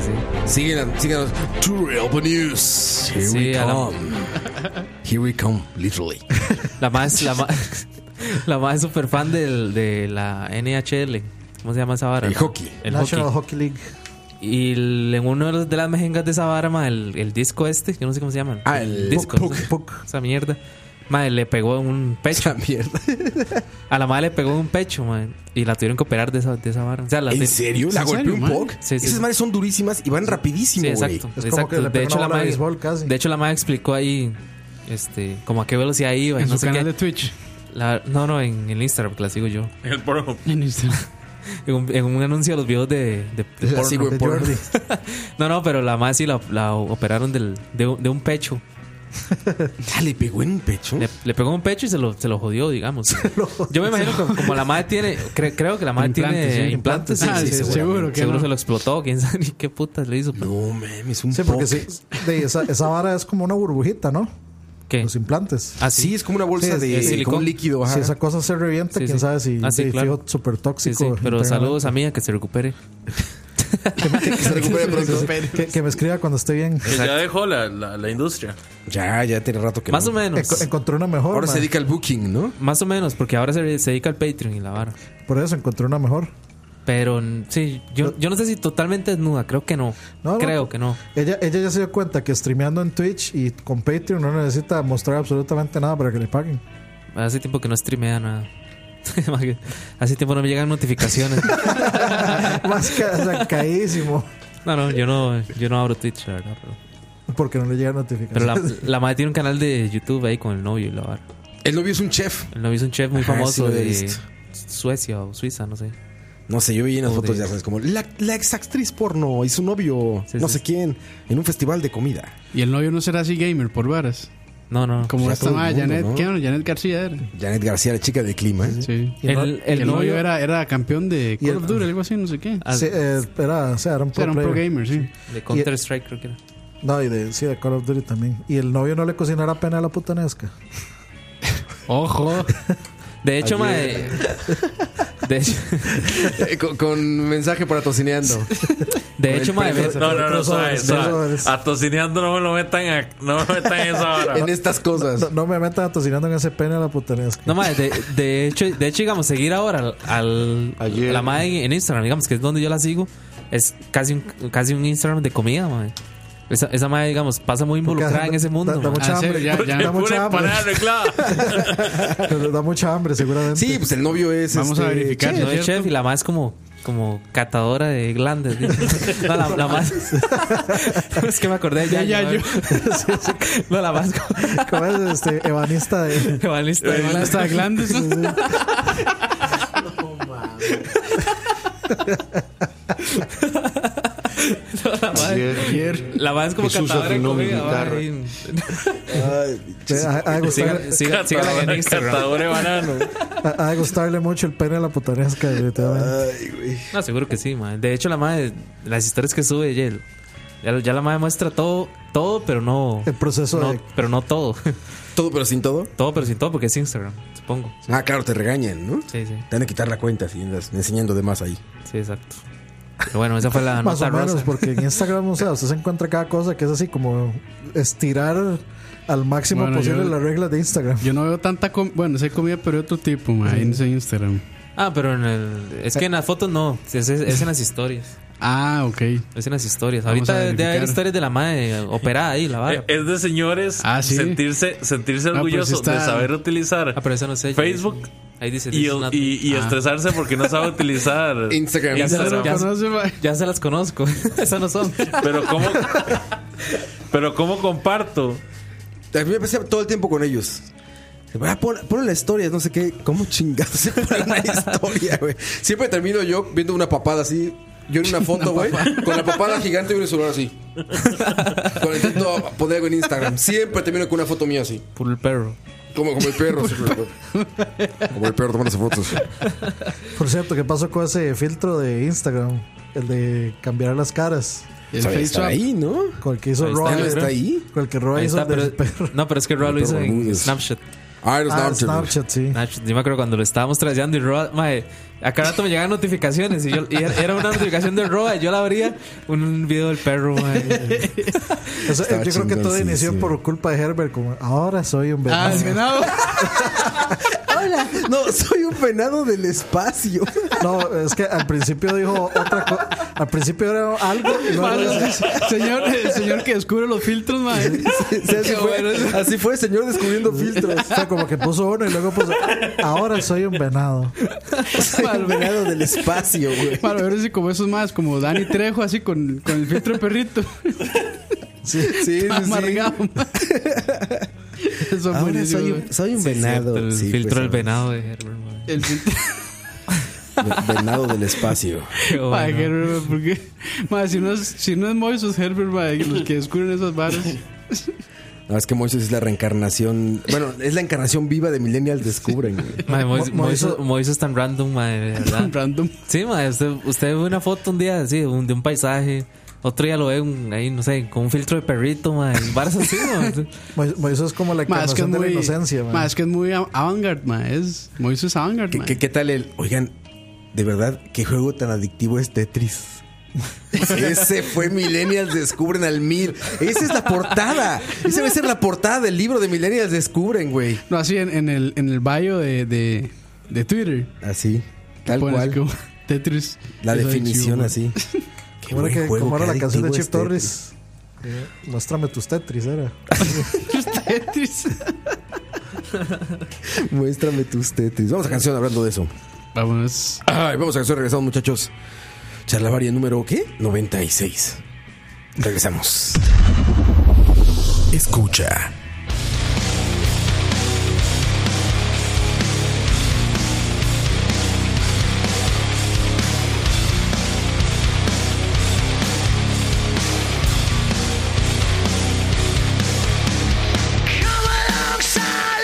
[SPEAKER 5] sí.
[SPEAKER 6] Síguenos, síguenos. To Real News. Here
[SPEAKER 5] Sí,
[SPEAKER 6] we
[SPEAKER 5] a la-
[SPEAKER 6] come. Here we come, literally.
[SPEAKER 5] La más, la más, <laughs> la más super fan del, de la NHL. ¿Cómo se llama esa vara?
[SPEAKER 6] El hockey.
[SPEAKER 5] El
[SPEAKER 7] National
[SPEAKER 5] hockey.
[SPEAKER 7] Hockey League.
[SPEAKER 5] Y el- en uno de, los- de las mejengas de esa vara, ma, el, el disco este, yo no sé cómo se llaman.
[SPEAKER 6] Ah, el
[SPEAKER 5] disco.
[SPEAKER 6] puck,
[SPEAKER 5] no sé.
[SPEAKER 6] puck.
[SPEAKER 5] Esa mierda. Madre, le pegó en un pecho.
[SPEAKER 6] Esa mierda.
[SPEAKER 5] A la madre le pegó en un pecho, madre. Y la tuvieron que operar de esa, de esa vara. O sea, la
[SPEAKER 6] ¿En
[SPEAKER 5] te-
[SPEAKER 6] serio? ¿La
[SPEAKER 4] ¿En
[SPEAKER 6] golpeó
[SPEAKER 4] serio,
[SPEAKER 6] un
[SPEAKER 4] man?
[SPEAKER 6] poc?
[SPEAKER 5] Sí, sí.
[SPEAKER 6] Esas madres son durísimas y van rapidísimo,
[SPEAKER 5] Sí,
[SPEAKER 6] güey.
[SPEAKER 5] exacto.
[SPEAKER 7] Es como
[SPEAKER 5] exacto.
[SPEAKER 7] que le
[SPEAKER 5] de
[SPEAKER 7] pegó
[SPEAKER 5] hecho,
[SPEAKER 7] una
[SPEAKER 5] la
[SPEAKER 7] bola de
[SPEAKER 5] madre,
[SPEAKER 7] béisbol casi.
[SPEAKER 5] de hecho, la madre explicó ahí, este, como a qué velocidad iba. y
[SPEAKER 4] En
[SPEAKER 5] no
[SPEAKER 4] su
[SPEAKER 5] sé
[SPEAKER 4] canal
[SPEAKER 5] qué.
[SPEAKER 4] de Twitch.
[SPEAKER 5] La- no, no, en, en Instagram, porque la sigo yo.
[SPEAKER 8] El porno.
[SPEAKER 4] <laughs> En Instagram.
[SPEAKER 5] En un, en un anuncio de los videos de, de, de
[SPEAKER 6] La
[SPEAKER 5] porno.
[SPEAKER 6] sigo en porno.
[SPEAKER 5] <laughs> No, no, pero la madre sí la, la operaron del, de, un- de un pecho.
[SPEAKER 6] Ah, le pegó en un pecho.
[SPEAKER 5] Le, le pegó un pecho y se lo, se lo jodió,
[SPEAKER 7] <laughs>
[SPEAKER 5] digamos. Yo me imagino que como la madre tiene, cre- creo que la madre
[SPEAKER 4] Implantes,
[SPEAKER 5] tiene
[SPEAKER 4] sí.
[SPEAKER 5] implantes,
[SPEAKER 4] Ah,
[SPEAKER 5] sí,
[SPEAKER 4] sí,
[SPEAKER 5] sí,
[SPEAKER 4] seguro
[SPEAKER 5] seguramente.
[SPEAKER 4] que
[SPEAKER 5] seguro
[SPEAKER 4] no.
[SPEAKER 5] se lo explotó, quién sabe ni qué putas le hizo. pero-
[SPEAKER 6] No, mames, un
[SPEAKER 7] Sí, porque
[SPEAKER 6] poc.
[SPEAKER 7] sí, de esa, esa vara es como una burbujita, ¿no?
[SPEAKER 5] ¿Qué?
[SPEAKER 7] Los implantes.
[SPEAKER 5] Ah,
[SPEAKER 6] Sí,
[SPEAKER 5] sí.
[SPEAKER 6] es como una bolsa
[SPEAKER 7] Sí,
[SPEAKER 6] de,
[SPEAKER 5] es
[SPEAKER 6] como
[SPEAKER 5] silicón.
[SPEAKER 6] un líquido. ajá.
[SPEAKER 7] Si esa cosa se revienta,
[SPEAKER 5] Sí,
[SPEAKER 7] quién
[SPEAKER 5] sí.
[SPEAKER 7] sabe si
[SPEAKER 5] Ah, sí,
[SPEAKER 7] sí,
[SPEAKER 5] claro.
[SPEAKER 7] fijo, súper
[SPEAKER 5] Sí,
[SPEAKER 7] tóxico.
[SPEAKER 5] sí, pero
[SPEAKER 7] internamente.
[SPEAKER 5] saludos a mía que se
[SPEAKER 6] <laughs>
[SPEAKER 5] recupere.
[SPEAKER 6] Que se recupere pronto.
[SPEAKER 7] Que, que me escriba cuando esté bien.
[SPEAKER 8] Ya dejó la, la, la industria.
[SPEAKER 6] Ya, ya tiene rato que
[SPEAKER 5] Más
[SPEAKER 6] no.
[SPEAKER 5] o menos.
[SPEAKER 7] Enco- encontré una mejor.
[SPEAKER 6] Ahora
[SPEAKER 7] ma.
[SPEAKER 6] se dedica al booking, ¿no?
[SPEAKER 5] Más o menos, porque ahora se, se dedica al Patreon y la vara.
[SPEAKER 7] Por eso encontré una mejor.
[SPEAKER 5] Pero mm, sí, yo, yo no sé si totalmente desnuda, creo que no.
[SPEAKER 7] No, no.
[SPEAKER 5] creo que no.
[SPEAKER 7] Ella, ella ya se dio cuenta que streameando en Twitch y con Patreon no necesita mostrar absolutamente nada para que
[SPEAKER 5] <laughs>
[SPEAKER 7] le paguen.
[SPEAKER 5] Hace tiempo que no streamea nada. <laughs> Hace tiempo no me llegan
[SPEAKER 6] <laughs>
[SPEAKER 5] notificaciones.
[SPEAKER 7] Más que o sea, caísimo.
[SPEAKER 5] No, no, yo no, yo no abro Twitch, la verdad. Pero,
[SPEAKER 7] Porque no le llegan
[SPEAKER 5] pero la,
[SPEAKER 6] <laughs>
[SPEAKER 7] notificaciones.
[SPEAKER 5] la madre tiene un canal de YouTube ahí con el novio y la vara.
[SPEAKER 6] El novio es un chef.
[SPEAKER 5] El novio es un chef muy
[SPEAKER 6] Ajá, sí
[SPEAKER 5] famoso
[SPEAKER 6] lo he
[SPEAKER 5] de
[SPEAKER 6] visto.
[SPEAKER 5] Suecia o Suiza, no sé.
[SPEAKER 6] No sé, yo vi en las
[SPEAKER 5] Joder.
[SPEAKER 6] fotos, ya sabes, como la, la ex actriz porno y su novio,
[SPEAKER 5] Sí,
[SPEAKER 6] no
[SPEAKER 5] sí,
[SPEAKER 6] sé
[SPEAKER 5] sí.
[SPEAKER 6] quién, en un festival de comida.
[SPEAKER 4] Y el novio no será así gamer por varas.
[SPEAKER 5] No, no.
[SPEAKER 4] Como
[SPEAKER 6] Ya
[SPEAKER 4] esta
[SPEAKER 6] todo el
[SPEAKER 4] madre,
[SPEAKER 6] mundo,
[SPEAKER 4] Janet,
[SPEAKER 6] ¿no?
[SPEAKER 4] ¿qué onda? Janet García era.
[SPEAKER 6] Janet García, la chica del clima. ¿eh?
[SPEAKER 4] Sí.
[SPEAKER 5] El- el
[SPEAKER 4] que el novio
[SPEAKER 5] novio-
[SPEAKER 4] era, era campeón de Call
[SPEAKER 7] el-
[SPEAKER 4] of Duty, algo así, no sé qué.
[SPEAKER 5] Ah,
[SPEAKER 7] Sí, eh, era, o sea, era un
[SPEAKER 4] O sea,
[SPEAKER 7] pro
[SPEAKER 4] era un pro
[SPEAKER 7] player.
[SPEAKER 4] gamer, sí.
[SPEAKER 5] De Counter Strike creo que era.
[SPEAKER 7] No, y de, sí, de Call of Duty también. Y el novio no le cocinara pena a la putanesca.
[SPEAKER 4] <laughs> Ojo.
[SPEAKER 5] De hecho, mae. <laughs> De hecho,
[SPEAKER 6] Eh, <laughs> con, con mensaje para tocineando.
[SPEAKER 5] de hecho mae. ve-
[SPEAKER 8] No, no, no, suave, suave.
[SPEAKER 7] Crossovers.
[SPEAKER 8] A tocineando no me lo metan, a, no me metan en esa
[SPEAKER 1] <laughs>
[SPEAKER 8] hora.
[SPEAKER 6] en estas cosas.
[SPEAKER 7] No, no me metan atocinando en ese pene a la putanesca.
[SPEAKER 5] No, mae, de, de hecho, de hecho, digamos, seguir ahora al, al-
[SPEAKER 10] Ayer.
[SPEAKER 5] a la mae en Instagram, digamos, que es donde yo la sigo, es casi un, casi un Instagram de comida, mae. Esa, esa mae, digamos, pasa muy
[SPEAKER 7] Porque
[SPEAKER 5] involucrada
[SPEAKER 7] da-
[SPEAKER 5] en ese mundo.
[SPEAKER 7] Da, da
[SPEAKER 5] mae.
[SPEAKER 7] mucha
[SPEAKER 4] Ah, sí,
[SPEAKER 7] hambre.
[SPEAKER 4] ya- ya.
[SPEAKER 7] Da
[SPEAKER 8] Pura
[SPEAKER 7] mucha hambre.
[SPEAKER 8] empanada arreglada.
[SPEAKER 7] Pero <laughs> da mucha hambre, seguramente. <laughs>
[SPEAKER 6] Sí, pues el novio es.
[SPEAKER 4] Vamos a
[SPEAKER 6] este,
[SPEAKER 4] verificar.
[SPEAKER 5] No es
[SPEAKER 4] ¿cierto?
[SPEAKER 5] chef y la más como como catadora de glandes.
[SPEAKER 4] <laughs>
[SPEAKER 5] dice. No, la, la más <laughs> Es que me acordé ya.
[SPEAKER 4] De Yayo.
[SPEAKER 5] No, <laughs> la más como <laughs>
[SPEAKER 7] ¿Cómo es este ebanista de
[SPEAKER 5] evangelista de
[SPEAKER 4] Además,
[SPEAKER 5] glandes.
[SPEAKER 4] hasta glandes.
[SPEAKER 7] <laughs>
[SPEAKER 5] La más,
[SPEAKER 10] Ayer.
[SPEAKER 5] la más como
[SPEAKER 10] Jesús
[SPEAKER 5] catadora de
[SPEAKER 10] afinó mi
[SPEAKER 5] comida.
[SPEAKER 10] guitarra.
[SPEAKER 5] va, y-
[SPEAKER 7] ha, ha de gustar-
[SPEAKER 5] Siga- siga- Sígala en Instagram.
[SPEAKER 8] Catador de banano.
[SPEAKER 7] ha- ha de gustarle mucho el pene a la putanesca definitivamente.
[SPEAKER 5] No, seguro que sí, man. De hecho, la madre, las historias que sube ella, el- ya, ya la madre muestra todo, todo, pero no.
[SPEAKER 7] El proceso
[SPEAKER 5] no-
[SPEAKER 7] de-
[SPEAKER 5] Pero no todo. <laughs>
[SPEAKER 6] Todo, pero sin todo.
[SPEAKER 5] Todo, pero sin todo, porque es Instagram, supongo.
[SPEAKER 6] Ah, claro, te regañan, ¿no?
[SPEAKER 5] Sí, sí,
[SPEAKER 6] Te van a quitar la cuenta si andas enseñando de más ahí.
[SPEAKER 5] sí, exacto. Pero bueno, esa
[SPEAKER 10] <laughs>
[SPEAKER 5] fue la
[SPEAKER 7] Más
[SPEAKER 5] nota
[SPEAKER 7] o menos,
[SPEAKER 5] rosa.
[SPEAKER 7] porque en Instagram, o sea, usted se encuentra cada cosa que es así como estirar al máximo
[SPEAKER 4] Bueno,
[SPEAKER 7] posible
[SPEAKER 4] yo-
[SPEAKER 7] las reglas de Instagram.
[SPEAKER 4] Yo no veo tanta comida. Bueno, sé comida, pero de otro tipo, ma, ahí en ese Instagram.
[SPEAKER 5] Ah, pero en el, es que en las fotos no, es, es- es en las historias.
[SPEAKER 4] Ah, ok.
[SPEAKER 5] Es en las historias.
[SPEAKER 4] Vamos a
[SPEAKER 5] Ahorita debe haber
[SPEAKER 4] verificar.
[SPEAKER 5] historias de la madre operada ahí, la vara.
[SPEAKER 8] Eh, Es de señores
[SPEAKER 4] Ah, sí.
[SPEAKER 8] sentirse, sentirse
[SPEAKER 4] pues
[SPEAKER 8] orgulloso
[SPEAKER 4] sí está-
[SPEAKER 8] de saber utilizar
[SPEAKER 5] ah, pero eso no sé. yo-
[SPEAKER 8] Facebook
[SPEAKER 5] Ahí dice. Ah.
[SPEAKER 8] y,
[SPEAKER 5] this is not-
[SPEAKER 8] y- y estresarse porque no sabe utilizar
[SPEAKER 6] Instagram.
[SPEAKER 8] Instagram.
[SPEAKER 5] Ya se lo-
[SPEAKER 4] Ya conoce, ma.
[SPEAKER 5] ya se las conozco. <laughs> Esas no son.
[SPEAKER 8] Pero cómo, pero cómo comparto.
[SPEAKER 6] A mí me pasé todo el tiempo con ellos. Ah, pon, ponle las historias, no sé qué. ¿Cómo chingados se pone una historia, güey? Siempre termino yo viendo una papada así. Yo en una foto, güey. Con la papada gigante y un celular así. Con el intento poner algo en Instagram. Siempre termino con una foto mía así.
[SPEAKER 5] Por el perro.
[SPEAKER 6] Como, como el perro. siempre, güey. como el perro tomándose fotos.
[SPEAKER 7] Por cierto, ¿qué pasó con ese filtro de Instagram? El de cambiar las caras.
[SPEAKER 4] El
[SPEAKER 6] Sabía
[SPEAKER 4] face
[SPEAKER 6] estar
[SPEAKER 4] swap.
[SPEAKER 6] ahí, ¿no?
[SPEAKER 7] Con el que hizo
[SPEAKER 5] Ahí está,
[SPEAKER 7] Roa.
[SPEAKER 6] Ya no está ahí.
[SPEAKER 7] Con el que Roa
[SPEAKER 5] Ahí
[SPEAKER 7] hizo
[SPEAKER 5] está,
[SPEAKER 7] el del
[SPEAKER 5] pero, <laughs>
[SPEAKER 7] perro.
[SPEAKER 5] no, pero es que Roa lo
[SPEAKER 6] El
[SPEAKER 5] hizo
[SPEAKER 6] perro
[SPEAKER 5] en
[SPEAKER 6] Bermúdez.
[SPEAKER 5] Snapchat.
[SPEAKER 6] Ah, era
[SPEAKER 7] Ah,
[SPEAKER 6] Snapchat, güey.
[SPEAKER 7] Snapchat, sí.
[SPEAKER 5] Nacho, yo me acuerdo cuando lo estábamos trayendo y Roa, mae, a cada rato me llegaban notificaciones y, yo, y era era una notificación de Roa y yo la abría un, un video del perro, mae.
[SPEAKER 7] Eso, eh, yo creo que todo inició
[SPEAKER 6] chingoncísimo.
[SPEAKER 7] por culpa de Herbert. Como ahora soy un venado.
[SPEAKER 4] Ah, el
[SPEAKER 6] <laughs>
[SPEAKER 4] venado.
[SPEAKER 6] Hola. No, soy un venado del espacio.
[SPEAKER 7] No, es que al principio dijo otra cosa. Al principio era algo. y luego
[SPEAKER 4] Madre,
[SPEAKER 7] es-
[SPEAKER 4] señor, el señor que descubre los filtros, ma.
[SPEAKER 6] O sea, así,
[SPEAKER 4] Qué
[SPEAKER 6] fue,
[SPEAKER 4] bueno.
[SPEAKER 6] así fue el señor descubriendo filtros.
[SPEAKER 7] fue como que puso uno y luego puso. Ahora soy un venado.
[SPEAKER 6] Soy un <laughs> venado del espacio, güey.
[SPEAKER 4] <laughs> Para ver si como esos más, como Dani Trejo, así con, con el filtro de perrito.
[SPEAKER 6] Sí, sí, sí.
[SPEAKER 4] Amargado,
[SPEAKER 6] <laughs>
[SPEAKER 4] ma. Eso es
[SPEAKER 6] Ahora
[SPEAKER 4] buenísimo.
[SPEAKER 6] soy
[SPEAKER 4] ma.
[SPEAKER 6] un, soy un venado.
[SPEAKER 5] Cierto, el
[SPEAKER 6] Sí,
[SPEAKER 5] filtro
[SPEAKER 6] pues,
[SPEAKER 5] del venado de Herbert, mae.
[SPEAKER 4] El
[SPEAKER 6] <laughs>
[SPEAKER 4] filtro.
[SPEAKER 6] ve- Venado del espacio.
[SPEAKER 5] Qué
[SPEAKER 4] Ma,
[SPEAKER 5] bueno.
[SPEAKER 4] Herbert, ma, porque. ma, si no es, si no es Moisos Herbert, ma, los que descubren esas varas.
[SPEAKER 6] No, es que Moisés es la reencarnación. Bueno, es la encarnación viva de Millennial Descubren, güey.
[SPEAKER 7] <laughs>
[SPEAKER 5] Mae, Mois-
[SPEAKER 7] Mo-
[SPEAKER 5] Moiso-
[SPEAKER 7] Moiso-
[SPEAKER 5] Moiso es tan random, mae, de
[SPEAKER 4] Tan
[SPEAKER 5] verdad.
[SPEAKER 4] random.
[SPEAKER 5] Sí, mae, usted, usted ve una foto un día así, un- de un paisaje. Otro día lo ve un- ahí, no sé, con un filtro de perrito, mae. Varas así,
[SPEAKER 8] <laughs>
[SPEAKER 5] mae.
[SPEAKER 7] Mo- Moisés es como la
[SPEAKER 4] Ma, es que es
[SPEAKER 7] encarnación de
[SPEAKER 4] muy.
[SPEAKER 7] la inocencia. man.
[SPEAKER 4] ma, es que es muy av- avant-garde, ma. Es, Moiso es avant-garde,
[SPEAKER 6] ¿Qué,
[SPEAKER 4] ma.
[SPEAKER 6] qué, qué tal el.? Oigan, de verdad, qué juego tan adictivo es
[SPEAKER 7] <laughs>
[SPEAKER 6] Tetris. Ese fue Millennials Descubren al mil. Esa es la portada. Esa debe ser la portada del libro de Millennials Descubren, güey.
[SPEAKER 4] No, así en, en el, en el bio de, de, de Twitter.
[SPEAKER 6] Así, tal
[SPEAKER 4] Pones
[SPEAKER 6] cual.
[SPEAKER 4] como <laughs> Tetris.
[SPEAKER 6] La
[SPEAKER 4] es
[SPEAKER 6] definición
[SPEAKER 4] adictivo,
[SPEAKER 7] <laughs>
[SPEAKER 6] así. Qué
[SPEAKER 7] ¿Cómo era,
[SPEAKER 6] buen
[SPEAKER 7] que-
[SPEAKER 6] juego,
[SPEAKER 7] cómo era
[SPEAKER 6] qué
[SPEAKER 7] la canción de
[SPEAKER 6] adictivo
[SPEAKER 7] Chip
[SPEAKER 6] es este Tetris.
[SPEAKER 7] Torres? Eh, Muéstrame tus Tetris, era.
[SPEAKER 4] ma. <laughs> Tetris.
[SPEAKER 6] Muéstrame tus Tetris. Vamos a canción hablando de eso.
[SPEAKER 4] Vámonos.
[SPEAKER 6] Ay, vamos a canción regresamos, muchachos. Charlavaria número, ¿qué? 96. Regresamos. Escucha.
[SPEAKER 12] Come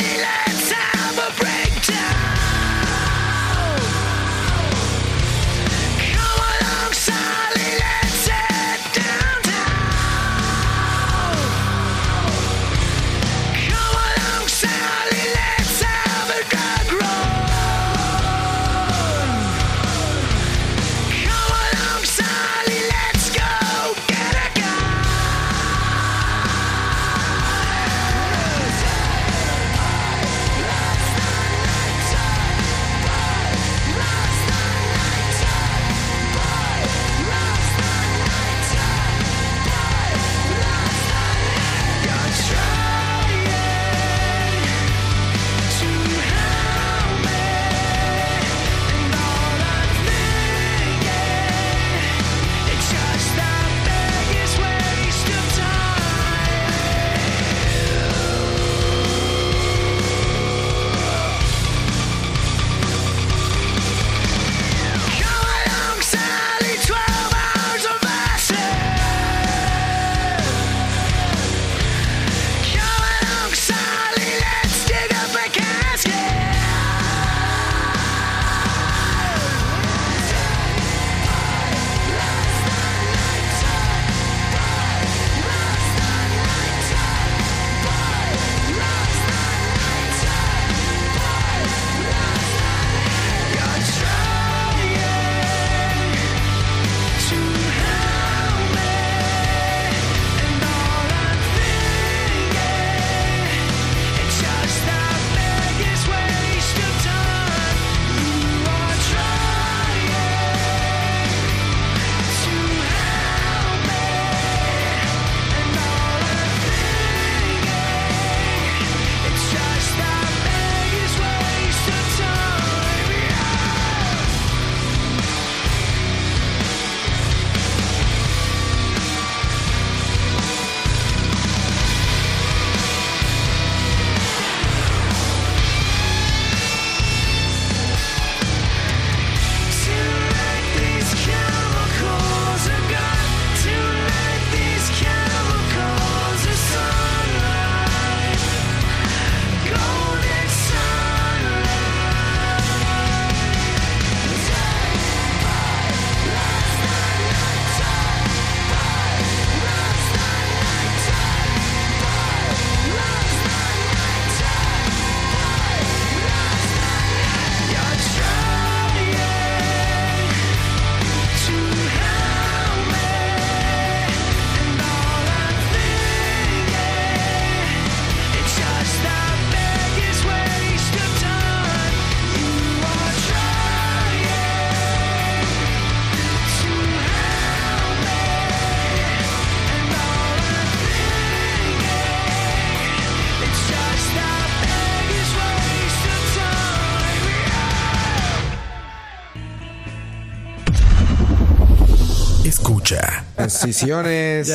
[SPEAKER 6] Transiciones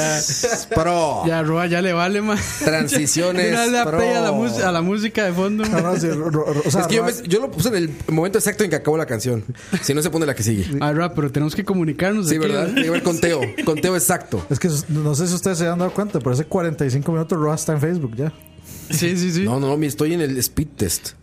[SPEAKER 6] pro.
[SPEAKER 4] Ya, Roa, ya le vale, man.
[SPEAKER 6] Transiciones,
[SPEAKER 4] De <laughs> una vez le da
[SPEAKER 6] bro.
[SPEAKER 4] play a la, mus- a la música de fondo,
[SPEAKER 6] <laughs>
[SPEAKER 4] ma.
[SPEAKER 7] No, no, sí, ro- ro- o sea,
[SPEAKER 6] es que yo,
[SPEAKER 7] Roa-
[SPEAKER 6] me- yo lo puse en el momento exacto en que acabó la canción. Si no se pone la que sigue.
[SPEAKER 4] Ah, Roa, pero tenemos que comunicarnos.
[SPEAKER 6] Sí,
[SPEAKER 4] aquí,
[SPEAKER 6] ¿verdad? Tiene que ver conteo. Conteo exacto.
[SPEAKER 7] es que no sé si ustedes se han dado cuenta, pero hace 45 minutos Roa está en Facebook ya.
[SPEAKER 4] <laughs> Sí, sí, sí.
[SPEAKER 6] No, no, no, mi- estoy en el speed test.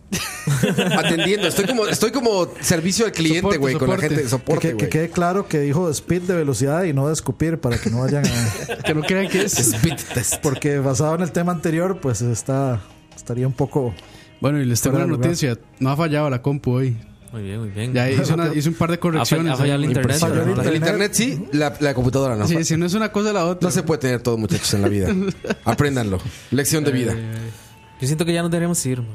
[SPEAKER 6] Atendiendo, estoy como, estoy como servicio al cliente,
[SPEAKER 4] Soporte,
[SPEAKER 6] güey, con la
[SPEAKER 4] soporte.
[SPEAKER 6] gente,
[SPEAKER 7] Que,
[SPEAKER 6] soporte,
[SPEAKER 7] que- que
[SPEAKER 6] güey.
[SPEAKER 7] quede claro que dijo speed de velocidad y no de escupir para que no vayan a...
[SPEAKER 4] Que no crean que es.
[SPEAKER 6] Speed test.
[SPEAKER 7] Porque basado en el tema anterior, pues está estaría un poco...
[SPEAKER 4] Bueno, y les tengo
[SPEAKER 7] Fuera
[SPEAKER 4] una
[SPEAKER 7] de lugar.
[SPEAKER 4] noticia. No ha fallado la compu hoy.
[SPEAKER 5] Muy bien, muy bien.
[SPEAKER 4] Ya hice,
[SPEAKER 6] <laughs>
[SPEAKER 4] una- hice un par de
[SPEAKER 5] ha
[SPEAKER 4] correcciones.
[SPEAKER 5] fallado el
[SPEAKER 4] ahí.
[SPEAKER 5] internet.
[SPEAKER 7] Falló
[SPEAKER 5] pero no
[SPEAKER 7] el
[SPEAKER 5] la-
[SPEAKER 6] El internet sí, la, la computadora no.
[SPEAKER 4] Sí, si no es una cosa, la otra.
[SPEAKER 6] No se puede tener todo, muchachos, en la <laughs> vida. Apréndanlo. Lección de vida.
[SPEAKER 5] Yo siento que ya nos deberíamos ir, man.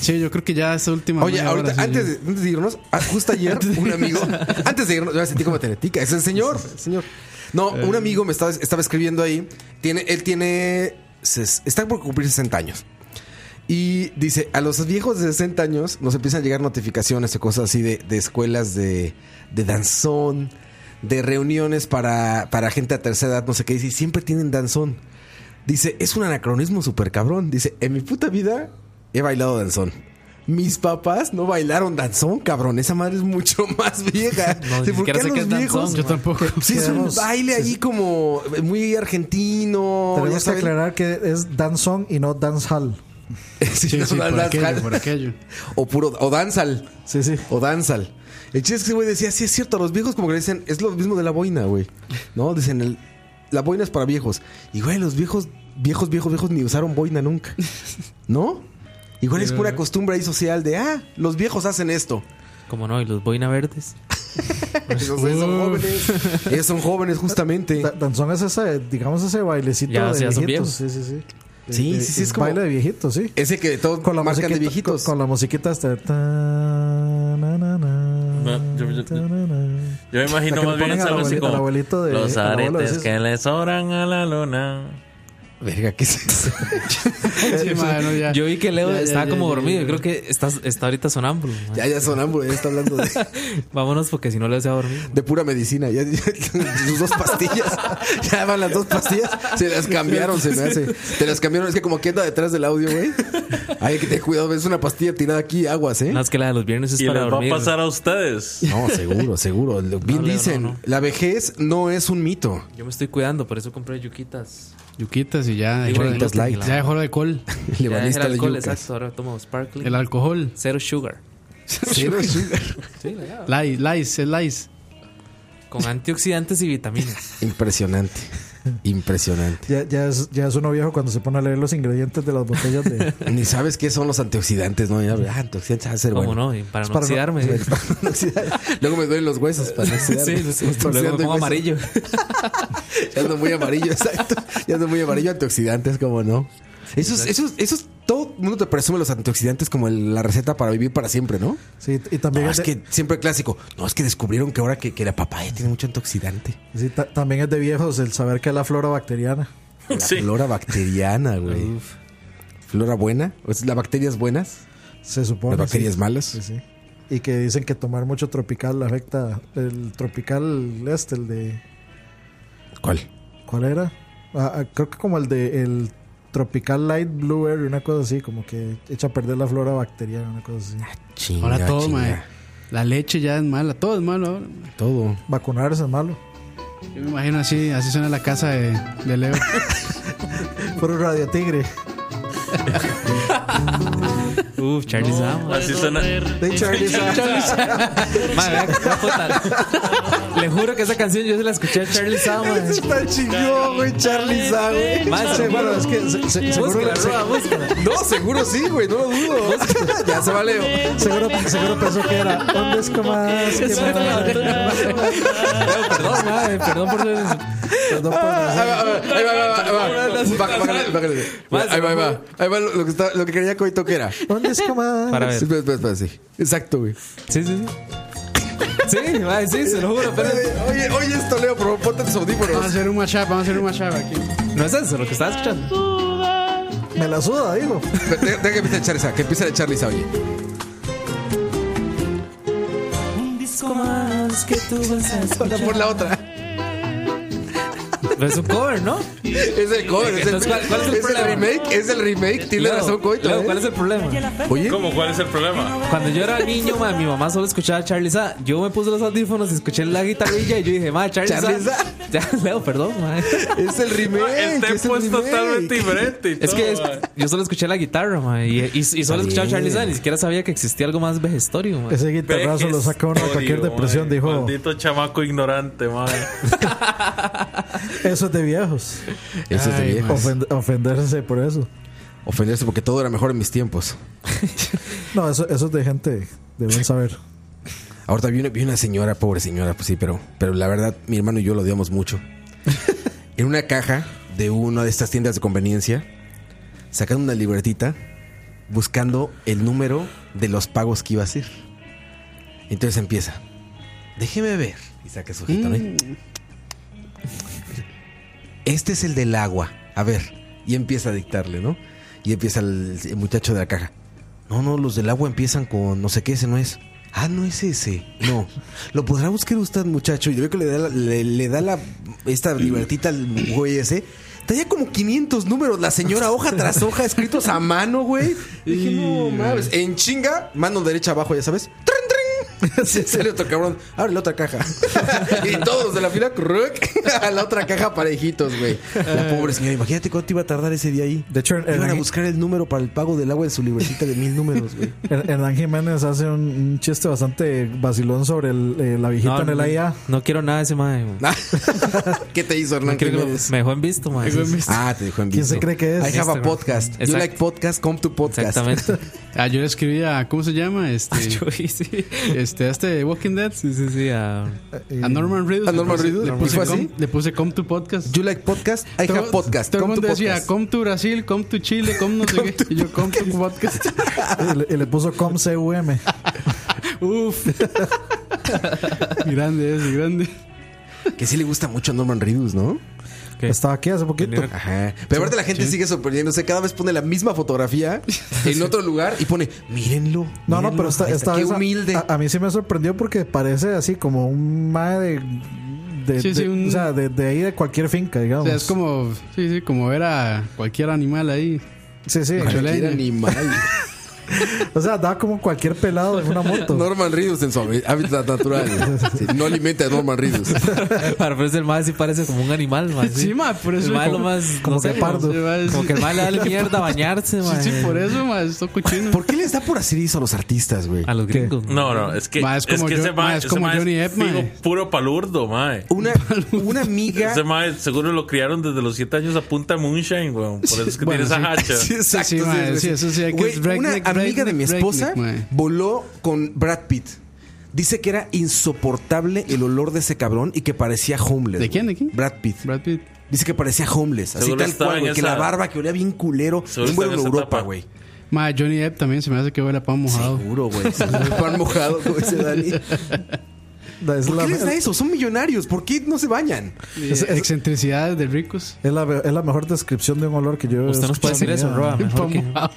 [SPEAKER 4] Sí, yo creo que ya esta última.
[SPEAKER 6] Oye,
[SPEAKER 4] media
[SPEAKER 6] ahorita,
[SPEAKER 4] hora, sí,
[SPEAKER 6] antes,
[SPEAKER 4] ya.
[SPEAKER 6] de, antes de irnos, ah, justo ayer, un amigo, antes de irnos, yo me sentí como tenetica, es el señor, el señor. Eh. No, un amigo me estaba, estaba escribiendo ahí, tiene, él tiene, ses- está por cumplir 60 años. Y dice, a los viejos de 60 años nos empiezan a llegar notificaciones o cosas así de, de escuelas de, de danzón, de reuniones para, para gente a tercera edad, no sé qué, dice, y siempre tienen danzón. Dice, es un anacronismo súper cabrón. Dice, en mi puta vida he bailado danzón. Mis papás no bailaron danzón, cabrón. Esa madre es mucho <laughs> más vieja.
[SPEAKER 5] No, ni
[SPEAKER 6] Sí, ¿Por qué
[SPEAKER 5] siquiera
[SPEAKER 6] a
[SPEAKER 5] sé qué
[SPEAKER 6] los
[SPEAKER 5] es danzón,
[SPEAKER 6] viejos?
[SPEAKER 4] Yo tampoco.
[SPEAKER 6] <laughs> Sí, es un
[SPEAKER 7] Tenemos-
[SPEAKER 6] baile ahí como muy argentino. Oh, ya
[SPEAKER 7] Tenemos que
[SPEAKER 6] saben.
[SPEAKER 7] aclarar que es danzón y no dancehall.
[SPEAKER 6] <laughs> Sí,
[SPEAKER 4] Sí,
[SPEAKER 6] no,
[SPEAKER 4] sí, por
[SPEAKER 6] danzal.
[SPEAKER 4] aquello, por
[SPEAKER 6] <laughs>
[SPEAKER 4] aquello.
[SPEAKER 6] O puro, o danzal.
[SPEAKER 7] Sí, sí.
[SPEAKER 6] O danzal. El chiste es que ese güey decía, sí es cierto, a los viejos como que le dicen, es lo mismo de la boina, güey. No, dicen, el, la boina es para viejos. Y güey, los viejos, viejos, viejos, viejos ni usaron boina nunca. ¿No? Igual es pura costumbre ahí social de, ah, los viejos hacen <laughs> esto.
[SPEAKER 5] Como no, y los boina verdes.
[SPEAKER 6] Esos güeyes son jóvenes. <laughs> Ellos son jóvenes justamente.
[SPEAKER 7] Da- danzón es ese, digamos, ese bailecito
[SPEAKER 5] Ya,
[SPEAKER 7] de
[SPEAKER 5] o sea, son
[SPEAKER 7] viejitos. Sí, sí, sí.
[SPEAKER 6] Sí,
[SPEAKER 7] De-
[SPEAKER 6] sí, sí,
[SPEAKER 7] de-
[SPEAKER 6] es como-
[SPEAKER 7] Baile de viejitos, sí.
[SPEAKER 6] Ese que todos
[SPEAKER 7] Con la
[SPEAKER 6] marcan
[SPEAKER 7] musiquita,
[SPEAKER 6] de viejitos.
[SPEAKER 7] Con, con la musiquita hasta... ta- na- na- na-
[SPEAKER 8] No, yo- yo-
[SPEAKER 7] ta- na- na.
[SPEAKER 8] Yo me
[SPEAKER 7] La
[SPEAKER 8] imagino
[SPEAKER 7] que le
[SPEAKER 8] más bien
[SPEAKER 7] ponen al
[SPEAKER 8] algo así
[SPEAKER 7] abuelito-
[SPEAKER 8] como
[SPEAKER 7] al abuelito de-
[SPEAKER 8] los
[SPEAKER 7] al abuelo,
[SPEAKER 8] aretes
[SPEAKER 7] dices.
[SPEAKER 8] que le sobran a la luna.
[SPEAKER 6] Verga, ¿qué es eso? <laughs>
[SPEAKER 4] Sí, ma, Ah, no, ya.
[SPEAKER 5] Yo vi que Leo
[SPEAKER 4] Ya, ya,
[SPEAKER 5] estaba
[SPEAKER 4] ya,
[SPEAKER 5] como
[SPEAKER 4] ya, ya.
[SPEAKER 5] dormido. Yo creo que está, está ahorita sonámbulo. man.
[SPEAKER 6] ya, ya sonámbulo, ya está hablando de,
[SPEAKER 5] Vámonos porque si no Leo se va a dormir.
[SPEAKER 6] de pura medicina. Ya, <laughs> ya- sus dos pastillas. <laughs> ya van las dos pastillas. Se las cambiaron, se me hace. Te las cambiaron. Es que como que anda detrás del audio, güey. Hay que tener cuidado. Ves una pastilla tirada aquí, aguas, ¿eh?
[SPEAKER 5] No, es que la de los viernes es
[SPEAKER 8] Y les
[SPEAKER 5] para
[SPEAKER 8] va a
[SPEAKER 5] dormir.
[SPEAKER 8] pasar a ustedes.
[SPEAKER 6] No, seguro, seguro. Lo- Bien
[SPEAKER 5] Leo, no,
[SPEAKER 6] dicen,
[SPEAKER 5] no.
[SPEAKER 6] la vejez no es un mito.
[SPEAKER 5] Yo me estoy cuidando, por eso compré yuquitas.
[SPEAKER 4] Yuquitas y ya. dejó
[SPEAKER 5] Digo,
[SPEAKER 4] de-
[SPEAKER 5] yuquitas light.
[SPEAKER 4] Ya dejó el alcohol.
[SPEAKER 5] Ya dejé el
[SPEAKER 6] Lebanista de
[SPEAKER 5] alcohol,
[SPEAKER 6] yucas.
[SPEAKER 5] exacto. Ahora tomo sparkling.
[SPEAKER 4] El alcohol.
[SPEAKER 5] Cero sugar.
[SPEAKER 6] Cero sugar.
[SPEAKER 4] Lice, lice, es lice. <laughs>
[SPEAKER 5] Con antioxidantes y vitaminas.
[SPEAKER 6] Impresionante. Impresionante.
[SPEAKER 7] Ya, ya, es, ya es uno viejo cuando se pone a leer los ingredientes de las botellas de...
[SPEAKER 6] <laughs>
[SPEAKER 7] es
[SPEAKER 6] Ni sabes qué son los antioxidantes, ¿no? Ya, ah, antioxidantes, ah, ser
[SPEAKER 5] Como
[SPEAKER 6] bueno.
[SPEAKER 5] no? Y para no
[SPEAKER 7] para no-
[SPEAKER 5] oxidarme.
[SPEAKER 6] <laughs> Luego me duelen los huesos para no
[SPEAKER 5] <laughs> Sí,
[SPEAKER 6] oxidarme.
[SPEAKER 5] <laughs> sí, sí.
[SPEAKER 6] Me estoy
[SPEAKER 5] Luego me
[SPEAKER 6] oxidando el
[SPEAKER 5] pongo
[SPEAKER 6] hueso.
[SPEAKER 5] amarillo.
[SPEAKER 6] Ya ando muy amarillo, exacto. Ya ando muy amarillo, antioxidantes, como no. Esos, esos, esos, todo el mundo te presume los antioxidantes como el- la receta para vivir para siempre, ¿no?
[SPEAKER 7] Sí, y también
[SPEAKER 6] No,
[SPEAKER 7] es
[SPEAKER 6] Ah, es
[SPEAKER 7] de-
[SPEAKER 6] que siempre clásico. No, es que descubrieron que ahora que, que la papaya tiene mucho antioxidante.
[SPEAKER 7] Sí, ta- también es de viejos el saber que es la flora bacteriana.
[SPEAKER 6] La
[SPEAKER 8] Sí.
[SPEAKER 6] flora bacteriana, güey. Flora buena. O sea, las bacterias buenas,
[SPEAKER 7] Se supone.
[SPEAKER 6] las bacterias
[SPEAKER 7] sí.
[SPEAKER 6] malas.
[SPEAKER 7] Sí, sí. Y que dicen que tomar mucho tropical afecta el tropical este, el de...
[SPEAKER 6] ¿Cuál?
[SPEAKER 7] ¿Cuál era? Ah, ah, creo que como el de el tropical light blueberry, una cosa así, como que echa a perder la flora bacteriana, una cosa así.
[SPEAKER 6] Chinga,
[SPEAKER 4] Ahora todo,
[SPEAKER 6] chinga.
[SPEAKER 4] ma. La leche ya es mala. Todo es malo ahora. ma.
[SPEAKER 6] Todo.
[SPEAKER 7] Vacunarse es malo.
[SPEAKER 4] Yo me imagino así. Así suena la casa de, de
[SPEAKER 6] <laughs>
[SPEAKER 4] Leo.
[SPEAKER 7] Pero Radio <laughs> Tigre.
[SPEAKER 5] Uf, Charlie Sama.
[SPEAKER 8] Así suena.
[SPEAKER 7] De Charlie Sa-
[SPEAKER 5] Madre, vea, qué puta. Le juro que esa canción yo se la escuché a Charlie Sama.
[SPEAKER 6] Está chingón, güey, Charlie Sa, güey.
[SPEAKER 5] Más
[SPEAKER 7] Sí, bueno, es que se- se- seguro,
[SPEAKER 5] Búsquela,
[SPEAKER 7] se-
[SPEAKER 5] Roa, búsquela.
[SPEAKER 6] No, seguro sí, güey, no lo dudo. ya se va Leo.
[SPEAKER 7] seguro, seguro pensó que era ¿Dónde es que más? que <laughs> más?"
[SPEAKER 5] Leo, Perdón, madre, perdón por ser.
[SPEAKER 7] Perdón por
[SPEAKER 6] Ahí va, ahí va, ahí va, ahí va, ahí va. Bájale, bájale, bájale. Ahí va, ahí va. Ahí va lo lo que, está, lo que quería Coito que era. Sí,
[SPEAKER 7] ¿Dónde es que más?
[SPEAKER 5] Para ver.
[SPEAKER 6] espera, espera, espera, sí. Exacto, güey.
[SPEAKER 5] Sí, sí, sí. Sí, madre, sí, se lo juro. Pero
[SPEAKER 6] Oye, oye esto, Leo, por favor, ponte
[SPEAKER 4] Vamos
[SPEAKER 5] Ah,
[SPEAKER 6] tus
[SPEAKER 4] a
[SPEAKER 6] audífonos.
[SPEAKER 4] hacer un mashup. Vamos a hacer un mashup aquí.
[SPEAKER 5] no es eso lo que estaba escuchando.
[SPEAKER 7] Me la suda, digo.
[SPEAKER 6] Deja deja que empiece a echar esa, que empiece a echar esa, oye.
[SPEAKER 5] Un disco más que tú vas a
[SPEAKER 6] Ahora Por la otra.
[SPEAKER 5] Es un cover, ¿no?
[SPEAKER 6] Es el cover, es el,
[SPEAKER 5] Entonces, ¿cuál- cuál es el problema?
[SPEAKER 6] remake, es el remake, tiene
[SPEAKER 5] Leo,
[SPEAKER 6] razón Coito.
[SPEAKER 5] Leo,
[SPEAKER 6] ¿eh?
[SPEAKER 5] ¿cuál es el problema?
[SPEAKER 6] Oye,
[SPEAKER 8] ¿Cómo? ¿Cuál es el problema?
[SPEAKER 5] Cuando yo era niño, ma, mi mamá solo escuchaba Charlie Sa. Yo me puse los audífonos y escuché la guitarrilla y yo dije, ma, Charlie Sa.
[SPEAKER 6] Charlie Sa.
[SPEAKER 5] Ya, <laughs> Leo, perdón, ma.
[SPEAKER 6] es el remake.
[SPEAKER 8] El
[SPEAKER 6] es el
[SPEAKER 8] tempo es
[SPEAKER 6] remake.
[SPEAKER 8] totalmente diferente. y
[SPEAKER 5] Es
[SPEAKER 8] todo,
[SPEAKER 5] que es-
[SPEAKER 8] ma.
[SPEAKER 5] yo solo escuché la guitarra, ma, y, y- y solo escuchaba
[SPEAKER 6] bien.
[SPEAKER 5] Charlie Sa, ni siquiera sabía que existía algo más vejestorio, ma.
[SPEAKER 7] Ese guitarrazo lo saca uno de cualquier
[SPEAKER 8] Vejestorio,
[SPEAKER 7] depresión,
[SPEAKER 8] madre.
[SPEAKER 7] dijo.
[SPEAKER 8] Maldito chamaco ignorante, madre.
[SPEAKER 7] Eso es de viejos.
[SPEAKER 6] Eso es de
[SPEAKER 4] Ay,
[SPEAKER 6] viejos.
[SPEAKER 7] Ofend- ofenderse por eso.
[SPEAKER 6] Ofenderse porque todo era mejor en mis tiempos.
[SPEAKER 7] No, eso, eso es de gente de buen saber.
[SPEAKER 6] Ahorita vi una, vi una señora, pobre señora, pues sí, pero, pero la verdad, mi hermano y yo lo odiamos mucho. en una caja de una de estas tiendas de conveniencia, sacando una libretita, buscando el número de los pagos que iba a hacer. Entonces empieza. Déjeme ver. Y saca su hojita, ¿no? Este es el del agua. A ver. Y empieza a dictarle, ¿no? Y empieza el, el muchacho de la caja. No, no, los del agua empiezan con no sé qué, ese no es. Ah, no es ese. <laughs> No. Lo podrá buscar usted, muchacho. Y yo veo que le da, la- le, le da la, esta libertita al güey ese. Traía como 500 números la señora, hoja tras hoja, escritos a mano, güey. Y <laughs> dije, no mames. En chinga, mano derecha abajo, ya sabes. ¡Trin, trin! <laughs> Se sale otro cabrón. Abre la otra caja. <laughs> y todos de la fila cruc, a la otra caja parejitos, güey. La pobre señora, imagínate cuánto iba a tardar ese día ahí.
[SPEAKER 7] De hecho, en-
[SPEAKER 6] Iban a
[SPEAKER 7] en-
[SPEAKER 6] buscar el número para el pago del agua de su libretita de mil números, güey.
[SPEAKER 7] Her- Hernán Jiménez hace un, un chiste bastante vacilón sobre el, eh, la
[SPEAKER 5] No,
[SPEAKER 7] viejita en el
[SPEAKER 5] no,
[SPEAKER 7] AIA.
[SPEAKER 5] no quiero nada de ese mae, ma.
[SPEAKER 6] ¿Qué te hizo Hernán
[SPEAKER 5] Creo que
[SPEAKER 6] Jiménez?
[SPEAKER 5] me dejó en visto, ma.
[SPEAKER 6] Ah, te dejó en
[SPEAKER 7] ¿Quién
[SPEAKER 6] visto.
[SPEAKER 7] se cree que es?
[SPEAKER 6] I have a
[SPEAKER 5] Instagram.
[SPEAKER 6] podcast. You
[SPEAKER 5] Exacto.
[SPEAKER 6] like podcast, come to podcast.
[SPEAKER 5] Exactamente.
[SPEAKER 4] <laughs>
[SPEAKER 5] <laughs>
[SPEAKER 4] Ah, yo le escribía, ¿cómo se llama?
[SPEAKER 6] <laughs>
[SPEAKER 4] Este,
[SPEAKER 5] Yo hice.
[SPEAKER 4] este, a este de Walking Dead.
[SPEAKER 5] Sí, sí, sí. ah.
[SPEAKER 4] A Norman Reedus.
[SPEAKER 6] A
[SPEAKER 4] le
[SPEAKER 6] Norman
[SPEAKER 4] puse-
[SPEAKER 6] Reedus,
[SPEAKER 4] Le
[SPEAKER 6] ¿le
[SPEAKER 4] puse,
[SPEAKER 6] puso
[SPEAKER 4] com-
[SPEAKER 6] así?
[SPEAKER 4] le puse come to podcast.
[SPEAKER 6] You like podcast, I have podcast.
[SPEAKER 4] Todo el
[SPEAKER 6] Come to
[SPEAKER 4] mundo decía,
[SPEAKER 6] podcast.
[SPEAKER 4] come to Brasil, come to Chile, come no sé qué. Y yo, come to podcast. <laughs>
[SPEAKER 7] Y le, y le puso com CUM.
[SPEAKER 4] Uf. grande ese, grande.
[SPEAKER 6] Que sí le gusta mucho a Norman Reedus, ¿no?
[SPEAKER 5] ¿Qué?
[SPEAKER 7] Estaba aquí hace poquito.
[SPEAKER 6] Ajá. Pero aparte la gente sigue sorprendiéndose. Cada vez pone la misma fotografía en otro lugar y pone, mírenlo.
[SPEAKER 7] No, no,
[SPEAKER 6] mírenlo.
[SPEAKER 7] pero esta,
[SPEAKER 6] Ahí
[SPEAKER 7] esta
[SPEAKER 6] Qué
[SPEAKER 7] vez a-
[SPEAKER 6] humilde.
[SPEAKER 7] A, a mí sí me sorprendió porque parece así como un mae de. de-
[SPEAKER 4] Sí, sí,
[SPEAKER 7] de-
[SPEAKER 4] un-
[SPEAKER 7] O sea, de, de ahí de cualquier finca,
[SPEAKER 4] O
[SPEAKER 7] digamos.
[SPEAKER 4] sea, es como, sí, sí, como ver a cualquier animal ahí.
[SPEAKER 7] Sí, sí.
[SPEAKER 6] Cualquier animal.
[SPEAKER 7] O sea, da como cualquier pelado en una moto.
[SPEAKER 6] Norman Reedus en su hábitat <laughs> natural. Sí, no alimenta a Norman Reedus.
[SPEAKER 5] Para parecer el mae sí parece como un animal, ma.
[SPEAKER 4] Sí, ma, por eso
[SPEAKER 5] El mae
[SPEAKER 4] como-
[SPEAKER 5] lo más.
[SPEAKER 7] como
[SPEAKER 5] no sé,
[SPEAKER 7] que pardo.
[SPEAKER 4] Se va a decir-
[SPEAKER 5] Como que el mae
[SPEAKER 4] <laughs>
[SPEAKER 5] le da mierda a bañarse, ma.
[SPEAKER 4] Sí, sí, por eso, ma, estoy cochino.
[SPEAKER 6] ¿Por qué les da por hacer eso a los artistas, güey?
[SPEAKER 5] A los gringos. ma.
[SPEAKER 8] No, no, es que,
[SPEAKER 4] Ma, es
[SPEAKER 8] es
[SPEAKER 4] como
[SPEAKER 8] que
[SPEAKER 4] yo-
[SPEAKER 8] ese mae,
[SPEAKER 4] ma, es
[SPEAKER 8] ese
[SPEAKER 4] como
[SPEAKER 8] mae
[SPEAKER 4] Johnny Depp, ma.
[SPEAKER 8] fijo puro palurdo, mae.
[SPEAKER 6] Una, una <laughs> amiga.
[SPEAKER 8] Ese mae seguro lo criaron desde los 7 años a punta moonshine, weón. Por eso es que
[SPEAKER 4] Bueno,
[SPEAKER 8] tiene esa
[SPEAKER 4] sí.
[SPEAKER 8] hacha.
[SPEAKER 6] Sí, exacto.
[SPEAKER 4] Sí, sí, ma, sí, eso sí, hay que-
[SPEAKER 6] Güey,
[SPEAKER 4] breakneck,
[SPEAKER 6] una
[SPEAKER 4] breakneck,
[SPEAKER 6] amiga de mi
[SPEAKER 4] breakneck,
[SPEAKER 6] esposa
[SPEAKER 4] ma.
[SPEAKER 6] voló con Brad Pitt. Dice que era insoportable el olor de ese cabrón y que parecía homeless.
[SPEAKER 4] ¿De quién,
[SPEAKER 6] güey.
[SPEAKER 4] de quién?
[SPEAKER 6] Brad Pitt.
[SPEAKER 4] Brad Pitt.
[SPEAKER 6] Dice que parecía homeless, así
[SPEAKER 8] Seguro
[SPEAKER 6] tal
[SPEAKER 8] estaba
[SPEAKER 6] cual,
[SPEAKER 8] en
[SPEAKER 6] güey, que
[SPEAKER 8] esa-
[SPEAKER 6] la barba que olía bien culero,
[SPEAKER 8] Seguro
[SPEAKER 6] un vuelo
[SPEAKER 8] estaba en
[SPEAKER 6] a
[SPEAKER 8] esa
[SPEAKER 6] Europa,
[SPEAKER 8] etapa.
[SPEAKER 6] güey.
[SPEAKER 4] Ma, Johnny Depp también se me hace que huele a pan mojado.
[SPEAKER 6] Seguro, güey. Se me pan mojado, como dice Dani.
[SPEAKER 7] Es
[SPEAKER 6] ¿Por
[SPEAKER 7] la-
[SPEAKER 6] qué les da eso? Son millonarios, ¿por qué no se bañan?
[SPEAKER 4] Eh, Excentricidades de ricos.
[SPEAKER 7] Es la, es la mejor descripción de un olor que yo he
[SPEAKER 5] Usted nos puede
[SPEAKER 7] escuchado
[SPEAKER 5] decir
[SPEAKER 7] en mi
[SPEAKER 5] eso, Roa,
[SPEAKER 7] vida.
[SPEAKER 5] mejor
[SPEAKER 4] Pan
[SPEAKER 5] que.
[SPEAKER 4] mojado.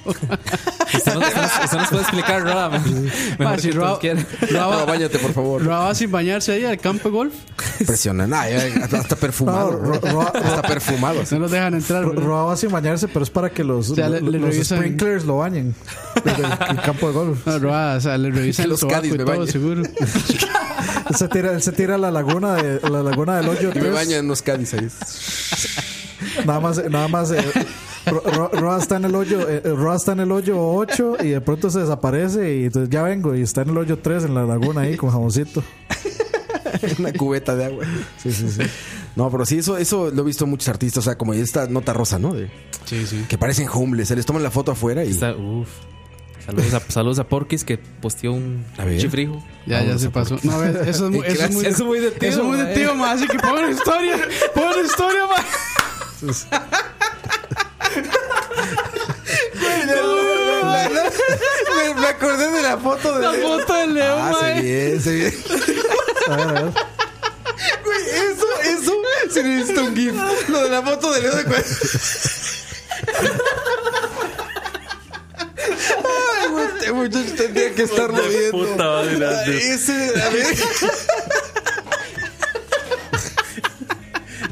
[SPEAKER 5] Usted nos, usted nos- usted nos puede
[SPEAKER 4] <laughs>
[SPEAKER 5] explicar, Roa. Mejor, mejor
[SPEAKER 4] Ma, si
[SPEAKER 5] que todos
[SPEAKER 4] Roa, <laughs>
[SPEAKER 5] quieran.
[SPEAKER 4] Roa
[SPEAKER 6] Pero
[SPEAKER 4] va-
[SPEAKER 6] bañate, por favor.
[SPEAKER 4] Roa va sin bañarse ahí al campo de golf.
[SPEAKER 6] Impresionan. Ah, ya, hasta hasta perfumado.
[SPEAKER 7] No, Ro-
[SPEAKER 6] güey.
[SPEAKER 7] Roa-
[SPEAKER 6] Hasta perfumado.
[SPEAKER 4] No los dejan entrar.
[SPEAKER 7] Ro-
[SPEAKER 4] ¿verdad?
[SPEAKER 7] Roa va sin bañarse, pero es para que los,
[SPEAKER 4] sea, le-
[SPEAKER 7] los-
[SPEAKER 4] le
[SPEAKER 7] los
[SPEAKER 4] revisan-
[SPEAKER 7] sprinklers lo bañen. <laughs> Desde el campo de golf.
[SPEAKER 4] No, Roa, o sea, le revisan los
[SPEAKER 6] Los
[SPEAKER 4] tobaco
[SPEAKER 6] Cádiz
[SPEAKER 4] y
[SPEAKER 6] me
[SPEAKER 4] todo,
[SPEAKER 6] bañan.
[SPEAKER 4] seguro.
[SPEAKER 7] <laughs> Él se tira, él se tira a la laguna, de, a la laguna del hoyo.
[SPEAKER 6] Y me
[SPEAKER 7] tres.
[SPEAKER 6] bañan unos Cádiz ahí.
[SPEAKER 7] Nada más, nada más. eh, Ro- Ro- Roa está en el hoyo, eh, Roa está en el hoyo 8 y de pronto se desaparece y entonces ya vengo y está en el hoyo 3 en la laguna ahí con jaboncito.
[SPEAKER 6] <laughs> Una cubeta de agua.
[SPEAKER 7] Sí, sí, sí.
[SPEAKER 6] No, pero sí, eso, eso lo he visto en muchos artistas. O sea, como esta nota rosa, ¿no? De-
[SPEAKER 4] Sí, sí.
[SPEAKER 6] que parecen homeless. Se les toman la foto afuera y.
[SPEAKER 5] Está- uf. Saludos a, saludos a Porquis que posteó un
[SPEAKER 6] A ver.
[SPEAKER 5] chifrijo.
[SPEAKER 4] Ya, ya se pasó. No, a ver, eso es muy, eso es muy,
[SPEAKER 5] Eso es muy de tío,
[SPEAKER 4] Eso es muy de
[SPEAKER 5] ma,
[SPEAKER 4] tío,
[SPEAKER 5] eh.
[SPEAKER 4] ma. Así que pon una historia. Pon una historia, ma.
[SPEAKER 6] La- la- me, <laughs> me acordé de la foto de.
[SPEAKER 4] La foto de León,
[SPEAKER 6] Ah,
[SPEAKER 4] ma.
[SPEAKER 6] se ve, se
[SPEAKER 8] <laughs>
[SPEAKER 6] ve. Güey, eso, eso se necesita un GIF. Lo de la foto de Leo de Cua- Ay, güey, este muchacho tendría que estarlo
[SPEAKER 8] de
[SPEAKER 6] viendo.
[SPEAKER 8] puta madre,
[SPEAKER 6] Ay,
[SPEAKER 8] Andrew.
[SPEAKER 6] Ese, a ver.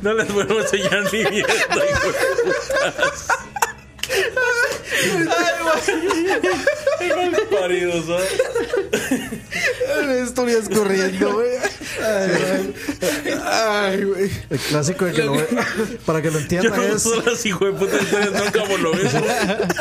[SPEAKER 8] No les vuelvo a enseñar ni viendo, hijo de putas. Ay, mal paridos, ¿ah?
[SPEAKER 6] Historias corriendo, güey. Ay, güey. Ay, güey.
[SPEAKER 7] El clásico de que lo ve- Para que lo
[SPEAKER 8] Yo
[SPEAKER 7] entiendan
[SPEAKER 8] no
[SPEAKER 7] es.
[SPEAKER 8] uso las hijo de putas historias nunca por lo mismo.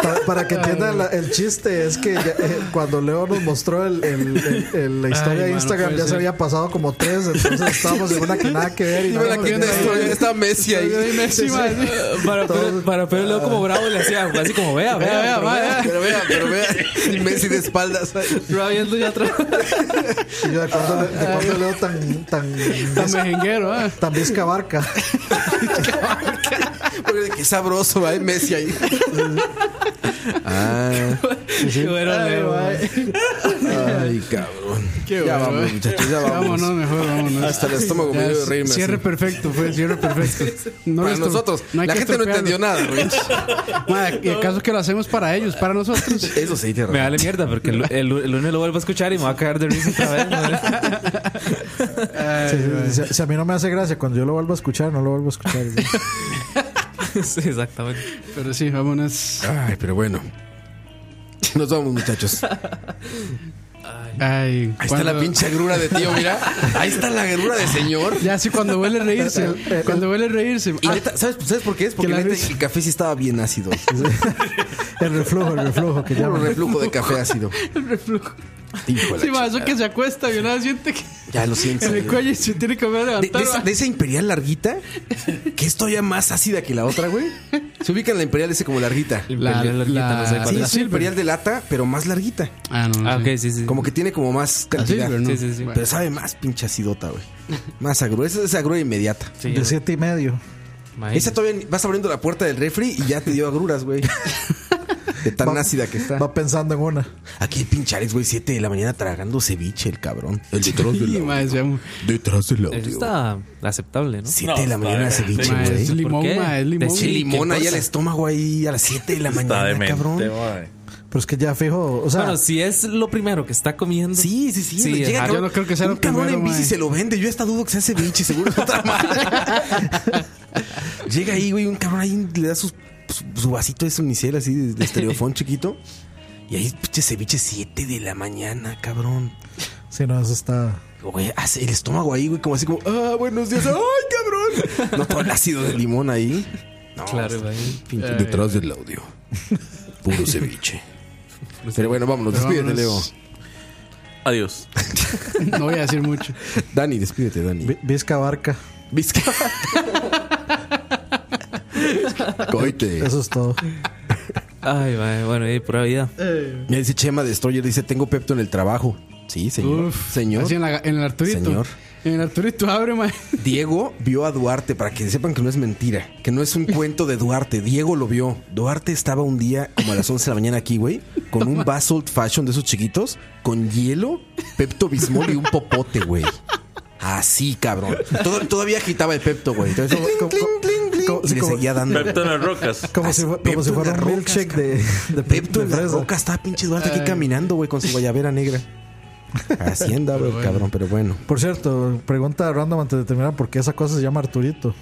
[SPEAKER 7] Para, para que entiendan la- el chiste, es que ya, eh, cuando Leo nos mostró el, el- el- el- la
[SPEAKER 4] Ay,
[SPEAKER 7] historia de
[SPEAKER 4] mano,
[SPEAKER 7] Instagram
[SPEAKER 4] puede
[SPEAKER 7] ya se
[SPEAKER 4] ser.
[SPEAKER 7] había pasado como tres, entonces estábamos en una que nada que ver. Y
[SPEAKER 6] Dime
[SPEAKER 7] nada
[SPEAKER 6] la
[SPEAKER 7] más
[SPEAKER 6] que
[SPEAKER 7] tenía-
[SPEAKER 6] historia. Está Messi ahí.
[SPEAKER 4] Sí, mae, sí.
[SPEAKER 5] Para Pedro, para Pedro Leo como bravo le hacía así como vea, vea, vea,
[SPEAKER 6] Pero vea,
[SPEAKER 5] vea.
[SPEAKER 6] pero vea, pero <laughs> vea. Y Messi de espaldas.
[SPEAKER 4] Yo viendo ya atrás.
[SPEAKER 7] Y yo de cuando, de cuando Leo tan, tan,
[SPEAKER 4] Tan mejenguero, ah.
[SPEAKER 7] tan visca barca.
[SPEAKER 6] Porque Qué sabroso, va, Messi ahí. Ah,
[SPEAKER 5] Qué bueno,
[SPEAKER 4] Ay,
[SPEAKER 5] Leo,
[SPEAKER 4] mae.
[SPEAKER 6] ay, cabrón.
[SPEAKER 4] Qué
[SPEAKER 6] Ya
[SPEAKER 4] bueno, eh.
[SPEAKER 6] vamos, muchachos, ya vamos.
[SPEAKER 4] Vámonos, mejor, vámonos.
[SPEAKER 6] Hasta el estómago
[SPEAKER 4] Ya,
[SPEAKER 6] me dio de reírme.
[SPEAKER 4] Cierre
[SPEAKER 6] así.
[SPEAKER 4] perfecto, fue cierre perfecto. No
[SPEAKER 6] Para
[SPEAKER 4] lo estor-
[SPEAKER 6] nosotros.
[SPEAKER 4] no hay
[SPEAKER 6] la
[SPEAKER 4] que
[SPEAKER 6] gente no
[SPEAKER 4] estropearlo.
[SPEAKER 6] entendió nada, güey.
[SPEAKER 4] Mae, ¿Y acaso que lo hacemos para ellos, para nosotros?
[SPEAKER 6] Eso sí,
[SPEAKER 5] Me
[SPEAKER 6] tierra.
[SPEAKER 5] vale mierda porque el, el, el lunes lo vuelvo a escuchar y me va a caer de risa otra
[SPEAKER 4] <laughs>
[SPEAKER 5] vez. mae.
[SPEAKER 7] Sí, sí, sí. si, a mí no me hace gracia, cuando yo lo vuelvo a escuchar, no lo vuelvo a escuchar. güey.
[SPEAKER 5] Sí, exactamente.
[SPEAKER 4] Pero sí, vámonos.
[SPEAKER 6] Ay, pero bueno. Nos vamos, muchachos.
[SPEAKER 4] Ay,
[SPEAKER 6] Ahí está
[SPEAKER 4] cuando-
[SPEAKER 6] la pinche grura de tío, mira. Ahí está la grura de señor.
[SPEAKER 4] Ya sí, cuando huele reírse. cuando huele reírse.
[SPEAKER 6] Y neta, ¿sabes, ¿sabes por qué es? Porque
[SPEAKER 4] Ah. la
[SPEAKER 6] neta,
[SPEAKER 4] risa.
[SPEAKER 6] el café sí estaba bien ácido.
[SPEAKER 7] El reflujo, el reflujo que
[SPEAKER 6] Puro
[SPEAKER 7] llaman.
[SPEAKER 6] reflujo de café ácido.
[SPEAKER 4] el reflujo.
[SPEAKER 6] Híjole.
[SPEAKER 4] Sí, mae, eso que se acuesta y una vez siente que
[SPEAKER 6] Ya lo siento.
[SPEAKER 4] en el
[SPEAKER 6] güey.
[SPEAKER 4] cuello y se tiene que volver a
[SPEAKER 6] De, de
[SPEAKER 4] levantar.
[SPEAKER 6] esa,
[SPEAKER 4] mae.
[SPEAKER 6] de esa imperial larguita, que es todavía más ácida que la otra, güey. Se ubica en la imperial ese como larguita. Sí,
[SPEAKER 5] La,
[SPEAKER 4] La- la-
[SPEAKER 5] no sé cuál
[SPEAKER 6] es
[SPEAKER 5] es.
[SPEAKER 6] una imperial de lata, pero más larguita.
[SPEAKER 4] Ah, no, no
[SPEAKER 5] Ah, ok,
[SPEAKER 4] sé.
[SPEAKER 5] sí, sí.
[SPEAKER 6] Como que tiene como más
[SPEAKER 4] La
[SPEAKER 6] cantidad.
[SPEAKER 4] Silver, ¿no?
[SPEAKER 5] Sí, sí, sí.
[SPEAKER 6] Pero sabe más pinche acidota,
[SPEAKER 5] <laughs>
[SPEAKER 6] güey. Más agrura. Esa es agrura inmediata.
[SPEAKER 5] Sí,
[SPEAKER 7] De siete y medio.
[SPEAKER 5] mae.
[SPEAKER 6] Esa todavía ni- vas abriendo la puerta del refri y ya te dio agruras,
[SPEAKER 5] <laughs>
[SPEAKER 6] güey. De tan
[SPEAKER 7] Va-
[SPEAKER 6] ácida que está.
[SPEAKER 7] Va pensando en una.
[SPEAKER 6] Aquí hay pinchares, güey, 7 de la mañana tragando ceviche, el cabrón. El detrás
[SPEAKER 4] Sí, mae, se llama-
[SPEAKER 6] Detrás del
[SPEAKER 5] Eso está aceptable, ¿no?
[SPEAKER 6] 7 de la mañana ceviche,
[SPEAKER 4] mae,
[SPEAKER 6] güey.
[SPEAKER 4] es limón,
[SPEAKER 5] qué?
[SPEAKER 4] mae, es limón.
[SPEAKER 5] De
[SPEAKER 6] Sí,
[SPEAKER 5] chile.
[SPEAKER 6] limón ahí
[SPEAKER 5] ¿Qué
[SPEAKER 6] al
[SPEAKER 5] pasa?
[SPEAKER 6] estómago ahí a las 7
[SPEAKER 4] <laughs>
[SPEAKER 6] de la
[SPEAKER 8] Está
[SPEAKER 6] mañana,
[SPEAKER 8] demente,
[SPEAKER 6] cabrón.
[SPEAKER 8] mae.
[SPEAKER 7] Pero es que ya fijo, o sea,
[SPEAKER 5] Bueno, si es lo primero que está comiendo.
[SPEAKER 6] Sí, sí, sí.
[SPEAKER 5] Sí,
[SPEAKER 6] le llega,
[SPEAKER 5] ajá.
[SPEAKER 6] cabrón,
[SPEAKER 4] ah, Yo no creo que sea
[SPEAKER 6] un
[SPEAKER 4] lo
[SPEAKER 6] cabrón
[SPEAKER 4] primero,
[SPEAKER 6] en bici
[SPEAKER 4] mae.
[SPEAKER 6] se lo vende. Yo hasta dudo que sea ceviche, seguro es otra madre.
[SPEAKER 4] <laughs>
[SPEAKER 6] llega ahí, güey, un cabrón ahí le da sus- su, su vasito de su unicel así de, de
[SPEAKER 4] <laughs>
[SPEAKER 6] estereofón chiquito. Y ahí, pinche ceviche, 7 de la mañana, cabrón.
[SPEAKER 7] si no, eso está.
[SPEAKER 6] Güey, hace el estómago ahí, güey, como así como, ah, buenos días, ay, cabrón. No todo el ácido de limón ahí. No,
[SPEAKER 5] Claro, mae.
[SPEAKER 6] pinche
[SPEAKER 4] Eh,
[SPEAKER 6] detrás del audio.
[SPEAKER 4] <laughs>
[SPEAKER 6] Puro ceviche. Pero bueno, vámonos,
[SPEAKER 4] Pero
[SPEAKER 6] despídete, Leo.
[SPEAKER 4] vámonos.
[SPEAKER 8] Adiós.
[SPEAKER 4] <laughs> No voy a decir mucho.
[SPEAKER 6] Dani, despídete, Dani.
[SPEAKER 7] Vi- Visca Barca.
[SPEAKER 6] Vizca. <laughs> Coite.
[SPEAKER 7] Eso es todo.
[SPEAKER 5] Ay, mae, bueno, eh, pura vida.
[SPEAKER 6] Me dice Chema Destroyer, dice, tengo Pepto en el trabajo. Sí, señor.
[SPEAKER 4] Uf,
[SPEAKER 6] señor.
[SPEAKER 4] Así en, la- en el Arturito.
[SPEAKER 6] Señor.
[SPEAKER 4] En el Arturito abre, mae.
[SPEAKER 6] Diego vio a Duarte, para que sepan que no es mentira, que no es un cuento de Duarte. Diego lo vio. Duarte estaba un día, como a las 11 de la mañana aquí, güey, con un vaso old fashion de esos chiquitos, con hielo, Pepto Bismol y un popote, güey. Así, cabrón. Todo- todavía agitaba el Pepto, güey. Entonces,
[SPEAKER 7] Como- como-
[SPEAKER 6] clink, clink, clink,
[SPEAKER 7] como-
[SPEAKER 6] y le
[SPEAKER 7] como-
[SPEAKER 6] seguía dando.
[SPEAKER 8] Pepto en las rocas.
[SPEAKER 7] Como si, fu- como si
[SPEAKER 6] Pepto en
[SPEAKER 7] fuera
[SPEAKER 6] las
[SPEAKER 7] un
[SPEAKER 6] rocas,
[SPEAKER 7] milkshake de, de pe-
[SPEAKER 6] Pepto en
[SPEAKER 7] de
[SPEAKER 6] la
[SPEAKER 7] fresa.
[SPEAKER 6] roca está pinche Duarte aquí caminando, güey, con su guayabera negra. Hacienda, güey, cabrón, pero bueno.
[SPEAKER 7] Por cierto, pregunta random antes de terminar: ¿por qué esa cosa se llama Arturito?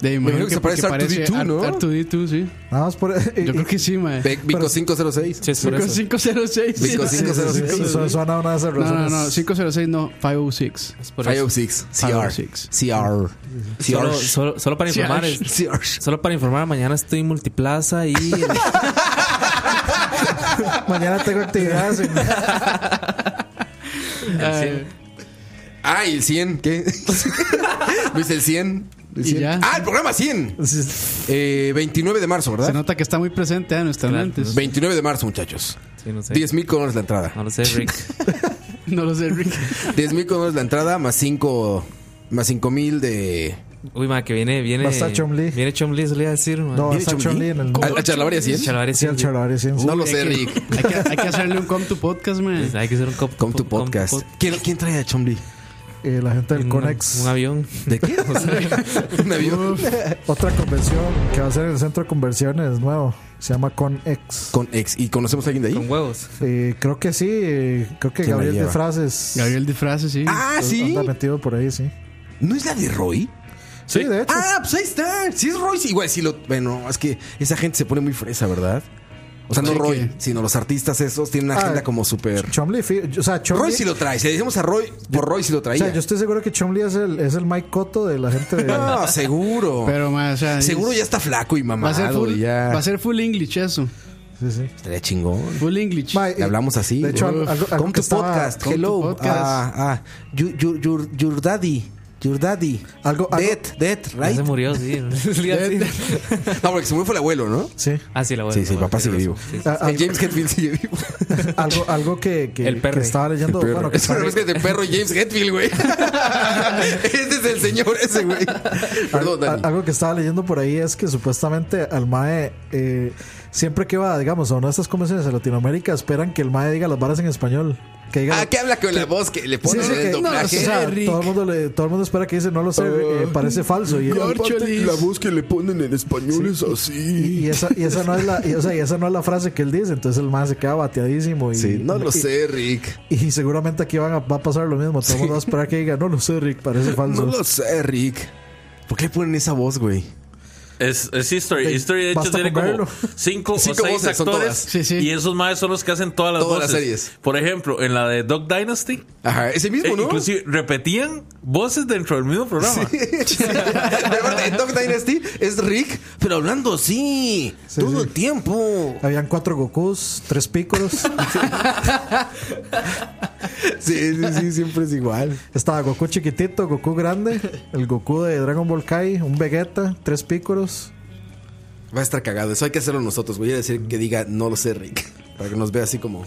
[SPEAKER 4] De ahí,
[SPEAKER 6] Me imagino que se
[SPEAKER 4] porque
[SPEAKER 6] parece a R2D2,
[SPEAKER 4] Ar-
[SPEAKER 6] ¿no?
[SPEAKER 4] R2D2, sí.
[SPEAKER 7] Nada más por. e-,
[SPEAKER 4] Yo creo que sí, mae.
[SPEAKER 6] Pe- Vico 506.
[SPEAKER 5] Sí, es por
[SPEAKER 4] Con
[SPEAKER 5] eso.
[SPEAKER 4] 506.
[SPEAKER 6] Vico
[SPEAKER 4] sí.
[SPEAKER 7] Sí, sí, sí, sí,
[SPEAKER 6] 506.
[SPEAKER 7] eso suena una de esas
[SPEAKER 4] No,
[SPEAKER 7] razones.
[SPEAKER 4] no, no, 506 no, 506.
[SPEAKER 5] Es por eso.
[SPEAKER 6] 506. CR.
[SPEAKER 4] 506.
[SPEAKER 6] CR.
[SPEAKER 5] Solo,
[SPEAKER 6] CR.
[SPEAKER 5] solo- solo para informar,
[SPEAKER 4] Ciarsh.
[SPEAKER 5] es-
[SPEAKER 6] CR.
[SPEAKER 5] solo para informar, mañana estoy en Multiplaza
[SPEAKER 7] <laughs>
[SPEAKER 5] y
[SPEAKER 7] Mañana tengo actividades. en-
[SPEAKER 4] Ay,
[SPEAKER 6] Ah, y el 100, ¿qué? Luis, el 100. El
[SPEAKER 4] Y
[SPEAKER 6] 100.
[SPEAKER 4] ya.
[SPEAKER 6] Ah, el programa 100.
[SPEAKER 7] Sí,
[SPEAKER 6] Eh, 29 de marzo,
[SPEAKER 4] se
[SPEAKER 6] ¿verdad?
[SPEAKER 4] nota que está muy presente ¿eh? en nuestras
[SPEAKER 5] Claro.
[SPEAKER 4] mentes.
[SPEAKER 6] 29 de marzo, muchachos.
[SPEAKER 5] Sí, no sé.
[SPEAKER 6] 10 mil colores la entrada.
[SPEAKER 5] No lo sé, Rick.
[SPEAKER 4] No lo sé, Rick.
[SPEAKER 6] 10 mil colores la entrada, más 5 más cinco mil de...
[SPEAKER 5] Uy, ma, que viene, viene.
[SPEAKER 7] Va a estar Chom Lee.
[SPEAKER 5] Viene Chom Lee, se le iba a decir, ma.
[SPEAKER 7] No,
[SPEAKER 6] ¿Viene
[SPEAKER 7] está
[SPEAKER 6] Chun-Li?
[SPEAKER 7] Chun-Li en el.
[SPEAKER 6] ¿A, a Charlavaria 100?
[SPEAKER 5] Chalabaria
[SPEAKER 7] Sí, el
[SPEAKER 5] siempre.
[SPEAKER 7] Charolari, sí, sí.
[SPEAKER 6] No lo
[SPEAKER 4] Hay
[SPEAKER 6] sé,
[SPEAKER 4] que-
[SPEAKER 6] Rick.
[SPEAKER 4] Hay que, hay que hacerle un come to podcast, man.
[SPEAKER 5] Hay que hacer un cop,
[SPEAKER 6] Con tu
[SPEAKER 5] cop- com-
[SPEAKER 6] podcast.
[SPEAKER 5] cop-
[SPEAKER 6] ¿Quién, quién trae a Chomli?
[SPEAKER 7] Eh, la gente del
[SPEAKER 5] un-
[SPEAKER 7] Conex.
[SPEAKER 5] Un avión.
[SPEAKER 6] ¿De qué? O sea, <laughs> un avión.
[SPEAKER 7] Otra convención que va a ser en el centro de conversiones nuevo. Se llama Conex.
[SPEAKER 6] Con ex. ¿Y conocemos a alguien de ahí?
[SPEAKER 5] Con huevos.
[SPEAKER 7] Eh, creo que sí. eh, Creo que
[SPEAKER 6] ¿Quién la
[SPEAKER 7] Gabriel de
[SPEAKER 6] lleva?
[SPEAKER 7] Frases.
[SPEAKER 4] Gabriel disfrace, sí.
[SPEAKER 6] Ah, sí.
[SPEAKER 7] Anda metido por ahí, sí.
[SPEAKER 6] ¿No es la de Roy?
[SPEAKER 7] Sí, de hecho.
[SPEAKER 6] Ah, pues ahí está. Si es Roy, sí, güey, sí lo. Bueno, es que esa gente se pone muy fresa, ¿verdad? O sea, no
[SPEAKER 4] Sí,
[SPEAKER 6] Roy,
[SPEAKER 4] que-
[SPEAKER 6] sino los artistas esos tienen una
[SPEAKER 7] Ah,
[SPEAKER 6] agenda como súper.
[SPEAKER 7] Chomley, fi- o sea, Chomley-
[SPEAKER 6] Roy sí lo trae. Si le decimos a Roy, por Roy sí lo
[SPEAKER 7] o
[SPEAKER 6] traía.
[SPEAKER 7] sea, yo estoy seguro que Chomley es el, es el Mike Cotto de la gente
[SPEAKER 6] <laughs>
[SPEAKER 7] de.
[SPEAKER 6] No, seguro.
[SPEAKER 4] Pero, mae, o sea.
[SPEAKER 6] seguro ya está flaco y
[SPEAKER 4] Va a, ser
[SPEAKER 6] mamado.
[SPEAKER 4] full,
[SPEAKER 6] y ya.
[SPEAKER 4] va a ser full English eso.
[SPEAKER 7] Sí, sí.
[SPEAKER 6] Estaría chingón.
[SPEAKER 4] Full English.
[SPEAKER 7] Mae,
[SPEAKER 6] Le hablamos así.
[SPEAKER 7] De hecho,
[SPEAKER 6] güey.
[SPEAKER 7] algo, algo- algo
[SPEAKER 6] come to
[SPEAKER 7] que estaba-
[SPEAKER 6] podcast.
[SPEAKER 4] come to
[SPEAKER 6] Hello.
[SPEAKER 4] podcast.
[SPEAKER 6] Ah, ah. You- you- your, your daddy. Your daddy.
[SPEAKER 7] Algo- algo-
[SPEAKER 6] Dead, dead,
[SPEAKER 5] Ya <laughs>
[SPEAKER 6] right?
[SPEAKER 5] se murió,
[SPEAKER 6] <laughs>
[SPEAKER 5] sí.
[SPEAKER 6] No, porque se murió fue el abuelo, ¿no?
[SPEAKER 7] Sí.
[SPEAKER 5] ah, sí, la voy
[SPEAKER 6] Sí, sí, papá sigue vivo.
[SPEAKER 7] A-
[SPEAKER 6] El
[SPEAKER 7] algo,
[SPEAKER 6] James Hetfield sigue vivo.
[SPEAKER 7] <laughs> algo, algo que, que,
[SPEAKER 5] El perro.
[SPEAKER 7] que estaba leyendo. Bueno, que
[SPEAKER 6] es una
[SPEAKER 7] estaba-
[SPEAKER 6] mezcla de perro y James Hetfield, güey. <laughs> Este es el señor ese, güey. <laughs> Perdón,
[SPEAKER 7] Al-
[SPEAKER 6] Dani.
[SPEAKER 7] Algo que estaba leyendo por ahí es que supuestamente al MAE, eh, siempre que va, digamos, a una de estas convenciones de Latinoamérica, esperan que el MAE diga las varas en español. Que diga.
[SPEAKER 6] Ah, que habla con la voz que le
[SPEAKER 7] Sí,
[SPEAKER 6] pone
[SPEAKER 7] sí,
[SPEAKER 6] el
[SPEAKER 7] que- o
[SPEAKER 6] doblaje.
[SPEAKER 7] sea, todo, el mundo le- todo el mundo espera que dice, no lo sé, eh, parece falso. Y,
[SPEAKER 4] Corcholis.
[SPEAKER 11] voz que le ponen en español es
[SPEAKER 7] y-
[SPEAKER 11] así.
[SPEAKER 7] y esa, y esa no es la, y, o sea, y esa no es la frase que él dice, entonces el MAE se queda bateadísimo. Y,
[SPEAKER 6] Sí, no lo
[SPEAKER 7] y-
[SPEAKER 6] sé, Rick.
[SPEAKER 7] Y seguramente aquí van a- va a pasar lo mismo. Todo el mundo va a esperar que diga, no lo sé, Rick, parece
[SPEAKER 6] <laughs>
[SPEAKER 7] falso.
[SPEAKER 6] No lo sé, Rick. ¿Por qué le ponen esa voz, güey?
[SPEAKER 8] Es, es History.
[SPEAKER 7] De-
[SPEAKER 8] History, de hecho,
[SPEAKER 7] basta
[SPEAKER 8] tiene
[SPEAKER 7] con
[SPEAKER 8] como
[SPEAKER 7] verlo.
[SPEAKER 8] cinco
[SPEAKER 6] Cinco
[SPEAKER 8] o seis
[SPEAKER 6] voces, son
[SPEAKER 8] actores.
[SPEAKER 6] todas.
[SPEAKER 4] Sí, sí.
[SPEAKER 8] Y esos madres son los que hacen todas las
[SPEAKER 6] Todas las
[SPEAKER 8] voces.
[SPEAKER 6] series.
[SPEAKER 8] Por ejemplo, en la de Dog Dynasty,
[SPEAKER 6] Ajá, ese mismo,
[SPEAKER 8] eh,
[SPEAKER 6] ¿no?
[SPEAKER 8] inclusive repetían voces dentro del mismo programa.
[SPEAKER 6] <laughs> <laughs> Sí. Pero aparte, en Dog Dynasty es Rick, pero hablando así
[SPEAKER 7] Sí,
[SPEAKER 6] todo
[SPEAKER 7] sí.
[SPEAKER 6] el tiempo.
[SPEAKER 7] Habían cuatro Gokus, tres Pícoros.
[SPEAKER 6] <laughs> Sí, sí, sí, siempre es igual.
[SPEAKER 7] Estaba Goku chiquitito, Goku grande, el Goku de Dragon Ball Kai, un Vegeta, tres Pícoros.
[SPEAKER 6] Va a estar cagado. Eso hay que hacerlo nosotros. Voy a decir que diga, no lo sé, Rick. Para que nos vea así como.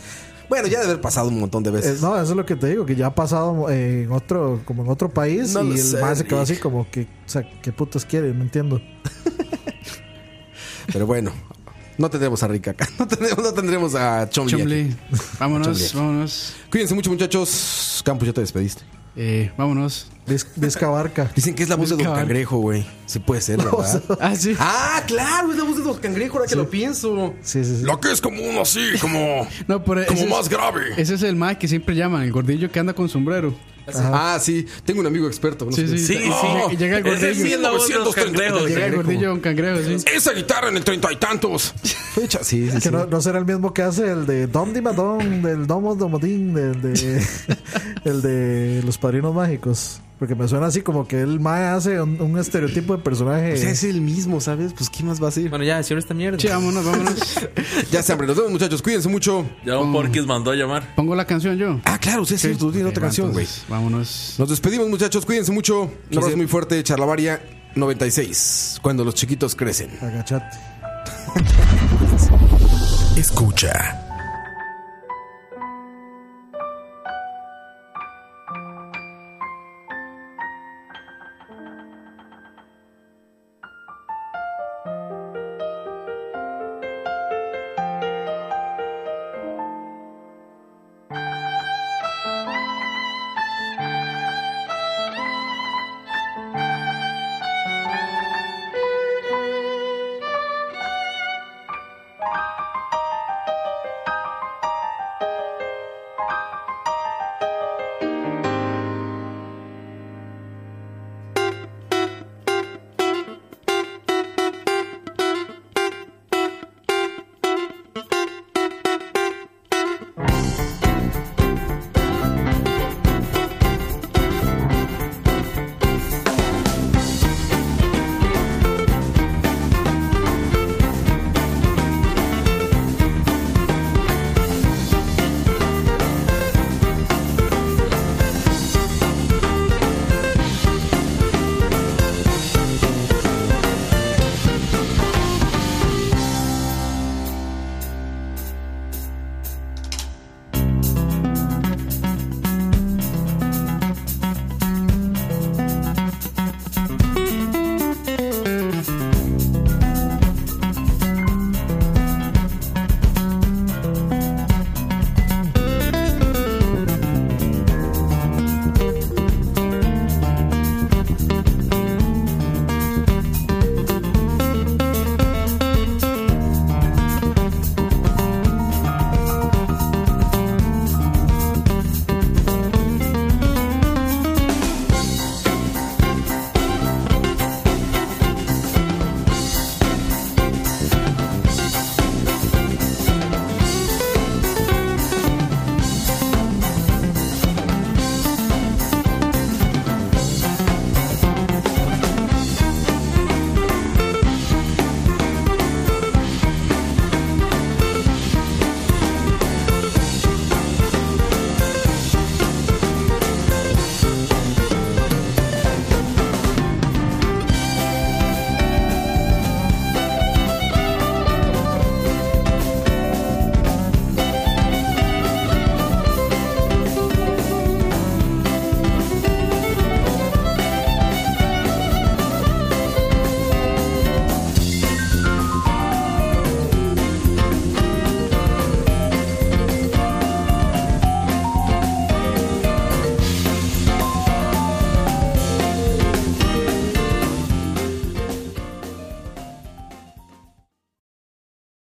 [SPEAKER 6] Bueno, ya debe haber pasado un montón de
[SPEAKER 7] Eh,
[SPEAKER 6] veces.
[SPEAKER 7] no, eso es lo que te digo, que ya ha pasado eh, en otro, como en otro país
[SPEAKER 6] No lo
[SPEAKER 7] y
[SPEAKER 6] sé,
[SPEAKER 7] el más se quedó
[SPEAKER 6] Nick.
[SPEAKER 7] así como que, o sea, ¿qué putas quiere? No entiendo.
[SPEAKER 6] Pero bueno, no tendremos a Rick acá. <laughs> No tendremos, no tendremos a Chomli. aquí.
[SPEAKER 4] Chumli. Vámonos,
[SPEAKER 6] Chumli.
[SPEAKER 4] vámonos.
[SPEAKER 6] Cuídense mucho, muchachos. Campos, ya te despediste.
[SPEAKER 4] Eh, vámonos.
[SPEAKER 7] Dis- Disca Barca.
[SPEAKER 6] Dicen que es la voz de Don
[SPEAKER 4] Cabrón.
[SPEAKER 6] Cangrejo, güey. Sí puede ser, ¿verdad?
[SPEAKER 4] Ah, sí.
[SPEAKER 6] ah, claro, es la voz de Don Cangrejo, ahora que lo pienso.
[SPEAKER 7] Sí, sí, sí.
[SPEAKER 11] Lo que es como uno así, como,
[SPEAKER 4] No, pero
[SPEAKER 11] como
[SPEAKER 4] ese,
[SPEAKER 11] más
[SPEAKER 4] es,
[SPEAKER 11] grave.
[SPEAKER 4] ese es el mae que siempre llaman, el gordillo que anda con sombrero.
[SPEAKER 6] Ah, sí. Tengo un amigo experto. no
[SPEAKER 4] Sí,
[SPEAKER 6] sé.
[SPEAKER 4] sí.
[SPEAKER 8] Sí,
[SPEAKER 4] Oh,
[SPEAKER 8] sí.
[SPEAKER 4] llega- llega el
[SPEAKER 6] <laughs>
[SPEAKER 8] Esa sí
[SPEAKER 4] gordillo.
[SPEAKER 8] es la voz de los
[SPEAKER 11] 1930.
[SPEAKER 8] cangrejos.
[SPEAKER 4] Llega el gordillo con cangrejo, sí.
[SPEAKER 11] Esa guitarra en el treinta y tantos.
[SPEAKER 6] Fecha, sí, sí,
[SPEAKER 7] Que
[SPEAKER 6] sí.
[SPEAKER 7] no, no será el mismo que hace el de Dom Dimadón, del Domo Domodín, del
[SPEAKER 6] <laughs>
[SPEAKER 7] de, el de Los Padrinos Mágicos. Porque me suena así como que él más hace un, un estereotipo de personaje.
[SPEAKER 6] O sea, Pues es el mismo, ¿sabes? Pues, ¿qué más va a ser?
[SPEAKER 5] Bueno, ya, cierra esta mierda.
[SPEAKER 4] Sí, vámonos, vámonos.
[SPEAKER 6] <laughs> Ya se hambre. Nos vemos, muchachos. Cuídense mucho.
[SPEAKER 8] Ya Don Porquis mandó a llamar.
[SPEAKER 4] Pongo la canción yo.
[SPEAKER 6] Ah, claro, usted sí, tú tienes
[SPEAKER 4] Ok,
[SPEAKER 6] otra
[SPEAKER 4] va,
[SPEAKER 6] canción, güey.
[SPEAKER 4] entonces, Vámonos.
[SPEAKER 6] Nos despedimos, muchachos. Cuídense mucho. Un abrazo muy fuerte. Charlavaria 96. Cuando los chiquitos crecen.
[SPEAKER 7] Agachate.
[SPEAKER 1] Escucha.